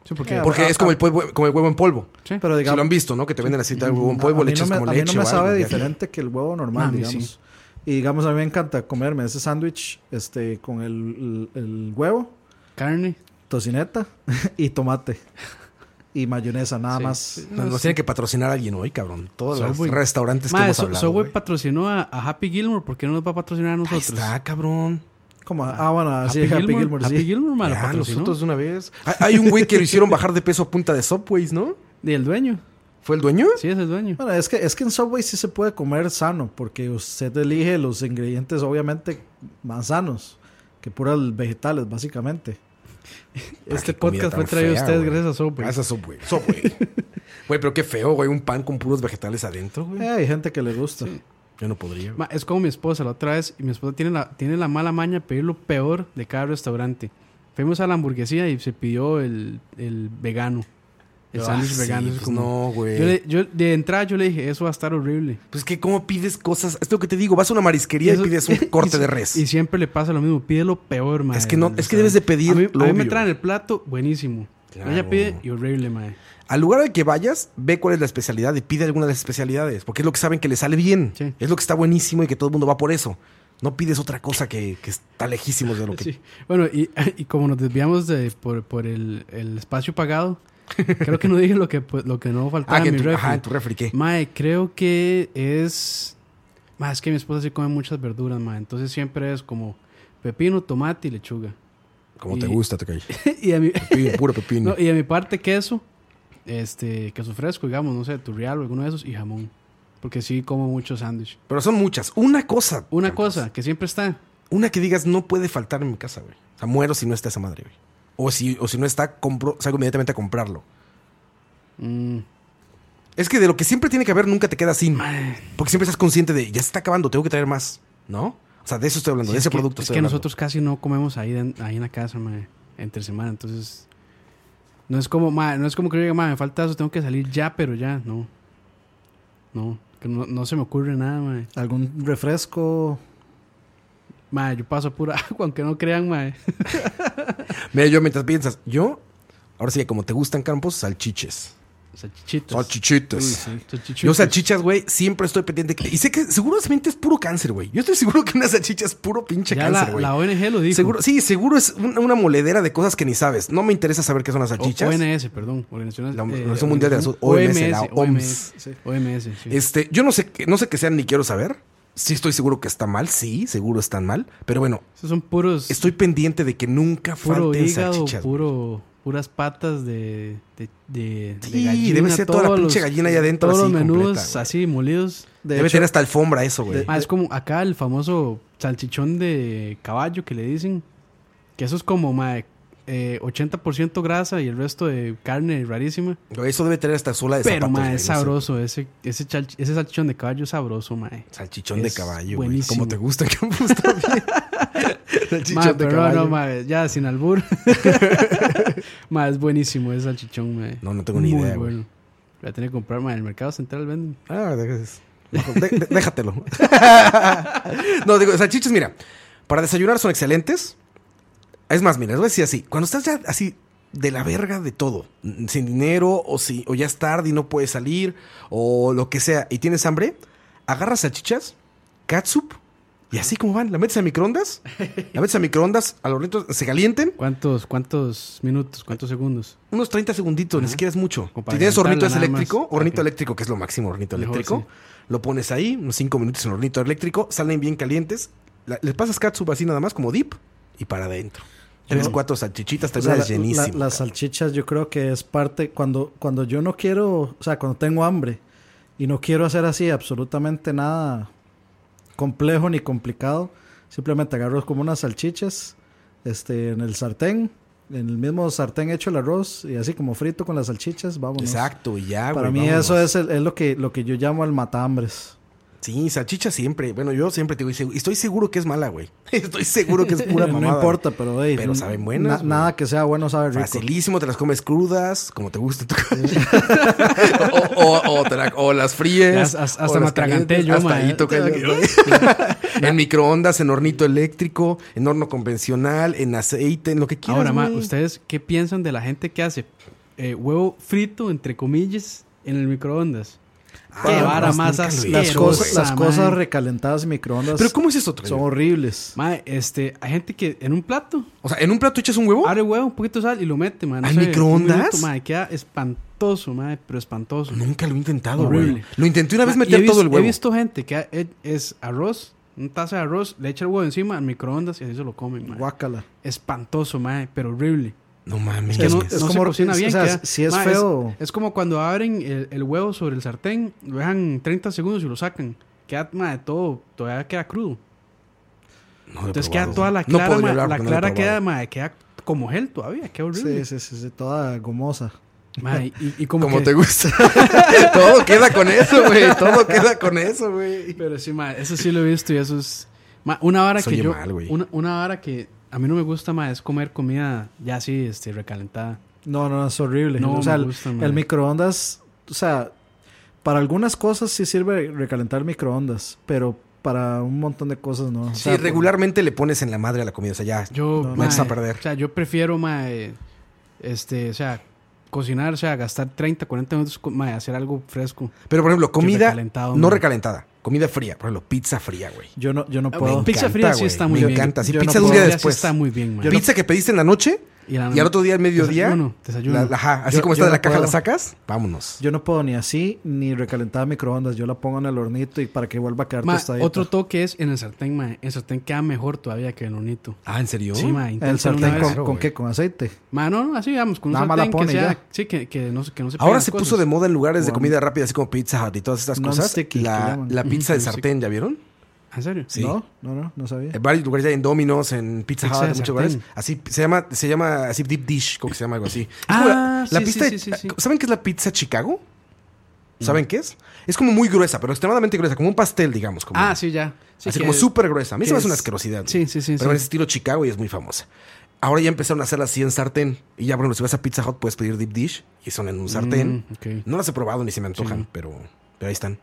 Speaker 1: Sí, porque.
Speaker 3: Ya,
Speaker 2: Porque
Speaker 3: Ah,
Speaker 2: es como el, polvo- como el huevo en polvo.
Speaker 1: sí.
Speaker 3: Pero
Speaker 2: Si lo han
Speaker 3: digamos, Mm,
Speaker 2: visto, ¿no? Que te venden la cinta de huevo en
Speaker 3: a, a
Speaker 2: polvo, le
Speaker 3: mí no
Speaker 2: echas
Speaker 3: me,
Speaker 2: como
Speaker 3: a mí
Speaker 2: leche.
Speaker 3: no me
Speaker 2: o
Speaker 3: sabe
Speaker 2: algo, ya.
Speaker 3: diferente que el huevo normal,
Speaker 1: Ah, a mí
Speaker 3: digamos.
Speaker 1: sí.
Speaker 3: Y digamos, a mí me encanta comerme ese sándwich este, con el- el- el huevo.
Speaker 1: Carne.
Speaker 3: tocineta y tomate y mayonesa nada
Speaker 1: Sí,
Speaker 3: más.
Speaker 1: sí.
Speaker 2: No, nos tiene que patrocinar alguien hoy, cabrón. Todos
Speaker 1: Subway.
Speaker 2: los restaurantes que
Speaker 1: Madre,
Speaker 2: hemos
Speaker 1: So-
Speaker 2: hablado.
Speaker 1: Subway
Speaker 2: güey.
Speaker 1: patrocinó a, a Happy Gilmore, ¿por qué no nos va a patrocinar a
Speaker 2: Ahí
Speaker 1: nosotros?
Speaker 2: está, cabrón.
Speaker 3: Como ah bueno, así Happy, Gilmore, sí.
Speaker 1: Happy Gilmore, ma, lo
Speaker 2: Ya,
Speaker 1: patrocinó.
Speaker 2: nosotros de una vez. Hay- Hay un güey que lo hicieron bajar de peso a punta de Subways, ¿no?
Speaker 1: Y el dueño.
Speaker 2: ¿Fue el dueño?
Speaker 1: Sí, es el dueño.
Speaker 2: Ah,
Speaker 3: Bueno, es que es que en Subway sí se puede comer sano porque usted elige los ingredientes obviamente más sanos que puras vegetales básicamente.
Speaker 1: Este
Speaker 2: qué comida
Speaker 1: podcast fue
Speaker 2: tan
Speaker 1: traído a
Speaker 2: fea,
Speaker 1: ustedes
Speaker 2: güey.
Speaker 1: gracias a Subway.
Speaker 2: Gracias a Subway. Subway. Güey, pero qué feo, güey. Un pan con puros vegetales adentro,
Speaker 3: Eh,
Speaker 2: güey.
Speaker 3: hay gente que le gusta.
Speaker 2: Yo no podría. güey.
Speaker 1: Ma, es como mi esposa la otra vez, y mi esposa tiene la, tiene la mala maña de pedir lo peor de cada restaurante. Fuimos a la hamburguesía y se pidió el, el vegano. El
Speaker 2: Ah,
Speaker 1: sándwich
Speaker 2: sí,
Speaker 1: vegano. Es
Speaker 2: pues
Speaker 1: como-
Speaker 2: No, güey.
Speaker 1: yo, le- yo- de entrada yo le dije, eso va a estar horrible.
Speaker 2: Pues que, ¿cómo pides cosas? Es lo que te digo. Vas a una marisquería y,
Speaker 1: eso-
Speaker 2: pides un corte
Speaker 1: y-
Speaker 2: de res.
Speaker 1: Y siempre le pasa lo mismo, pide lo peor, ma,
Speaker 2: Es que no-
Speaker 1: del
Speaker 2: es que debes de pedir
Speaker 1: A mí,
Speaker 2: lo
Speaker 1: a mí me
Speaker 2: obvio.
Speaker 1: traen el plato buenísimo. Ella pide y horrible, mae.
Speaker 2: Al lugar al que vayas, ve cuál es la especialidad y pide alguna de las especialidades, porque es lo que saben que le sale bien.
Speaker 1: Sí.
Speaker 2: Es lo que está buenísimo y que todo el mundo va por eso. No pides otra cosa que, que está lejísimo de lo que.
Speaker 1: Sí. Bueno, y, y como nos desviamos de, por, por el, el espacio pagado, creo que no dije lo que, pues, lo que no faltaba
Speaker 2: Ah, que
Speaker 1: en
Speaker 2: en
Speaker 1: mi
Speaker 2: tu,
Speaker 1: refri.
Speaker 2: ajá, en tu refri, ¿qué?
Speaker 1: Mae, creo que es. Mae, es que mi esposa sí come muchas verduras, mae. Entonces siempre es como pepino, tomate y lechuga.
Speaker 2: Como
Speaker 1: y-
Speaker 2: te gusta, te cae.
Speaker 1: y, a mi,
Speaker 2: Pepino, puro pepino.
Speaker 1: no, y a mi parte, queso. Este, queso fresco, digamos, no sé, turrial o alguno de esos. Y jamón. Porque sí como mucho sándwich.
Speaker 2: Pero son muchas. Una cosa.
Speaker 1: Una
Speaker 2: Campos.
Speaker 1: cosa que siempre está.
Speaker 2: Una que digas no puede faltar en mi casa, güey. O sea, muero si no está esa madre, güey. O si, o si no está, compro, salgo inmediatamente a comprarlo.
Speaker 1: mm,
Speaker 2: Es que de lo que siempre tiene que haber nunca te quedas sin. Porque siempre estás consciente de, ya se está acabando, tengo que traer más, ¿no? O sea, de eso estoy hablando,
Speaker 1: sí,
Speaker 2: de
Speaker 1: es
Speaker 2: ese
Speaker 1: que-
Speaker 2: producto
Speaker 1: Es
Speaker 2: estoy
Speaker 1: que
Speaker 2: hablando.
Speaker 1: nosotros casi no comemos ahí, en- ahí en la casa, mae, entre semana. Entonces. No es como, mae, no es como que yo diga, mae, me falta eso, tengo que salir ya, pero ya. No. No. que no, no se me ocurre nada, mae.
Speaker 3: ¿Algún refresco?
Speaker 1: Mae, yo paso pura agua, aunque no crean, mae.
Speaker 2: Mira, yo mientras piensas, yo, ahora sí que como te gustan campos, salchiches.
Speaker 1: Salchichitas.
Speaker 2: Salchichites.
Speaker 1: Salchichuchas.
Speaker 2: Yo salchichas, güey, siempre estoy pendiente. que- Y sé que seguramente es puro cáncer, güey. Yo estoy seguro que una salchicha es puro pinche
Speaker 1: Ya
Speaker 2: cáncer,
Speaker 1: la,
Speaker 2: güey.
Speaker 1: la ONG lo dijo.
Speaker 2: Seguro, sí, seguro es un- una moledera de cosas que ni sabes. No me interesa saber qué son las
Speaker 1: O- eh,
Speaker 2: salchichas.
Speaker 1: ONS, perdón. Organización,
Speaker 2: La Organización Mundial de la Salud, OMS, la OMS,
Speaker 1: sí. OMS, sí.
Speaker 2: Este, yo no sé, qué- no sé qué sean ni quiero saber. Sí estoy seguro que está mal, sí, seguro están mal. Pero bueno,
Speaker 1: Esos son puros.
Speaker 2: estoy pendiente de que nunca
Speaker 1: puro
Speaker 2: falten
Speaker 1: hígado,
Speaker 2: salchichas. güey.
Speaker 1: puro, puras patas de, de, de, de
Speaker 2: Sí, debe ser toda la
Speaker 1: todos
Speaker 2: pinche
Speaker 1: los-
Speaker 2: gallina ahí adentro,
Speaker 1: Todos
Speaker 2: así,
Speaker 1: los menudos
Speaker 2: completa, güey.
Speaker 1: así molidos.
Speaker 3: De
Speaker 2: debe
Speaker 3: hecho,
Speaker 2: tener hasta alfombra eso, güey.
Speaker 1: Ah, es como acá el famoso salchichón de caballo que le dicen. Que eso es como mae, eh, 80% grasa y el resto de carne rarísima.
Speaker 2: Güey, Eso debe tener hasta sola de
Speaker 1: Pero
Speaker 2: zapatos,
Speaker 1: mae,
Speaker 2: güey,
Speaker 1: es
Speaker 2: no sé.
Speaker 1: sabroso. Ese, ese, chalch- ese salchichón de caballo es sabroso, mae.
Speaker 2: Salchichón de
Speaker 1: Es
Speaker 2: caballo, güey.
Speaker 1: buenísimo.
Speaker 2: Como te gusta, Campos, también.
Speaker 1: Mae,
Speaker 2: Salchichón de
Speaker 1: pero no,
Speaker 2: caballo.
Speaker 1: no, mae, ya sin albur. mae, es buenísimo ese salchichón, mae.
Speaker 2: No, no tengo ni
Speaker 1: Muy
Speaker 2: idea, güey.
Speaker 1: bueno. Voy a tener que comprar, mae, en el mercado central venden.
Speaker 2: Ah, dejes- de- de- déjatelo. no, digo, salchichas, mira, para desayunar son excelentes. Es más, mira, les voy a decir así, cuando estás ya así de la verga de todo, mm, sin dinero o, si, o ya es tarde y no puedes salir o lo que sea y tienes hambre, agarras salchichas, catsup y así como van, la metes a microondas, la metes a microondas, al hornito, se calienten
Speaker 1: ¿Cuántos, cuántos minutos, cuántos segundos?
Speaker 2: unos 30 segunditos, ni siquiera es mucho.
Speaker 1: Como para
Speaker 2: Si tienes hornito es
Speaker 1: calentarla nada
Speaker 2: eléctrico,
Speaker 1: más.
Speaker 2: hornito
Speaker 1: Ok.
Speaker 2: eléctrico, que es lo máximo, hornito
Speaker 1: Mejor,
Speaker 2: eléctrico. Lo pones ahí, unos 5 minutos en el hornito eléctrico, salen bien calientes. la- les pasas catsup así nada más, como dip, y para adentro. Tres, cuatro salchichitas,
Speaker 3: o sea,
Speaker 2: terminas
Speaker 3: la-
Speaker 2: llenísimo.
Speaker 3: la- las salchichas yo creo que es parte, cuando, cuando yo no quiero, o sea, cuando tengo hambre y no quiero hacer así absolutamente nada complejo ni complicado, simplemente agarro como unas salchichas este, en el sartén, en el mismo sartén hecho el arroz y así como frito con las salchichas, vamos.
Speaker 2: Exacto, y ya,
Speaker 3: Para
Speaker 2: güey,
Speaker 3: mí
Speaker 2: vámonos.
Speaker 3: eso es, el- es lo, que, lo que yo llamo el matahambres.
Speaker 2: Sí, salchicha siempre. Bueno, yo siempre te digo, y segu- y estoy seguro que es mala, güey. Estoy seguro que es pura
Speaker 3: Eh, no
Speaker 2: mamada.
Speaker 3: importa, pero, hey,
Speaker 2: Pero saben buenas,
Speaker 3: na-
Speaker 2: güey.
Speaker 3: nada que sea bueno sabe rico.
Speaker 2: Facilísimo, te las comes crudas, como te gusta en tu casa. o, o- o te la- o las fríes.
Speaker 1: Ya, hasta- hasta
Speaker 2: o
Speaker 1: me
Speaker 2: las
Speaker 1: atraganté
Speaker 2: calientes,
Speaker 1: yo,
Speaker 2: hasta
Speaker 1: ma.
Speaker 2: ahí toca el- en microondas, en hornito eléctrico, en horno convencional, en aceite, en lo que quieras.
Speaker 1: Ahora, mae,
Speaker 2: güey.
Speaker 1: ¿ustedes qué piensan de la gente que hace eh, huevo frito, entre comillas, en el microondas?
Speaker 2: Ah,
Speaker 1: qué
Speaker 2: no,
Speaker 1: vara
Speaker 2: no,
Speaker 1: más
Speaker 2: nunca lo he
Speaker 3: Las
Speaker 2: hecho,
Speaker 3: cosas,
Speaker 2: güey.
Speaker 1: asquerosa,
Speaker 3: las cosas
Speaker 1: mae.
Speaker 3: recalentadas en microondas
Speaker 2: Pero ¿cómo es eso? Toño?
Speaker 3: son horribles.
Speaker 1: Mae, este, hay gente que en un plato
Speaker 2: O sea, ¿en un plato echas un huevo?
Speaker 1: abre huevo, un poquito de sal y lo mete, mae.
Speaker 2: ¿Al
Speaker 1: sé, un
Speaker 2: microondas?
Speaker 1: minuto, mae, queda espantoso, mae, pero espantoso.
Speaker 2: Nunca lo he intentado,
Speaker 1: Horrible.
Speaker 2: güey. Lo intenté una vez
Speaker 1: Mae, Ah, y
Speaker 2: meter
Speaker 1: he
Speaker 2: todo
Speaker 1: visto-
Speaker 2: el huevo.
Speaker 1: He visto gente que ha- e- es arroz, una taza de arroz, le echa el huevo encima al microondas y así se lo comen, mae.
Speaker 3: Guácala.
Speaker 1: Espantoso, mae, pero horrible.
Speaker 2: No
Speaker 1: Es
Speaker 2: mames.
Speaker 1: que no,
Speaker 3: Es-
Speaker 1: no
Speaker 3: es
Speaker 1: se
Speaker 3: como-
Speaker 1: cocina
Speaker 3: es-
Speaker 1: bien.
Speaker 3: o sea,
Speaker 1: queda-
Speaker 3: si es
Speaker 1: Ma,
Speaker 3: feo.
Speaker 1: Es, como cuando abren el, el huevo sobre el sartén, lo dejan 30 segundos y lo sacan. Queda ma, de todo, todavía queda crudo.
Speaker 2: No lo he
Speaker 1: Entonces
Speaker 2: probado.
Speaker 1: queda toda la
Speaker 2: No
Speaker 1: clara,
Speaker 2: podría
Speaker 1: ma,
Speaker 2: hablar
Speaker 1: la
Speaker 2: porque no lo he
Speaker 1: clara queda,
Speaker 2: probado.
Speaker 1: ma, queda como gel todavía, queda horrible.
Speaker 3: Sí, sí, sí, sí, toda gomosa.
Speaker 1: Ma, y, y como,
Speaker 2: Como
Speaker 1: que-
Speaker 2: te gusta. todo queda con eso, güey. Todo queda con eso, güey.
Speaker 1: Pero sí, ma, eso sí lo he visto y eso es... ma, una vara
Speaker 2: Se
Speaker 1: que
Speaker 2: oye
Speaker 1: yo...
Speaker 2: mal, güey.
Speaker 1: una, una vara que a mí no me gusta, ma, es comer comida ya así, este, recalentada.
Speaker 3: No, no, es horrible.
Speaker 1: No
Speaker 3: o sea,
Speaker 1: me
Speaker 3: el-
Speaker 1: gusta,
Speaker 3: el,
Speaker 1: madre.
Speaker 3: microondas, o sea, para algunas cosas sí sirve recalentar el microondas, pero para un montón de cosas no. O
Speaker 2: Sí,
Speaker 3: sea,
Speaker 2: regularmente le pones en la madre a la comida. O sea, ya.
Speaker 1: Yo,
Speaker 3: No, no.
Speaker 1: ma,
Speaker 2: Vas a perder.
Speaker 1: O sea, yo prefiero, ma, eh, Este, o sea, cocinar, o sea, gastar 30, 40 minutos, co- mae, hacer algo fresco.
Speaker 2: Pero, por ejemplo, comida
Speaker 1: recalentado,
Speaker 2: no
Speaker 1: man.
Speaker 2: recalentada. Comida fría. Por ejemplo, pizza fría, güey.
Speaker 3: Yo no, yo no
Speaker 1: Ah,
Speaker 3: puedo.
Speaker 1: me Pizza fría sí
Speaker 2: güey,
Speaker 1: está muy
Speaker 2: me
Speaker 1: bien.
Speaker 2: encanta. Sí,
Speaker 3: Yo no
Speaker 2: pizza de
Speaker 1: Pizza
Speaker 2: un día
Speaker 1: fría sí
Speaker 2: después.
Speaker 1: está muy bien, mae.
Speaker 2: Pizza que pediste en la noche
Speaker 1: Y, la-
Speaker 2: y al otro día al mediodía.
Speaker 1: Desayuno, desayuno.
Speaker 2: la- ajá, así
Speaker 3: Yo-
Speaker 2: como está
Speaker 3: yo
Speaker 2: de
Speaker 3: no
Speaker 2: la caja,
Speaker 3: puedo.
Speaker 2: la sacas. Vámonos.
Speaker 3: Yo no puedo ni así, ni recalentada microondas. Yo la pongo en el hornito y para que vuelva a quedar
Speaker 1: Ma,
Speaker 3: tostadita.
Speaker 1: otro toque es en el sartén, mae. En el sartén queda mejor todavía que en el hornito.
Speaker 2: Ah, ¿en serio?
Speaker 1: Sí, mae.
Speaker 3: ¿El
Speaker 1: inténtalo una
Speaker 3: sartén
Speaker 1: vez.
Speaker 3: con,
Speaker 2: Claro,
Speaker 3: con
Speaker 2: güey.
Speaker 3: qué? ¿Con aceite?
Speaker 1: Ma, no, no, así digamos, con un
Speaker 3: Nada más la
Speaker 1: sartén que
Speaker 3: pone y
Speaker 1: sea,
Speaker 3: ya.
Speaker 1: sí, que, que no, se- que no se
Speaker 2: Ahora
Speaker 1: peguen
Speaker 2: se
Speaker 1: las
Speaker 2: puso
Speaker 1: cosas.
Speaker 2: de moda en lugares de
Speaker 3: Guau.
Speaker 2: comida rápida, así como Pizza Hut y todas estas cosas.
Speaker 3: Non-sticky, que
Speaker 2: La,
Speaker 3: llaman.
Speaker 2: la
Speaker 1: Ujú,
Speaker 2: pizza de
Speaker 1: non-stick.
Speaker 2: sartén, ¿ya vieron?
Speaker 1: ¿En serio?
Speaker 2: Sí.
Speaker 3: No, no, no, no sabía.
Speaker 2: En Eh, varios lugares ya en Domino's, en Pizza
Speaker 1: Pizza
Speaker 2: Hut, en
Speaker 1: de
Speaker 2: muchos
Speaker 1: sartén.
Speaker 2: lugares. Así se llama, se llama así deep dish, creo que se llama algo así. Es
Speaker 1: Ah,
Speaker 2: como la, la
Speaker 1: sí,
Speaker 2: pizza
Speaker 1: sí,
Speaker 2: de-
Speaker 1: sí, sí, sí.
Speaker 2: ¿Saben qué es la pizza Chicago? ¿Saben qué es? Es como muy gruesa, pero extremadamente gruesa, como un pastel, digamos. Como,
Speaker 1: Ah, sí, ya. Sí,
Speaker 2: así
Speaker 1: que-
Speaker 2: como súper gruesa. A mí
Speaker 1: que
Speaker 2: se me hace
Speaker 1: es- Mm,
Speaker 2: una asquerosidad.
Speaker 1: Sí, sí, sí,
Speaker 2: Pero
Speaker 1: sí.
Speaker 2: en ese estilo Chicago y es muy famosa. Ahora ya empezaron a hacerla así en sartén. Y ya, por ejemplo, si vas a Pizza Hut puedes pedir deep dish y son en un sartén.
Speaker 1: Mm, ok.
Speaker 2: No las he probado ni se me antojan, pero, pero ahí están.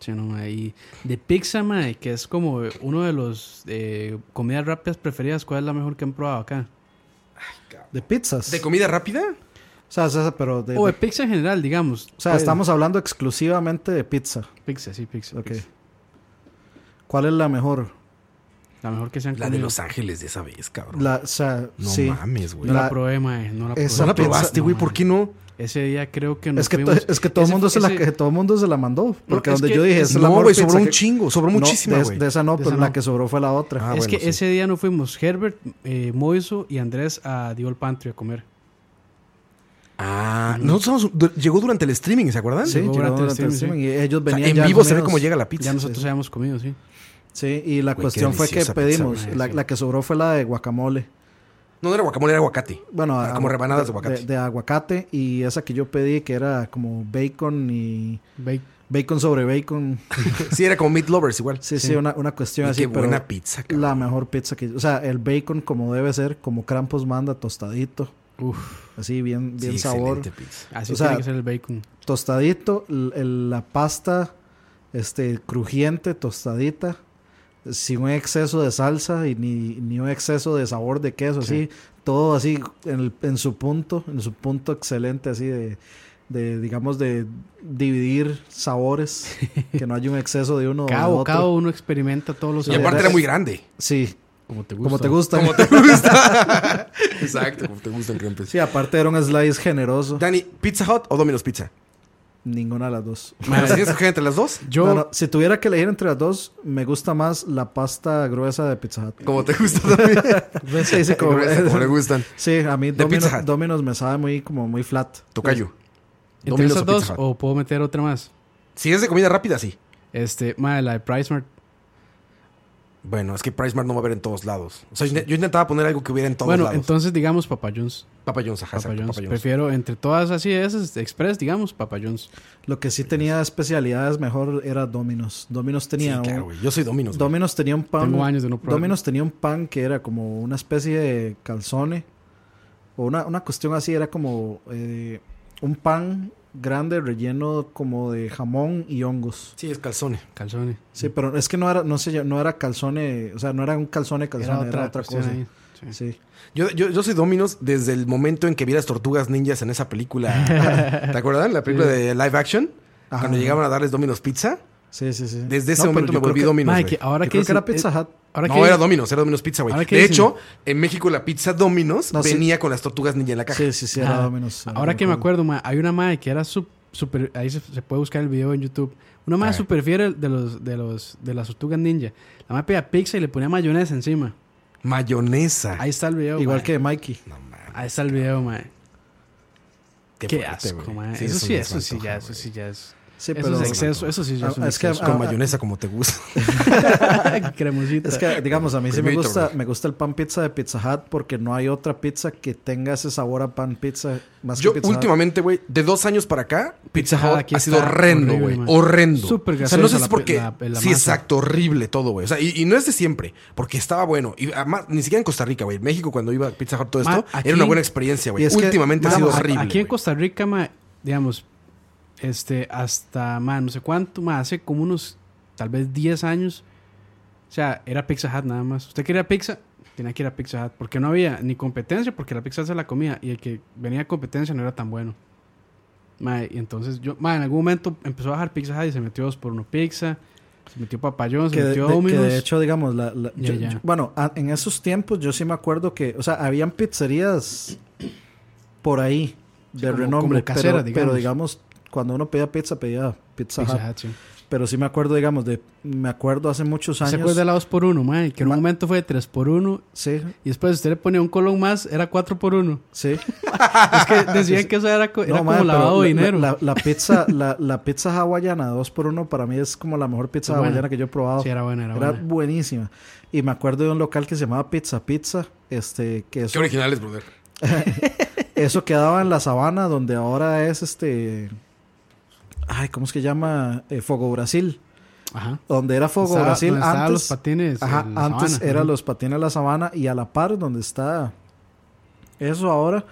Speaker 1: Sí, no, ma, y de pizza, mae, que es como uno de los eh, comidas rápidas preferidas, ¿cuál es la mejor que han probado acá?
Speaker 3: De pizzas.
Speaker 2: ¿De comida rápida?
Speaker 3: o sea, o sea, pero de-
Speaker 1: O de
Speaker 3: de-
Speaker 1: pizza en general, digamos. Pues,
Speaker 3: o sea, estamos hablando exclusivamente de pizza.
Speaker 1: Pizza, sí, pizza.
Speaker 3: Ok.
Speaker 2: Pues.
Speaker 1: pizza.
Speaker 3: ¿Cuál es la mejor?
Speaker 1: La mejor que se han
Speaker 2: La de
Speaker 1: comido.
Speaker 2: Los Ángeles de esa vez, cabrón.
Speaker 3: La, o sea,
Speaker 2: No
Speaker 3: sí.
Speaker 2: mames, güey.
Speaker 1: No la,
Speaker 3: la-
Speaker 1: probé, mae. No la probé.
Speaker 3: esa
Speaker 2: ¿No la
Speaker 3: pizza-
Speaker 2: probaste, güey?
Speaker 1: No,
Speaker 2: ¿Por
Speaker 1: mae.
Speaker 2: qué no?
Speaker 1: Ese día creo que nos
Speaker 3: Es que, to-
Speaker 1: fuimos-
Speaker 3: es que todo el
Speaker 1: ese-
Speaker 3: mundo se la
Speaker 1: ese-
Speaker 3: que todo mundo se la mandó. Porque
Speaker 1: es
Speaker 3: donde
Speaker 1: que-
Speaker 3: yo dije, esa es la
Speaker 2: no,
Speaker 3: mejor
Speaker 2: güey, sobró
Speaker 3: pizza
Speaker 2: un
Speaker 3: que-
Speaker 2: chingo, sobró
Speaker 3: No,
Speaker 2: muchísima,
Speaker 3: de-
Speaker 2: güey.
Speaker 3: De esa no,
Speaker 1: De
Speaker 3: pero
Speaker 1: esa
Speaker 3: la
Speaker 1: no.
Speaker 3: que sobró fue la otra.
Speaker 2: Ah,
Speaker 1: es
Speaker 2: bueno,
Speaker 1: que
Speaker 2: sí.
Speaker 1: ese día no fuimos Herbert, eh, Moiso y Andrés a The Old Pantry a comer.
Speaker 2: Ah, nosotros estamos- du- llegó durante el streaming, ¿se acuerdan?
Speaker 3: Sí,
Speaker 1: Llegó
Speaker 3: llegó
Speaker 1: durante el
Speaker 3: durante el
Speaker 1: streaming,
Speaker 3: streaming y ellos
Speaker 2: O sea,
Speaker 3: venían
Speaker 2: en
Speaker 3: ya
Speaker 2: vivo se ve
Speaker 3: comidos.
Speaker 2: cómo llega la pizza.
Speaker 1: Ya nosotros habíamos comido, sí.
Speaker 3: Sí, y la
Speaker 2: Güey, qué
Speaker 3: cuestión fue que
Speaker 2: deliciosa pizza,
Speaker 3: pedimos,
Speaker 1: mae,
Speaker 3: la,
Speaker 1: sí.
Speaker 3: la que sobró fue la de guacamole.
Speaker 2: No, no era guacamole, era aguacate.
Speaker 3: Bueno,
Speaker 2: Ah,
Speaker 3: a-
Speaker 2: como rebanadas de aguacate.
Speaker 3: De, aguacate y esa que yo pedí que era como bacon y
Speaker 1: Bake.
Speaker 3: bacon sobre bacon.
Speaker 2: Sí, era como Meat Lovers igual.
Speaker 3: Sí, sí, una, una cuestión
Speaker 2: Y
Speaker 3: así.
Speaker 2: qué
Speaker 3: pero
Speaker 2: buena pizza, cabrón.
Speaker 3: La mejor pizza que... O sea, el bacon como debe ser, como Krampus manda, tostadito.
Speaker 1: Uf,
Speaker 3: Así, bien,
Speaker 2: Sí,
Speaker 3: bien sabor.
Speaker 2: excelente pizza.
Speaker 1: así
Speaker 3: O sea,
Speaker 1: tiene que ser el bacon.
Speaker 3: Tostadito, l- el- la pasta este, crujiente, tostadita. Sin un exceso de salsa y ni, ni un exceso de sabor de queso, así. Todo así en, el- en su punto, en su punto excelente, así de... de, digamos, de dividir sabores, que no haya un exceso de uno o
Speaker 1: Cada
Speaker 3: del otro.
Speaker 1: bocado uno experimenta todos los
Speaker 2: Y aparte
Speaker 1: sabores.
Speaker 2: era muy grande.
Speaker 3: Sí,
Speaker 1: Como te gusta.
Speaker 3: como te gusta.
Speaker 2: Exacto, como te gusta el Krampus.
Speaker 3: Sí, aparte era un slice generoso.
Speaker 2: Dani, ¿Pizza Hut o Domino's Pizza?
Speaker 3: Ninguna de las dos.
Speaker 2: ¿Las tienes que escoger entre las dos?
Speaker 1: Yo,
Speaker 3: No, no, si tuviera que elegir entre las dos, me gusta más la pasta gruesa de Pizza Hut.
Speaker 2: Como te gusta también.
Speaker 3: Sí, sí, como-
Speaker 2: Gruesa, como le gustan.
Speaker 3: Sí, a mí
Speaker 2: De Pizza
Speaker 3: Domino's,
Speaker 2: Hut.
Speaker 3: Domino's me sabe muy como muy flat.
Speaker 2: Tocayo.
Speaker 1: entre
Speaker 2: Domino's
Speaker 1: esas
Speaker 2: o Pizza
Speaker 1: dos,
Speaker 2: Hut.
Speaker 1: o puedo meter otra más.
Speaker 2: Si es de comida rápida, sí.
Speaker 1: Este, madre, la de Pricemart.
Speaker 2: Bueno, es que Price Mart no va a haber en todos lados. O sea, yo yo intentaba poner algo que hubiera en todos
Speaker 1: Bueno,
Speaker 2: lados.
Speaker 1: entonces digamos Papa John's.
Speaker 2: Papa John's, ajá,
Speaker 1: Papa
Speaker 2: exacto,
Speaker 1: John's.
Speaker 2: Papa John's.
Speaker 1: Prefiero entre todas así esas, este, Express, digamos, Papa John's.
Speaker 3: Lo que sí tenía especialidades mejor era Domino's. Domino's
Speaker 2: Sí,
Speaker 3: tenía
Speaker 2: claro,
Speaker 3: un,
Speaker 2: güey. Yo soy Domino's. güey.
Speaker 3: Domino's tenía un pan.
Speaker 1: Tengo años de no probar.
Speaker 3: Domino's tenía un pan que era como una especie de calzone. O una, una cuestión así, era como eh, un pan grande relleno como de jamón y hongos.
Speaker 2: Sí, es calzone.
Speaker 1: Calzones.
Speaker 3: Sí, pero es que no era, no sé, yo- no era calzone, o sea, no era un calzone calzone, era otra,
Speaker 1: cuestión
Speaker 3: cosa.
Speaker 1: ahí. Sí.
Speaker 3: Sí.
Speaker 2: Yo, yo, yo soy Dominos desde el momento en que vi las tortugas ninjas en esa película. ¿Te acuerdan? La película de live action.
Speaker 3: Ajá.
Speaker 2: Cuando llegaban a darles Dominos Pizza.
Speaker 3: Sí, sí, sí.
Speaker 2: Desde ese
Speaker 3: No, pero
Speaker 2: momento
Speaker 3: yo
Speaker 2: me
Speaker 3: creo
Speaker 2: volví
Speaker 3: que-
Speaker 2: Dominos.
Speaker 1: Mae,
Speaker 2: güey.
Speaker 1: que ahora
Speaker 3: yo creo que
Speaker 1: dicen-
Speaker 3: era Pizza
Speaker 1: eh,
Speaker 3: Hut.
Speaker 1: Ahora
Speaker 2: no,
Speaker 1: que
Speaker 2: era
Speaker 1: dicen-
Speaker 2: Dominos, era Dominos Pizza, güey.
Speaker 1: ¿Ahora qué
Speaker 2: De
Speaker 1: dicen?
Speaker 2: hecho, en México la pizza Dominos
Speaker 3: No, sí.
Speaker 2: venía con las tortugas ninja en la caja.
Speaker 3: Sí, sí, sí, era
Speaker 1: Ah,
Speaker 3: Domino's.
Speaker 1: Ahora que me acuerdo, ma, hay una madre que era sup- super. Ahí se, se puede buscar el video en YouTube. Una madre
Speaker 2: Ah.
Speaker 1: super fiel de, los, de, los, de las tortugas ninja. La madre pedía pizza y le ponía mayonesa encima.
Speaker 2: Mayonesa.
Speaker 1: Ahí está el video.
Speaker 3: Igual
Speaker 1: mae.
Speaker 3: que Mikey.
Speaker 2: no mames.
Speaker 1: Ahí está el video, mae. Qué,
Speaker 2: fuerte,
Speaker 1: asco,
Speaker 2: güey.
Speaker 1: mae. eso, sí,
Speaker 2: me
Speaker 1: eso sí,
Speaker 2: antoja,
Speaker 1: ya,
Speaker 2: güey.
Speaker 1: eso sí, ya es.
Speaker 3: Sí,
Speaker 1: eso
Speaker 3: pero.
Speaker 1: es exceso, eso sí, ya es,
Speaker 3: Ah,
Speaker 1: un
Speaker 3: es que-
Speaker 1: exceso.
Speaker 2: Con
Speaker 3: Ah,
Speaker 2: mayonesa como te gusta.
Speaker 1: Cremosita.
Speaker 3: Es que, digamos, a mí sí me
Speaker 2: Primito,
Speaker 3: gusta,
Speaker 2: bro.
Speaker 3: me gusta el pan pizza de Pizza Hut porque no hay otra pizza que tenga ese sabor a pan pizza más
Speaker 2: Yo
Speaker 3: que Pizza Hut.
Speaker 2: últimamente, güey, de dos años para acá,
Speaker 1: Pizza
Speaker 2: Pizza
Speaker 1: Hut
Speaker 2: Hut
Speaker 1: aquí
Speaker 2: ha sido
Speaker 1: está
Speaker 2: horrendo,
Speaker 1: horrible,
Speaker 2: güey.
Speaker 1: man.
Speaker 2: Horrendo.
Speaker 1: Súper
Speaker 2: O sea, no
Speaker 1: grasosa
Speaker 2: sé si
Speaker 1: la
Speaker 2: es porque...
Speaker 1: pe- la- la
Speaker 2: sí,
Speaker 1: masa.
Speaker 2: exacto, horrible todo, güey. O sea, y, y no es de siempre, porque estaba bueno. Y además, ni siquiera en Costa Rica, güey. En México, cuando iba a Pizza Hut, todo
Speaker 1: Ma,
Speaker 2: esto,
Speaker 1: aquí-
Speaker 2: era una buena experiencia, güey.
Speaker 3: Y es que,
Speaker 2: Últimamente ha
Speaker 1: Ma,
Speaker 2: sido
Speaker 1: a-
Speaker 2: horrible.
Speaker 1: Aquí en
Speaker 2: güey.
Speaker 1: Costa Rica, ma, digamos, este, hasta, ma, no sé cuánto, ma, hace como unos, tal vez 10 años, o sea, era Pizza Hut nada más. Usted quería pizza, Tenía que ir a Pizza Hut. Porque no había ni competencia, porque la Pizza Hut se la comía. Y el que venía a competencia no era tan bueno. Mae, y entonces yo, mae, en algún momento empezó a bajar Pizza Hut y se metió dos por uno pizza. Se metió papayón, se
Speaker 3: que, de,
Speaker 1: pues, metió
Speaker 3: de- que
Speaker 1: Domino's.
Speaker 3: de hecho, digamos, la, la-
Speaker 1: Ya,
Speaker 3: yo-
Speaker 1: ya.
Speaker 3: yo- bueno, a- en esos tiempos yo sí me acuerdo que, o sea, habían pizzerías por ahí de
Speaker 1: como-
Speaker 3: renombre,
Speaker 1: como caseras,
Speaker 3: pero,
Speaker 1: digamos.
Speaker 3: pero, digamos, cuando uno pedía pizza, pedía pizza, Hut.
Speaker 1: Pizza Hut, "Ah, sí.
Speaker 3: Pero sí me acuerdo, digamos, de, me acuerdo hace muchos años.
Speaker 1: ¿Se acuerda de la 2 por 1 mae? Que en un
Speaker 3: Ma-
Speaker 1: momento fue de 3 por 1
Speaker 3: Sí,
Speaker 1: Y después usted le ponía un colón más, era 4 por 1
Speaker 3: sí.
Speaker 1: Es que decían que eso era, co- era
Speaker 3: No,
Speaker 1: como
Speaker 3: madre, pero
Speaker 1: lavado de
Speaker 3: la-
Speaker 1: dinero.
Speaker 3: La, la pizza, la, la pizza hawaiana 2 por 1 para mí es como la mejor pizza
Speaker 1: Es buena.
Speaker 3: hawaiana que yo he probado.
Speaker 1: sí, era buena, era
Speaker 3: Era
Speaker 1: buena.
Speaker 3: buenísima. Y me acuerdo de un local que se llamaba Pizza Pizza, este, que
Speaker 2: Qué
Speaker 3: eso,
Speaker 2: originales, brother.
Speaker 3: eso quedaba en la sabana, donde ahora es este. Ay, ¿cómo es que llama? Eh, Fogo Brasil.
Speaker 1: Ajá.
Speaker 3: Donde era Fogo
Speaker 1: Estaba-
Speaker 3: Brasil
Speaker 1: donde estaban
Speaker 3: antes.
Speaker 1: los patines.
Speaker 3: ajá,
Speaker 1: en la
Speaker 3: antes
Speaker 1: sabana.
Speaker 3: era
Speaker 1: Ajá.
Speaker 3: los patines de la sabana y a la par donde está eso ahora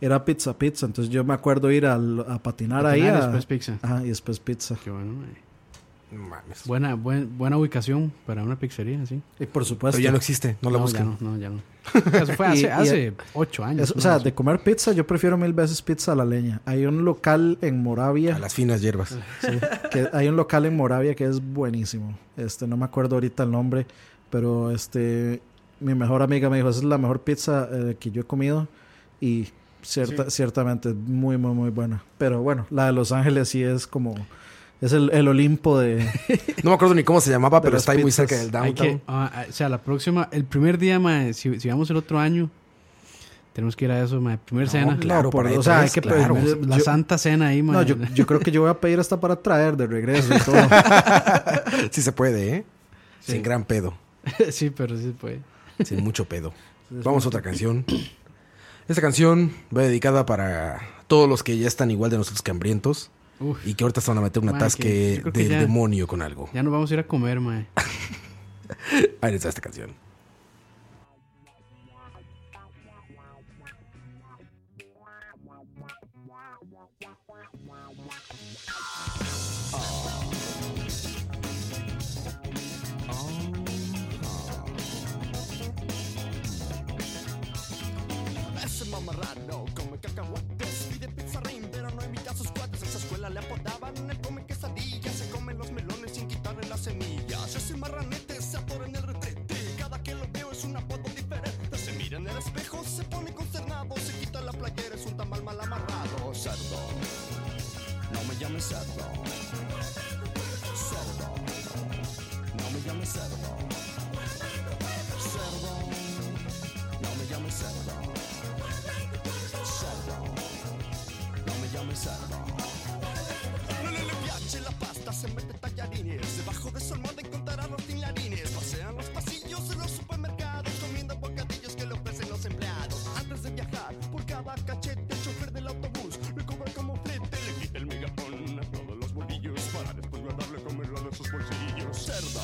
Speaker 3: era Pizza Pizza. Entonces yo me acuerdo ir al- a patinar
Speaker 1: Patinar
Speaker 3: ahí.
Speaker 1: y
Speaker 3: a-
Speaker 1: después pizza.
Speaker 3: Ajá, y después pizza.
Speaker 1: Qué bueno, mae.
Speaker 2: Mames.
Speaker 1: Buena, buen- buena ubicación para una pizzería, sí.
Speaker 3: Y por supuesto.
Speaker 2: Pero ya no existe, no la
Speaker 1: ya
Speaker 2: buscan.
Speaker 1: este- no, no, ya no. Eso fue hace,
Speaker 3: Y- y-
Speaker 1: hace 8 años.
Speaker 3: Eso, o
Speaker 1: una
Speaker 3: sea,
Speaker 1: vez.
Speaker 3: de comer pizza, yo prefiero mil veces pizza a la leña. Hay un local en
Speaker 2: A
Speaker 3: Moravia.
Speaker 2: las finas hierbas.
Speaker 3: sí, que hay un local en Moravia que es buenísimo. Este, no me acuerdo ahorita el nombre, pero este, mi mejor amiga me dijo, esa es la mejor pizza eh, que yo he comido. Y cierta, ciertamente es muy, muy, muy buena. Pero bueno, la de Los Ángeles sí es como... Es el, el Olimpo de...
Speaker 2: No me acuerdo ni cómo se llamaba,
Speaker 3: De
Speaker 2: pero
Speaker 3: las
Speaker 2: está ahí muy
Speaker 3: pizzas.
Speaker 2: cerca del
Speaker 1: Hay
Speaker 2: downtown.
Speaker 1: que, ah, ah, o sea, la próxima, el primer día, mae, si, si vamos el otro año, tenemos que ir a eso, mae. Primer cena. Ah,
Speaker 2: claro,
Speaker 3: por-
Speaker 2: para
Speaker 3: o sea, hay
Speaker 2: detrás,
Speaker 3: que
Speaker 2: claro.
Speaker 3: pedir- yo-
Speaker 1: Pues, la
Speaker 3: yo-
Speaker 1: santa cena ahí, mae.
Speaker 3: No, yo, yo creo que yo voy a pedir hasta para traer de regreso y todo.
Speaker 2: Sí se puede, ¿eh? Sin gran pedo.
Speaker 1: sí, pero sí, pues.
Speaker 2: Sin mucho pedo. Vamos a otra canción. Esta canción va dedicada para todos los que ya están igual de nosotros que hambrientos
Speaker 1: Uf.
Speaker 2: y que ahorita se van a meter un
Speaker 1: Man, que
Speaker 2: atasque
Speaker 1: yo creo que
Speaker 2: del
Speaker 1: ya-
Speaker 2: demonio con algo.
Speaker 1: Ya nos vamos a ir a comer, mae.
Speaker 2: Ahí está esta canción.
Speaker 4: Ese mamarrano come cacahuates, pide pizza reindera, no invita a sus cuates. En esa escuela le apodaban, él come quesadillas, se come los melones sin quitarle las semillas. Ese marranete se atora en el retrete, cada que lo veo es un apodo diferente. Se mira en el espejo, se pone consternado, se quita la playera, es un tamal mal amarrado. Cerdo, no me llames cerdo. Cerdo, no me llames cerdo. Cerdo, no me llames cerdo. Cerdo, no me llames cerdo. No le le piace la pasta, se mete tallarines. Debajo de su almohada encontrará los tinlarines. Pasean los pasillos de los supermercados, comiendo bocadillos que le ofrecen los empleados. Antes de viajar, por cada cachete, el chofer del autobús le cobra como frente. Le quita el megapón a todos los bolillos para después guardarle comerlo de sus bolsillos. Cerdo,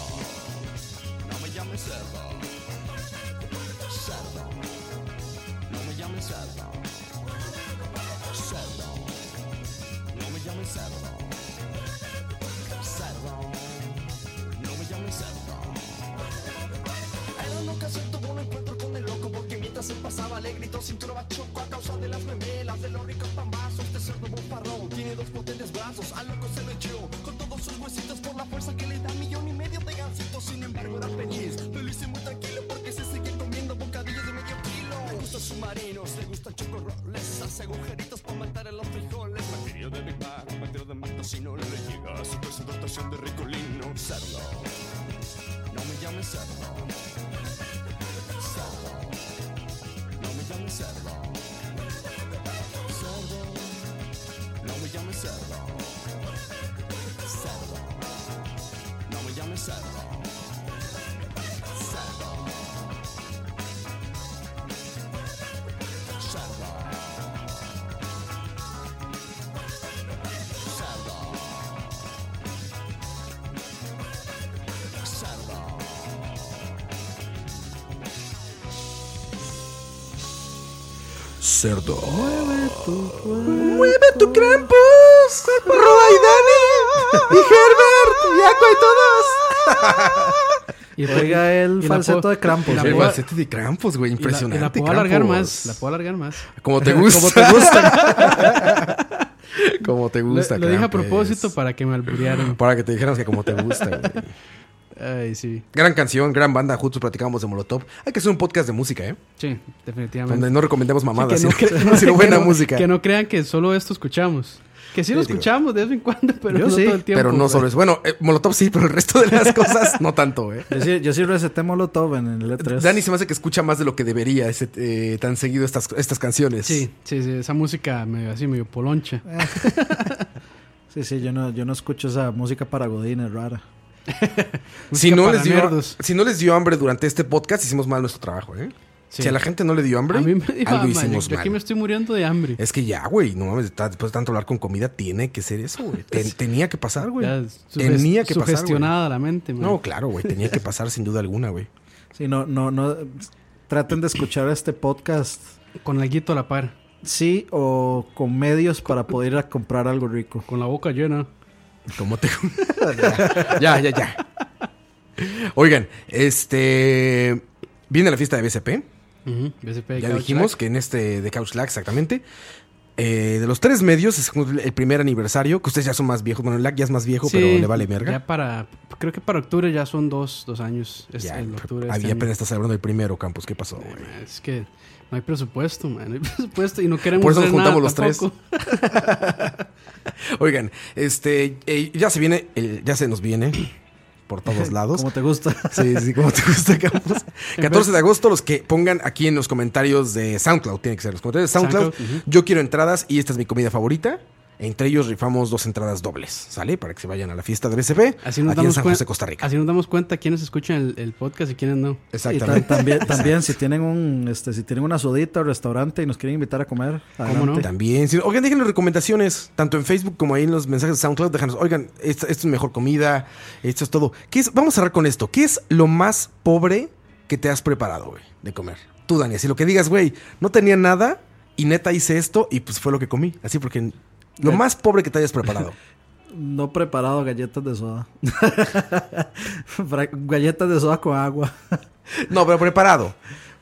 Speaker 4: no me llames cerdo. Cerdo, no me llames cerdo. Cerdo, no me llames cerdo. Cerdo, no me llames cerdo. En una ocasión tuvo un encuentro con el loco porque mientras él pasaba le gritó sin choco a causa de las memelas, de los ricos pambazos. Este cerdo bofarrón tiene dos potentes brazos, al loco se lo echó con todos sus huesitos por la fuerza que le da millón y medio de gansitos. Sin embargo era feliz, lo hice muy tranquilo porque se sigue comiendo bocadillos de medio kilo. Le gustan submarinos, le gustan chocorroles, hace agujeritos para matar a los frijoles. Materia de Big Mac, materia de Mantocino, le llega a su presentación de ricolino. Cerdo, no me llames cerdo. Cerdo, no me llames cerdo. Cerdo, no me llames cerdo. Cerdo, no me llames cerdo. Cerdo. Cerdo. Cerdo. Cerdo.
Speaker 2: Cerdo. Mueve tu Krampus. Roa y Dani. Y Herbert. Y Aqua y todos.
Speaker 1: Y después-
Speaker 3: Oiga el
Speaker 1: y la
Speaker 3: falseto
Speaker 1: puedo-
Speaker 3: de Krampus.
Speaker 1: la
Speaker 2: el
Speaker 1: puedo-
Speaker 2: falsete de Krampus, güey.
Speaker 1: y la-
Speaker 2: Impresionante.
Speaker 1: Y la, puedo alargar
Speaker 2: Krampus.
Speaker 1: más. La puedo alargar más.
Speaker 2: Como te gusta. Como te gusta. como te
Speaker 1: Lo,
Speaker 2: gusta,
Speaker 1: lo dije a
Speaker 2: Krampus.
Speaker 1: propósito para que me alburearan.
Speaker 2: Para que te dijeras que como te gusta, güey. Ah.
Speaker 1: Ay, sí.
Speaker 2: Gran canción, gran banda. Justo platicábamos de Molotov. Hay que hacer un podcast de música, ¿eh?
Speaker 1: Sí, definitivamente.
Speaker 2: Donde no recomendemos mamadas,
Speaker 1: Sí, que no
Speaker 2: sino,
Speaker 1: cre-
Speaker 2: sino
Speaker 1: que
Speaker 2: buena
Speaker 1: no-
Speaker 2: música.
Speaker 1: Que no crean que solo esto escuchamos. Que sí lo
Speaker 2: Sí, digo.
Speaker 1: escuchamos de vez en cuando, pero
Speaker 3: Yo
Speaker 1: no
Speaker 3: sí,
Speaker 1: todo el tiempo. pues.
Speaker 2: pero no solo eso. Bueno, eh, Molotov sí, pero el resto de las cosas no tanto, ¿eh?
Speaker 3: Yo sí, yo sí reseté Molotov en el E E3.
Speaker 2: Dani se me hace que escucha más de lo que debería ese, eh, tan seguido estas, estas canciones.
Speaker 1: Sí, sí, sí, esa música medio así, medio poloncha.
Speaker 3: Eh, Sí, sí, yo no, yo no escucho esa música para Godín, es rara.
Speaker 2: Si
Speaker 1: Música
Speaker 2: no,
Speaker 1: para
Speaker 2: les dio,
Speaker 1: nerdos.
Speaker 2: si no les dio hambre durante este podcast, hicimos mal nuestro trabajo, ¿eh?
Speaker 1: Sí.
Speaker 2: Si a la gente no le dio hambre,
Speaker 1: A mí me dijo,
Speaker 2: algo
Speaker 1: "Ah, ma,
Speaker 2: hicimos
Speaker 1: yo- yo aquí
Speaker 2: mal.
Speaker 1: me estoy muriendo de hambre.
Speaker 2: Es que ya, güey, no mames, ta- después de tanto hablar con comida, tiene que ser eso, güey. Ten- tenía que pasar, güey.
Speaker 1: Ya, suges-
Speaker 2: Tenía que pasar, güey.
Speaker 1: sugestionada la mente, man.
Speaker 2: No, claro, güey, tenía que pasar sin duda alguna, güey.
Speaker 3: Sí, no, no, no. Traten de escuchar este podcast,
Speaker 1: Con el guito a la par,
Speaker 3: sí, o con medios para poder ir a comprar algo rico.
Speaker 1: con la boca llena.
Speaker 2: Como te... ya, ya, ya. Oigan, este... Viene la fiesta de BCP.
Speaker 1: Ujú, BCP de
Speaker 2: Ya
Speaker 1: Couch
Speaker 2: dijimos
Speaker 1: Lag.
Speaker 2: que en este de Couch Lag, exactamente. Eh, de los tres medios, es como el primer aniversario, que ustedes ya son más viejos. Bueno, el Lag ya es más viejo,
Speaker 1: Sí,
Speaker 2: pero le vale verga.
Speaker 1: Ya para, creo que para octubre ya son dos, dos años. Es
Speaker 2: Ya,
Speaker 1: el octubre de
Speaker 2: había
Speaker 1: este año.
Speaker 2: apenas está celebrando el primero, Campos. ¿Qué pasó, güey?
Speaker 1: Es que no hay presupuesto, man. No hay presupuesto y no queremos
Speaker 2: Por eso nos
Speaker 1: hacer nada
Speaker 2: juntamos los tres.
Speaker 1: tampoco.
Speaker 2: Oigan, este, eh, ya se viene, el- ya se nos viene por todos lados.
Speaker 3: Como te gusta.
Speaker 2: Sí, sí, como te gusta, Campos. 14 de agosto, los que pongan aquí en los comentarios de SoundCloud, tiene que ser los comentarios de SoundCloud.
Speaker 1: SoundCloud, ujú.
Speaker 2: Yo quiero entradas y esta es mi comida favorita. Entre ellos rifamos dos entradas dobles, ¿sale? Para que se vayan a la fiesta del SP
Speaker 1: Así nos,
Speaker 2: aquí en
Speaker 1: damos
Speaker 2: San
Speaker 1: cuenta,
Speaker 2: José, Costa Rica.
Speaker 1: así nos damos cuenta quiénes escuchan el, el podcast y quiénes no.
Speaker 3: Y ta-
Speaker 2: Exactamente.
Speaker 3: también, también si tienen un, este, si tienen una sodita o restaurante y nos quieren invitar a comer, adelante.
Speaker 1: no?
Speaker 2: También. sí. Oigan, déjenos recomendaciones, tanto en Facebook como ahí en los mensajes de SoundCloud. Déjanos, oigan, esta, esta es mejor comida, esto es todo. ¿Qué es? Vamos a cerrar con esto. ¿Qué es lo más pobre que te has preparado, güey, de comer? Tú, Dani, así lo que digas, güey, no tenía nada y neta hice esto y pues fue lo que comí. Así porque lo más pobre que te hayas preparado.
Speaker 3: No he preparado galletas de soda. Fra- galletas de soda con agua.
Speaker 2: No, pero preparado.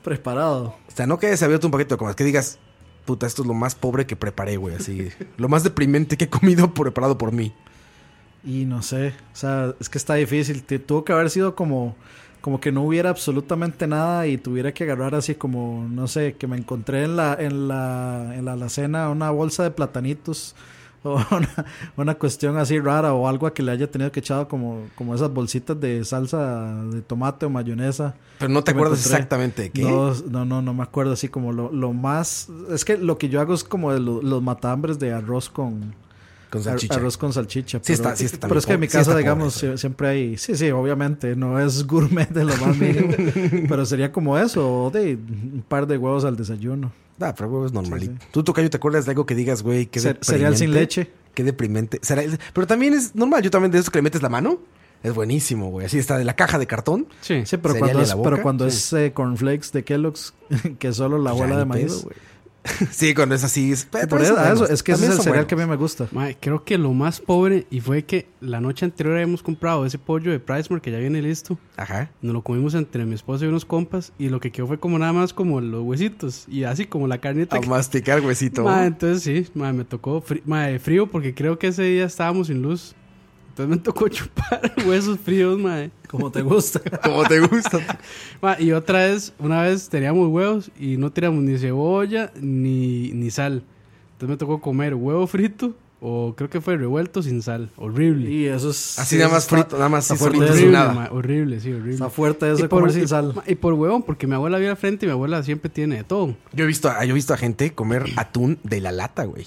Speaker 3: Preparado.
Speaker 2: O sea, no que hayas abierto un paquete de comas, que digas, puta, esto es lo más pobre que preparé, güey, así. Lo más deprimente que he comido preparado por mí.
Speaker 3: Y no sé, o sea, es que está difícil. Te- tuvo que haber sido como, como que no hubiera absolutamente nada y tuviera que agarrar así como, no sé, que me encontré en la, en la, en la alacena una bolsa de platanitos o una, una cuestión así rara o algo a que le haya tenido que echado como, como esas bolsitas de salsa de tomate o mayonesa.
Speaker 2: Pero no te
Speaker 3: que me
Speaker 2: acuerdas
Speaker 3: encontré.
Speaker 2: exactamente de qué.
Speaker 3: No, no, no, no me acuerdo así como lo, lo más... Es que lo que yo hago es como de lo- los matambres de arroz con...
Speaker 2: con
Speaker 3: Ar-
Speaker 2: salchicha.
Speaker 3: Arroz con salchicha.
Speaker 2: Sí está- sí está también
Speaker 3: pero es que en mi
Speaker 2: pobre, sí
Speaker 3: casa,
Speaker 2: está
Speaker 3: digamos,
Speaker 2: pobre,
Speaker 3: sie- siempre hay. Sí, sí, obviamente. No es gourmet de lo más mínimo. pero sería como eso, o de un par de huevos al desayuno.
Speaker 2: Ah, pero huevo es normalito.
Speaker 3: Sí,
Speaker 2: Tú, Tocayo, ¿te acuerdas de algo que digas, güey? Qué
Speaker 3: Ce- cereal
Speaker 2: deprimente?
Speaker 3: sin leche.
Speaker 2: Qué deprimente. Cereal- Pero también es normal. Yo también de esos que le metes la mano. Es buenísimo, güey. Así está de la caja de cartón.
Speaker 1: Sí.
Speaker 3: Sí, pero
Speaker 2: Cereal
Speaker 3: cuando
Speaker 2: en
Speaker 3: es,
Speaker 2: la boca,
Speaker 3: pero cuando
Speaker 2: sí. Pues
Speaker 3: es eh, cornflakes de Kellogg's, que es solo la
Speaker 2: Ya
Speaker 3: abuela
Speaker 2: ni
Speaker 3: de maíz.
Speaker 2: pedo, güey. sí, cuando es así. Es,
Speaker 3: Y
Speaker 2: pero
Speaker 3: Por
Speaker 2: son
Speaker 3: eso, a eso,
Speaker 2: buenos.
Speaker 3: es que ese es
Speaker 2: También
Speaker 3: el
Speaker 2: son
Speaker 3: cereal
Speaker 2: buenos.
Speaker 3: que a mí me gusta.
Speaker 1: Mae, creo que lo más pobre y fue que la noche anterior habíamos comprado ese pollo de Pricemore que ya viene listo.
Speaker 2: Ajá.
Speaker 1: Nos lo comimos entre mi esposa y unos compas y lo que quedó fue como nada más como los huesitos y así como la carnita.
Speaker 2: A
Speaker 1: que-
Speaker 2: masticar huesito.
Speaker 1: Mae, entonces sí, mae, me tocó fri- mae, frío porque creo que ese día estábamos sin luz. Entonces me tocó chupar huesos fríos, mae.
Speaker 3: Como te gusta.
Speaker 2: Como te gusta.
Speaker 1: Ma, y otra vez, una vez teníamos huevos y no tiramos ni cebolla ni, ni sal. Entonces me tocó comer huevo frito o creo que fue revuelto sin sal. Horrible.
Speaker 3: y eso es.
Speaker 2: Así nada más
Speaker 3: está-
Speaker 2: frito, nada más
Speaker 3: está
Speaker 2: así
Speaker 3: fuerte
Speaker 2: solito,
Speaker 3: eso.
Speaker 2: sin
Speaker 1: horrible,
Speaker 2: nada.
Speaker 1: ma, horrible, sí, horrible.
Speaker 3: Está fuerte eso
Speaker 1: Y
Speaker 3: de comer
Speaker 1: y-
Speaker 3: sin sal.
Speaker 1: ma, Y por huevón, porque mi abuela vive al frente y mi abuela siempre tiene de todo.
Speaker 2: Yo he visto, a- yo he visto a gente comer atún de la lata, güey.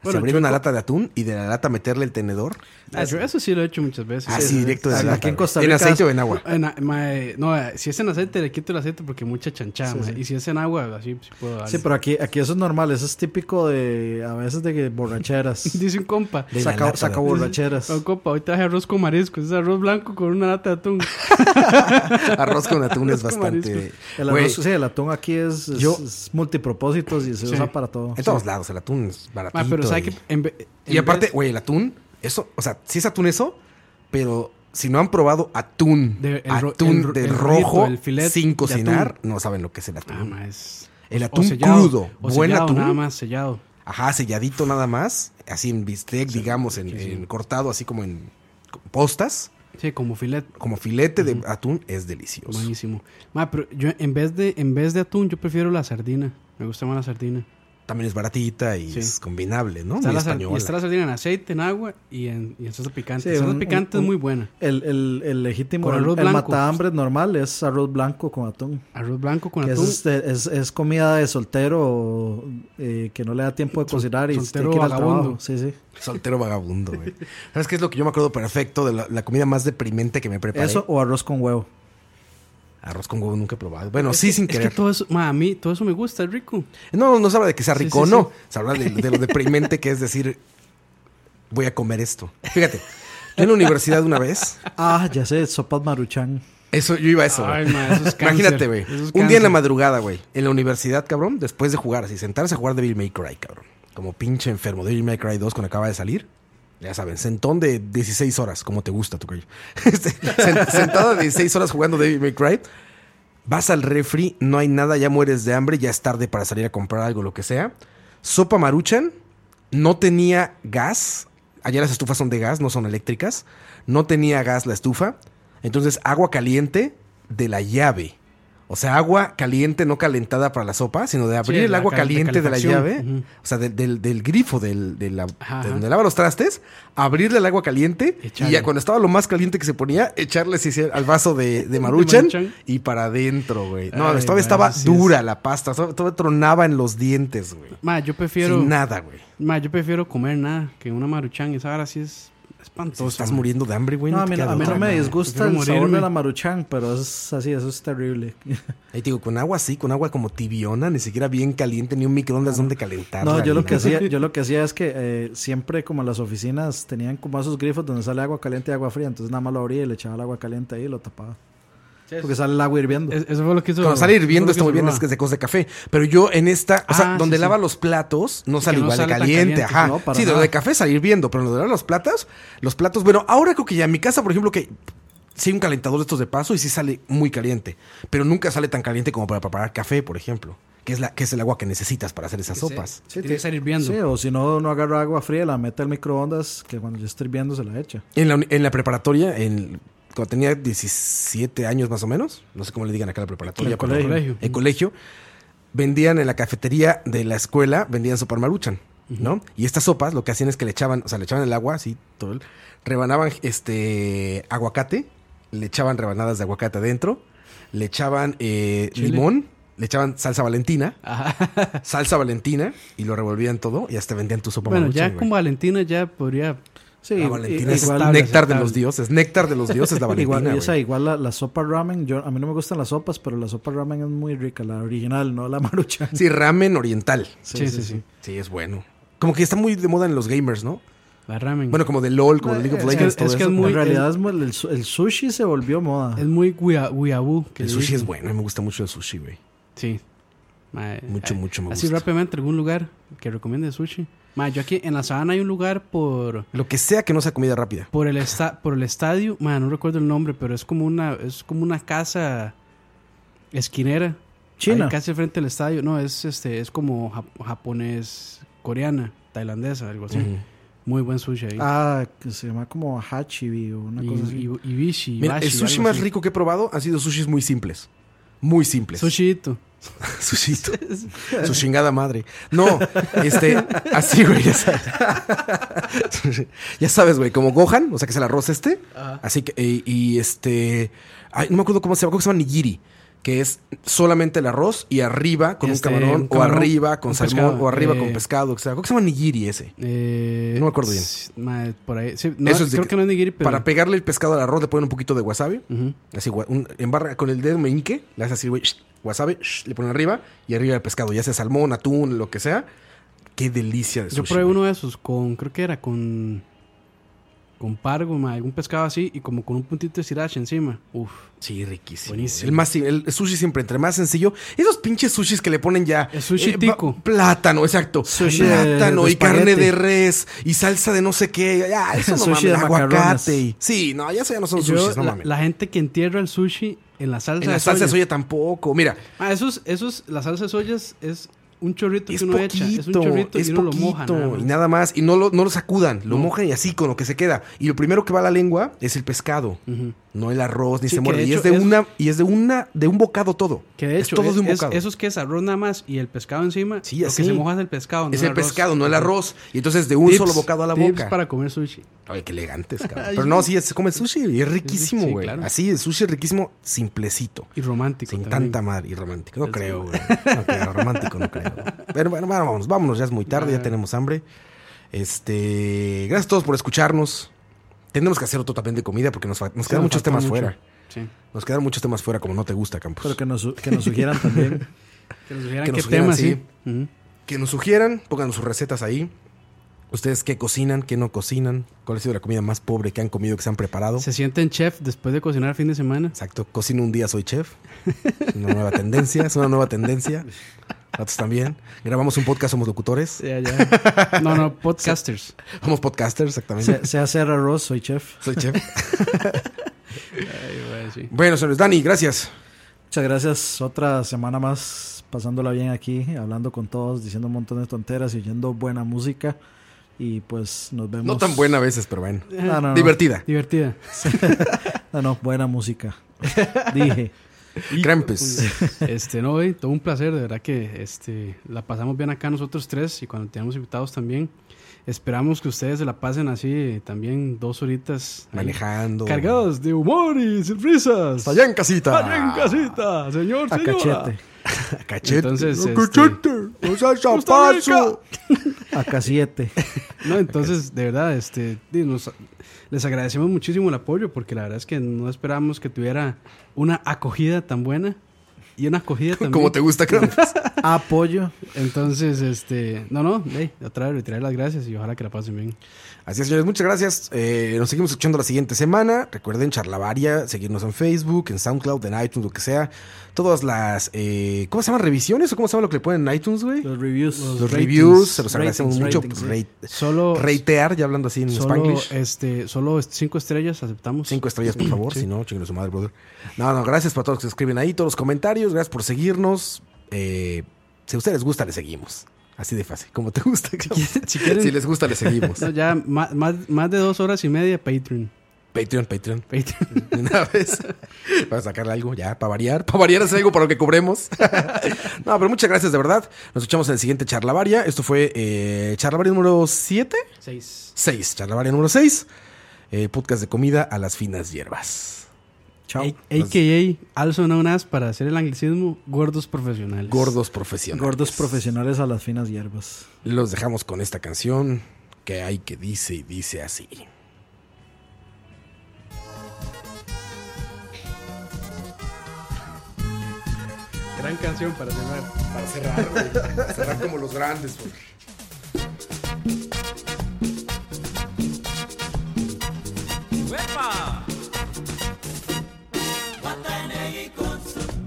Speaker 2: Se
Speaker 1: Bueno,
Speaker 2: abrir
Speaker 1: yo
Speaker 2: una
Speaker 1: co-
Speaker 2: lata de atún y de la lata meterle el tenedor.
Speaker 1: Ah, yo eso sí lo he hecho muchas veces.
Speaker 2: Así
Speaker 3: sí,
Speaker 2: directo de la
Speaker 3: sí.
Speaker 2: lata.
Speaker 3: Aquí en
Speaker 2: güey.
Speaker 3: Costa
Speaker 2: ¿En
Speaker 3: Rica-
Speaker 2: aceite o en agua?
Speaker 1: En a- ma, eh, no, eh, si es en aceite le quito el aceite porque mucha chanchada.
Speaker 3: Sí,
Speaker 1: ma.
Speaker 3: sí.
Speaker 1: Y si es en agua, así pues, sí puedo darle.
Speaker 3: Sí, pero aquí, aquí eso es normal. Eso es típico de. A veces de que borracheras.
Speaker 1: Dice un compa.
Speaker 2: De la
Speaker 3: Saca,
Speaker 2: lata,
Speaker 3: saca
Speaker 2: güey.
Speaker 3: borracheras.
Speaker 1: No, compa, hoy traje arroz con mariscos. Es arroz blanco con una lata de atún.
Speaker 2: Arroz con atún es
Speaker 1: Arroz con
Speaker 2: bastante.
Speaker 1: mariscos.
Speaker 3: El
Speaker 2: Güey,
Speaker 3: arroz, sí, el atún aquí es, es-
Speaker 2: Yo-
Speaker 3: es multipropósitos y se
Speaker 1: Sí.
Speaker 3: usa para todo.
Speaker 2: En todos lados, el atún es baratito.
Speaker 1: Ma, Ah, pero ¿sabes
Speaker 2: y-
Speaker 1: que en ve-
Speaker 2: Y
Speaker 1: en
Speaker 2: aparte,
Speaker 1: vez-
Speaker 2: güey, el atún, eso, o sea, sí es atún eso, pero si no han probado atún,
Speaker 1: De- el ro-
Speaker 2: atún
Speaker 1: el ro-
Speaker 2: del
Speaker 1: el rollito,
Speaker 2: rojo
Speaker 1: el filet
Speaker 2: sin
Speaker 1: de
Speaker 2: cocinar, no saben lo que es el
Speaker 1: Ah,
Speaker 2: atún.
Speaker 1: ma, es-
Speaker 2: El
Speaker 1: o
Speaker 2: atún
Speaker 1: sellado,
Speaker 2: crudo,
Speaker 1: o
Speaker 2: buen
Speaker 1: sellado,
Speaker 2: atún.
Speaker 1: nada más sellado.
Speaker 2: Ajá, selladito nada más, así en bistec, digamos, en,
Speaker 1: sí, sí.
Speaker 2: en cortado, así como en postas,
Speaker 1: Sí, como filet.
Speaker 2: como filete de atún, es delicioso.
Speaker 1: Buenísimo. Ma, pero yo en vez de en vez de atún yo prefiero la sardina. Me gusta más la sardina.
Speaker 2: También es baratita y
Speaker 1: Sí.
Speaker 2: es combinable, ¿no?
Speaker 1: Está
Speaker 2: Ah, Muy
Speaker 1: la, sar- y
Speaker 2: española.
Speaker 1: está la sardina en aceite, en agua y en, y en salsa picante.
Speaker 3: Sí,
Speaker 1: La salsa
Speaker 3: un-
Speaker 1: picante
Speaker 3: un-
Speaker 1: es muy buena.
Speaker 3: El, el, el legítimo,
Speaker 1: Con
Speaker 3: el,
Speaker 1: arroz
Speaker 3: el
Speaker 1: blanco.
Speaker 3: matahambres normal es arroz blanco con atún.
Speaker 1: Arroz blanco con
Speaker 3: Que es,
Speaker 1: atún.
Speaker 3: este- es, es comida de soltero eh, que no le da tiempo de cocinar y
Speaker 1: soltero
Speaker 3: tiene que ir al
Speaker 1: vagabundo.
Speaker 3: trabajo. Sí, sí.
Speaker 2: Soltero vagabundo, güey. ¿Sabes qué es lo que yo me acuerdo perfecto de la, la comida más deprimente que me preparé?
Speaker 3: Eso o arroz con huevo.
Speaker 2: Arroz con huevo nunca he probado. Bueno, sí, sin
Speaker 1: es
Speaker 2: querer.
Speaker 1: que todo eso, ma, a mí todo eso me gusta, es rico.
Speaker 2: No, no se habla de que sea
Speaker 1: Sí,
Speaker 2: rico o
Speaker 1: sí,
Speaker 2: no.
Speaker 1: sí.
Speaker 2: Se habla de, de lo deprimente que es decir, voy a comer esto. Fíjate, yo en la universidad una vez,
Speaker 3: Ah, ya sé, sopas maruchan.
Speaker 2: eso, yo iba a eso.
Speaker 1: Ay,
Speaker 2: güey.
Speaker 1: ma, eso es cáncer.
Speaker 2: Imagínate, güey.
Speaker 1: Eso es
Speaker 2: un día en la
Speaker 1: cáncer.
Speaker 2: madrugada, güey. En la universidad, cabrón, después de jugar, así, sentarse a jugar Devil May Cry, cabrón. Como pinche enfermo. Devil May Cry 2 cuando acaba de salir. Ya saben, sentón de 16 horas, como te gusta, tu cuello. Este, sen- sentado 16 horas jugando Devil May Cry. Vas al refri, no hay nada, ya mueres de hambre, ya es tarde para salir a comprar algo, lo que sea. Sopa maruchan, no tenía gas. Allá las estufas son de gas, no son eléctricas. No tenía gas la estufa. Entonces, agua caliente de la llave. O sea, agua caliente no calentada para la sopa, sino de abrir
Speaker 1: Sí,
Speaker 2: el
Speaker 1: la
Speaker 2: agua
Speaker 1: cal- de
Speaker 2: caliente de la
Speaker 1: calefacción.
Speaker 2: llave.
Speaker 1: Ujú.
Speaker 2: O sea, del, del- del grifo del, de la-
Speaker 1: Ajá,
Speaker 2: de
Speaker 1: ajá.
Speaker 2: donde lava los trastes, abrirle el agua caliente. Y
Speaker 1: Echarle.
Speaker 2: ya cuando estaba lo más caliente que se ponía, echarle sí, sí, al vaso de, de maruchan,
Speaker 1: Maruchan.
Speaker 2: y para adentro, güey. No,
Speaker 1: Ay,
Speaker 2: todavía
Speaker 1: güey,
Speaker 2: estaba
Speaker 1: eso sí
Speaker 2: dura la pasta, todavía todavía tronaba en los dientes, güey.
Speaker 1: Ma, yo prefiero
Speaker 2: Sin nada, güey.
Speaker 1: ma, yo prefiero comer nada que una maruchan, esa ahora sí es
Speaker 2: Si
Speaker 1: espantosa.
Speaker 2: estás
Speaker 1: ma.
Speaker 2: muriendo de hambre, güey.
Speaker 3: No,
Speaker 2: no
Speaker 3: a
Speaker 2: te
Speaker 3: mí, no-
Speaker 2: queda
Speaker 3: a mí
Speaker 2: otra,
Speaker 3: no me
Speaker 2: güey.
Speaker 3: disgusta
Speaker 1: prefiero
Speaker 3: el sabor
Speaker 1: morirme.
Speaker 3: de la maruchan, pero es así, eso es terrible.
Speaker 2: Ahí te digo, con agua así, con agua como tibiona, ni siquiera bien caliente, ni un microondas donde calentarla.
Speaker 3: No, yo
Speaker 2: ni
Speaker 3: lo que
Speaker 2: nada.
Speaker 3: hacía, yo lo que hacía es que eh, siempre como las oficinas tenían como esos grifos donde sale agua caliente y agua fría, entonces nada más lo abría y le echaba el agua caliente ahí y lo tapaba. Porque sale el agua hirviendo.
Speaker 1: Es- eso fue lo que hizo.
Speaker 2: Cuando sale hirviendo
Speaker 1: eso
Speaker 2: está
Speaker 1: fue
Speaker 2: muy
Speaker 1: lo
Speaker 2: bien,
Speaker 1: hizo
Speaker 2: es que es de cosa de café. Pero yo en esta, o sea,
Speaker 1: Ah,
Speaker 2: donde
Speaker 1: sí, sí.
Speaker 2: lava los platos, no sale
Speaker 1: no
Speaker 2: igual de
Speaker 1: sale tan
Speaker 2: caliente,
Speaker 1: caliente,
Speaker 2: ajá.
Speaker 3: pues, no, para
Speaker 2: sí, de lo
Speaker 3: nada.
Speaker 2: de café sale hirviendo, pero lo de lavar los platos, los platos, bueno, ahora creo que ya en mi casa, por ejemplo, que sí hay un calentador de estos de paso y sí sale muy caliente. Pero nunca sale tan caliente como para preparar café, por ejemplo. Que es, la, que es el agua que necesitas para hacer esas sopas.
Speaker 1: Tiene que estar hirviendo.
Speaker 3: Sí, o si no, no agarra agua fría, la mete al microondas, que cuando ya esté hirviendo se la echa.
Speaker 2: En la, uni- en la preparatoria, en- cuando tenía 17 años más o menos, no sé cómo le digan acá a la preparatoria,
Speaker 3: El
Speaker 2: pero-
Speaker 3: colegio.
Speaker 2: en colegio, vendían en la cafetería de la escuela, vendían sopa maruchan, ¿no? Y estas sopas lo que hacían es que le echaban, o sea, le echaban el agua, así, todo el- rebanaban este aguacate, le echaban rebanadas de aguacate adentro, le echaban eh,
Speaker 1: Chile.
Speaker 2: limón, le echaban salsa valentina,
Speaker 1: Ajá.
Speaker 2: salsa valentina, y lo revolvían todo y hasta vendían tu sopa
Speaker 1: Bueno,
Speaker 2: maruchan.
Speaker 1: ya
Speaker 2: güey.
Speaker 1: con Valentina ya podría
Speaker 3: Sí,
Speaker 2: La
Speaker 3: i-
Speaker 2: Ah, Valentina es
Speaker 3: igual,
Speaker 2: néctar de
Speaker 1: aceptable.
Speaker 2: los dioses, néctar de los dioses la Valentina.
Speaker 3: igual, y
Speaker 2: güey.
Speaker 3: esa, igual la, la sopa ramen, yo, a mí no me gustan las sopas, pero la sopa ramen es muy rica, la original, no la maruchan.
Speaker 2: Sí, ramen oriental.
Speaker 1: Sí, sí, sí.
Speaker 2: Sí, es bueno. Como que está muy de moda en los gamers, ¿no?
Speaker 1: la ramen.
Speaker 2: Bueno, como de LOL, como de League of
Speaker 3: Es que-
Speaker 2: Legends, todo
Speaker 1: Mm. es que
Speaker 2: eso.
Speaker 1: es muy-
Speaker 3: en realidad es muy- el, su- el sushi se volvió moda.
Speaker 1: es muy guia- guiabú. que
Speaker 2: El
Speaker 1: le
Speaker 2: sushi
Speaker 1: dicen.
Speaker 2: es bueno, me gusta mucho el sushi, güey.
Speaker 1: Sí. Mae,
Speaker 2: Mucho,
Speaker 1: eh,
Speaker 2: mucho me
Speaker 1: Así
Speaker 2: gusta.
Speaker 1: rápidamente, algún lugar que recomiende sushi. Mae, yo aquí en la sabana hay un lugar por,
Speaker 2: Lo que sea que no sea comida rápida.
Speaker 1: por, el, esta, por el estadio. Mae, no recuerdo el nombre, pero es como una, es como una casa esquinera.
Speaker 3: China.
Speaker 1: Ahí casi frente al estadio. No, es, este, es como jap- japonés, coreana, tailandesa, algo así. Muy buen sushi ahí.
Speaker 3: Ah, que se llama como Hachibi o una
Speaker 1: y,
Speaker 3: cosa así.
Speaker 1: y, y bishi,
Speaker 2: Mira,
Speaker 1: bashi,
Speaker 2: el sushi
Speaker 1: algo
Speaker 2: más
Speaker 1: así.
Speaker 2: rico que he probado han sido sushis muy simples. Muy simples.
Speaker 1: Sushito.
Speaker 2: Sushito. Su chingada madre. No, este, así, güey, ya sabes. ya sabes, güey, como Gohan, o sea, que es el arroz este. Así que, eh, y este, ay, no me acuerdo cómo se llama, creo que se llama nigiri. Que es solamente el arroz y arriba con
Speaker 1: Este,
Speaker 2: un, camarón,
Speaker 1: un
Speaker 2: o
Speaker 1: camarón,
Speaker 2: arriba con
Speaker 1: un
Speaker 2: salmón,
Speaker 1: pescado,
Speaker 2: o arriba
Speaker 1: eh,
Speaker 2: con pescado, o sea, creo que se llama nigiri ese.
Speaker 1: Eh,
Speaker 2: No me acuerdo bien.
Speaker 1: s- mae, por ahí. Sí, no,
Speaker 2: Eso es de
Speaker 1: creo
Speaker 2: que-
Speaker 1: que no es nigiri, pero.
Speaker 2: Para pegarle el pescado al arroz le ponen un poquito de wasabi.
Speaker 1: Ujú.
Speaker 2: Así, gua- un- embarra con el dedo meñique, le haces así, güey, sh- wasabi, sh, le ponen arriba y arriba el pescado, ya sea salmón, atún, lo que sea. Qué delicia de sushi.
Speaker 1: Yo probé
Speaker 2: güey.
Speaker 1: uno de esos con, creo que era con con pargo, ma, algún pescado así y como con un puntito de sriracha encima. Uf,
Speaker 2: Sí, riquísimo.
Speaker 1: Buenísimo.
Speaker 2: El, más, si- el sushi siempre, entre más sencillo. Esos pinches sushis que le ponen ya.
Speaker 1: El sushi
Speaker 2: va-
Speaker 1: tico.
Speaker 2: Plátano, exacto.
Speaker 3: Sushi de-
Speaker 2: plátano
Speaker 3: de
Speaker 2: y carne
Speaker 3: espagueti.
Speaker 2: de res y salsa de no sé qué. Ya, eso no
Speaker 3: Sushi
Speaker 2: mames.
Speaker 3: de macarrones.
Speaker 2: Aguacate. y- Sí, no, ya, eso ya no son
Speaker 1: Yo,
Speaker 2: sushis, no
Speaker 1: la,
Speaker 2: mames.
Speaker 1: la gente que entierra el sushi en la salsa
Speaker 2: en la
Speaker 1: de
Speaker 2: salsa de
Speaker 1: soya.
Speaker 2: soya tampoco. Mira,
Speaker 1: Ah, esos, esos, la salsa de soya es, es un chorrito
Speaker 2: es
Speaker 1: que uno
Speaker 2: poquito.
Speaker 1: echa. Es un chorrito
Speaker 2: es
Speaker 1: y uno
Speaker 2: poquito.
Speaker 1: lo moja. nada más.
Speaker 2: y nada más. Y no lo, no lo sacudan. Lo mojan y así con lo que se queda. Y lo primero que va a la lengua es el pescado.
Speaker 1: Ujú.
Speaker 2: No el arroz, ni
Speaker 1: Sí,
Speaker 2: se
Speaker 1: que
Speaker 2: muerde.
Speaker 1: de
Speaker 2: Y
Speaker 1: hecho
Speaker 2: es de
Speaker 1: es-
Speaker 2: una, y es de una, de un bocado todo.
Speaker 1: Que de
Speaker 2: es
Speaker 1: hecho,
Speaker 2: todo
Speaker 1: es-
Speaker 2: de un
Speaker 1: es-
Speaker 2: bocado.
Speaker 1: esos que es arroz nada más y el pescado encima,
Speaker 2: Sí,
Speaker 1: lo
Speaker 2: así.
Speaker 1: que se moja es el pescado. no
Speaker 2: es el
Speaker 1: arroz.
Speaker 2: pescado, no el arroz. Y entonces de un
Speaker 1: Tips,
Speaker 2: solo bocado a la
Speaker 1: tips
Speaker 2: boca.
Speaker 1: para comer sushi.
Speaker 2: Ay, qué elegantes, cabrón. Pero no, sí, se come sushi y es riquísimo,
Speaker 1: Sí,
Speaker 2: güey.
Speaker 1: claro.
Speaker 2: Así, el sushi es riquísimo, simplecito.
Speaker 1: Y romántico.
Speaker 2: Sin
Speaker 1: también.
Speaker 2: tanta madre y romántico. No creo, güey. No creo, romántico no creo. Pero bueno, bueno, vámonos, vámonos, ya es muy tarde,
Speaker 1: Ah.
Speaker 2: ya tenemos hambre. Este, gracias a todos por escucharnos. Tendremos que hacer otro también de comida porque nos, fa- nos
Speaker 1: Sí,
Speaker 2: quedan
Speaker 1: nos
Speaker 2: muchos
Speaker 1: faltó
Speaker 2: temas
Speaker 1: mucho.
Speaker 2: fuera.
Speaker 1: Sí.
Speaker 2: Nos quedan muchos temas fuera como no te gusta, Campos.
Speaker 3: Pero que nos, su- que nos sugieran también.
Speaker 1: Que nos dijeran
Speaker 2: Que
Speaker 1: qué
Speaker 2: nos sugieran,
Speaker 1: tema, sí.
Speaker 2: sí.
Speaker 1: Ujú.
Speaker 2: que nos sugieran, pónganos sus recetas ahí. Ustedes qué cocinan, qué no cocinan, cuál ha sido la comida más pobre que han comido, que se han preparado.
Speaker 1: Se sienten chef después de cocinar fin de semana.
Speaker 2: Exacto, cocino un día, soy chef. Es una nueva tendencia, es una nueva tendencia. Nosotros también. Grabamos un podcast, somos locutores.
Speaker 1: Ya, ya. No, no, podcasters.
Speaker 2: Somos podcasters, exactamente.
Speaker 3: Se, se hace arroz, soy chef.
Speaker 2: Soy chef.
Speaker 1: Ahí va, sí.
Speaker 2: Bueno, señores, Dani, gracias.
Speaker 3: Muchas gracias. Otra semana más pasándola bien aquí, hablando con todos, diciendo un montón de tonteras y oyendo buena música. Y pues nos vemos.
Speaker 2: No tan buena a veces, pero bueno.
Speaker 3: No, no, no.
Speaker 2: Divertida.
Speaker 1: Divertida.
Speaker 3: No, no, buena música. Dije.
Speaker 2: Krampus.
Speaker 1: Este, no, güey, todo un placer, de verdad que este, la pasamos bien acá nosotros tres y cuando tenemos invitados también. Esperamos que ustedes se la pasen así eh, también dos horitas. ahí,
Speaker 2: Manejando.
Speaker 1: Cargados de humor y sorpresas.
Speaker 2: Allá en casita.
Speaker 1: Allá en casita, señor,
Speaker 3: A
Speaker 1: señora.
Speaker 3: cachete.
Speaker 2: Cachete.
Speaker 1: Entonces,
Speaker 2: No,
Speaker 1: este-
Speaker 2: cachete. No seas
Speaker 1: Costa Rica.
Speaker 2: chapazo.
Speaker 3: A K7.
Speaker 1: No, entonces, de verdad, este, di, nos- les agradecemos muchísimo el apoyo porque la verdad es que no esperábamos que tuviera una acogida tan buena y una acogida tan
Speaker 2: Como te gusta, Krampus.
Speaker 3: Apoyo.
Speaker 1: Entonces, este, no, no, hey, otra vez retirar las gracias y ojalá que la pasen bien.
Speaker 2: Así es, señores, muchas gracias. Eh, nos seguimos escuchando la siguiente semana. Recuerden charlavaria, seguirnos en Facebook, en SoundCloud, en iTunes, lo que sea. Todas las. eh, ¿Cómo se llaman? ¿Revisiones o cómo se llama lo que le ponen en iTunes, güey? Los,
Speaker 3: Los reviews.
Speaker 2: reviews, se los
Speaker 3: ratings,
Speaker 2: agradecemos mucho.
Speaker 3: ratings,
Speaker 2: pues, rate-
Speaker 1: Solo,
Speaker 2: reitear, ya hablando así en
Speaker 1: solo,
Speaker 2: Spanglish.
Speaker 1: este, solo est- cinco estrellas aceptamos.
Speaker 2: Cinco estrellas, por favor.
Speaker 1: Sí.
Speaker 2: Si no, chingue su madre, brother. No, no, gracias para todos los que escriben ahí, todos los comentarios. Gracias por seguirnos. Eh, si a ustedes les gusta, les seguimos. Así de fácil. Como te gusta.
Speaker 1: si quieren-
Speaker 2: si les gusta, les seguimos.
Speaker 1: No, ya ma- más, más de dos horas y media Patreon.
Speaker 2: Patreon, Patreon.
Speaker 1: Patreon.
Speaker 2: de una vez. Para sacarle algo, ya, para variar. Para variar es algo para lo que cobremos. no, pero muchas gracias, de verdad. Nos escuchamos en el siguiente Charlavaria. Esto fue eh, Charlavaria número 7.
Speaker 1: Seis.
Speaker 2: 6. Charlavaria número 6. podcast de comida a las finas hierbas.
Speaker 3: Chao.
Speaker 1: A- AKA, also known as, para hacer el anglicismo, gordos profesionales.
Speaker 2: Gordos profesionales.
Speaker 3: Gordos profesionales a las finas hierbas.
Speaker 2: Los dejamos con esta canción que hay que dice y dice así.
Speaker 1: Gran canción para cerrar.
Speaker 2: Para cerrar, güey. cerrar como los grandes, güey.
Speaker 6: ¡Wepa!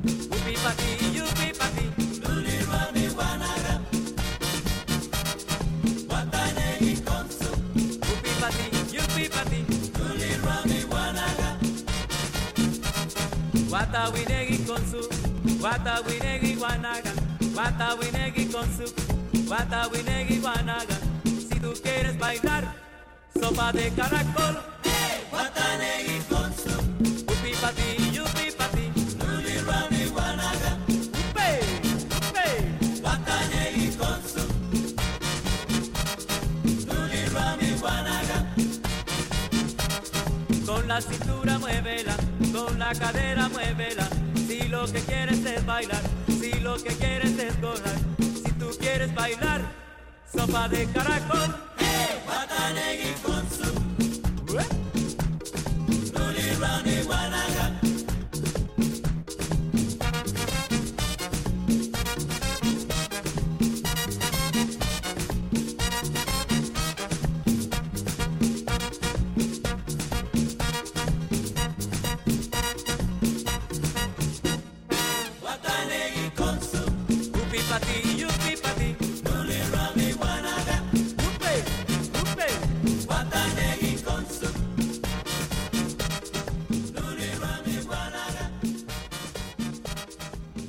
Speaker 6: Upi pati, upi pati. Upi pati, upi pati. Wata winegi konsu, wata winegi wanaga, wata winegi konsu, wata winegi wanaga. Si tú quieres bailar, sopa de caracol. Watanegi konsu, upi pati, upi pati. Nuli rami wanaga, upe, upe. Watanegi konsu, nuli rami wanaga. Con la cintura muévela, con la cadera muévela. Si lo que quieres es bailar, si lo que quieres es gozar, si tú quieres bailar, sopa de caracol. Watanegi Konsu.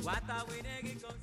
Speaker 6: Guatahuinegui con su